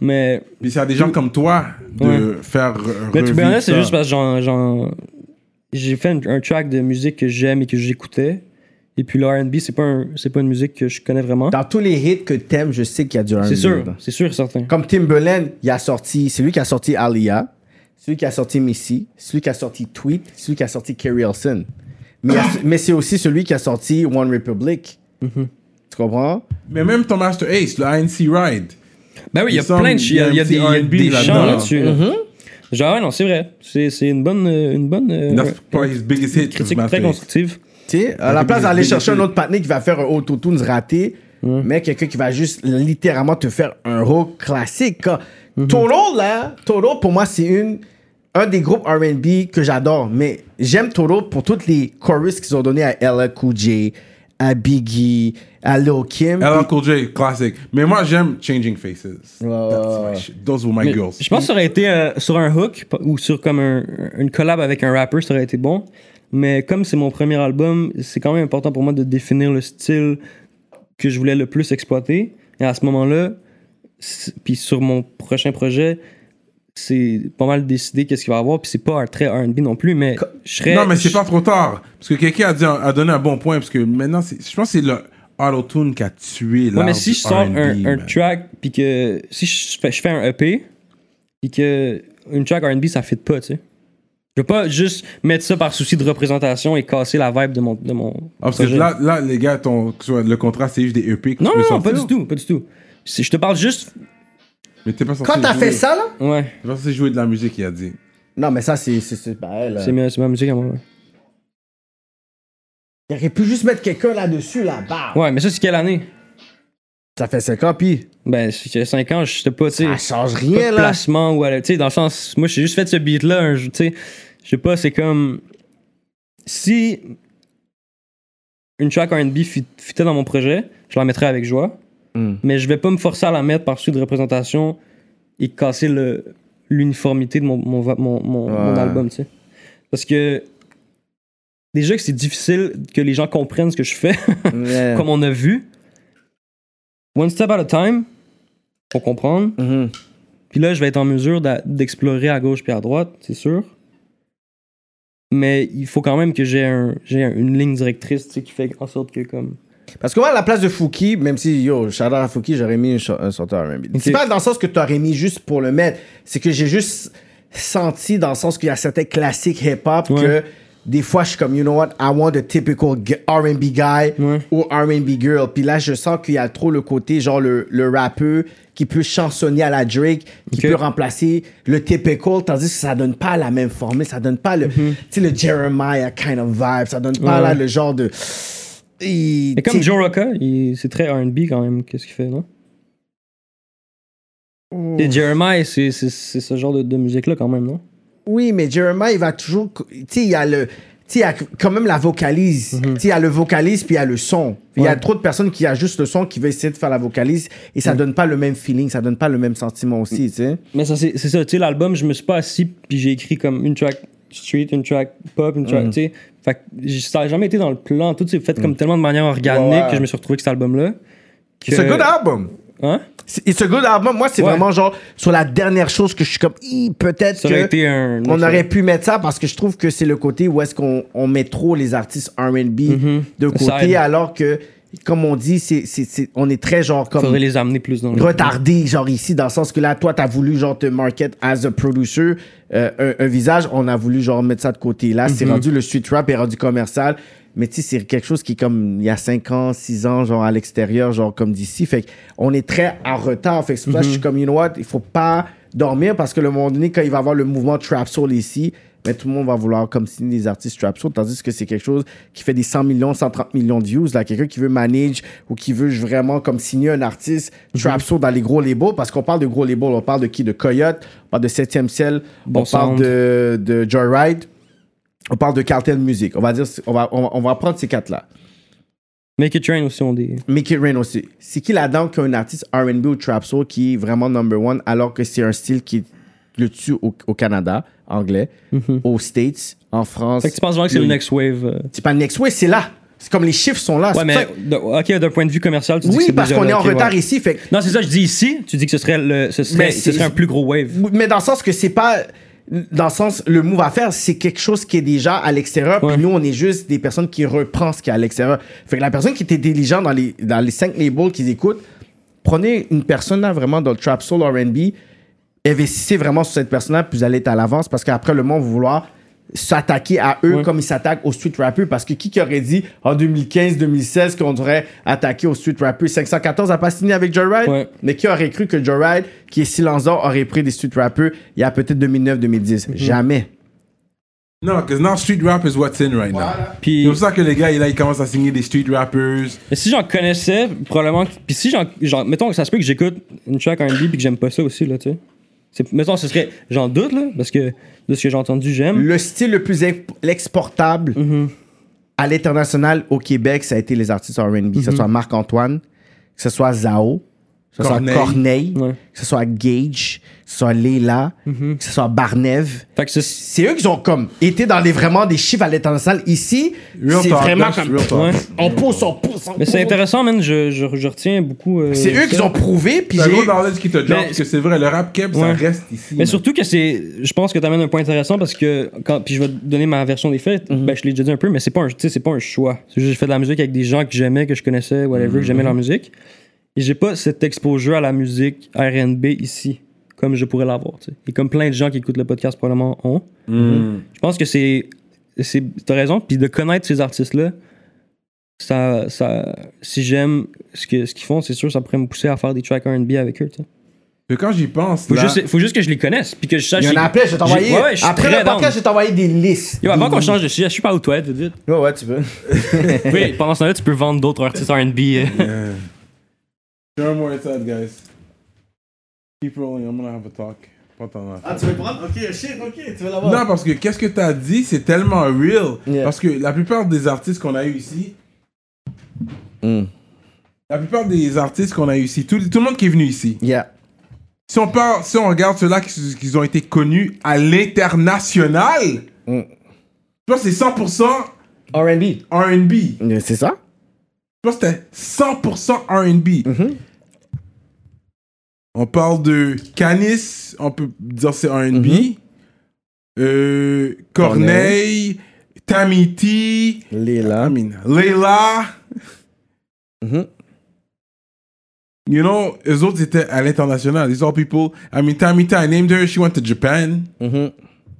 [SPEAKER 5] Mais,
[SPEAKER 2] Puis c'est à des gens comme toi de faire
[SPEAKER 5] mais to be
[SPEAKER 2] revivre
[SPEAKER 5] honest, c'est
[SPEAKER 2] ça.
[SPEAKER 5] juste parce que j'en- j'en- j'ai fait un, un track de musique que j'aime et que j'écoutais. Et puis le RB, c'est pas, un- c'est pas une musique que je connais vraiment.
[SPEAKER 4] Dans tous les hits que t'aimes, je sais qu'il y a du R&B.
[SPEAKER 5] C'est sûr,
[SPEAKER 4] dedans.
[SPEAKER 5] c'est sûr, et certain.
[SPEAKER 4] Comme Timberland, il a sorti, c'est lui qui a sorti Alia, celui qui a sorti Missy, celui qui a sorti Tweet, celui qui a sorti Kerry Elson. Mais, il y a- mais c'est aussi celui qui a sorti One Republic.
[SPEAKER 5] Mm-hmm.
[SPEAKER 4] Tu comprends?
[SPEAKER 2] Mais même ton Master Ace, le ANC Ride.
[SPEAKER 5] Ben oui, il y a
[SPEAKER 2] Il semble-
[SPEAKER 5] plein de chi- Il y a, il y a
[SPEAKER 2] un
[SPEAKER 5] des, il y a
[SPEAKER 2] petit
[SPEAKER 5] des
[SPEAKER 2] R&B
[SPEAKER 5] chants
[SPEAKER 2] là-dedans.
[SPEAKER 5] là-dessus. là. Mm-hmm. Genre, ouais, non, c'est vrai. C'est c'est une bonne. euh, Une bonne euh,
[SPEAKER 2] That's probably his biggest hit.
[SPEAKER 5] critique
[SPEAKER 2] Master
[SPEAKER 5] très
[SPEAKER 2] Ace.
[SPEAKER 5] constructive.
[SPEAKER 4] Tu sais, à la place d'aller
[SPEAKER 2] Début-
[SPEAKER 4] chercher un
[SPEAKER 2] début.
[SPEAKER 4] autre patiné qui va faire un autotune raté, mais quelqu'un qui va juste littéralement te faire un hook classique. Quand-
[SPEAKER 5] Mhm.
[SPEAKER 4] Toro, là, Toro, pour moi, c'est une, un des groupes R&B que j'adore, mais j'aime Toro pour toutes les chorus qu'ils ont donné à LL Cool J, à Biggie, à Lil Kim.
[SPEAKER 5] Ah
[SPEAKER 2] LL Cool J, classique. Mais moi, j'aime Changing Faces.
[SPEAKER 4] ouais,
[SPEAKER 2] That's
[SPEAKER 4] ouais.
[SPEAKER 2] my shit. Those were my
[SPEAKER 5] Mais
[SPEAKER 2] girls.
[SPEAKER 5] Je pense que ça aurait été euh, sur un hook p- ou sur comme un- une collab avec un rapper, ça aurait été bon. Mais comme c'est mon premier album, c'est quand même important pour moi de définir le style que je voulais le plus exploiter. Et à ce moment-là, c- puis sur mon prochain projet, c'est pas mal décidé qu'est-ce qu'il va y avoir, puis c'est pas un très R&B non plus, mais je serais...
[SPEAKER 2] Non, mais c'est
[SPEAKER 5] je-
[SPEAKER 2] pas trop tard. Parce que quelqu'un a, dit- a donné un bon point. Parce que maintenant, c'est- je pense que c'est le auto-tune qui a tué là.
[SPEAKER 5] Ouais, mais si je sors un, un track, puis que... Si je fais, je fais un EP, puis que une track R&B, ça fit pas, tu sais. Je veux pas juste mettre ça par souci de représentation et casser la vibe de mon... De mon
[SPEAKER 2] Ah, parce que
[SPEAKER 5] projet.
[SPEAKER 2] là, là, les gars, ton, que ce soit le contrat, c'est juste des EP que
[SPEAKER 5] Non,
[SPEAKER 2] tu peux
[SPEAKER 5] non, non,
[SPEAKER 2] sortir.
[SPEAKER 5] pas du tout, pas du tout. C'est- Je te parle juste...
[SPEAKER 2] Mais t'es pas censé
[SPEAKER 4] Quand t'as
[SPEAKER 2] jouer-
[SPEAKER 4] fait ça, là
[SPEAKER 5] Ouais,
[SPEAKER 2] T'es pas censé jouer de la musique, il a dit.
[SPEAKER 4] Non, mais ça, c'est. c'est- c'est pas elle.
[SPEAKER 5] c'est
[SPEAKER 4] hein.
[SPEAKER 5] ma, c'est ma musique à moi. ouais.
[SPEAKER 4] Il aurait pu juste mettre quelqu'un là-dessus, là-bas.
[SPEAKER 5] Ouais, mais ça, c'est quelle année?
[SPEAKER 4] Ça fait 5 ans, puis.
[SPEAKER 5] Ben, si j'avais 5 ans, j'étais pas, tu sais...
[SPEAKER 4] Ça change
[SPEAKER 5] pas
[SPEAKER 4] rien,
[SPEAKER 5] de
[SPEAKER 4] là.
[SPEAKER 5] placement ou à- tu sais dans le sens moi j'ai juste fait ce beat là tu sais je sais pas c'est comme si une track R&B fit- fitait dans mon projet je la mettrais avec joie
[SPEAKER 4] Mm.
[SPEAKER 5] mais je vais pas me forcer à la mettre par souci de représentation et casser le l'uniformité de mon mon va- mon, mon- mon
[SPEAKER 4] Ouais.
[SPEAKER 5] album tu sais parce que déjà que c'est difficile que les gens comprennent ce que je fais
[SPEAKER 4] Ouais.
[SPEAKER 5] comme on a vu one step at a time pour comprendre
[SPEAKER 4] Mhm.
[SPEAKER 5] puis là, je vais être en mesure d'a- d'explorer à gauche puis à droite, c'est sûr. Mais il faut quand même que j'ai un, j'ai un- une ligne directrice tu sais, qui fait en sorte que comme...
[SPEAKER 4] Parce que moi, à la place de Fouki, même si, yo, shout out à Fouki, j'aurais mis une cha- un chanteur R&B. C'est
[SPEAKER 5] Ok.
[SPEAKER 4] pas dans le sens que t'aurais mis juste pour le mettre, c'est que j'ai juste senti dans le sens qu'il y a certains classiques hip-hop
[SPEAKER 5] Ouais.
[SPEAKER 4] que des fois, je suis comme, you know what, I want a typical g- R&B guy
[SPEAKER 5] Ouais.
[SPEAKER 4] ou R&B girl. Puis là, je sens qu'il y a trop le côté, genre, le, le rappeur qui peut chansonner à la Drake, qui
[SPEAKER 5] Ok.
[SPEAKER 4] peut remplacer le typical, tandis que ça donne pas la même formule, ça donne pas le, tu sais, le Jeremiah kind of vibe, ça donne pas
[SPEAKER 5] Ouais.
[SPEAKER 4] là, le genre de... Et
[SPEAKER 5] Mais comme Joe Rocca, il- c'est très R&B quand même, qu'est-ce qu'il fait, non? Et Jeremiah, c'est, c'est, c'est ce genre de, de musique-là quand même, non?
[SPEAKER 4] Oui, mais Jeremiah, il va toujours. Tu sais, il y a le. Tu sais, il y a quand même la vocalise. Tu sais, il y a le vocalise puis il y a le son. Il y a
[SPEAKER 5] Mhm. Ouais.
[SPEAKER 4] trop de personnes qui a juste le son qui veulent essayer de faire la vocalise et
[SPEAKER 5] Mhm.
[SPEAKER 4] ça donne pas le même feeling, ça donne pas le même sentiment aussi, tu sais.
[SPEAKER 5] Mais ça, c'est, c'est ça, tu sais, l'album, je me suis pas assis puis j'ai écrit comme une track street, une track pop, une track,
[SPEAKER 4] Mm.
[SPEAKER 5] tu sais. Fait que j- ça a jamais été dans le plan, tout s'est fait comme tellement de manière organique
[SPEAKER 4] Ouais, ouais.
[SPEAKER 5] que je me suis retrouvé avec cet album-là. que-
[SPEAKER 4] C'est un good album.
[SPEAKER 5] Hein?
[SPEAKER 4] C'est- It's a good album. Moi, c'est
[SPEAKER 5] Ouais.
[SPEAKER 4] vraiment genre sur la dernière chose que je suis comme, Hi, peut-être
[SPEAKER 5] Ça aurait
[SPEAKER 4] que.
[SPEAKER 5] été un...
[SPEAKER 4] On aurait pu mettre ça parce que je trouve que c'est le côté où est-ce qu'on on met trop les artistes R&B de
[SPEAKER 5] Mhm. Ça
[SPEAKER 4] côté
[SPEAKER 5] aide.
[SPEAKER 4] alors que, comme on dit, c'est, c'est, c'est- on est très genre comme...
[SPEAKER 5] Faudrait les amener plus dans le.
[SPEAKER 4] retardé, genre ici, dans le sens que là, toi, t'as voulu, genre, te market as a producer, euh, un, un visage, on a voulu, genre, mettre ça de côté. Là,
[SPEAKER 5] Mhm.
[SPEAKER 4] c'est rendu le street rap est rendu commercial. Mais tu sais, c'est quelque chose qui, est comme, il y a 5 ans, 6 ans, genre, à l'extérieur, genre, comme d'ici. Fait qu'on est très en retard. Fait que c'est pour ça
[SPEAKER 5] Mhm.
[SPEAKER 4] que je suis comme, you know what, il faut pas dormir parce que le moment donné, quand il va y avoir le mouvement trap soul ici, mais tout le monde va vouloir comme signer des artistes trap soul, tandis que c'est quelque chose qui fait des 100 millions, 130 millions de views. Là, quelqu'un qui veut manage ou qui veut vraiment comme signer un artiste
[SPEAKER 5] Mhm.
[SPEAKER 4] trap soul dans les gros labels, parce qu'on parle de gros labels, on parle de qui De Coyote, on parle de Septième Ciel,
[SPEAKER 5] Bon
[SPEAKER 4] on parle
[SPEAKER 5] Sound.
[SPEAKER 4] de, de Joyride, on parle de Cartel Music. On va dire, on va, on va, on va prendre ces quatre-là.
[SPEAKER 5] Make It Train aussi, on dit.
[SPEAKER 4] Make It Rain aussi. C'est qui là-dedans qui a un artiste R&B ou trap soul qui est vraiment number one alors que c'est un style qui le tue au, au Canada, anglais, aux States, en France.
[SPEAKER 5] Mm-hmm. Fait que tu penses vraiment que c'est le next wave. euh.
[SPEAKER 4] C'est pas le next way, c'est là. C'est comme les chiffres sont là.
[SPEAKER 5] Ouais,
[SPEAKER 4] C'est
[SPEAKER 5] mais
[SPEAKER 4] pour ça-
[SPEAKER 5] de- ok, d'un point de vue commercial, tu dis que
[SPEAKER 4] Oui,
[SPEAKER 5] c'est
[SPEAKER 4] parce
[SPEAKER 5] déjà
[SPEAKER 4] qu'on
[SPEAKER 5] là,
[SPEAKER 4] est en
[SPEAKER 5] ok,
[SPEAKER 4] retard
[SPEAKER 5] ouais.
[SPEAKER 4] ici. Fait... que-
[SPEAKER 5] Non, c'est ça, je dis ici, tu dis que ce serait, le, ce
[SPEAKER 4] Mais
[SPEAKER 5] serait, ce
[SPEAKER 4] c'est-
[SPEAKER 5] serait un plus gros wave.
[SPEAKER 4] Mais dans le sens que c'est pas. Dans le sens, le move à faire, c'est quelque chose qui est déjà à l'extérieur.
[SPEAKER 5] Ouais.
[SPEAKER 4] Puis nous, on est juste des personnes qui reprend ce qui est à l'extérieur. Fait que la personne qui était diligente dans les, dans les cinq labels qu'ils écoutent, prenez une personne là vraiment dans le trap soul R&B, investissez vraiment sur cette personne là, puis vous allez être à l'avance parce qu'après le monde va vouloir s'attaquer à eux
[SPEAKER 5] Ouais.
[SPEAKER 4] comme ils s'attaquent aux street rappers parce que qui qui aurait dit en 2015-2016 qu'on devrait attaquer aux street rappers 514 a pas signé avec Joyride
[SPEAKER 5] Ouais.
[SPEAKER 4] mais qui aurait cru que Joyride qui est silenceur aurait pris des street rappers il y a peut-être 2009-2010
[SPEAKER 5] Mhm.
[SPEAKER 4] jamais
[SPEAKER 2] Non, parce que now street rap is what's in right now. C'est
[SPEAKER 5] Puis,
[SPEAKER 2] pour ça que les gars, là, ils commencent à signer des street rappers.
[SPEAKER 5] mais si j'en connaissais, probablement. que- Puis si j'en. genre, Mettons que ça se peut que j'écoute une track R&B puis que j'aime pas ça aussi, là, tu sais. C'est- Mettons, ce serait. J'en doute, là, parce que de ce que j'ai entendu, j'aime.
[SPEAKER 4] Mm-hmm. le style le plus imp- exportable
[SPEAKER 5] Mm-hmm.
[SPEAKER 4] à
[SPEAKER 5] Mm-hmm.
[SPEAKER 4] l'international au Québec, ça a été les artistes R&B, que ce soit Marc-Antoine, que ce soit Zao, que que ce soit à
[SPEAKER 2] Corneille.
[SPEAKER 4] Corneille,
[SPEAKER 5] Ouais. Mm-hmm.
[SPEAKER 4] que ce soit à Gage, que ce soit à Leila, que ce soit à Barnève.
[SPEAKER 5] Fait que c'est-
[SPEAKER 4] C'est eux qui ont comme été dans les, vraiment des chiffres à l'international. Ici,
[SPEAKER 2] Real
[SPEAKER 4] c'est
[SPEAKER 2] talk,
[SPEAKER 4] vraiment
[SPEAKER 2] that's
[SPEAKER 4] comme
[SPEAKER 2] real talk.
[SPEAKER 5] Ouais.
[SPEAKER 4] on pousse, on pousse, on
[SPEAKER 5] Mais c'est
[SPEAKER 4] pousse.
[SPEAKER 5] intéressant, man. Je, je, je retiens beaucoup. euh,
[SPEAKER 4] C'est eux
[SPEAKER 5] ça.
[SPEAKER 4] qui ont prouvé, puis
[SPEAKER 2] C'est un gros
[SPEAKER 4] j'ai...
[SPEAKER 2] knowledge qui te jump,
[SPEAKER 5] Mais-
[SPEAKER 2] parce que c'est vrai, le rap keb, ça
[SPEAKER 5] Ouais.
[SPEAKER 2] reste ici.
[SPEAKER 5] Mais
[SPEAKER 2] man.
[SPEAKER 5] surtout que c'est. Je pense que tu amènes un point intéressant parce que. Quand, puis je vais te donner ma version des faits.
[SPEAKER 4] Mhm.
[SPEAKER 5] Ben, je l'ai déjà dit un peu, mais c'est pas, un- tu sais, c'est pas un choix. C'est juste que j'ai fait de la musique avec des gens que j'aimais, que je connaissais, whatever, que
[SPEAKER 4] Mhm.
[SPEAKER 5] j'aimais leur musique. Et j'ai pas cet exposure à la musique RB ici, comme je pourrais l'avoir. tu sais. Et comme plein de gens qui écoutent le podcast probablement ont.
[SPEAKER 2] Mm.
[SPEAKER 5] Je pense que c'est. c'est T'as raison. Puis de connaître ces artistes-là, ça, ça, si j'aime ce que- ce qu'ils font, c'est sûr, ça pourrait me pousser à faire des tracks RB avec eux. tu sais.
[SPEAKER 2] Mais quand j'y pense,
[SPEAKER 5] Faut
[SPEAKER 2] là,
[SPEAKER 5] juste, faut juste que je les connaisse, puis que je sache.
[SPEAKER 4] Il y en a appelé, je vais t'envoyer...
[SPEAKER 5] Ouais, ouais, je suis
[SPEAKER 4] Après
[SPEAKER 5] très
[SPEAKER 4] le podcast,
[SPEAKER 5] down.
[SPEAKER 4] je vais t'envoyer des listes.
[SPEAKER 5] Yo, avant qu'on change de sujet, je suis pas aux toilettes, vite, vite.
[SPEAKER 3] Ouais, ouais, tu peux.
[SPEAKER 5] Oui, pendant ce temps-là, tu peux vendre d'autres artistes RB. euh.
[SPEAKER 2] Yeah. Sure, more inside, guys. Keep rolling. I'm gonna have a talk. Pas t'en as.
[SPEAKER 4] Ah, tu veux prendre? Ok, shit, ok, tu veux l'avoir.
[SPEAKER 2] Non, parce que qu'est-ce que t'as dit, c'est tellement real.
[SPEAKER 3] Yeah.
[SPEAKER 2] Parce que la plupart des artistes qu'on a eu ici.
[SPEAKER 5] Hmm.
[SPEAKER 3] Mm.
[SPEAKER 2] La plupart des artistes qu'on a eu ici, tout, tout le monde qui est venu ici.
[SPEAKER 4] Yeah.
[SPEAKER 2] Si on, parle, si on regarde ceux-là qui, qui ont été connus à l'international,
[SPEAKER 5] Hmm.
[SPEAKER 4] Mm.
[SPEAKER 2] je pense que c'est 100%
[SPEAKER 3] RB.
[SPEAKER 2] RB.
[SPEAKER 4] Mais Euh, C'est ça?
[SPEAKER 2] Je pense que c'était 100% RB. On parle de Canis, on peut dire c'est RB. Euh, Corneille, Tammy T,
[SPEAKER 4] Léla.
[SPEAKER 2] Leila.
[SPEAKER 4] Mhm.
[SPEAKER 2] You know, eux autres étaient à l'international. These all people. I mean, Tammy T, I named her, she went to Japan.
[SPEAKER 4] Mm-hmm.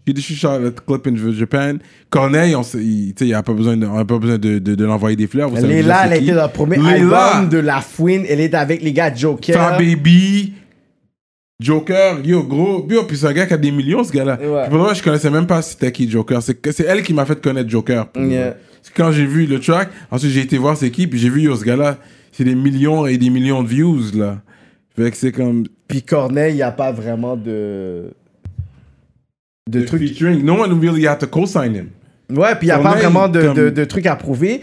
[SPEAKER 2] She did- she shot a clip in Japan. Corneille, on sait- il tu sais, il y a pas besoin de, on a pas besoin de, de, de l'envoyer des fleurs. vous savez déjà
[SPEAKER 4] Léla,
[SPEAKER 2] c'est
[SPEAKER 4] elle a
[SPEAKER 2] qui.
[SPEAKER 4] été dans le premier
[SPEAKER 2] Leila.
[SPEAKER 4] album de La Fouine. Elle est avec les gars de Joker.
[SPEAKER 2] Fat Baby, Joker, yo, gros. Yo, puis c'est un gars qui a des millions, ce gars-là.
[SPEAKER 4] Ouais.
[SPEAKER 2] Puis Pour moi, je connaissais même pas c'était qui Joker. C'est que- c'est elle qui m'a fait connaître Joker. pour
[SPEAKER 4] Yeah.
[SPEAKER 2] vrai. C'est Quand j'ai vu le track, ensuite j'ai été voir c'est qui, puis j'ai vu, yo, ce gars-là, c'est des millions et des millions de views, là. Fait que c'est comme.
[SPEAKER 4] Puis Corneille, il n'y a pas vraiment de... De
[SPEAKER 2] Le
[SPEAKER 4] trucs...
[SPEAKER 2] featuring. No one really had to co-sign him.
[SPEAKER 4] Ouais, puis il n'y a
[SPEAKER 2] On
[SPEAKER 4] pas
[SPEAKER 2] a eu
[SPEAKER 4] vraiment de,
[SPEAKER 2] comme-
[SPEAKER 4] de- de trucs à prouver.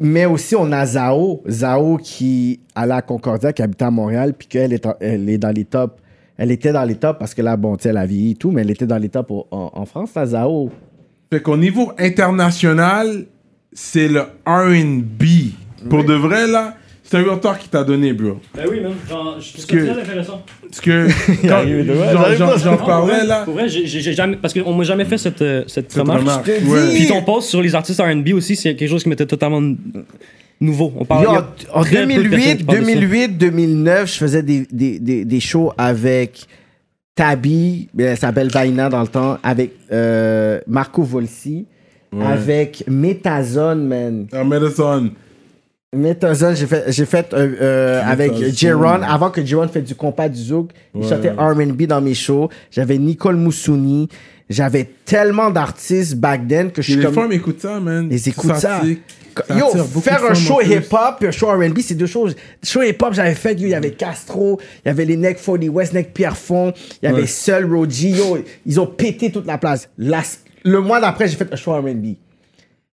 [SPEAKER 4] Mais aussi, on a Zao. Zao qui allait à Concordia, qui habitait à Montréal, puis qu'elle est, en- elle est dans les tops. Elle était dans les tops parce que là, bon, tu sais, elle a vieilli et tout, mais elle était dans les tops au- en, en France, la Zao.
[SPEAKER 2] Fait qu'au niveau international, c'est le RB. Pour de vrai, là, c'est un retard qui t'a donné, bro.
[SPEAKER 5] Ben oui, man. Je trouve
[SPEAKER 2] ça que- très
[SPEAKER 5] intéressant.
[SPEAKER 2] Parce que quand
[SPEAKER 3] arrive de- ouais,
[SPEAKER 2] j'en-
[SPEAKER 3] j'arrive
[SPEAKER 2] j'en-
[SPEAKER 3] pas.
[SPEAKER 2] Ah, j'en parlais, là.
[SPEAKER 5] Pour vrai, j'ai- j'ai j'ai jamais. Parce qu'on m'a jamais fait cette, euh, cette
[SPEAKER 2] Cette
[SPEAKER 5] remarque.
[SPEAKER 2] remarque,
[SPEAKER 4] te
[SPEAKER 2] ouais.
[SPEAKER 4] dis.
[SPEAKER 5] Puis ton post sur les artistes RB aussi, c'est quelque chose qui m'était totalement n- nouveau. On parle
[SPEAKER 4] Yo,
[SPEAKER 5] il y
[SPEAKER 4] en
[SPEAKER 5] a
[SPEAKER 4] en
[SPEAKER 5] très peu de personnes
[SPEAKER 4] 2008,
[SPEAKER 5] qui parlent de ça.
[SPEAKER 4] 2008, 2009, je faisais des, des, des, des shows avec Tabi, mais elle s'appelle Vaina dans le temps, avec euh, Marco Volsi, avec Metazone, man.
[SPEAKER 2] Ah, Madison.
[SPEAKER 4] Metazone, j'ai fait, j'ai fait euh, euh, avec
[SPEAKER 2] Metazone.
[SPEAKER 4] Jeron, avant que Jeron fait du compas du zouk, il
[SPEAKER 2] Ouais.
[SPEAKER 4] chantait R&B dans mes shows. J'avais Nicole Moussouni. J'avais tellement d'artistes back then que je
[SPEAKER 2] Puis
[SPEAKER 4] suis
[SPEAKER 2] les
[SPEAKER 4] comme...
[SPEAKER 2] femmes écoutent ça, man.
[SPEAKER 4] Ils écoutent ça.
[SPEAKER 2] attire- ça
[SPEAKER 4] Yo,
[SPEAKER 2] attire beaucoup de
[SPEAKER 4] faire un
[SPEAKER 2] femmes en
[SPEAKER 4] show
[SPEAKER 2] plus.
[SPEAKER 4] hip-hop et un show R&B, c'est deux choses. Show hip-hop, j'avais fait, yo, il y avait Castro, il y avait les Neck 40 West, Neck Pierrefonds, il y avait
[SPEAKER 2] Ouais.
[SPEAKER 4] Seul, Roji, yo, ils ont pété toute la place. La- le mois d'après, j'ai fait un show R&B.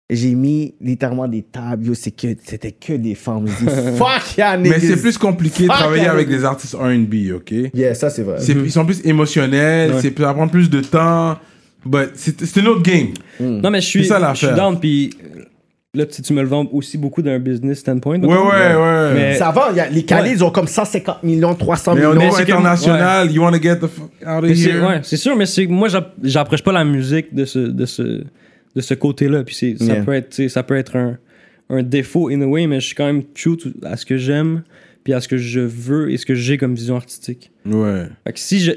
[SPEAKER 4] J'ai mis littéralement des tables, yo, c'est que, c'était que des femmes. Je dis, fuck yeah,
[SPEAKER 2] Mais
[SPEAKER 4] niggas.
[SPEAKER 2] c'est plus compliqué de
[SPEAKER 4] Fuck,
[SPEAKER 2] travailler
[SPEAKER 4] yeah,
[SPEAKER 2] avec
[SPEAKER 4] niggas.
[SPEAKER 2] des artistes R&B, ok?
[SPEAKER 4] Yeah, ça, c'est vrai.
[SPEAKER 2] C'est- Ils sont plus émotionnels, c'est- ça prend plus de temps. But c'est c'est une autre game.
[SPEAKER 4] Mm.
[SPEAKER 5] Non, mais je suis,
[SPEAKER 2] C'est ça,
[SPEAKER 5] je suis
[SPEAKER 2] l'affaire.
[SPEAKER 5] down, puis euh, là, tu, tu me le vends aussi beaucoup d'un business standpoint.
[SPEAKER 2] Ouais, ouais, ouais. Mais,
[SPEAKER 5] Mais-
[SPEAKER 4] C'est avant, il y a- les Calais,
[SPEAKER 5] Ouais.
[SPEAKER 4] ils ont comme 150 millions, 300
[SPEAKER 2] au
[SPEAKER 4] millions.
[SPEAKER 5] Mais
[SPEAKER 2] niveau
[SPEAKER 5] c'est que-
[SPEAKER 2] international, you wanna get the fuck out of
[SPEAKER 5] Mais c'est-
[SPEAKER 2] here.
[SPEAKER 5] ouais, c'est sûr, mais c'est moi, j'app- j'approche pas la musique de ce, de ce, de ce côté-là. Puis c'est- ça,
[SPEAKER 4] Yeah.
[SPEAKER 5] peut être, tu sais, ça peut être un, un défaut, in a way, mais je suis quand même true to- à ce que j'aime, puis à ce que je veux et ce que j'ai comme vision artistique.
[SPEAKER 2] Ouais.
[SPEAKER 5] Fait que si, je,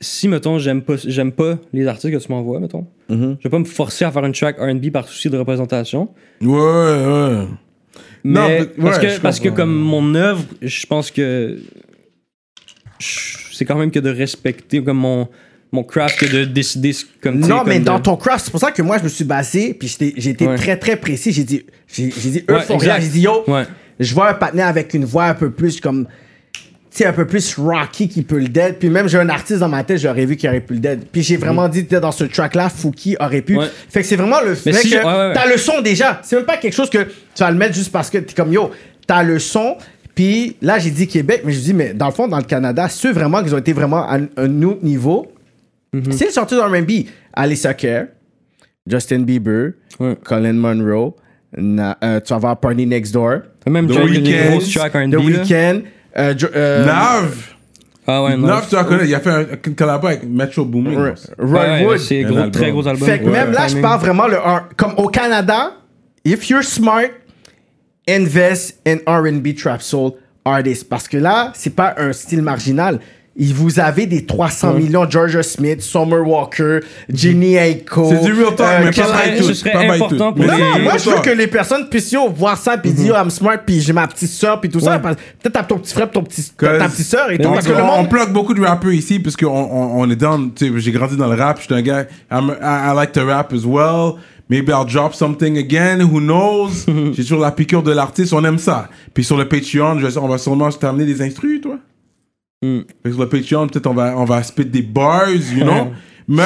[SPEAKER 5] si mettons, j'aime pas, j'aime pas les artistes que tu m'envoies, mettons,
[SPEAKER 2] Mhm.
[SPEAKER 5] je vais pas me forcer à faire une track RB par souci de représentation.
[SPEAKER 2] Ouais, ouais.
[SPEAKER 5] Mais
[SPEAKER 2] Non, peut-
[SPEAKER 5] parce,
[SPEAKER 2] ouais,
[SPEAKER 5] que,
[SPEAKER 2] je
[SPEAKER 5] parce que
[SPEAKER 2] comprends.
[SPEAKER 5] comme mon œuvre, je pense que je- c'est quand même que de respecter comme mon, mon craft que de décider ce- comme tu sais,
[SPEAKER 4] Non, mais
[SPEAKER 5] comme
[SPEAKER 4] dans
[SPEAKER 5] de-
[SPEAKER 4] ton craft, c'est pour ça que moi, je me suis basé, puis j'étais- j'ai été
[SPEAKER 5] Ouais.
[SPEAKER 4] très, très précis. J'ai dit, j'ai j'ai dit, eux
[SPEAKER 5] Ouais,
[SPEAKER 4] font
[SPEAKER 5] exact.
[SPEAKER 4] rien. J'ai dit, yo,
[SPEAKER 5] Ouais.
[SPEAKER 4] je vois un partenaire avec une voix un peu plus comme, tu sais, un peu plus rocky qui peut le dead. Puis même, j'ai un artiste dans ma tête, j'aurais vu qu'il aurait pu le dead. Puis j'ai vraiment dit, tu sais, dans ce track-là, Fouki aurait pu.
[SPEAKER 5] Mm. Ouais.
[SPEAKER 4] Fait que c'est vraiment le fait
[SPEAKER 5] si-
[SPEAKER 4] que
[SPEAKER 5] ouais, ouais, ouais.
[SPEAKER 4] t'as le son déjà. C'est même pas quelque chose que tu vas le mettre juste parce que t'es comme, yo, t'as le son, Puis là, j'ai dit Québec, mais je dis, mais dans le fond, dans le Canada, ceux vraiment qui ont été vraiment à un- un autre niveau,
[SPEAKER 5] Mhm.
[SPEAKER 4] c'est le chanteur de R&B. Alicia Kerr, Justin Bieber,
[SPEAKER 5] Ouais.
[SPEAKER 4] Colin Monroe, na- euh, tu vas voir Party Next Door,
[SPEAKER 5] Même
[SPEAKER 2] The
[SPEAKER 5] Jack, il y a
[SPEAKER 2] Weeknd,
[SPEAKER 5] des grosses tracks R&B.
[SPEAKER 4] The
[SPEAKER 5] là.
[SPEAKER 4] Weeknd, euh, Jo- euh,
[SPEAKER 2] Nav,
[SPEAKER 5] Ah ouais, non.
[SPEAKER 2] Nav, tu la connais, il a fait un un collab avec Metro Booming.
[SPEAKER 4] R- Roy
[SPEAKER 5] Ouais, ouais,
[SPEAKER 4] Wood.
[SPEAKER 5] c'est
[SPEAKER 2] Un
[SPEAKER 5] gros,
[SPEAKER 2] album.
[SPEAKER 5] très gros album.
[SPEAKER 4] Fait que
[SPEAKER 5] Ouais.
[SPEAKER 4] même là, je
[SPEAKER 5] Timing.
[SPEAKER 4] parle vraiment le R- Comme au Canada, if you're smart, invest in R&B trap soul artists. Parce que là, c'est pas un style marginal. Il vous avez des 300 millions Georgia Smith, Summer Walker, Jenny Aiko.
[SPEAKER 2] C'est du real talk, mais pas
[SPEAKER 4] Kelly-
[SPEAKER 5] serait-
[SPEAKER 2] by tout.
[SPEAKER 5] Euh, ce serait
[SPEAKER 2] pas by
[SPEAKER 5] important
[SPEAKER 2] tout.
[SPEAKER 5] pour
[SPEAKER 2] Mais
[SPEAKER 4] non,
[SPEAKER 2] c'est
[SPEAKER 5] les-
[SPEAKER 4] non,
[SPEAKER 2] du
[SPEAKER 4] moi
[SPEAKER 2] real
[SPEAKER 4] je veux
[SPEAKER 2] talk. Mm-hmm.
[SPEAKER 4] que les personnes puissent yo, voir ça puis dire I'm smart puis j'ai ma petite soeur puis tout ça.
[SPEAKER 5] Ouais.
[SPEAKER 4] Parce- Peut-être ta petite frère, ton petit, ta ta petite soeur et
[SPEAKER 5] Mais
[SPEAKER 4] tout.
[SPEAKER 5] oui,
[SPEAKER 2] Parce
[SPEAKER 4] Parce que le
[SPEAKER 2] qu'on-
[SPEAKER 4] monde
[SPEAKER 2] on plug beaucoup de rappeurs ici parce qu'on on, on est dans tu sais, j'ai grandi dans le rap j'étais un gars I'm, I, I like to rap as well maybe I'll drop something again who knows j'ai toujours la piqûre de l'artiste on aime ça puis sur le Patreon je- on va sûrement t'amener des instrus toi
[SPEAKER 4] Hmm.
[SPEAKER 2] Fait que sur le Patreon peut-être on va on va spit des bars you know mais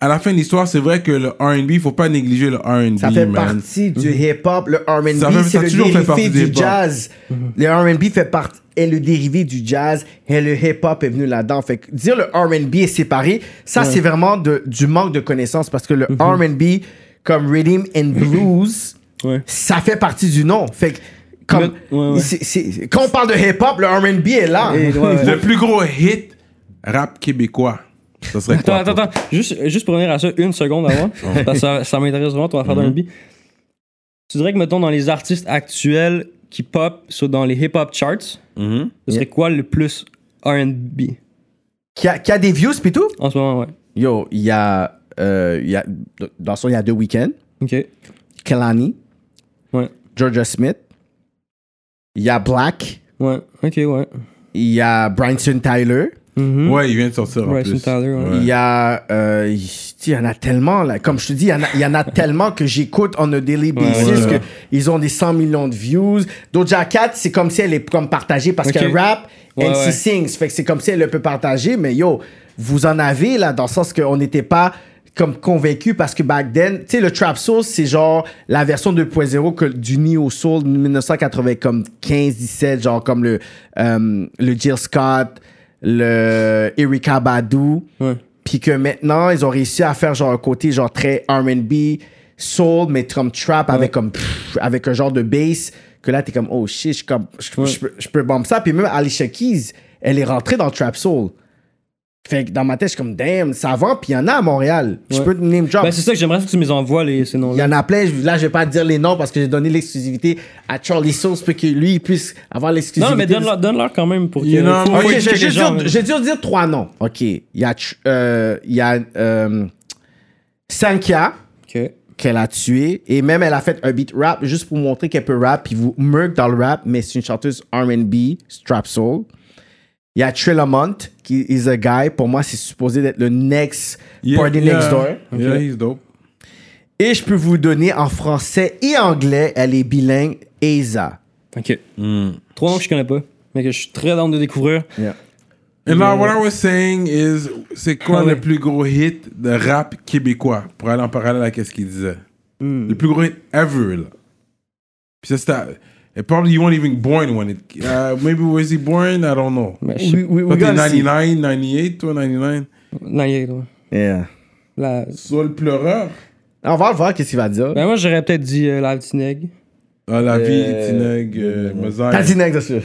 [SPEAKER 2] à la fin de l'histoire c'est vrai que le R&B faut pas négliger le R&B
[SPEAKER 4] Ça fait
[SPEAKER 2] man. Mm-hmm.
[SPEAKER 4] partie du hip-hop, le
[SPEAKER 2] Ça
[SPEAKER 4] R&B,
[SPEAKER 2] fait-
[SPEAKER 4] c'est
[SPEAKER 2] ça a
[SPEAKER 4] le
[SPEAKER 2] toujours fait
[SPEAKER 4] dérivé
[SPEAKER 2] partie Mm-hmm. du
[SPEAKER 4] du
[SPEAKER 2] hip-hop.
[SPEAKER 4] jazz. Le R&B fait partie est le dérivé du jazz et le hip-hop est venu là-dedans. Fait que dire le R&B est séparé, ça c'est vraiment de- du manque de connaissances parce que le
[SPEAKER 2] Mm-hmm.
[SPEAKER 4] R&B comme rhythm and blues,
[SPEAKER 5] Ouais.
[SPEAKER 4] ça fait partie du nom. Fait que comme
[SPEAKER 5] Mais- ouais, ouais.
[SPEAKER 4] c'est- c'est- quand on parle de hip-hop, le R&B est là.
[SPEAKER 5] Et- ouais, ouais.
[SPEAKER 2] le plus gros hit rap québécois ça serait
[SPEAKER 5] Attends,
[SPEAKER 2] quoi
[SPEAKER 5] attends, attends. Juste, juste pour revenir à ça une seconde avant, parce que ça, ça m'intéresse vraiment ton affaire
[SPEAKER 2] Mm-hmm.
[SPEAKER 5] d'R&B. Tu dirais que, mettons, dans les artistes actuels qui pop, soit dans les hip-hop charts,
[SPEAKER 2] Mhm.
[SPEAKER 5] ce serait quoi le plus R&B
[SPEAKER 4] Qui a, qui a des views puis tout.
[SPEAKER 5] en ce moment, ouais.
[SPEAKER 4] Yo, il y a euh, il y a dans son il y a deux week-ends.
[SPEAKER 5] OK.
[SPEAKER 4] Kalani.
[SPEAKER 5] Ouais.
[SPEAKER 4] Georgia Smith. Il y a Black.
[SPEAKER 5] Ouais. OK, ouais.
[SPEAKER 4] Il y a Bryson Tyler.
[SPEAKER 5] Mhm.
[SPEAKER 2] ouais il vient de sortir en
[SPEAKER 5] Bryson
[SPEAKER 2] plus
[SPEAKER 5] Tyler, ouais.
[SPEAKER 4] Il y a. euh, il il y en a tellement, là. Comme je te dis, il y en a, il y en a tellement que j'écoute on a daily basis.
[SPEAKER 5] ouais,
[SPEAKER 4] que
[SPEAKER 2] ouais.
[SPEAKER 4] Ils ont des 100 millions de views. Doja Cat, c'est comme si elle est comme partagée parce
[SPEAKER 5] Ok.
[SPEAKER 4] qu'elle rap
[SPEAKER 5] Ouais,
[SPEAKER 4] and she
[SPEAKER 5] ouais.
[SPEAKER 4] sings. Fait que c'est comme si elle le peut partager. Mais yo, vous en avez, là, dans le sens qu'on n'était pas comme convaincu parce que back then, tu sais, le Trap Soul, c'est genre la version 2.0 que, du Neo Soul de 1995-17, genre comme le, euh, le Jill Scott, le Erika Badu.
[SPEAKER 5] Ouais.
[SPEAKER 4] Puis que maintenant, ils ont réussi à faire genre un côté genre très R&B, soul, mais comme trap avec comme pff, avec un genre de bass que là t'es comme oh shit, je suis comme je, je peux- je peux bomber ça. Puis même Alicia Keys, elle est rentrée dans le trap soul. Fait que dans ma tête, je suis comme damn, ça vend. Puis il y en a à Montréal. Je
[SPEAKER 5] Ouais.
[SPEAKER 4] peux te name drop.
[SPEAKER 5] Ben, c'est ça que j'aimerais que tu me envoies, les, ces
[SPEAKER 4] il y
[SPEAKER 5] noms-là.
[SPEAKER 4] en a plein, Je- là je vais pas te dire les noms parce que j'ai donné l'exclusivité à Charlie Sauce pour que lui il puisse avoir l'exclusivité.
[SPEAKER 5] Non, mais donne-leur donne-leur quand même pour que...
[SPEAKER 2] You know,
[SPEAKER 5] Faut
[SPEAKER 4] Ok,
[SPEAKER 5] éduquer
[SPEAKER 4] j'ai
[SPEAKER 5] les
[SPEAKER 4] j'ai dû,
[SPEAKER 5] gens, euh. là.
[SPEAKER 4] j'ai dû dire trois noms. Ok, il y a, Ch- euh, il y a euh, Sankia,
[SPEAKER 5] OK.
[SPEAKER 4] qu'elle a tué, et même elle a fait un beat rap juste pour montrer qu'elle peut rap, puis vous murk dans le rap, mais c'est une chanteuse R&B, strap soul. Il y a Trillamont, qui is a guy, pour moi c'est supposé d'être le next
[SPEAKER 2] Yeah,
[SPEAKER 4] Party
[SPEAKER 2] yeah.
[SPEAKER 4] Next Door.
[SPEAKER 2] Yeah, he's dope.
[SPEAKER 4] Et je peux vous donner en français et anglais, elle est bilingue, Aza.
[SPEAKER 5] OK. Trois noms que je connais pas, mais que je suis très down de découvrir.
[SPEAKER 2] And now what I was saying is, c'est quoi
[SPEAKER 5] Ah ouais.
[SPEAKER 2] le plus gros hit de rap québécois pour aller en parallèle à qu'est-ce qu'il disait.
[SPEAKER 4] Hmm.
[SPEAKER 2] Le plus gros hit ever. Là. Puis ça c'était, and probably you weren't even born when it, uh, maybe was he born? I don't know.
[SPEAKER 5] Mais Ben, je sais
[SPEAKER 4] we
[SPEAKER 2] Toi, t'es 99, 98, toi 99.
[SPEAKER 5] Non, il y a- ouais.
[SPEAKER 4] Yeah.
[SPEAKER 5] La-
[SPEAKER 2] Soit le pleureur.
[SPEAKER 4] On va voir qu'est-ce qu'il va dire.
[SPEAKER 5] Ben, moi, j'aurais peut-être dit euh, la petite nègre.
[SPEAKER 2] Ah, la vie,
[SPEAKER 4] Euh,
[SPEAKER 2] Tineg, euh, Mosaïne.
[SPEAKER 4] T'as dit next, dessus.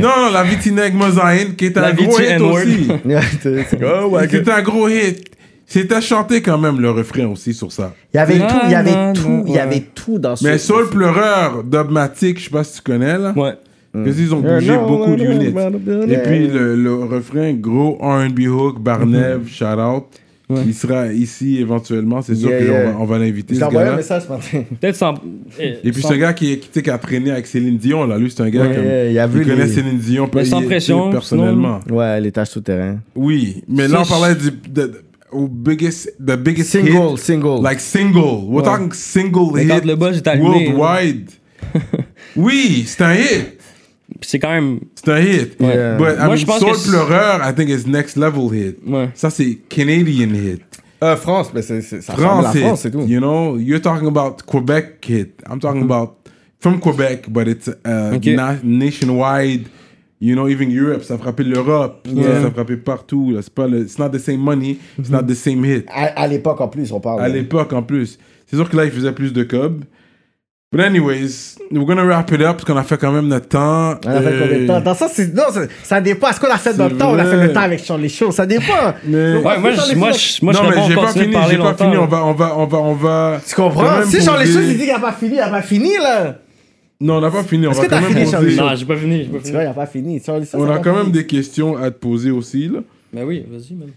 [SPEAKER 2] Non, non, la vie, Tineg, Mosaïne, qui est
[SPEAKER 5] La
[SPEAKER 2] un
[SPEAKER 5] vie,
[SPEAKER 2] gros
[SPEAKER 5] tu
[SPEAKER 2] hit
[SPEAKER 5] N-word.
[SPEAKER 2] aussi.
[SPEAKER 4] Yeah, c'est- c'est-
[SPEAKER 2] C'était un gros hit. C'était chanté quand même le refrain aussi sur ça.
[SPEAKER 4] Il y avait
[SPEAKER 5] Non,
[SPEAKER 4] tout, il y avait
[SPEAKER 5] non,
[SPEAKER 4] tout,
[SPEAKER 5] non,
[SPEAKER 4] il y
[SPEAKER 5] ouais.
[SPEAKER 4] avait tout dans ce.
[SPEAKER 2] Mais Soul Pleureur, Dogmatic, je sais pas si tu connais là.
[SPEAKER 5] Ouais.
[SPEAKER 2] Parce qu'ils ont bougé beaucoup d'units. Et puis le, le refrain, gros RB Hook, Barnev, shout out.
[SPEAKER 5] Ouais.
[SPEAKER 2] Il sera ici éventuellement, c'est sûr
[SPEAKER 4] Yeah,
[SPEAKER 2] que
[SPEAKER 4] yeah.
[SPEAKER 2] qu'on va, on va l'inviter.
[SPEAKER 4] Je
[SPEAKER 2] Ce
[SPEAKER 4] t'ai envoyé
[SPEAKER 2] gars
[SPEAKER 4] un message ce matin.
[SPEAKER 5] Peut-être sans.
[SPEAKER 2] Et puis c'est un gars qui, est- qui, tu sais, qui a traîné avec Céline Dion, là. Lui, c'est un gars
[SPEAKER 4] Ouais,
[SPEAKER 2] comme.
[SPEAKER 4] il a vu
[SPEAKER 2] il connaît
[SPEAKER 4] les-
[SPEAKER 2] Céline Dion
[SPEAKER 5] Mais sans
[SPEAKER 2] il-
[SPEAKER 5] pression,
[SPEAKER 2] tu sais, personnellement.
[SPEAKER 4] Ouais, l'étage souterrain.
[SPEAKER 2] Oui, mais là, on
[SPEAKER 5] C'est-
[SPEAKER 2] parlait du. de- au biggest, the biggest hit.
[SPEAKER 4] Single, single.
[SPEAKER 2] Like single. We're
[SPEAKER 5] Ouais.
[SPEAKER 2] talking single
[SPEAKER 5] Mais
[SPEAKER 2] hit.
[SPEAKER 5] quand le boss est allumé,
[SPEAKER 2] worldwide. oui, c'est un hit.
[SPEAKER 5] Puis c'est quand même.
[SPEAKER 2] C'est un hit.
[SPEAKER 4] Yeah.
[SPEAKER 2] But I
[SPEAKER 5] Moi, je
[SPEAKER 2] mean,
[SPEAKER 5] pense
[SPEAKER 2] Soul
[SPEAKER 5] que c'est-
[SPEAKER 2] Pleureur, I think is next level hit.
[SPEAKER 5] Ouais.
[SPEAKER 2] Ça, c'est Canadian hit.
[SPEAKER 4] Euh, France, mais c'est, c'est- ça ressemble
[SPEAKER 2] France
[SPEAKER 4] à la
[SPEAKER 2] hit.
[SPEAKER 4] France, c'est tout.
[SPEAKER 2] You know, you're talking about Quebec hit. I'm talking about from Quebec, but it's uh,
[SPEAKER 5] Ok.
[SPEAKER 2] na- nationwide. You know, even Europe, ça a frappé l'Europe, ça a frappé partout. là. C'est pas le, it's not the same money, it's not the same hit.
[SPEAKER 4] À, à l'époque, en plus, on parle.
[SPEAKER 2] À l'époque, en plus. C'est sûr que là, il faisait plus de cob. But anyways, we're gonna wrap it up parce qu'on a fait quand même notre temps. Euh,
[SPEAKER 4] On a fait combien de temps? Dans ça, c'est- non, ça, ça dépend. Est-ce qu'on a fait notre
[SPEAKER 2] C'est
[SPEAKER 4] temps? On a fait
[SPEAKER 2] vrai.
[SPEAKER 4] le temps avec Charles Show. Ça dépend.
[SPEAKER 2] Mais-
[SPEAKER 4] Donc,
[SPEAKER 5] Ouais, moi,
[SPEAKER 4] dans
[SPEAKER 5] je,
[SPEAKER 4] les
[SPEAKER 5] moi,
[SPEAKER 4] films-
[SPEAKER 5] je, moi, je
[SPEAKER 2] non,
[SPEAKER 5] serais
[SPEAKER 2] mais
[SPEAKER 5] pas
[SPEAKER 2] j'ai
[SPEAKER 5] encore
[SPEAKER 2] pas
[SPEAKER 5] fini de
[SPEAKER 2] fini,
[SPEAKER 5] parler
[SPEAKER 2] j'ai pas
[SPEAKER 5] longtemps.
[SPEAKER 2] fini. On
[SPEAKER 5] là.
[SPEAKER 2] va, on va, on va, on va.
[SPEAKER 4] Tu comprends?
[SPEAKER 2] quand même
[SPEAKER 4] Si Charles
[SPEAKER 2] poser-
[SPEAKER 4] Show, il dit qu'il n'a pas fini, il n'a pas fini, là.
[SPEAKER 2] Non, on n'a pas fini. On
[SPEAKER 4] Est-ce
[SPEAKER 2] va
[SPEAKER 4] que t'as
[SPEAKER 2] quand
[SPEAKER 4] fini,
[SPEAKER 2] même
[SPEAKER 4] Charlie?
[SPEAKER 2] poser.
[SPEAKER 5] Non, j'ai pas fini. j'ai pas
[SPEAKER 4] Tu
[SPEAKER 5] fini.
[SPEAKER 4] vois, il n'a pas fini. Charles Show,
[SPEAKER 2] On
[SPEAKER 4] ça
[SPEAKER 2] a
[SPEAKER 4] n'a
[SPEAKER 2] quand
[SPEAKER 4] pas
[SPEAKER 2] même
[SPEAKER 4] fini.
[SPEAKER 2] des questions à te poser aussi là.
[SPEAKER 5] Ben oui, vas-y, même.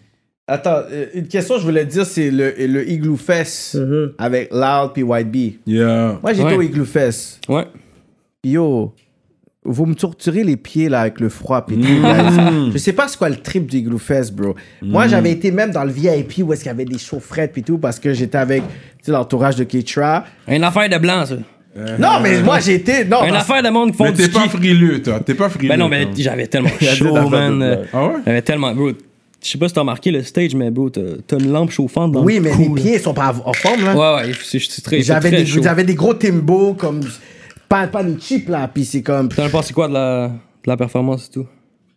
[SPEAKER 6] Attends, euh, une question, je voulais dire, c'est le, le Igloo Fest
[SPEAKER 4] Mm-hmm.
[SPEAKER 6] avec Loud puis White Bee.
[SPEAKER 2] Yeah.
[SPEAKER 6] Moi, j'étais
[SPEAKER 5] Ouais.
[SPEAKER 6] au Igloo Fest.
[SPEAKER 5] Ouais.
[SPEAKER 6] Yo, vous me torturez les pieds là avec le froid pis tout,
[SPEAKER 5] Mm.
[SPEAKER 6] guys. Je sais pas c'est quoi le trip du Igloo Fest, bro.
[SPEAKER 5] Mm.
[SPEAKER 4] Moi, j'avais été même dans le VIP où est-ce qu'il y avait des chaufferettes et tout parce que j'étais avec tu sais, l'entourage de Ketra.
[SPEAKER 5] Une affaire de blanc, ça.
[SPEAKER 4] Non, mais moi, j'étais. Non,
[SPEAKER 5] Une
[SPEAKER 4] parce-
[SPEAKER 5] affaire de monde qui font
[SPEAKER 2] Mais
[SPEAKER 5] du
[SPEAKER 2] t'es
[SPEAKER 5] ski.
[SPEAKER 2] pas frileux, toi. T'es pas frileux.
[SPEAKER 5] Ben non,
[SPEAKER 2] toi.
[SPEAKER 5] mais j'avais tellement
[SPEAKER 7] dit
[SPEAKER 5] chaud,
[SPEAKER 7] d'affaires
[SPEAKER 5] man.
[SPEAKER 7] de
[SPEAKER 5] euh,
[SPEAKER 2] Ah ouais?
[SPEAKER 5] J'avais tellement. Bro, je sais pas si t'as remarqué le stage, mais bro, t'as t'as une lampe chauffante dans
[SPEAKER 4] oui,
[SPEAKER 5] le
[SPEAKER 4] mais
[SPEAKER 5] cou,
[SPEAKER 4] mes
[SPEAKER 5] là.
[SPEAKER 4] pieds sont pas en forme, là.
[SPEAKER 5] Ouais, ouais, c'est c'est très.
[SPEAKER 4] J'avais des,
[SPEAKER 5] chaud.
[SPEAKER 4] j'avais des gros Timbo comme. Pas, pas des chips, là. Puis c'est comme.
[SPEAKER 5] T'en as pensé quoi de la, de la performance et tout?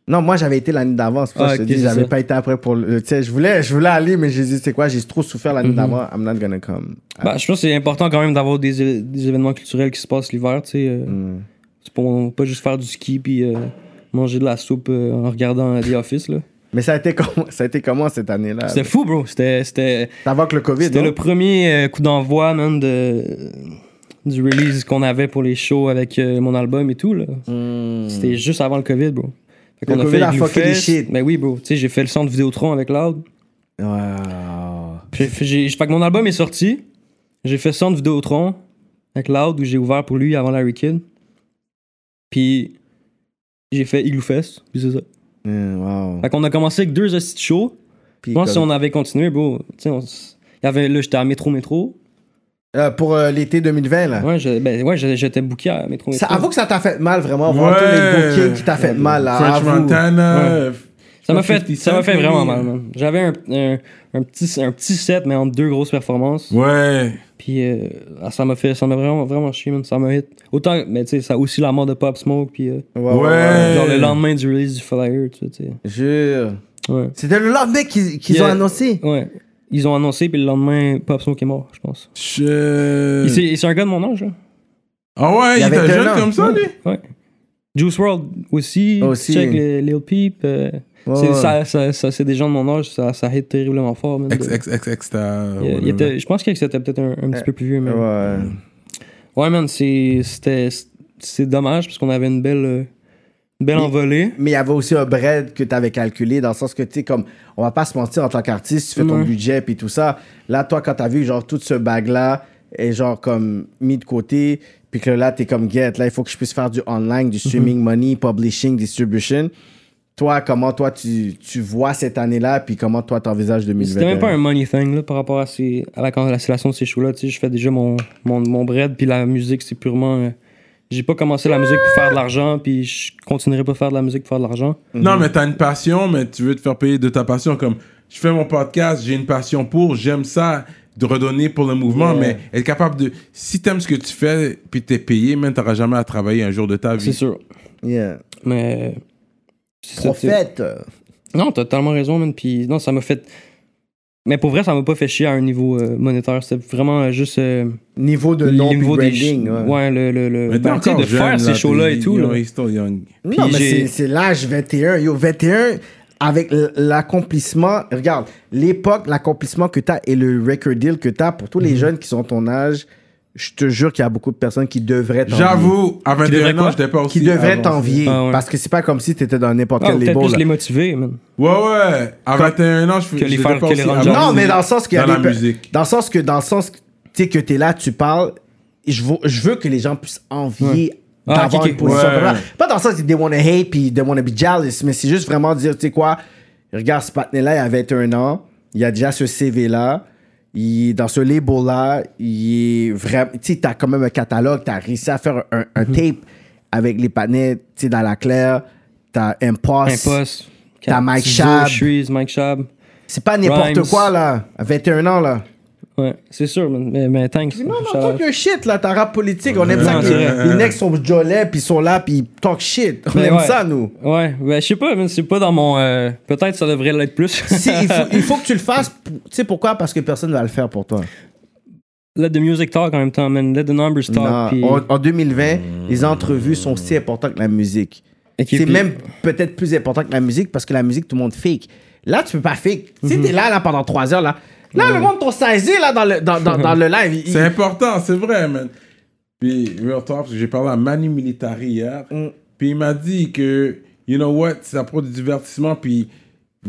[SPEAKER 4] Non, moi, j'avais été l'année d'avant. C'est pour ça
[SPEAKER 5] Ah,
[SPEAKER 4] que je
[SPEAKER 5] ok,
[SPEAKER 4] te dis,
[SPEAKER 5] c'est
[SPEAKER 4] j'avais
[SPEAKER 5] ça.
[SPEAKER 4] pas été après pour le. Tu sais, je voulais, je voulais aller, mais j'ai dit, c'est quoi, j'ai trop souffert l'année
[SPEAKER 5] Mm-hmm.
[SPEAKER 4] d'avant. I'm not gonna come.
[SPEAKER 5] Bah, je pense que c'est important quand même d'avoir des, é- des événements culturels qui se passent l'hiver, tu sais. euh,
[SPEAKER 4] Mm.
[SPEAKER 5] C'est pour pas juste faire du ski puis euh, manger de la soupe euh, en regardant The Office, là.
[SPEAKER 4] Mais ça a été comment, ça a été comment cette année-là?
[SPEAKER 5] C'était fou, bro. C'était c'était-
[SPEAKER 4] Avant que le Ah, COVID.
[SPEAKER 5] c'était
[SPEAKER 4] non?
[SPEAKER 5] le premier euh, coup d'envoi, man, de, du release qu'on avait pour les shows avec euh, mon album et tout, là.
[SPEAKER 4] Hmm.
[SPEAKER 5] C'était juste avant le COVID, bro. Fait
[SPEAKER 4] Le
[SPEAKER 5] qu'on
[SPEAKER 4] COVID a
[SPEAKER 5] Glue
[SPEAKER 4] fucké les
[SPEAKER 5] Fest.
[SPEAKER 4] shit.
[SPEAKER 5] Ben oui, bro. Tu sais, j'ai fait le centre Vidéotron avec Loud.
[SPEAKER 4] Wow.
[SPEAKER 5] J'ai fait, j'ai- fait que mon album est sorti. J'ai fait Centre Vidéotron avec Loud où j'ai ouvert pour lui avant Larry Kid. Puis j'ai fait Igloo Fest. Puis c'est ça.
[SPEAKER 4] Mm, wow.
[SPEAKER 5] Fait qu'on a commencé avec deux hosties de show.
[SPEAKER 4] Puis
[SPEAKER 5] Je pense que si
[SPEAKER 4] comme-
[SPEAKER 5] on avait continué, bro, tu sais, on s- il y avait, là, j'étais à Métro Métro.
[SPEAKER 4] Euh, pour euh, l'été 2020, là.
[SPEAKER 5] Ouais, je- ben, ouais, je- j'étais booké à Métro Métro.
[SPEAKER 4] Ça,
[SPEAKER 5] Ça,
[SPEAKER 4] avoue que ça t'a fait mal, vraiment. Voir tous
[SPEAKER 2] Ouais.
[SPEAKER 4] les bookings qui t'a fait mal, là.
[SPEAKER 2] French
[SPEAKER 4] avoue.
[SPEAKER 2] Montana.
[SPEAKER 5] Ouais.
[SPEAKER 2] euh,
[SPEAKER 5] m'a fait,
[SPEAKER 2] 50
[SPEAKER 5] ça m'a fait
[SPEAKER 2] Cent,
[SPEAKER 5] vraiment
[SPEAKER 2] oui.
[SPEAKER 5] mal, man. J'avais un, un, un petit, un petit set, mais entre deux grosses performances.
[SPEAKER 2] Ouais.
[SPEAKER 5] Puis euh, ah, ça m'a fait, ça m'a vraiment, vraiment chier, man. Ça m'a hit. Autant, mais tu sais, ça a aussi la mort de Pop Smoke. Puis. euh,
[SPEAKER 4] Ouais, ouais,
[SPEAKER 2] Ouais.
[SPEAKER 5] Genre le lendemain du release du Flyer, tu sais, tu sais.
[SPEAKER 4] Jure.
[SPEAKER 5] Ouais.
[SPEAKER 4] C'était le lendemain qu'ils qu'ils ont
[SPEAKER 5] Yeah.
[SPEAKER 4] annoncé.
[SPEAKER 5] Ouais. Ils ont annoncé, puis le lendemain, Pop Smoke est mort, je pense.
[SPEAKER 2] Je-
[SPEAKER 4] Euh.
[SPEAKER 5] Et c'est et c'est un gars de mon âge, là.
[SPEAKER 2] Ah ouais,
[SPEAKER 4] Il
[SPEAKER 2] il
[SPEAKER 4] avait
[SPEAKER 2] était
[SPEAKER 4] deux
[SPEAKER 2] jeune
[SPEAKER 4] ans.
[SPEAKER 2] comme ça, lui.
[SPEAKER 5] Ouais. Juice World aussi.
[SPEAKER 4] Aussi.
[SPEAKER 5] Check euh, Lil Peep. euh, c'est-
[SPEAKER 4] ouais.
[SPEAKER 5] Ça, ça, ça- c'est des gens de mon âge, ça, ça hit terriblement fort. man.
[SPEAKER 2] Ex, ex, ex, ex, t'as-
[SPEAKER 5] Il- il
[SPEAKER 2] whatever.
[SPEAKER 5] était- je pense qu'il était peut-être un, un petit peu plus vieux, mais. Ouais,
[SPEAKER 4] Euh, Ouais.
[SPEAKER 5] man, c'est c'était- c'est dommage, parce qu'on avait une belle, euh, une belle envolée.
[SPEAKER 4] Mais il y avait aussi un bread que tu avais calculé, dans le sens que, tu sais, comme, on va pas se mentir, en tant qu'artiste, tu fais ton
[SPEAKER 5] Ouais.
[SPEAKER 4] budget puis tout ça. Là, toi, quand t'as vu, genre, tout ce bag-là est, genre, comme, mis de côté, puis que là, t'es comme, get, là, il faut que je puisse faire du online, du
[SPEAKER 5] Mhm.
[SPEAKER 4] streaming money, publishing, distribution. Toi, comment, toi, tu, tu vois cette année-là, puis comment, toi, t'envisages 2021?
[SPEAKER 5] C'était même pas un money thing là, par rapport à, ces, à la cancellation de ces shows-là. Tu sais, je fais déjà mon, mon, mon bread, puis la musique, c'est purement. euh, j'ai pas commencé la musique pour faire de l'argent, puis je continuerai pas à faire de la musique pour faire de l'argent.
[SPEAKER 2] Non, mais t'as une passion, mais tu veux te faire payer de ta passion. Comme je fais mon podcast, j'ai une passion pour, j'aime ça, de redonner pour le mouvement, mais être capable de. Si t'aimes ce que tu fais, puis t'es payé, même t'auras jamais à travailler un jour de ta
[SPEAKER 5] C'est
[SPEAKER 2] vie.
[SPEAKER 5] sûr.
[SPEAKER 4] Yeah. euh,
[SPEAKER 5] Mais. c'est ça, tu sais.
[SPEAKER 4] Prophète!
[SPEAKER 5] Non, t'as tellement raison, man. Puis non, ça m'a fait. Mais pour vrai, ça m'a pas fait chier à un niveau euh, monétaire. C'était vraiment euh, juste. euh,
[SPEAKER 4] Niveau de
[SPEAKER 5] le
[SPEAKER 4] nom puis
[SPEAKER 5] niveau
[SPEAKER 4] branding, ouais.
[SPEAKER 5] Ouais, le. le, le-
[SPEAKER 2] Mais t'es
[SPEAKER 5] ben, tu sais,
[SPEAKER 2] encore
[SPEAKER 5] de
[SPEAKER 2] jeune,
[SPEAKER 5] faire ces
[SPEAKER 2] t'es-
[SPEAKER 5] shows-là et tout.
[SPEAKER 2] you
[SPEAKER 5] là.
[SPEAKER 2] know, he's still young.
[SPEAKER 5] Puis
[SPEAKER 4] non, mais
[SPEAKER 5] j'ai-
[SPEAKER 4] c'est- c'est l'âge 21. Yo, 21, avec l- l'accomplissement, regarde, l'époque, l'accomplissement que tu as et le record deal que tu as pour tous
[SPEAKER 5] Mhm.
[SPEAKER 4] les jeunes qui sont ton âge, je te jure qu'il y a beaucoup de personnes qui devraient t'envier.
[SPEAKER 2] J'avoue, à 21 ans,
[SPEAKER 5] quoi?
[SPEAKER 2] j'étais pas aussi.
[SPEAKER 4] Qui devraient
[SPEAKER 2] avancé.
[SPEAKER 4] t'envier.
[SPEAKER 5] Ah ouais.
[SPEAKER 4] Parce que c'est pas comme si tu étais dans n'importe
[SPEAKER 5] Ah,
[SPEAKER 4] quel
[SPEAKER 5] peut-être
[SPEAKER 4] label.
[SPEAKER 5] plus
[SPEAKER 4] là.
[SPEAKER 5] les motiver, man.
[SPEAKER 2] Ouais, ouais. À 21 ans, je
[SPEAKER 5] Que les
[SPEAKER 2] j'étais
[SPEAKER 5] faire-
[SPEAKER 2] pas
[SPEAKER 5] que
[SPEAKER 2] aussi
[SPEAKER 5] les rendre
[SPEAKER 2] avancé.
[SPEAKER 5] jeunes.
[SPEAKER 4] Non, mais dans le sens qu'il y a
[SPEAKER 2] Dans
[SPEAKER 4] des
[SPEAKER 2] la
[SPEAKER 4] pe-
[SPEAKER 2] musique.
[SPEAKER 4] Dans le sens que, dans le sens que, tu sais, que t'es là, tu parles, je veux, je veux que les gens puissent envier
[SPEAKER 5] Ah,
[SPEAKER 4] d'avoir
[SPEAKER 5] ok, ok.
[SPEAKER 4] une position
[SPEAKER 2] Ouais.
[SPEAKER 4] comme ça. Pas dans le sens que they wanna hate puis they wanna be jealous, mais c'est juste vraiment dire, tu sais quoi, regarde, ce patiné-là, il a 21 ans, il a déjà ce CV-là, il est dans ce label-là, il est vraiment... Tu sais, t'as quand même un catalogue, t'as réussi à faire un, un
[SPEAKER 2] Mm-hmm.
[SPEAKER 4] tape avec les patinets, tu sais, dans la claire, t'as Impost.
[SPEAKER 5] Impost.
[SPEAKER 4] Ah, T'as Mike
[SPEAKER 5] Tizo,
[SPEAKER 4] Shab.
[SPEAKER 5] Shreeze, Mike Shab.
[SPEAKER 4] C'est pas n'importe
[SPEAKER 5] Rhymes.
[SPEAKER 4] quoi, là, à 21 ans, là.
[SPEAKER 5] Ouais, c'est sûr, man. mais, mais thanks.
[SPEAKER 4] Non,
[SPEAKER 5] Shout
[SPEAKER 4] non,
[SPEAKER 5] out.
[SPEAKER 4] talk your shit, là, ta rap politique. On aime
[SPEAKER 2] Ouais,
[SPEAKER 4] ça que
[SPEAKER 5] c'est vrai.
[SPEAKER 4] les necks sont jolets, puis ils sont là, puis ils talk shit. On
[SPEAKER 5] Mais
[SPEAKER 4] aime
[SPEAKER 5] ouais.
[SPEAKER 4] ça, nous.
[SPEAKER 5] Ouais, ben je sais pas, man, c'est pas dans mon. euh, Peut-être ça devrait l'être plus.
[SPEAKER 4] Si, il, faut, il faut que tu le fasses. pour- Tu sais pourquoi? Parce que personne va le faire pour toi.
[SPEAKER 5] Let the music talk en même temps, man. Let the numbers
[SPEAKER 4] Non,
[SPEAKER 5] talk. puis-
[SPEAKER 4] en, en 2020, les entrevues sont aussi importantes que la musique.
[SPEAKER 5] Ok,
[SPEAKER 4] c'est
[SPEAKER 5] puis-
[SPEAKER 4] même peut-être plus important que la musique parce que la musique, tout le monde fake. Là, tu peux pas fake.
[SPEAKER 5] Mhm.
[SPEAKER 4] Si t'es là, là, pendant trois heures, là, là, le monde t'ont saisi, là, dans le, dans, dans, dans le live. Il-
[SPEAKER 2] C'est important, c'est vrai, man. Puis, real talk, parce que j'ai parlé à Manu Militari hier.
[SPEAKER 4] Mm.
[SPEAKER 2] Puis il m'a dit que, you know what, ça prend du divertissement. Puis,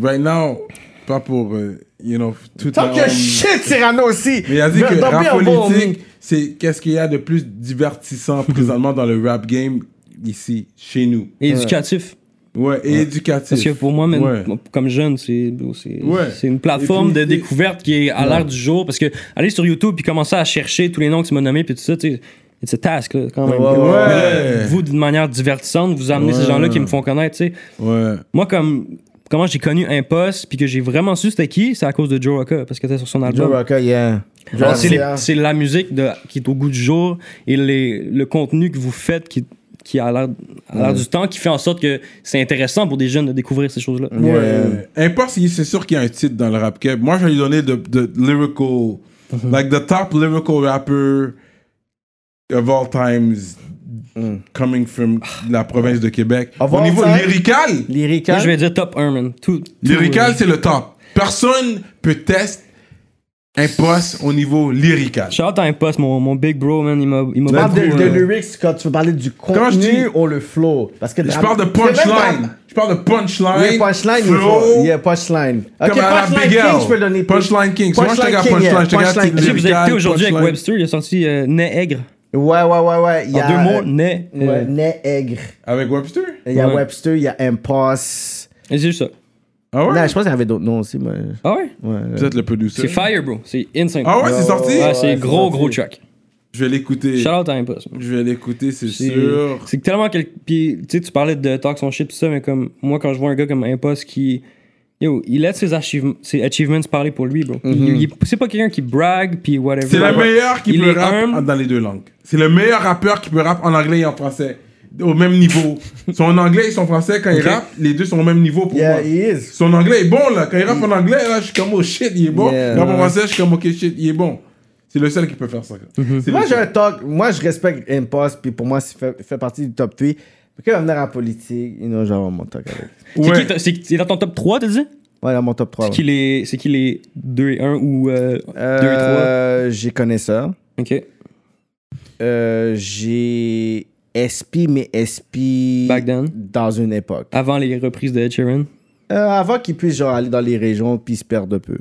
[SPEAKER 2] right now, pas pour, euh, you know, tout
[SPEAKER 4] Talk
[SPEAKER 2] la-
[SPEAKER 4] your shit, Cyrano aussi.
[SPEAKER 2] Mais il a dit que
[SPEAKER 4] Don't be
[SPEAKER 2] rap
[SPEAKER 4] a bum.
[SPEAKER 2] politique, c'est qu'est-ce qu'il y a de plus divertissant présentement dans le rap game ici, chez nous.
[SPEAKER 5] Et Éducatif.
[SPEAKER 2] Ouais, et éducatif.
[SPEAKER 5] Parce que pour moi, man,
[SPEAKER 2] Ouais.
[SPEAKER 5] comme jeune, c'est c'est-
[SPEAKER 2] Ouais.
[SPEAKER 5] c'est une plateforme
[SPEAKER 2] Et puis,
[SPEAKER 5] de
[SPEAKER 2] t'es-
[SPEAKER 5] découverte qui est à l'heure du jour. Parce que aller sur YouTube puis commencer à chercher tous les noms que tu m'as nommés puis tout ça, tu sais, it's a task là, quand même.
[SPEAKER 2] ouais, ouais.
[SPEAKER 5] Mais là, vous, d'une manière divertissante, vous amenez ces
[SPEAKER 2] Ouais.
[SPEAKER 5] gens-là qui me font connaître, tu sais.
[SPEAKER 2] Ouais.
[SPEAKER 4] Euh,
[SPEAKER 5] Moi, comme comment j'ai connu Impost puis que j'ai vraiment su c'était qui, c'est à cause de Joe Rocca parce que c'était sur son album.
[SPEAKER 4] Joe Rocca, yeah.
[SPEAKER 5] Alors, c'est les-
[SPEAKER 4] Rocca.
[SPEAKER 5] C'est la musique de- qui est au goût du jour et les- le contenu que vous faites qui, qui a l'air à l'air du temps qui fait en sorte que c'est intéressant pour des jeunes de découvrir ces choses-là.
[SPEAKER 2] Ouais. Importe si Euh, c'est sûr qu'il y a un titre dans le rap cap. Moi, je vais lui donner de, de lyrical,
[SPEAKER 4] Mhm.
[SPEAKER 2] like the top lyrical rapper of all times coming from la province de Québec.
[SPEAKER 4] Mm. Of
[SPEAKER 2] Au
[SPEAKER 4] all
[SPEAKER 2] niveau
[SPEAKER 4] time?
[SPEAKER 2] lyrical,
[SPEAKER 4] Lyrica.
[SPEAKER 5] Moi, je vais dire top 1, man. Tout, euh, tout-
[SPEAKER 2] lyrical, c'est le top. Personne peut test Impost au niveau lyrical.
[SPEAKER 5] Shout out à Impost, mon, mon big bro, man. Il m'a il m'a
[SPEAKER 4] On parle
[SPEAKER 5] beaucoup,
[SPEAKER 4] de, de
[SPEAKER 5] euh,
[SPEAKER 4] lyrics quand tu veux parler du
[SPEAKER 2] Quand je dis-
[SPEAKER 4] contenu ou le flow. Parce que
[SPEAKER 2] Je parle de punchline. Je parle de punchline.
[SPEAKER 4] Oui, punchline, il
[SPEAKER 2] flow,
[SPEAKER 4] faut. Yeah, punchline. Ok,
[SPEAKER 2] Comme à la
[SPEAKER 4] punchline
[SPEAKER 2] Big
[SPEAKER 4] King,
[SPEAKER 2] L.
[SPEAKER 4] je peux donner.
[SPEAKER 2] Punchline King. So moi, je te regarde
[SPEAKER 4] King,
[SPEAKER 2] punchline, je te
[SPEAKER 4] yeah,
[SPEAKER 2] regarde
[SPEAKER 4] punchline
[SPEAKER 5] Je sais
[SPEAKER 2] King.
[SPEAKER 5] que vous avez
[SPEAKER 2] lyrical,
[SPEAKER 5] écouté aujourd'hui avec
[SPEAKER 2] punchline.
[SPEAKER 5] Webster, il a sorti euh, Nez Aigre.
[SPEAKER 4] King. Ouais, ouais, ouais, ouais. il y
[SPEAKER 5] En
[SPEAKER 4] a-
[SPEAKER 5] deux mots, Nez. euh,
[SPEAKER 4] Ouais, Nez Aigre.
[SPEAKER 2] Avec Webster?
[SPEAKER 4] Il y a
[SPEAKER 5] Ouais.
[SPEAKER 4] Webster, il y a Impasse.
[SPEAKER 5] et C'est juste ça.
[SPEAKER 2] Ah ouais?
[SPEAKER 4] Non, je pense qu'il y avait d'autres noms aussi, mais.
[SPEAKER 5] Ah ouais?
[SPEAKER 4] Ouais.
[SPEAKER 2] Peut-être le producer.
[SPEAKER 5] C'est fire, bro. C'est insane.
[SPEAKER 2] Ah ouais, c'est sorti?
[SPEAKER 5] Ouais, c'est
[SPEAKER 4] Ouais,
[SPEAKER 5] gros,
[SPEAKER 4] c'est
[SPEAKER 5] gros
[SPEAKER 4] sorti.
[SPEAKER 5] track.
[SPEAKER 2] Je vais l'écouter.
[SPEAKER 5] Shout out à Impost. man.
[SPEAKER 2] Je vais l'écouter, c'est
[SPEAKER 5] C'est
[SPEAKER 2] sûr.
[SPEAKER 5] c'est que tellement quel... Puis, tu sais, tu parlais de talk son shit, tout ça, mais comme moi, quand je vois un gars comme Impost qui. Yo, il laisse ses, achieve- ses achievements parler pour lui, bro. Il- il- C'est pas quelqu'un qui brague, puis whatever.
[SPEAKER 2] Mhm. C'est le meilleur qui
[SPEAKER 5] Il
[SPEAKER 2] peut
[SPEAKER 5] est
[SPEAKER 2] rap
[SPEAKER 5] humble.
[SPEAKER 2] dans les deux langues. C'est le meilleur rappeur qui peut rap en anglais et en français. Au même niveau. Son anglais et son français, quand il rappe, les deux sont au même niveau pour
[SPEAKER 4] Yeah,
[SPEAKER 2] moi.
[SPEAKER 4] he is.
[SPEAKER 2] Son anglais est bon, là. Quand il rappe en anglais, là, je suis comme, oh shit, il est bon.
[SPEAKER 4] Yeah.
[SPEAKER 2] Quand en français, je suis comme, ok shit, il est bon. C'est le seul qui peut faire ça.
[SPEAKER 5] Mhm.
[SPEAKER 2] C'est
[SPEAKER 4] Moi,
[SPEAKER 2] le
[SPEAKER 4] j'ai
[SPEAKER 2] seul.
[SPEAKER 4] un talk. Moi, je respecte Impasse, puis pour moi, c'est fait, fait partie du top 3. Puis quand il va venir en politique, you know, j'aurai mon talk avec.
[SPEAKER 5] C'est
[SPEAKER 2] Ouais.
[SPEAKER 5] qui ta- C'est qui est dans ton top 3, t'as dit?
[SPEAKER 4] Ouais, dans mon top 3.
[SPEAKER 5] C'est qui les, c'est qui les 2 et 1 ou 2 et
[SPEAKER 4] Euh, j'ai Connaisseur.
[SPEAKER 5] 3? Ok.
[SPEAKER 4] Euh, j'ai SP, mais SP.
[SPEAKER 5] Back then.
[SPEAKER 4] Dans une époque.
[SPEAKER 5] Avant les reprises de Ed Sheeran.
[SPEAKER 4] Euh, avant qu'il puisse, genre, aller dans les régions, puis se perdre un peu.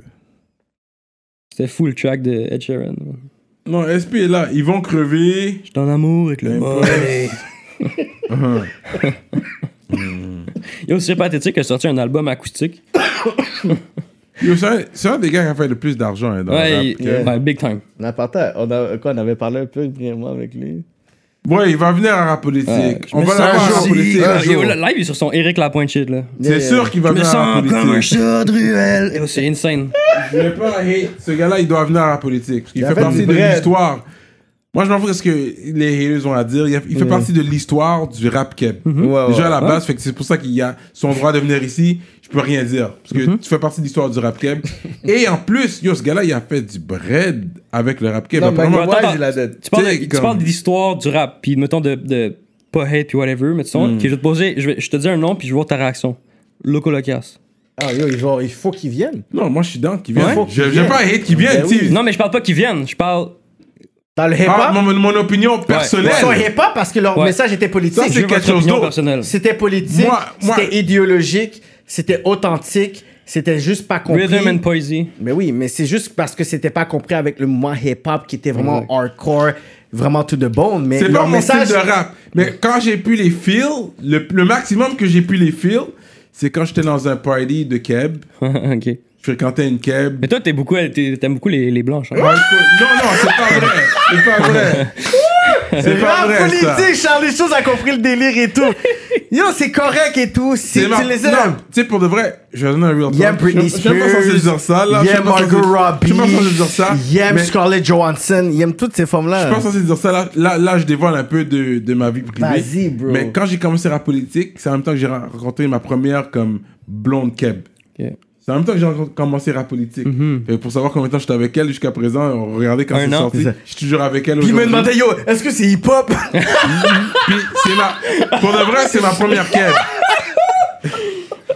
[SPEAKER 5] C'était full track de Ed Sheeran.
[SPEAKER 2] Non, SP est là. Ils vont crever.
[SPEAKER 5] J'étais en amour avec le
[SPEAKER 2] Impossible.
[SPEAKER 5] money.
[SPEAKER 2] Uh-huh.
[SPEAKER 5] Yo, c'est pathétique, a sorti un album acoustique.
[SPEAKER 2] Yo, C'est un- c'est un des gars qui a fait le plus d'argent hein, dans le rap.
[SPEAKER 5] Ouais, il-
[SPEAKER 2] ok?
[SPEAKER 5] ouais, big time.
[SPEAKER 4] On a, parlé- on a- quoi, on avait parlé un peu brièvement avec lui.
[SPEAKER 2] Ouais, il va venir à rap politique. On va l'avoir à rap politique.
[SPEAKER 5] Ah, Yo, le live il est sur son Eric Lapointe shit là.
[SPEAKER 2] C'est
[SPEAKER 4] euh,
[SPEAKER 2] sûr qu'il va
[SPEAKER 5] Je me
[SPEAKER 2] venir à
[SPEAKER 5] sens
[SPEAKER 2] rap
[SPEAKER 5] comme un
[SPEAKER 2] politique.
[SPEAKER 5] chat de ruelle. Yo, c'est insane.
[SPEAKER 2] Je vais pas hate. Ce gars-là, il doit venir à la politique. Parce qu'il
[SPEAKER 4] Il a
[SPEAKER 2] fait
[SPEAKER 4] fait
[SPEAKER 2] partie
[SPEAKER 4] du
[SPEAKER 2] de
[SPEAKER 4] bread.
[SPEAKER 2] l'histoire. Moi, je m'en fous de ce que les haters ont à dire. Il a- il fait partie de l'histoire du rap keb.
[SPEAKER 4] Mhm. Ouais,
[SPEAKER 2] Déjà
[SPEAKER 4] ouais.
[SPEAKER 2] à la base, fait que c'est pour ça qu'il y a son droit de venir ici. Je peux rien dire. Parce que
[SPEAKER 4] Mhm.
[SPEAKER 2] tu fais partie de l'histoire du rap keb. Et en plus, yo, ce gars-là, il a fait du bread avec le rap keb.
[SPEAKER 4] Non,
[SPEAKER 2] Apparemment-
[SPEAKER 4] mais
[SPEAKER 5] attends,
[SPEAKER 4] ouais,
[SPEAKER 5] attends.
[SPEAKER 4] j'ai la dette.
[SPEAKER 5] Tu parles, de,
[SPEAKER 2] T'sais,
[SPEAKER 5] tu
[SPEAKER 2] comme-
[SPEAKER 5] parles de l'histoire du rap, puis mettons de, de pas hate puis whatever, mais tu sais,
[SPEAKER 2] Mm.
[SPEAKER 5] ok, je vais te poser, je, vais- je te dis un nom puis je vois ta réaction. Loco Locas.
[SPEAKER 4] Ah, yo, ils vont- il faut qu'il vienne.
[SPEAKER 2] Non, moi, je suis down qu'il vienne.
[SPEAKER 5] Ouais.
[SPEAKER 2] Faut Je n'ai pas hate qu'il vienne.
[SPEAKER 4] Ben oui.
[SPEAKER 2] tu sais.
[SPEAKER 5] Non mais je parle pas qu'ils viennent, je parle
[SPEAKER 4] Dans le
[SPEAKER 2] Ah,
[SPEAKER 4] hip-hop.
[SPEAKER 2] mon, mon opinion personnelle.
[SPEAKER 4] Ils sont hip-hop parce que leur
[SPEAKER 5] Ouais.
[SPEAKER 4] message était politique.
[SPEAKER 2] Ça,
[SPEAKER 5] je veux
[SPEAKER 2] quelque
[SPEAKER 5] votre
[SPEAKER 2] chose
[SPEAKER 5] opinion
[SPEAKER 2] d'autre.
[SPEAKER 5] personnelle.
[SPEAKER 4] C'était politique,
[SPEAKER 2] Moi- moi-
[SPEAKER 4] c'était idéologique, c'était authentique, c'était juste pas compris.
[SPEAKER 5] Rhythm and Poesy.
[SPEAKER 4] Mais oui, mais c'est juste parce que c'était pas compris avec le mouvement hip-hop qui était vraiment hardcore, vraiment tout de bone. Mais
[SPEAKER 2] C'est
[SPEAKER 4] leur
[SPEAKER 2] pas mon
[SPEAKER 4] message,
[SPEAKER 2] style de rap. Mais quand j'ai pu les feel, le, le maximum que j'ai pu les feel, c'est quand j'étais dans un party de keb.
[SPEAKER 5] ok.
[SPEAKER 2] Je fréquentais une keb.
[SPEAKER 5] Mais toi, t'es
[SPEAKER 4] Ah!
[SPEAKER 5] beaucoup, t'es- t'aimes beaucoup les, les blanches. hein.
[SPEAKER 2] Hardcore- Non, non, c'est pas vrai. C'est pas vrai. C'est pas
[SPEAKER 4] La
[SPEAKER 2] vrai, ça.
[SPEAKER 4] politique, Charles Chose a compris le délire et tout. Yo, c'est correct et tout. Si
[SPEAKER 2] mar-
[SPEAKER 4] tu les
[SPEAKER 2] Non,
[SPEAKER 4] aimes.
[SPEAKER 2] tu sais, pour de vrai, je vais donner un real talk.
[SPEAKER 4] Il aime Britney
[SPEAKER 2] Je suis même pas
[SPEAKER 4] Spears,
[SPEAKER 2] censé dire ça, là.
[SPEAKER 4] il
[SPEAKER 2] Je suis
[SPEAKER 4] aime
[SPEAKER 2] même pas
[SPEAKER 4] Margot
[SPEAKER 2] censé-
[SPEAKER 4] Robbie.
[SPEAKER 2] Je suis même pas censé dire ça.
[SPEAKER 4] Il aime
[SPEAKER 2] mais-
[SPEAKER 4] Scarlett Johansson. Il aime toutes ces
[SPEAKER 2] Je
[SPEAKER 4] femmes-là.
[SPEAKER 2] pense censé dire ça. Là, là, là, je dévoile un peu de, de ma vie privée.
[SPEAKER 4] Vas-y, bro.
[SPEAKER 2] Mais quand j'ai commencé la politique, c'est en même temps que j'ai rencontré ma première comme blonde keb.
[SPEAKER 5] Ok.
[SPEAKER 2] C'est en même temps que j'ai rencontré- commencé la politique.
[SPEAKER 4] Mhm.
[SPEAKER 2] Fait que Pour savoir combien de temps j'étais avec elle jusqu'à présent, on regardait quand
[SPEAKER 5] Un
[SPEAKER 2] c'est
[SPEAKER 5] an.
[SPEAKER 2] sorti.
[SPEAKER 5] C'est
[SPEAKER 2] Je
[SPEAKER 5] ça.
[SPEAKER 2] suis toujours avec elle
[SPEAKER 4] Puis il me
[SPEAKER 2] aujourd'hui.
[SPEAKER 4] demandait, yo, est-ce que c'est hip-hop?
[SPEAKER 2] Puis c'est ma... Pour de vrai, c'est ma première keb.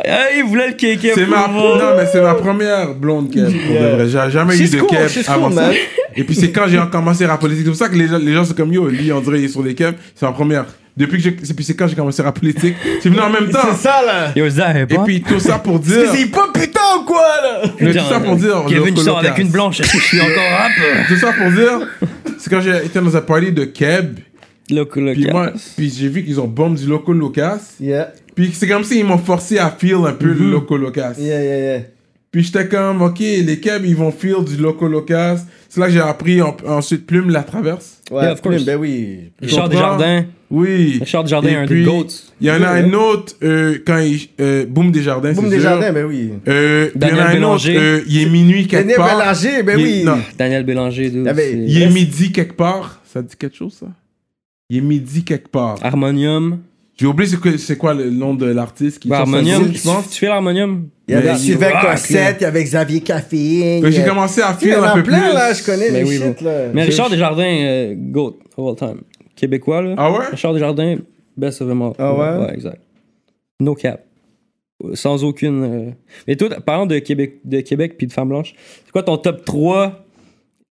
[SPEAKER 5] Ah, il voulait le kéké
[SPEAKER 2] C'est
[SPEAKER 5] pour
[SPEAKER 2] ma...
[SPEAKER 5] moi.
[SPEAKER 2] Non, mais c'est ma première blonde keb. Pour de vrai, j'ai jamais eu
[SPEAKER 4] She's
[SPEAKER 2] de
[SPEAKER 4] cool,
[SPEAKER 2] keb
[SPEAKER 4] she's
[SPEAKER 2] avant
[SPEAKER 4] cool,
[SPEAKER 2] ça.
[SPEAKER 4] man.
[SPEAKER 2] Et puis c'est quand j'ai commencé la politique. C'est pour ça que les, gens- les gens sont comme yo, lui, on dirait il est sur des keb. C'est ma première. Depuis que j'ai... c'est- Puis c'est quand j'ai commencé la politique. C'est venu en même temps.
[SPEAKER 4] C'est ça, là.
[SPEAKER 5] Yo, ça,
[SPEAKER 2] Et puis tout ça pour dire.
[SPEAKER 4] C'est hip-hop putain ou quoi, là?
[SPEAKER 2] mais tout ça pour dire.
[SPEAKER 5] Kevin,
[SPEAKER 2] le
[SPEAKER 5] tu sors avec
[SPEAKER 2] colocasse.
[SPEAKER 5] une blanche. Est-ce que je suis encore rap?
[SPEAKER 2] Tout ça pour dire. C'est quand j'ai été dans un party de Keb.
[SPEAKER 5] Le coloc.
[SPEAKER 2] Puis moi, puis j'ai vu qu'ils ont bombe du Loco Locas.
[SPEAKER 4] Yeah,
[SPEAKER 2] Puis c'est comme s'ils m'ont forcé à feel un peu
[SPEAKER 5] Mhm.
[SPEAKER 2] le Loco Locas.
[SPEAKER 4] yeah, yeah, yeah.
[SPEAKER 2] Puis j'étais comme, ok, les Keb, ils vont feel du Loco Locas. C'est là que j'ai appris en- ensuite Plume la traverse.
[SPEAKER 4] Ouais,
[SPEAKER 5] Yeah, of course.
[SPEAKER 4] Ben oui.
[SPEAKER 5] Richard
[SPEAKER 2] comprends?
[SPEAKER 5] Desjardins.
[SPEAKER 2] Oui.
[SPEAKER 5] Richard Desjardins,
[SPEAKER 2] Et
[SPEAKER 5] un des
[SPEAKER 2] puis,
[SPEAKER 5] goats.
[SPEAKER 2] Il y en a un autre, euh, quand il. euh, Boom Desjardins.
[SPEAKER 4] Boum
[SPEAKER 2] c'est
[SPEAKER 4] des
[SPEAKER 2] sûr.
[SPEAKER 4] jardins, ben oui.
[SPEAKER 2] Euh, puis il y en a
[SPEAKER 5] Daniel
[SPEAKER 2] un autre,
[SPEAKER 5] Bélanger.
[SPEAKER 2] euh, il est minuit quelque
[SPEAKER 4] Daniel
[SPEAKER 2] part.
[SPEAKER 4] Bélanger, ben
[SPEAKER 2] Il-
[SPEAKER 4] oui.
[SPEAKER 2] non.
[SPEAKER 5] Daniel Bélanger, dude,
[SPEAKER 4] Ah, mais
[SPEAKER 5] c'est-
[SPEAKER 2] Il est midi quelque part. Ça dit quelque chose, ça Il est midi quelque part.
[SPEAKER 5] Ah. Harmonium.
[SPEAKER 2] J'ai oublié c'est quoi, c'est quoi le nom de l'artiste qui
[SPEAKER 5] Bah,
[SPEAKER 2] chante sa
[SPEAKER 5] harmonium.
[SPEAKER 2] musique,
[SPEAKER 5] Tu,
[SPEAKER 2] je pense.
[SPEAKER 5] tu fais l'harmonium?
[SPEAKER 4] Il y avait
[SPEAKER 2] Mais
[SPEAKER 4] Sylvain
[SPEAKER 5] il rock,
[SPEAKER 4] Cossette, il y avait Xavier
[SPEAKER 2] Fait
[SPEAKER 4] Caféine.
[SPEAKER 2] que
[SPEAKER 4] il y
[SPEAKER 2] J'ai
[SPEAKER 4] a-
[SPEAKER 2] commencé à
[SPEAKER 4] Il y
[SPEAKER 2] filer
[SPEAKER 4] en
[SPEAKER 2] un
[SPEAKER 4] a
[SPEAKER 2] peu
[SPEAKER 4] plein,
[SPEAKER 2] plus.
[SPEAKER 4] là, je connais
[SPEAKER 5] Mais
[SPEAKER 4] les
[SPEAKER 5] oui,
[SPEAKER 4] shit,
[SPEAKER 5] bon.
[SPEAKER 4] là.
[SPEAKER 5] Mais Richard Desjardins, euh, GOAT of all time. Québécois, là.
[SPEAKER 2] Ah ouais
[SPEAKER 5] Richard Desjardins, best of them all.
[SPEAKER 4] Ah ouais?
[SPEAKER 5] Ouais, exact. No cap. Euh, Sans aucune. euh, Mais toi, parlant de Québec, de Québec puis de femmes blanches, c'est quoi ton top 3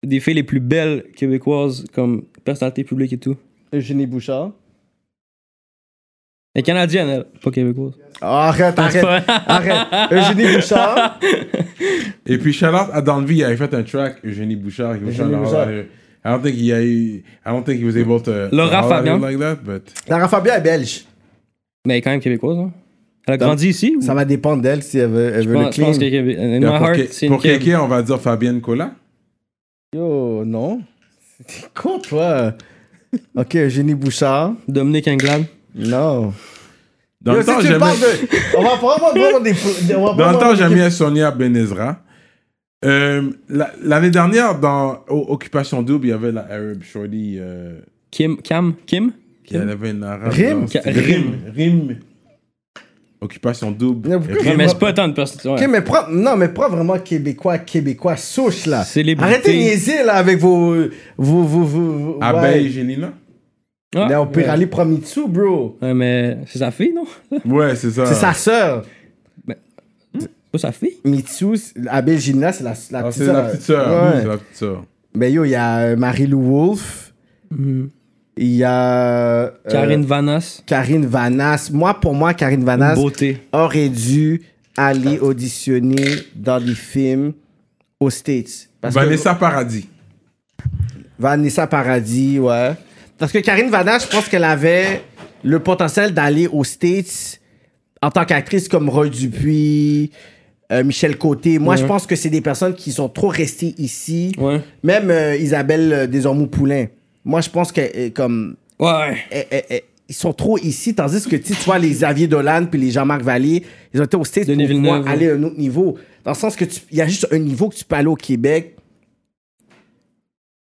[SPEAKER 5] des filles les plus belles québécoises comme personnalité publique et tout
[SPEAKER 4] Eugénie Bouchard.
[SPEAKER 5] Elle est canadienne, elle, pas québécoise.
[SPEAKER 4] Ah, Arrête, arrête, arrête. Eugénie Bouchard.
[SPEAKER 2] Et puis Charlotte à Danville, il avait fait un track, Eugénie Bouchard. Eugénie
[SPEAKER 4] Eugénie Bouchard.
[SPEAKER 2] I don't think he, I don't think he was able to.
[SPEAKER 5] Laura
[SPEAKER 2] to holler
[SPEAKER 5] Fabian.
[SPEAKER 2] Like that, but.
[SPEAKER 4] Lara Fabia est belge.
[SPEAKER 5] Mais elle est quand même québécoise, hein. Elle a grandi ici ou-
[SPEAKER 4] Ça va dépendre d'elle si elle veut, elle
[SPEAKER 5] Je
[SPEAKER 4] veut le
[SPEAKER 5] pense, je pense
[SPEAKER 4] clean.
[SPEAKER 5] que Québec- In my
[SPEAKER 2] Pour
[SPEAKER 5] heart,
[SPEAKER 2] Ke-
[SPEAKER 5] c'est une
[SPEAKER 2] Pour
[SPEAKER 5] Québec.
[SPEAKER 2] Kéké, on va dire Fabienne Cola.
[SPEAKER 4] Yo, non. T'es con, toi. Ok, Eugénie Bouchard.
[SPEAKER 5] Dominique Anglade.
[SPEAKER 4] Non.
[SPEAKER 2] Dans
[SPEAKER 4] Yo,
[SPEAKER 2] le
[SPEAKER 4] si
[SPEAKER 2] temps,
[SPEAKER 4] tu
[SPEAKER 2] j'aimais.
[SPEAKER 4] parles de- Oh, On va prendre vraiment des. on va
[SPEAKER 2] Dans le
[SPEAKER 4] prendre
[SPEAKER 2] temps,
[SPEAKER 4] des-
[SPEAKER 2] j'aimais Sonia Benezra. Euh, la- L'année dernière, dans O- Occupation Double, il y avait la Arab Shorty. Euh,
[SPEAKER 5] Kim. Cam. Kim.
[SPEAKER 2] qui elle avait une arabe.
[SPEAKER 4] Rim?
[SPEAKER 2] non, c'était-
[SPEAKER 5] Rim.
[SPEAKER 2] Rim. Rim. Occupation Double.
[SPEAKER 4] Mais pourquoi-
[SPEAKER 5] Non,
[SPEAKER 2] Rim.
[SPEAKER 5] mais c'est pas tant de personnes.
[SPEAKER 4] Ok, mais prends, non, mais prends vraiment québécois, québécois souche là.
[SPEAKER 5] Célébrité.
[SPEAKER 4] Arrêtez de niaiser là avec vos. vos, vos, vos, vos-
[SPEAKER 2] Abeille
[SPEAKER 4] ouais.
[SPEAKER 2] Gélina.
[SPEAKER 5] Ah,
[SPEAKER 4] Mais on peut
[SPEAKER 5] ouais.
[SPEAKER 4] aller Promitsu, bro.
[SPEAKER 5] Ouais, mais c'est sa fille, non
[SPEAKER 2] Ouais, c'est ça.
[SPEAKER 4] C'est sa sœur.
[SPEAKER 5] Pas sa fille.
[SPEAKER 4] Mitsu, c'est- Abeille Gilna, c'est la, la
[SPEAKER 2] Ah,
[SPEAKER 4] petite
[SPEAKER 2] c'est
[SPEAKER 4] sœur.
[SPEAKER 2] la petite sœur. oui,
[SPEAKER 4] Ouais.
[SPEAKER 2] c'est la petite sœur.
[SPEAKER 4] Mais yo, il y a euh, Marie-Lou Wolfe. Il y a. euh,
[SPEAKER 5] Mm-hmm. Karine Vanas.
[SPEAKER 4] Karine Vanas. Moi, pour moi, Karine Vanas
[SPEAKER 5] Beauté.
[SPEAKER 4] aurait dû aller auditionner dans des films aux States. Parce que-
[SPEAKER 2] Vanessa Paradis.
[SPEAKER 4] Vanessa Paradis, ouais. Parce que Karine Vanas, je pense qu'elle avait le potentiel d'aller aux States en tant qu'actrice comme Roy Dupuis, euh, Michel Côté. Moi, je pense que c'est des personnes qui sont trop restées ici.
[SPEAKER 5] Ouais.
[SPEAKER 4] Même euh, Isabelle euh, Desormeaux-Poulain. Moi, je pense que euh, comme
[SPEAKER 5] Ouais.
[SPEAKER 4] eh, eh, eh, ils sont trop ici, tandis que tu sais, tu vois les Xavier Dolan puis les Jean-Marc Vallée, ils ont été au States
[SPEAKER 5] Denis
[SPEAKER 4] pour pouvoir
[SPEAKER 5] Villeneuve,
[SPEAKER 4] aller à un autre niveau. Dans le sens que tu- il y a juste un niveau que tu peux aller au Québec.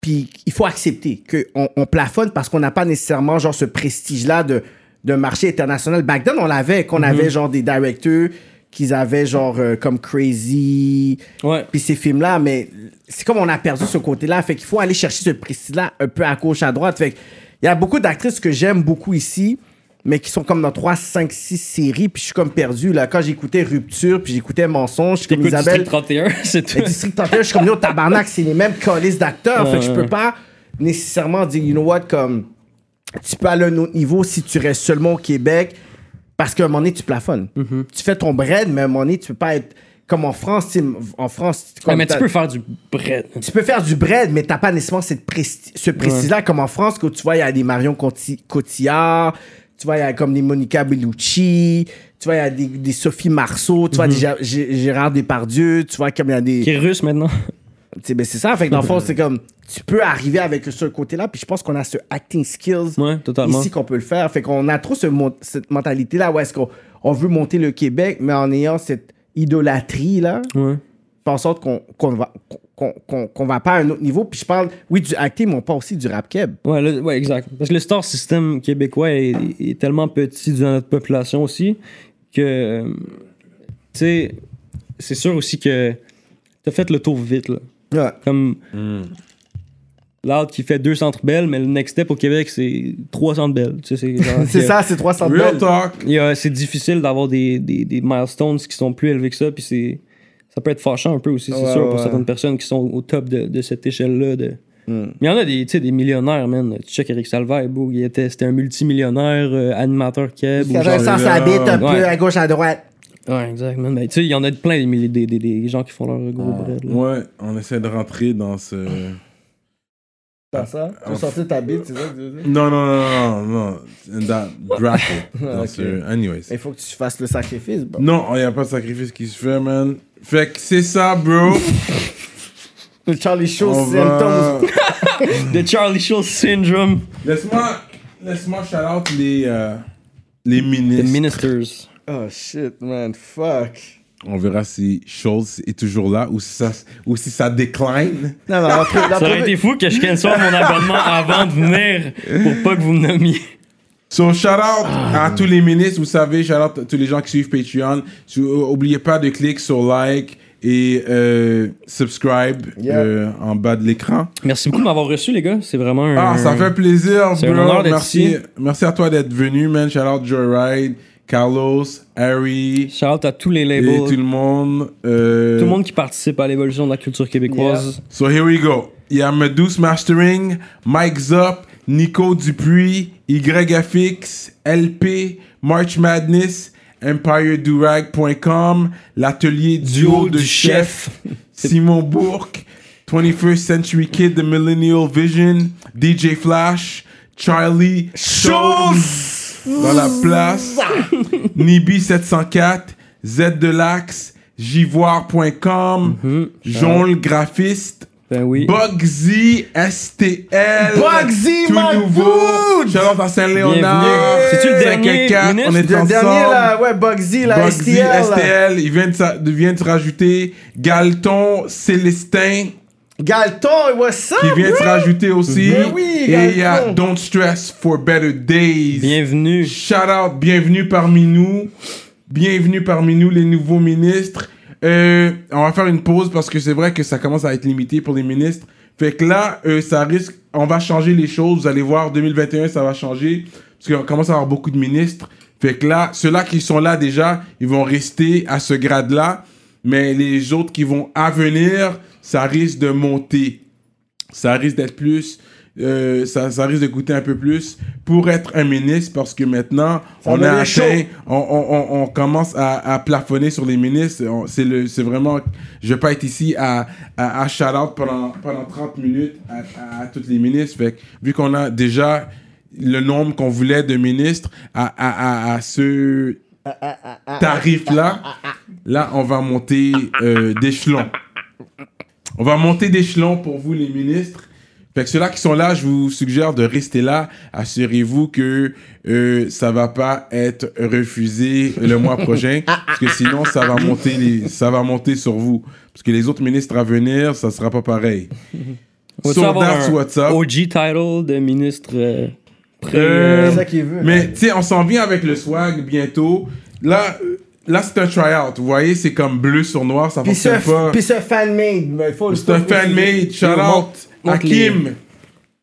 [SPEAKER 4] Puis il faut accepter qu'on on plafonne parce qu'on n'a pas nécessairement genre ce prestige-là de, de marché international. Back then, on l'avait, qu'on avait genre des directeurs qu'ils avaient genre euh, comme Crazy,
[SPEAKER 5] Ouais.
[SPEAKER 4] puis ces films-là, mais c'est comme on a perdu ce côté-là. Fait qu'il faut aller chercher ce prestige-là un peu à gauche, à droite. Fait qu'il y a beaucoup d'actrices que j'aime beaucoup ici, mais qui sont comme dans 3, 5, 6 séries. Puis je suis comme perdu. Là. Quand j'écoutais Rupture, puis j'écoutais Mensonge, je suis comme
[SPEAKER 5] Écoute, Isabelle...
[SPEAKER 4] Isabelle.
[SPEAKER 5] 31, c'est tout.
[SPEAKER 4] Et District 31, je suis comme, yo, tabarnak, c'est les mêmes colis d'acteurs. Fait que je peux pas nécessairement dire, you know what, comme, tu peux aller à un autre niveau si tu restes seulement au Québec. Parce qu'à un moment donné, tu plafonnes.
[SPEAKER 5] Mhm.
[SPEAKER 4] Tu fais ton bread, mais à un moment donné, tu peux pas être. Comme en France, tu sais, en France,
[SPEAKER 5] Ouais,
[SPEAKER 4] comme
[SPEAKER 5] mais tu
[SPEAKER 4] t'as-
[SPEAKER 5] peux faire du bread.
[SPEAKER 4] tu peux faire du bread, mais t'as pas nécessairement cette presti- ce prestige-là, comme en France, que tu vois, il y a des Marion Conti- Cotillard, tu vois, il y a comme des Monica Bellucci, tu vois, il y a des,
[SPEAKER 5] Mhm.
[SPEAKER 4] des Sophie Marceau, tu vois, des Gé- Gé- Gérard Depardieu, tu vois, comme il y a des.
[SPEAKER 5] Qui est russe maintenant.
[SPEAKER 4] Tu sais, ben, c'est ça. Fait que dans le fond, c'est comme, tu peux arriver avec ce côté-là. Puis je pense qu'on a ce acting skills
[SPEAKER 5] Ouais, totalement.
[SPEAKER 4] ici qu'on peut le faire. Fait qu'on a trop ce mon- cette mentalité-là où est-ce qu'on on veut monter le Québec, mais en ayant cette idolâtrie-là,
[SPEAKER 5] Ouais.
[SPEAKER 4] fait en sorte qu'on qu'on va, qu'on, qu'on- qu'on va pas à un autre niveau. Puis je parle, oui, du acting, mais on parle aussi du rap keb.
[SPEAKER 5] Ouais, le- ouais, exact. Parce que le star system québécois est, est tellement petit dans notre population aussi que, euh, tu sais, c'est sûr aussi que t'as fait le tour vite, là.
[SPEAKER 4] Ouais.
[SPEAKER 5] Comme l'art qui fait deux centres belles, mais le next step au Québec, c'est trois centres belles. Tu sais, c'est genre-
[SPEAKER 4] C'est ça, c'est 300
[SPEAKER 2] Real
[SPEAKER 4] balles.
[SPEAKER 2] talk.
[SPEAKER 5] Il y a- euh, C'est difficile d'avoir des, des, des milestones qui sont plus élevés que ça, puis c'est ça peut être fâchant un peu aussi, c'est
[SPEAKER 4] Ouais,
[SPEAKER 5] sûr, pour
[SPEAKER 4] ouais.
[SPEAKER 5] certaines personnes qui sont au top de, de cette échelle-là. De...
[SPEAKER 4] Hmm.
[SPEAKER 5] Mais il y en a des, tu sais, des millionnaires, man. Tu check Eric Salvaire, bro, il était, c'était un multimillionnaire, euh, animateur keb. ou
[SPEAKER 4] Ça
[SPEAKER 5] genre-
[SPEAKER 4] va sans sa bite un
[SPEAKER 5] Ouais.
[SPEAKER 4] peu à gauche, à droite.
[SPEAKER 5] Ouais, exact, man. Mais tu sais, il y en a de plein des, milliers- des, des, des gens qui font leur gros bread. là.
[SPEAKER 2] Ouais, on essaie de rentrer dans ce.
[SPEAKER 4] T'as ça? Tu veux sortir ta bite, c'est ça que tu veux dire?
[SPEAKER 2] Non, non, non, non, non. Dans bracket. dans
[SPEAKER 4] Ok.
[SPEAKER 2] ce- Anyways.
[SPEAKER 4] Il faut que tu fasses le sacrifice, bro.
[SPEAKER 2] Non, il n'y a pas de sacrifice qui se fait, man. Fait que c'est ça, bro.
[SPEAKER 4] Le Charlie Show,
[SPEAKER 2] On
[SPEAKER 4] c'est
[SPEAKER 2] va-
[SPEAKER 4] symptômes.
[SPEAKER 5] The Charlie Show Syndrome.
[SPEAKER 2] Laisse-moi laisse-moi shout out les, euh, les ministres.
[SPEAKER 5] The Ministers.
[SPEAKER 4] Oh shit, man, fuck.
[SPEAKER 2] On verra si Schultz est toujours là ou si ça, ou si ça décline.
[SPEAKER 4] Non, mais après, la
[SPEAKER 5] Ça aurait été fou que je cancel mon abonnement avant de venir pour pas que vous me nommiez.
[SPEAKER 2] So, shout out à tous les ministres. Vous savez, shout out à tous les gens qui suivent Patreon. Tu- euh, Oubliez pas de cliquer sur like et euh, subscribe
[SPEAKER 4] Yeah.
[SPEAKER 2] euh, en bas de l'écran.
[SPEAKER 5] Merci beaucoup de m'avoir reçu, les gars. C'est vraiment un.
[SPEAKER 2] Ah, ça fait plaisir,
[SPEAKER 5] C'est
[SPEAKER 2] bro.
[SPEAKER 5] un honneur d'être
[SPEAKER 2] merci,
[SPEAKER 5] ici.
[SPEAKER 2] merci à toi d'être venu, man. Shout out Joyride, Carlos, Harry
[SPEAKER 5] Shout out à tous les
[SPEAKER 2] et
[SPEAKER 5] labels.
[SPEAKER 2] tout le monde. Euh,
[SPEAKER 5] Tout le monde qui participe à l'évolution de la culture québécoise.
[SPEAKER 2] So here we go. Il y a Medus Mastering, Mike Zop, Nico Dupuis, YFX, LP, March Madness, EmpireDurag.com, l'atelier duo, de chef, Simon Bourque, 21st Century Kid, The Millennial Vision, DJ Flash, Charlie Chose dans la place, Nibi704, Z de l'Axe, Jivoire.com,
[SPEAKER 5] Mhm.
[SPEAKER 2] Jongle
[SPEAKER 5] Ah.
[SPEAKER 2] Graphiste,
[SPEAKER 5] Ben oui.
[SPEAKER 2] Bugsy STL.
[SPEAKER 4] Bugsy,
[SPEAKER 2] tout
[SPEAKER 4] my
[SPEAKER 2] nouveau.
[SPEAKER 4] dude!
[SPEAKER 2] Shout-out à Saint-Léonard.
[SPEAKER 5] Bienvenue. C'est-tu le dernier
[SPEAKER 2] 514, On
[SPEAKER 5] ministre?
[SPEAKER 2] est
[SPEAKER 4] Le
[SPEAKER 2] ensemble.
[SPEAKER 4] dernier, là, ouais, Bugsy, là,
[SPEAKER 2] Bugsy
[SPEAKER 4] STL. là.
[SPEAKER 2] STL. Il vient de, sa- de- vient de se rajouter. Galton Célestin
[SPEAKER 4] Galton, what's up?
[SPEAKER 2] qui vient de se rajouter aussi.
[SPEAKER 4] Ah Ben oui,
[SPEAKER 2] Et il y a
[SPEAKER 4] Galton.
[SPEAKER 2] Don't Stress for Better Days.
[SPEAKER 5] Bienvenue.
[SPEAKER 2] Shout out, bienvenue parmi nous. Bienvenue parmi nous, les nouveaux ministres. Euh, on va faire une pause parce que c'est vrai que ça commence à être limité pour les ministres. Fait que là, euh, ça risque. On va changer les choses. Vous allez voir, 2021, ça va changer. Parce qu'on commence à avoir beaucoup de ministres. Fait que là, ceux-là qui sont là déjà, ils vont rester à ce grade-là. Mais les autres qui vont à venir, ça risque de monter ça risque d'être plus. euh, ça, ça risque de coûter un peu plus pour être un ministre parce que maintenant on a
[SPEAKER 4] devient
[SPEAKER 2] atteint, on, on- on- on commence à, à plafonner sur les ministres. On- C'est le, c'est vraiment, je vais pas être ici à à, à shout out pendant pendant 30 minutes à, à- à toutes les ministres. Fait que, vu qu'on a déjà le nombre qu'on voulait de ministres à à, à, à ce tarif là, là on va monter euh, d'échelon. On va monter d'échelon pour vous, les ministres. Fait que ceux-là qui sont là, je vous suggère de rester là. Assurez-vous que euh, ça va pas être refusé le mois prochain, parce que sinon ça va monter, les- ça va monter sur vous. Parce que les autres ministres à venir, ça sera pas pareil.
[SPEAKER 5] On va-tu
[SPEAKER 2] So
[SPEAKER 5] avoir
[SPEAKER 2] that's
[SPEAKER 5] un
[SPEAKER 2] what's up. Oh,
[SPEAKER 5] OG title de ministre. euh, pré-
[SPEAKER 2] Euh,
[SPEAKER 4] C'est ça qu'il veut.
[SPEAKER 2] Mais tu sais, on s'en vient avec le swag bientôt. Là, euh, là c'est un try-out. Vous voyez, c'est comme bleu sur noir, ça
[SPEAKER 4] Pis
[SPEAKER 2] fonctionne pas.
[SPEAKER 4] ce, pis ce fan-made, mais il faut le
[SPEAKER 2] C'est un fan-made. Shout out à
[SPEAKER 5] monte les-
[SPEAKER 2] Kim.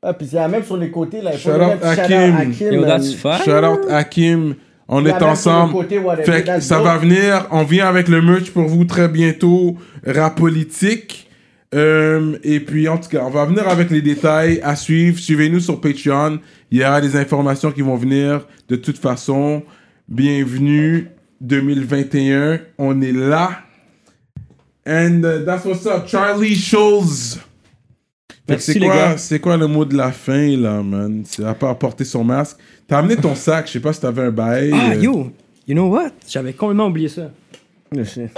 [SPEAKER 4] Ah, pis c'est la même sur les côtés, là. Il faut
[SPEAKER 2] Shout
[SPEAKER 4] le
[SPEAKER 2] out
[SPEAKER 4] mettre
[SPEAKER 2] à
[SPEAKER 4] shout-out
[SPEAKER 2] Kim.
[SPEAKER 4] à Kim.
[SPEAKER 5] Yo,
[SPEAKER 4] man.
[SPEAKER 5] that's fire.
[SPEAKER 2] Shout out à Kim. On
[SPEAKER 4] La
[SPEAKER 2] est
[SPEAKER 4] même
[SPEAKER 2] ensemble.
[SPEAKER 4] sur le côté, whatever,
[SPEAKER 2] Fait que
[SPEAKER 4] that's
[SPEAKER 2] ça
[SPEAKER 4] dope.
[SPEAKER 2] va venir. On vient avec le merch pour vous très bientôt. Rap politique. Euh, et puis, en tout cas, on va venir avec les détails à suivre. Suivez-nous sur Patreon. Il y a des informations qui vont venir de toute façon. Bienvenue 2021. On est là. And uh, that's what's up. Charlie Schulz. Fait que
[SPEAKER 5] Merci,
[SPEAKER 2] c'est
[SPEAKER 5] les
[SPEAKER 2] quoi,
[SPEAKER 5] gars.
[SPEAKER 2] c'est quoi le mot de la fin, là, man? C'est à part porter son masque. T'as amené ton sac, je sais pas si t'avais un bail.
[SPEAKER 5] Ah,
[SPEAKER 2] euh,
[SPEAKER 5] yo, you know what? J'avais complètement oublié ça.
[SPEAKER 4] Je sais.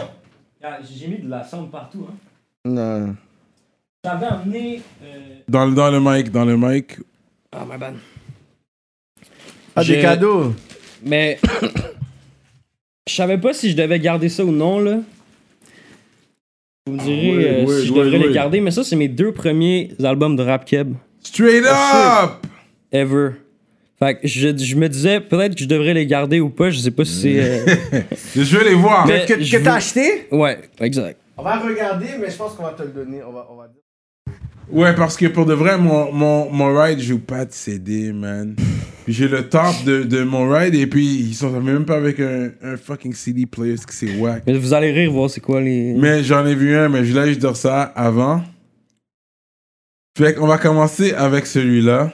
[SPEAKER 5] J'ai mis de la sonde partout. Hein.
[SPEAKER 4] Non.
[SPEAKER 5] J'avais amené. euh,
[SPEAKER 2] Dans, le- dans le mic, dans le mic.
[SPEAKER 5] Ah, ma banne.
[SPEAKER 4] Ah,
[SPEAKER 5] Je-
[SPEAKER 4] des cadeaux.
[SPEAKER 5] Mais. Je savais pas si je devais garder ça ou non, là. Vous me direz
[SPEAKER 2] Ouais,
[SPEAKER 5] euh,
[SPEAKER 2] ouais,
[SPEAKER 5] si je
[SPEAKER 2] ouais,
[SPEAKER 5] devrais
[SPEAKER 2] ouais.
[SPEAKER 5] les garder, mais ça, c'est mes deux premiers albums de rap keb
[SPEAKER 4] Oh,
[SPEAKER 2] Straight up!
[SPEAKER 5] ever. Fait que je, je me disais peut-être que je devrais les garder ou pas, je sais pas si c'est.
[SPEAKER 2] Mm.
[SPEAKER 5] euh,
[SPEAKER 2] Je veux les voir.
[SPEAKER 5] Mais-
[SPEAKER 4] Que,
[SPEAKER 5] Eh, je
[SPEAKER 4] que t'as
[SPEAKER 5] veux-
[SPEAKER 4] acheté?
[SPEAKER 5] Ouais, exact.
[SPEAKER 4] On va regarder, mais je pense qu'on va te le donner. On va, on va...
[SPEAKER 2] Ouais, parce que pour de vrai, mon, mon, mon ride joue pas de CD, man. Puis j'ai le top de, de mon ride et puis ils sont même pas avec un, un fucking CD player, ce que c'est whack.
[SPEAKER 5] Mais vous allez rire voir c'est quoi les.
[SPEAKER 2] Mais j'en ai vu un, mais je voulais juste dire ça avant. Fait qu'on va commencer avec celui-là.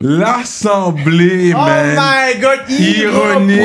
[SPEAKER 2] L'Assemblée,
[SPEAKER 4] Oh
[SPEAKER 2] man.
[SPEAKER 4] my god,
[SPEAKER 2] Ironique,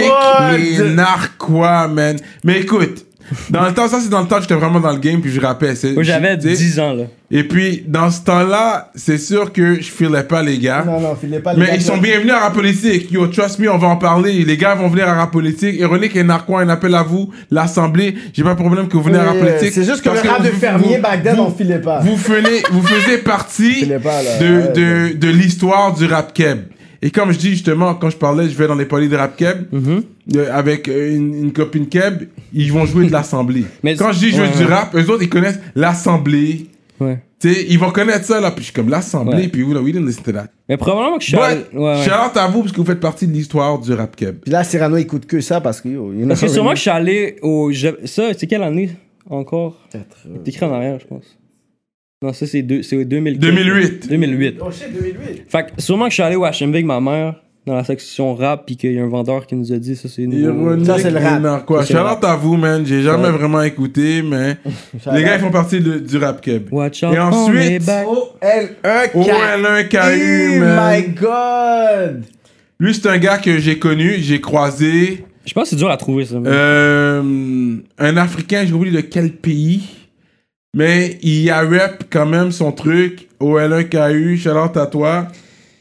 [SPEAKER 2] les
[SPEAKER 4] Ironique.
[SPEAKER 2] narquois, man. Mais écoute, dans le temps, ça c'est dans le temps, que j'étais vraiment dans le game, puis je rappais. c'est-
[SPEAKER 5] Moi, j'avais
[SPEAKER 2] tu sais,
[SPEAKER 5] 10 ans, là.
[SPEAKER 2] Et puis, dans ce temps-là, c'est sûr que je filais pas les gars.
[SPEAKER 4] Non, non, filez pas les
[SPEAKER 2] Mais
[SPEAKER 4] gars,
[SPEAKER 2] ils sont
[SPEAKER 4] non.
[SPEAKER 2] bienvenus à Rap Politique. Yo, trust me, on va en parler. Les gars vont venir à Rap Politique. Ironique et Narquois, un appel à vous, l'Assemblée. J'ai pas de problème que vous venez à Rap
[SPEAKER 4] Oui, euh,
[SPEAKER 2] Politique.
[SPEAKER 4] C'est juste que
[SPEAKER 2] Parce
[SPEAKER 4] le rap de
[SPEAKER 2] vous-
[SPEAKER 4] fermier
[SPEAKER 2] vous-
[SPEAKER 4] back then,
[SPEAKER 2] vous-
[SPEAKER 4] on filait pas.
[SPEAKER 2] Vous, venez, vous faisiez partie
[SPEAKER 4] Filez pas, là.
[SPEAKER 2] de,
[SPEAKER 4] Ouais,
[SPEAKER 2] de, de l'histoire du rap keb. Et comme je dis justement, quand je parlais, je vais dans les polis de rap keb
[SPEAKER 5] Mhm.
[SPEAKER 2] euh, avec euh, une, une copine keb, ils vont jouer de l'Assemblée.
[SPEAKER 5] Mais-
[SPEAKER 2] quand je dis je
[SPEAKER 5] ouais,
[SPEAKER 2] joue du
[SPEAKER 5] ouais.
[SPEAKER 2] rap, eux autres, ils connaissent l'Assemblée.
[SPEAKER 5] Ouais.
[SPEAKER 2] Tu sais, ils vont connaître ça, là. Puis je suis comme l'Assemblée,
[SPEAKER 5] Ouais.
[SPEAKER 2] puis vous, là, we didn't listen to that.
[SPEAKER 5] Mais probablement que je suis. allé-
[SPEAKER 2] But,
[SPEAKER 5] ouais, ouais.
[SPEAKER 2] shout-out à vous, parce que vous faites partie de l'histoire du rap keb.
[SPEAKER 4] Puis là, Cyrano, il coûte que ça parce que. yo, you know
[SPEAKER 5] Parce que
[SPEAKER 4] what I
[SPEAKER 5] sûrement
[SPEAKER 4] mean.
[SPEAKER 5] que je suis allé au. je- Ça, c'est quelle année encore C'est écrit en arrière, je pense. Non, ça, c'est deux- c'est 2004.
[SPEAKER 2] 2008.
[SPEAKER 5] 2008.
[SPEAKER 4] Oh shit, 2008.
[SPEAKER 5] Fait que sûrement que je suis allé au HMV avec ma mère dans la section rap, puis qu'il y a un vendeur qui nous a dit ça, c'est nouveau.
[SPEAKER 2] Ironique
[SPEAKER 4] Ça, c'est le rap.
[SPEAKER 2] et narquois.
[SPEAKER 5] Ça, c'est le
[SPEAKER 2] Shout-out à vous, man. J'ai jamais vraiment écouté, mais les gars, ils font partie de- du rap keb.
[SPEAKER 5] Watch out.
[SPEAKER 2] Et ensuite,
[SPEAKER 4] OL1
[SPEAKER 2] Oh, L1 KU,
[SPEAKER 4] Oh, my
[SPEAKER 2] man.
[SPEAKER 4] god.
[SPEAKER 2] Lui, c'est un gars que j'ai connu, j'ai croisé.
[SPEAKER 5] Je pense que c'est dur à trouver, ça. mais-
[SPEAKER 2] Euh, un Africain, j'ai oublié de quel pays. Mais il a rep quand même son truc. OL1KU, shout-out à toi.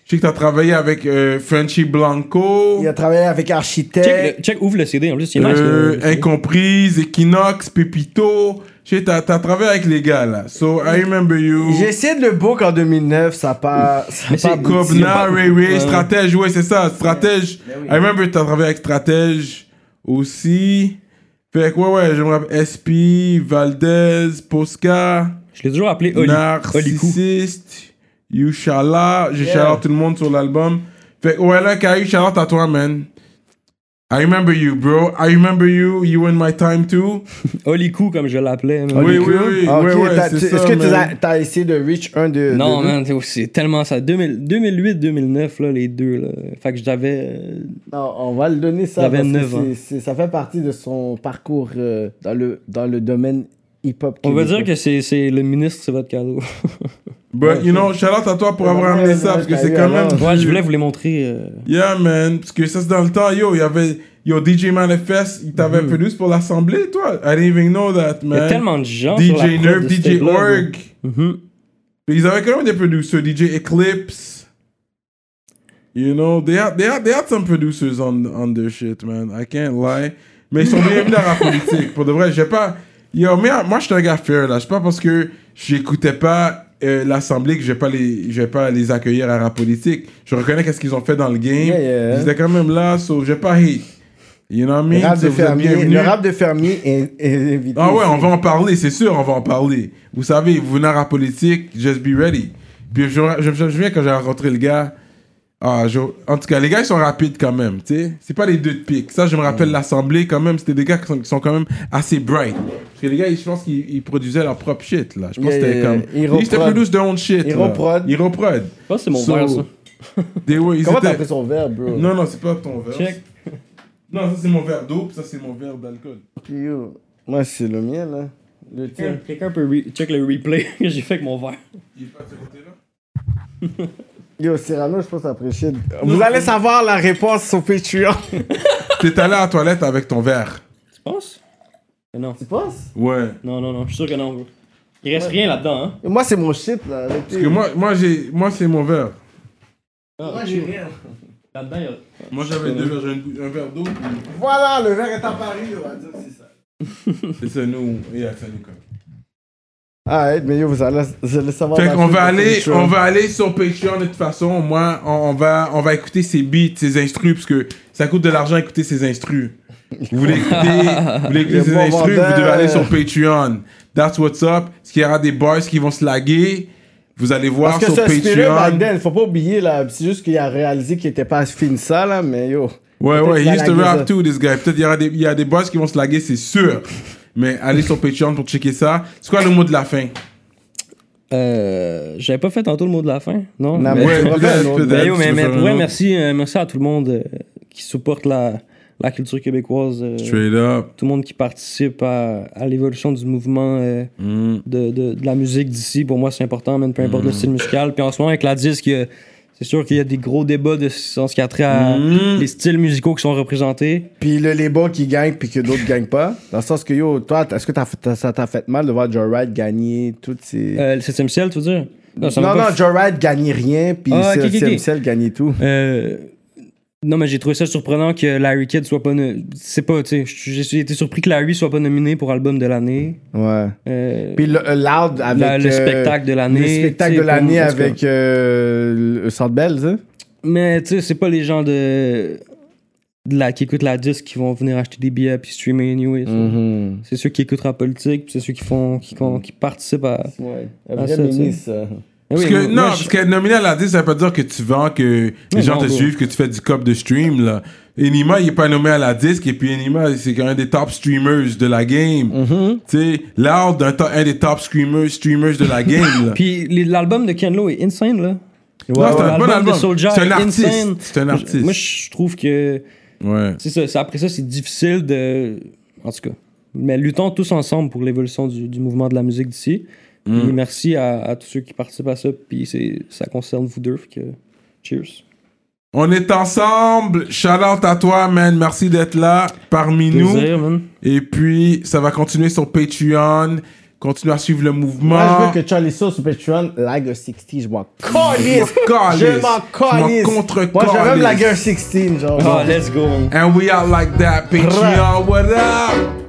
[SPEAKER 2] Je sais que t'as travaillé avec euh, Frenchy Blanco.
[SPEAKER 4] Il a travaillé avec Architect.
[SPEAKER 5] Check, le- check, ouvre le CD en plus, c'est nice.
[SPEAKER 2] Euh,
[SPEAKER 5] le- le-
[SPEAKER 2] Incomprise, Equinox, Pepito. Tu sais, t'as t'as travaillé avec les gars là. So I remember you.
[SPEAKER 4] J'ai essayé de le book en 2009, ça a pas. Ça a
[SPEAKER 5] Mais c'est
[SPEAKER 4] pas abouti.
[SPEAKER 2] Kobna, Ray Ray,
[SPEAKER 5] Ouais.
[SPEAKER 2] Stratège, ouais, c'est ça, Stratège.
[SPEAKER 4] Ben
[SPEAKER 2] I remember t'as travaillé avec Stratège aussi. Fait que ouais, ouais, je me rappelle SP, Valdez, Posca,
[SPEAKER 5] Je l'ai toujours appelé Oli. Oliku.
[SPEAKER 2] Narcissiste, Yushala. J'ai
[SPEAKER 4] Yeah.
[SPEAKER 2] shout-out tout le monde sur l'album. Fait que ouais, là, Kai, shout-out à toi, man. I remember you, bro. I remember you. You were in my time too.
[SPEAKER 5] Oliku, comme je l'appelais. man.
[SPEAKER 2] Oui, oui, oui.
[SPEAKER 4] Ah, ok,
[SPEAKER 2] ouais, ouais,
[SPEAKER 4] t'as-
[SPEAKER 2] c'est
[SPEAKER 4] tu-
[SPEAKER 2] ça,
[SPEAKER 4] Est-ce que tu
[SPEAKER 2] man.
[SPEAKER 4] as, t'as essayé de reach un de.
[SPEAKER 5] Non,
[SPEAKER 4] de-
[SPEAKER 5] man, c'est- c'est tellement ça. 2008-2009, là, les deux. Là. Fait que j'avais. euh,
[SPEAKER 4] Non, on va le donner ça.
[SPEAKER 5] J'avais
[SPEAKER 4] parce que
[SPEAKER 5] 9 ans.
[SPEAKER 4] c'est- c'est- ça fait partie de son parcours euh, dans, le, dans le domaine hip-hop.
[SPEAKER 5] On va
[SPEAKER 4] québécois.
[SPEAKER 5] dire que c'est c'est le ministre, c'est votre cadeau.
[SPEAKER 2] But, you know, shout out à toi pour avoir
[SPEAKER 4] Ouais,
[SPEAKER 2] amené
[SPEAKER 4] ouais,
[SPEAKER 2] ça, parce que
[SPEAKER 4] t'as
[SPEAKER 2] c'est
[SPEAKER 4] eu
[SPEAKER 2] quand même.
[SPEAKER 4] alors.
[SPEAKER 5] Ouais, je voulais vous les montrer. euh,
[SPEAKER 2] Yeah, man. Parce que ça, c'est dans le temps, yo, il y avait. Yo, DJ Manifest, il t'avait produit pour l'Assemblée, toi. I didn't even know that,
[SPEAKER 5] Mm-hmm. Il y a
[SPEAKER 2] man.
[SPEAKER 5] tellement de gens. sur la
[SPEAKER 2] DJ
[SPEAKER 5] prod
[SPEAKER 2] Nerve,
[SPEAKER 5] de ce tape-là,
[SPEAKER 2] DJ
[SPEAKER 5] bro.
[SPEAKER 2] Org.
[SPEAKER 5] Mhm.
[SPEAKER 2] Mais Ils avaient quand même des producers, DJ Eclipse. You know, they had, they had, they had some producers on, on their shit, man. I can't lie. Mais ils sont bienvenus à la politique. Pour de vrai, j'ai pas. Yo, mais ah, moi, je suis un gars fair, là. C'est pas parce que j'écoutais pas euh, l'Assemblée que je vais pas, les- je vais pas les accueillir à la politique. Je reconnais qu'est-ce qu'ils ont fait dans le game.
[SPEAKER 4] Yeah, yeah.
[SPEAKER 2] Ils étaient quand même là, so j'ai pas hate. You know what I mean?
[SPEAKER 4] Le rap,
[SPEAKER 2] So, vous
[SPEAKER 4] de
[SPEAKER 2] êtes
[SPEAKER 4] fermier,
[SPEAKER 2] bienvenus.
[SPEAKER 4] le rap de fermier est, est invité.
[SPEAKER 2] Ah ouais,
[SPEAKER 4] ici.
[SPEAKER 2] on va en parler, c'est sûr, on va en parler. Vous savez, vous venez à la politique, just be ready. Puis je, je me souviens quand j'ai rencontré le gars. Ah, je- en tout cas, les gars, ils sont rapides quand même, tu sais. C'est pas les deux de pique. Ça, je me rappelle l'assemblée quand même. C'était des gars qui sont, qui sont quand même assez bright. Parce que les gars, ils- je pense qu'ils ils produisaient leur propre shit, là. Je pense
[SPEAKER 4] Yeah,
[SPEAKER 2] que c'était
[SPEAKER 4] yeah,
[SPEAKER 2] comme.
[SPEAKER 4] yeah. Hero
[SPEAKER 2] Ils étaient
[SPEAKER 4] Prod.
[SPEAKER 2] plus douce de own shit.
[SPEAKER 4] Hero
[SPEAKER 2] là.
[SPEAKER 4] Prod.
[SPEAKER 2] Hero Prod.
[SPEAKER 5] Je pense que c'est mon
[SPEAKER 2] So-
[SPEAKER 5] verre, ça.
[SPEAKER 2] They were- ils
[SPEAKER 4] Comment t'as
[SPEAKER 2] étaient-
[SPEAKER 4] pris son verre, bro?
[SPEAKER 2] Non, non, c'est pas ton verre.
[SPEAKER 5] Check.
[SPEAKER 2] Non, ça, c'est mon verre d'eau, puis ça, c'est mon verre d'alcool.
[SPEAKER 4] Puis, yo, Moi, c'est le mien, là. Le
[SPEAKER 2] Hein?
[SPEAKER 4] tien.
[SPEAKER 5] Quelqu'un peut re- check le replay que j'ai fait avec mon verre.
[SPEAKER 2] Il est pas de ce côté-là?
[SPEAKER 4] Yo, Cyrano, je pense que apprécié. Vous allez savoir la réponse sur Patreon.
[SPEAKER 2] T'es allé à la toilette avec ton verre.
[SPEAKER 5] Tu penses Mais Non.
[SPEAKER 4] Tu penses?
[SPEAKER 2] Ouais.
[SPEAKER 5] Non, non, non. Je suis sûr que non, bro. Il reste rien là-dedans, hein.
[SPEAKER 4] Moi, c'est mon shit, là. le
[SPEAKER 2] Parce que
[SPEAKER 4] thé.
[SPEAKER 2] moi, moi, j'ai, moi c'est mon verre.
[SPEAKER 5] moi, j'ai rien. Là-dedans, il y a.
[SPEAKER 2] Moi, j'avais deux verres, j'ai un, bou- un verre d'eau. puis
[SPEAKER 4] Voilà, le verre est apparu, on va dire que c'est ça.
[SPEAKER 2] C'est ça, nous. Yeah, c'est nous, comme.
[SPEAKER 4] Alright, mais yo, vous allez, vous allez savoir.
[SPEAKER 2] Fait
[SPEAKER 4] la
[SPEAKER 2] qu'on
[SPEAKER 4] suite
[SPEAKER 2] va
[SPEAKER 4] de
[SPEAKER 2] aller,
[SPEAKER 4] Future.
[SPEAKER 2] on va aller sur Patreon de toute façon. Moi, on, on va, on va écouter ses beats, ses instrus, parce que ça coûte de l'argent écouter ses instrus. Vous voulez écouter, vous voulez écouter
[SPEAKER 4] Le
[SPEAKER 2] ses
[SPEAKER 4] bon
[SPEAKER 2] instrus, vous
[SPEAKER 4] vendeur.
[SPEAKER 2] devez aller sur Patreon. That's what's up. Parce qu'il y aura des boys qui vont se laguer. Vous allez voir
[SPEAKER 4] Parce que
[SPEAKER 2] sur
[SPEAKER 4] ce spirit back
[SPEAKER 2] Patreon.
[SPEAKER 4] then, faut pas oublier là, c'est juste qu'il a réalisé qu'il était pas finissant là, mais yo.
[SPEAKER 2] Ouais,
[SPEAKER 4] Peut-être
[SPEAKER 2] ouais,
[SPEAKER 4] qu'il
[SPEAKER 2] he
[SPEAKER 4] a
[SPEAKER 2] used to
[SPEAKER 4] lagué
[SPEAKER 2] rap
[SPEAKER 4] ça.
[SPEAKER 2] too, this guy. Peut-être il y aura des, il y a des boys qui vont se laguer, c'est sûr. Mais allez sur Patreon pour checker ça. C'est quoi le mot de la fin?
[SPEAKER 5] Ah, Euh, J'avais pas fait tantôt le mot de la fin,
[SPEAKER 4] Non,
[SPEAKER 5] non? mais,
[SPEAKER 4] mais-
[SPEAKER 2] Ouais,
[SPEAKER 4] tu vas faire un
[SPEAKER 2] peut-être,
[SPEAKER 4] autre.
[SPEAKER 2] peut-être.
[SPEAKER 5] mais, Ben yo,
[SPEAKER 2] tu
[SPEAKER 5] mais-
[SPEAKER 2] peux
[SPEAKER 5] mais
[SPEAKER 2] faire
[SPEAKER 5] pour
[SPEAKER 2] un
[SPEAKER 5] vrai,
[SPEAKER 2] autre.
[SPEAKER 5] merci, euh, merci à tout le monde euh, qui supporte la, la culture québécoise. euh,
[SPEAKER 2] Straight up.
[SPEAKER 5] tout le monde qui participe à, à l'évolution du mouvement euh,
[SPEAKER 2] Hmm.
[SPEAKER 5] de, de- de la musique d'ici. Pour moi, c'est important, même peu importe
[SPEAKER 2] Mm.
[SPEAKER 5] le style musical. Puis en ce moment, avec la disque, il y a- c'est sûr qu'il y a des gros débats de, en ce qui a trait à
[SPEAKER 2] Mm.
[SPEAKER 5] les styles musicaux qui sont représentés.
[SPEAKER 4] Puis le les bons qui gagnent puis que d'autres gagnent pas, dans le sens que yo, toi, t- est-ce que t'as fait- t'as- ça t'a fait mal de voir Joyride gagner toutes ces.
[SPEAKER 5] Euh, le 7 ciel, tu veux dire? ça m'a
[SPEAKER 4] non,
[SPEAKER 5] pas
[SPEAKER 4] non, Joyride gagnait rien puis
[SPEAKER 5] Ah,
[SPEAKER 4] c'est
[SPEAKER 5] ok, ok, ok.
[SPEAKER 4] CMCL gagnait tout.
[SPEAKER 5] Euh, non, mais j'ai trouvé ça surprenant que Larry Kidd soit pas. no- C'est pas, tu sais, j'ai j'ai été surpris que Larry soit pas nominé pour album de l'année.
[SPEAKER 4] Ouais.
[SPEAKER 5] Euh,
[SPEAKER 4] Puis le euh, Loud avec.
[SPEAKER 5] la- le
[SPEAKER 4] euh,
[SPEAKER 5] spectacle de l'année.
[SPEAKER 4] Le spectacle
[SPEAKER 5] tu
[SPEAKER 4] de
[SPEAKER 5] sais, pour-
[SPEAKER 4] l'année
[SPEAKER 5] en tout cas.
[SPEAKER 4] avec euh, le Centre Bell, ça?
[SPEAKER 5] Mais tu sais, c'est pas les gens de. de la, qui écoutent la disque qui vont venir acheter des billets puis streamer anyway. ça.
[SPEAKER 2] Mhm.
[SPEAKER 5] C'est ceux qui écoutent la politique, puis c'est ceux qui font. qui, font- qui participent à.
[SPEAKER 4] Ouais. Un
[SPEAKER 5] vrai ministre, Ah
[SPEAKER 2] Parce
[SPEAKER 5] oui,
[SPEAKER 2] que,
[SPEAKER 5] moi-
[SPEAKER 2] non,
[SPEAKER 5] moi,
[SPEAKER 2] parce
[SPEAKER 5] je-
[SPEAKER 2] que nominé à la 10, ça veut pas dire que tu vends, que les
[SPEAKER 5] Mais
[SPEAKER 2] gens
[SPEAKER 5] non,
[SPEAKER 2] te
[SPEAKER 5] bro.
[SPEAKER 2] suivent, que tu fais du cop de stream, là. Enima, il est pas nommé à la disque, et puis Enima, c'est un des top streamers de la game.
[SPEAKER 5] Mm-hmm.
[SPEAKER 2] Tu sais, Loud, un, to- un des top streamers, streamers de la game, là.
[SPEAKER 5] Puis les- l'album de Ken Lo est insane, là.
[SPEAKER 2] Non, c'est un bon
[SPEAKER 5] L'album de
[SPEAKER 2] album.
[SPEAKER 5] Soulja
[SPEAKER 2] C'est un
[SPEAKER 5] est
[SPEAKER 2] artiste.
[SPEAKER 5] insane.
[SPEAKER 2] C'est un artiste.
[SPEAKER 5] Moi, je trouve que.
[SPEAKER 2] ouais.
[SPEAKER 5] C'est ça, c'est- après ça, c'est difficile de. En tout cas. Mais luttons tous ensemble pour l'évolution du, du mouvement de la musique d'ici. Puis merci à, à tous ceux qui participent à ça. Puis c'est- ça concerne vous deux. fait Que... Cheers.
[SPEAKER 2] On est ensemble. Shout out à toi, man. Merci d'être là parmi nous.
[SPEAKER 5] Plaisir, man.
[SPEAKER 2] Et puis, ça va continuer sur Patreon. Continue à suivre le mouvement.
[SPEAKER 4] Moi, je veux que Charlie Sauce sur Patreon lag un 60, je m'en calisse.
[SPEAKER 2] calisse.
[SPEAKER 4] Je m'en
[SPEAKER 2] Je
[SPEAKER 4] calisse.
[SPEAKER 2] m'en contre
[SPEAKER 4] Moi, je veux même
[SPEAKER 2] calisse.
[SPEAKER 5] Ah,
[SPEAKER 4] lag un 16, genre.
[SPEAKER 5] Oh, let's go, man.
[SPEAKER 2] And we out like that. Patreon, what up?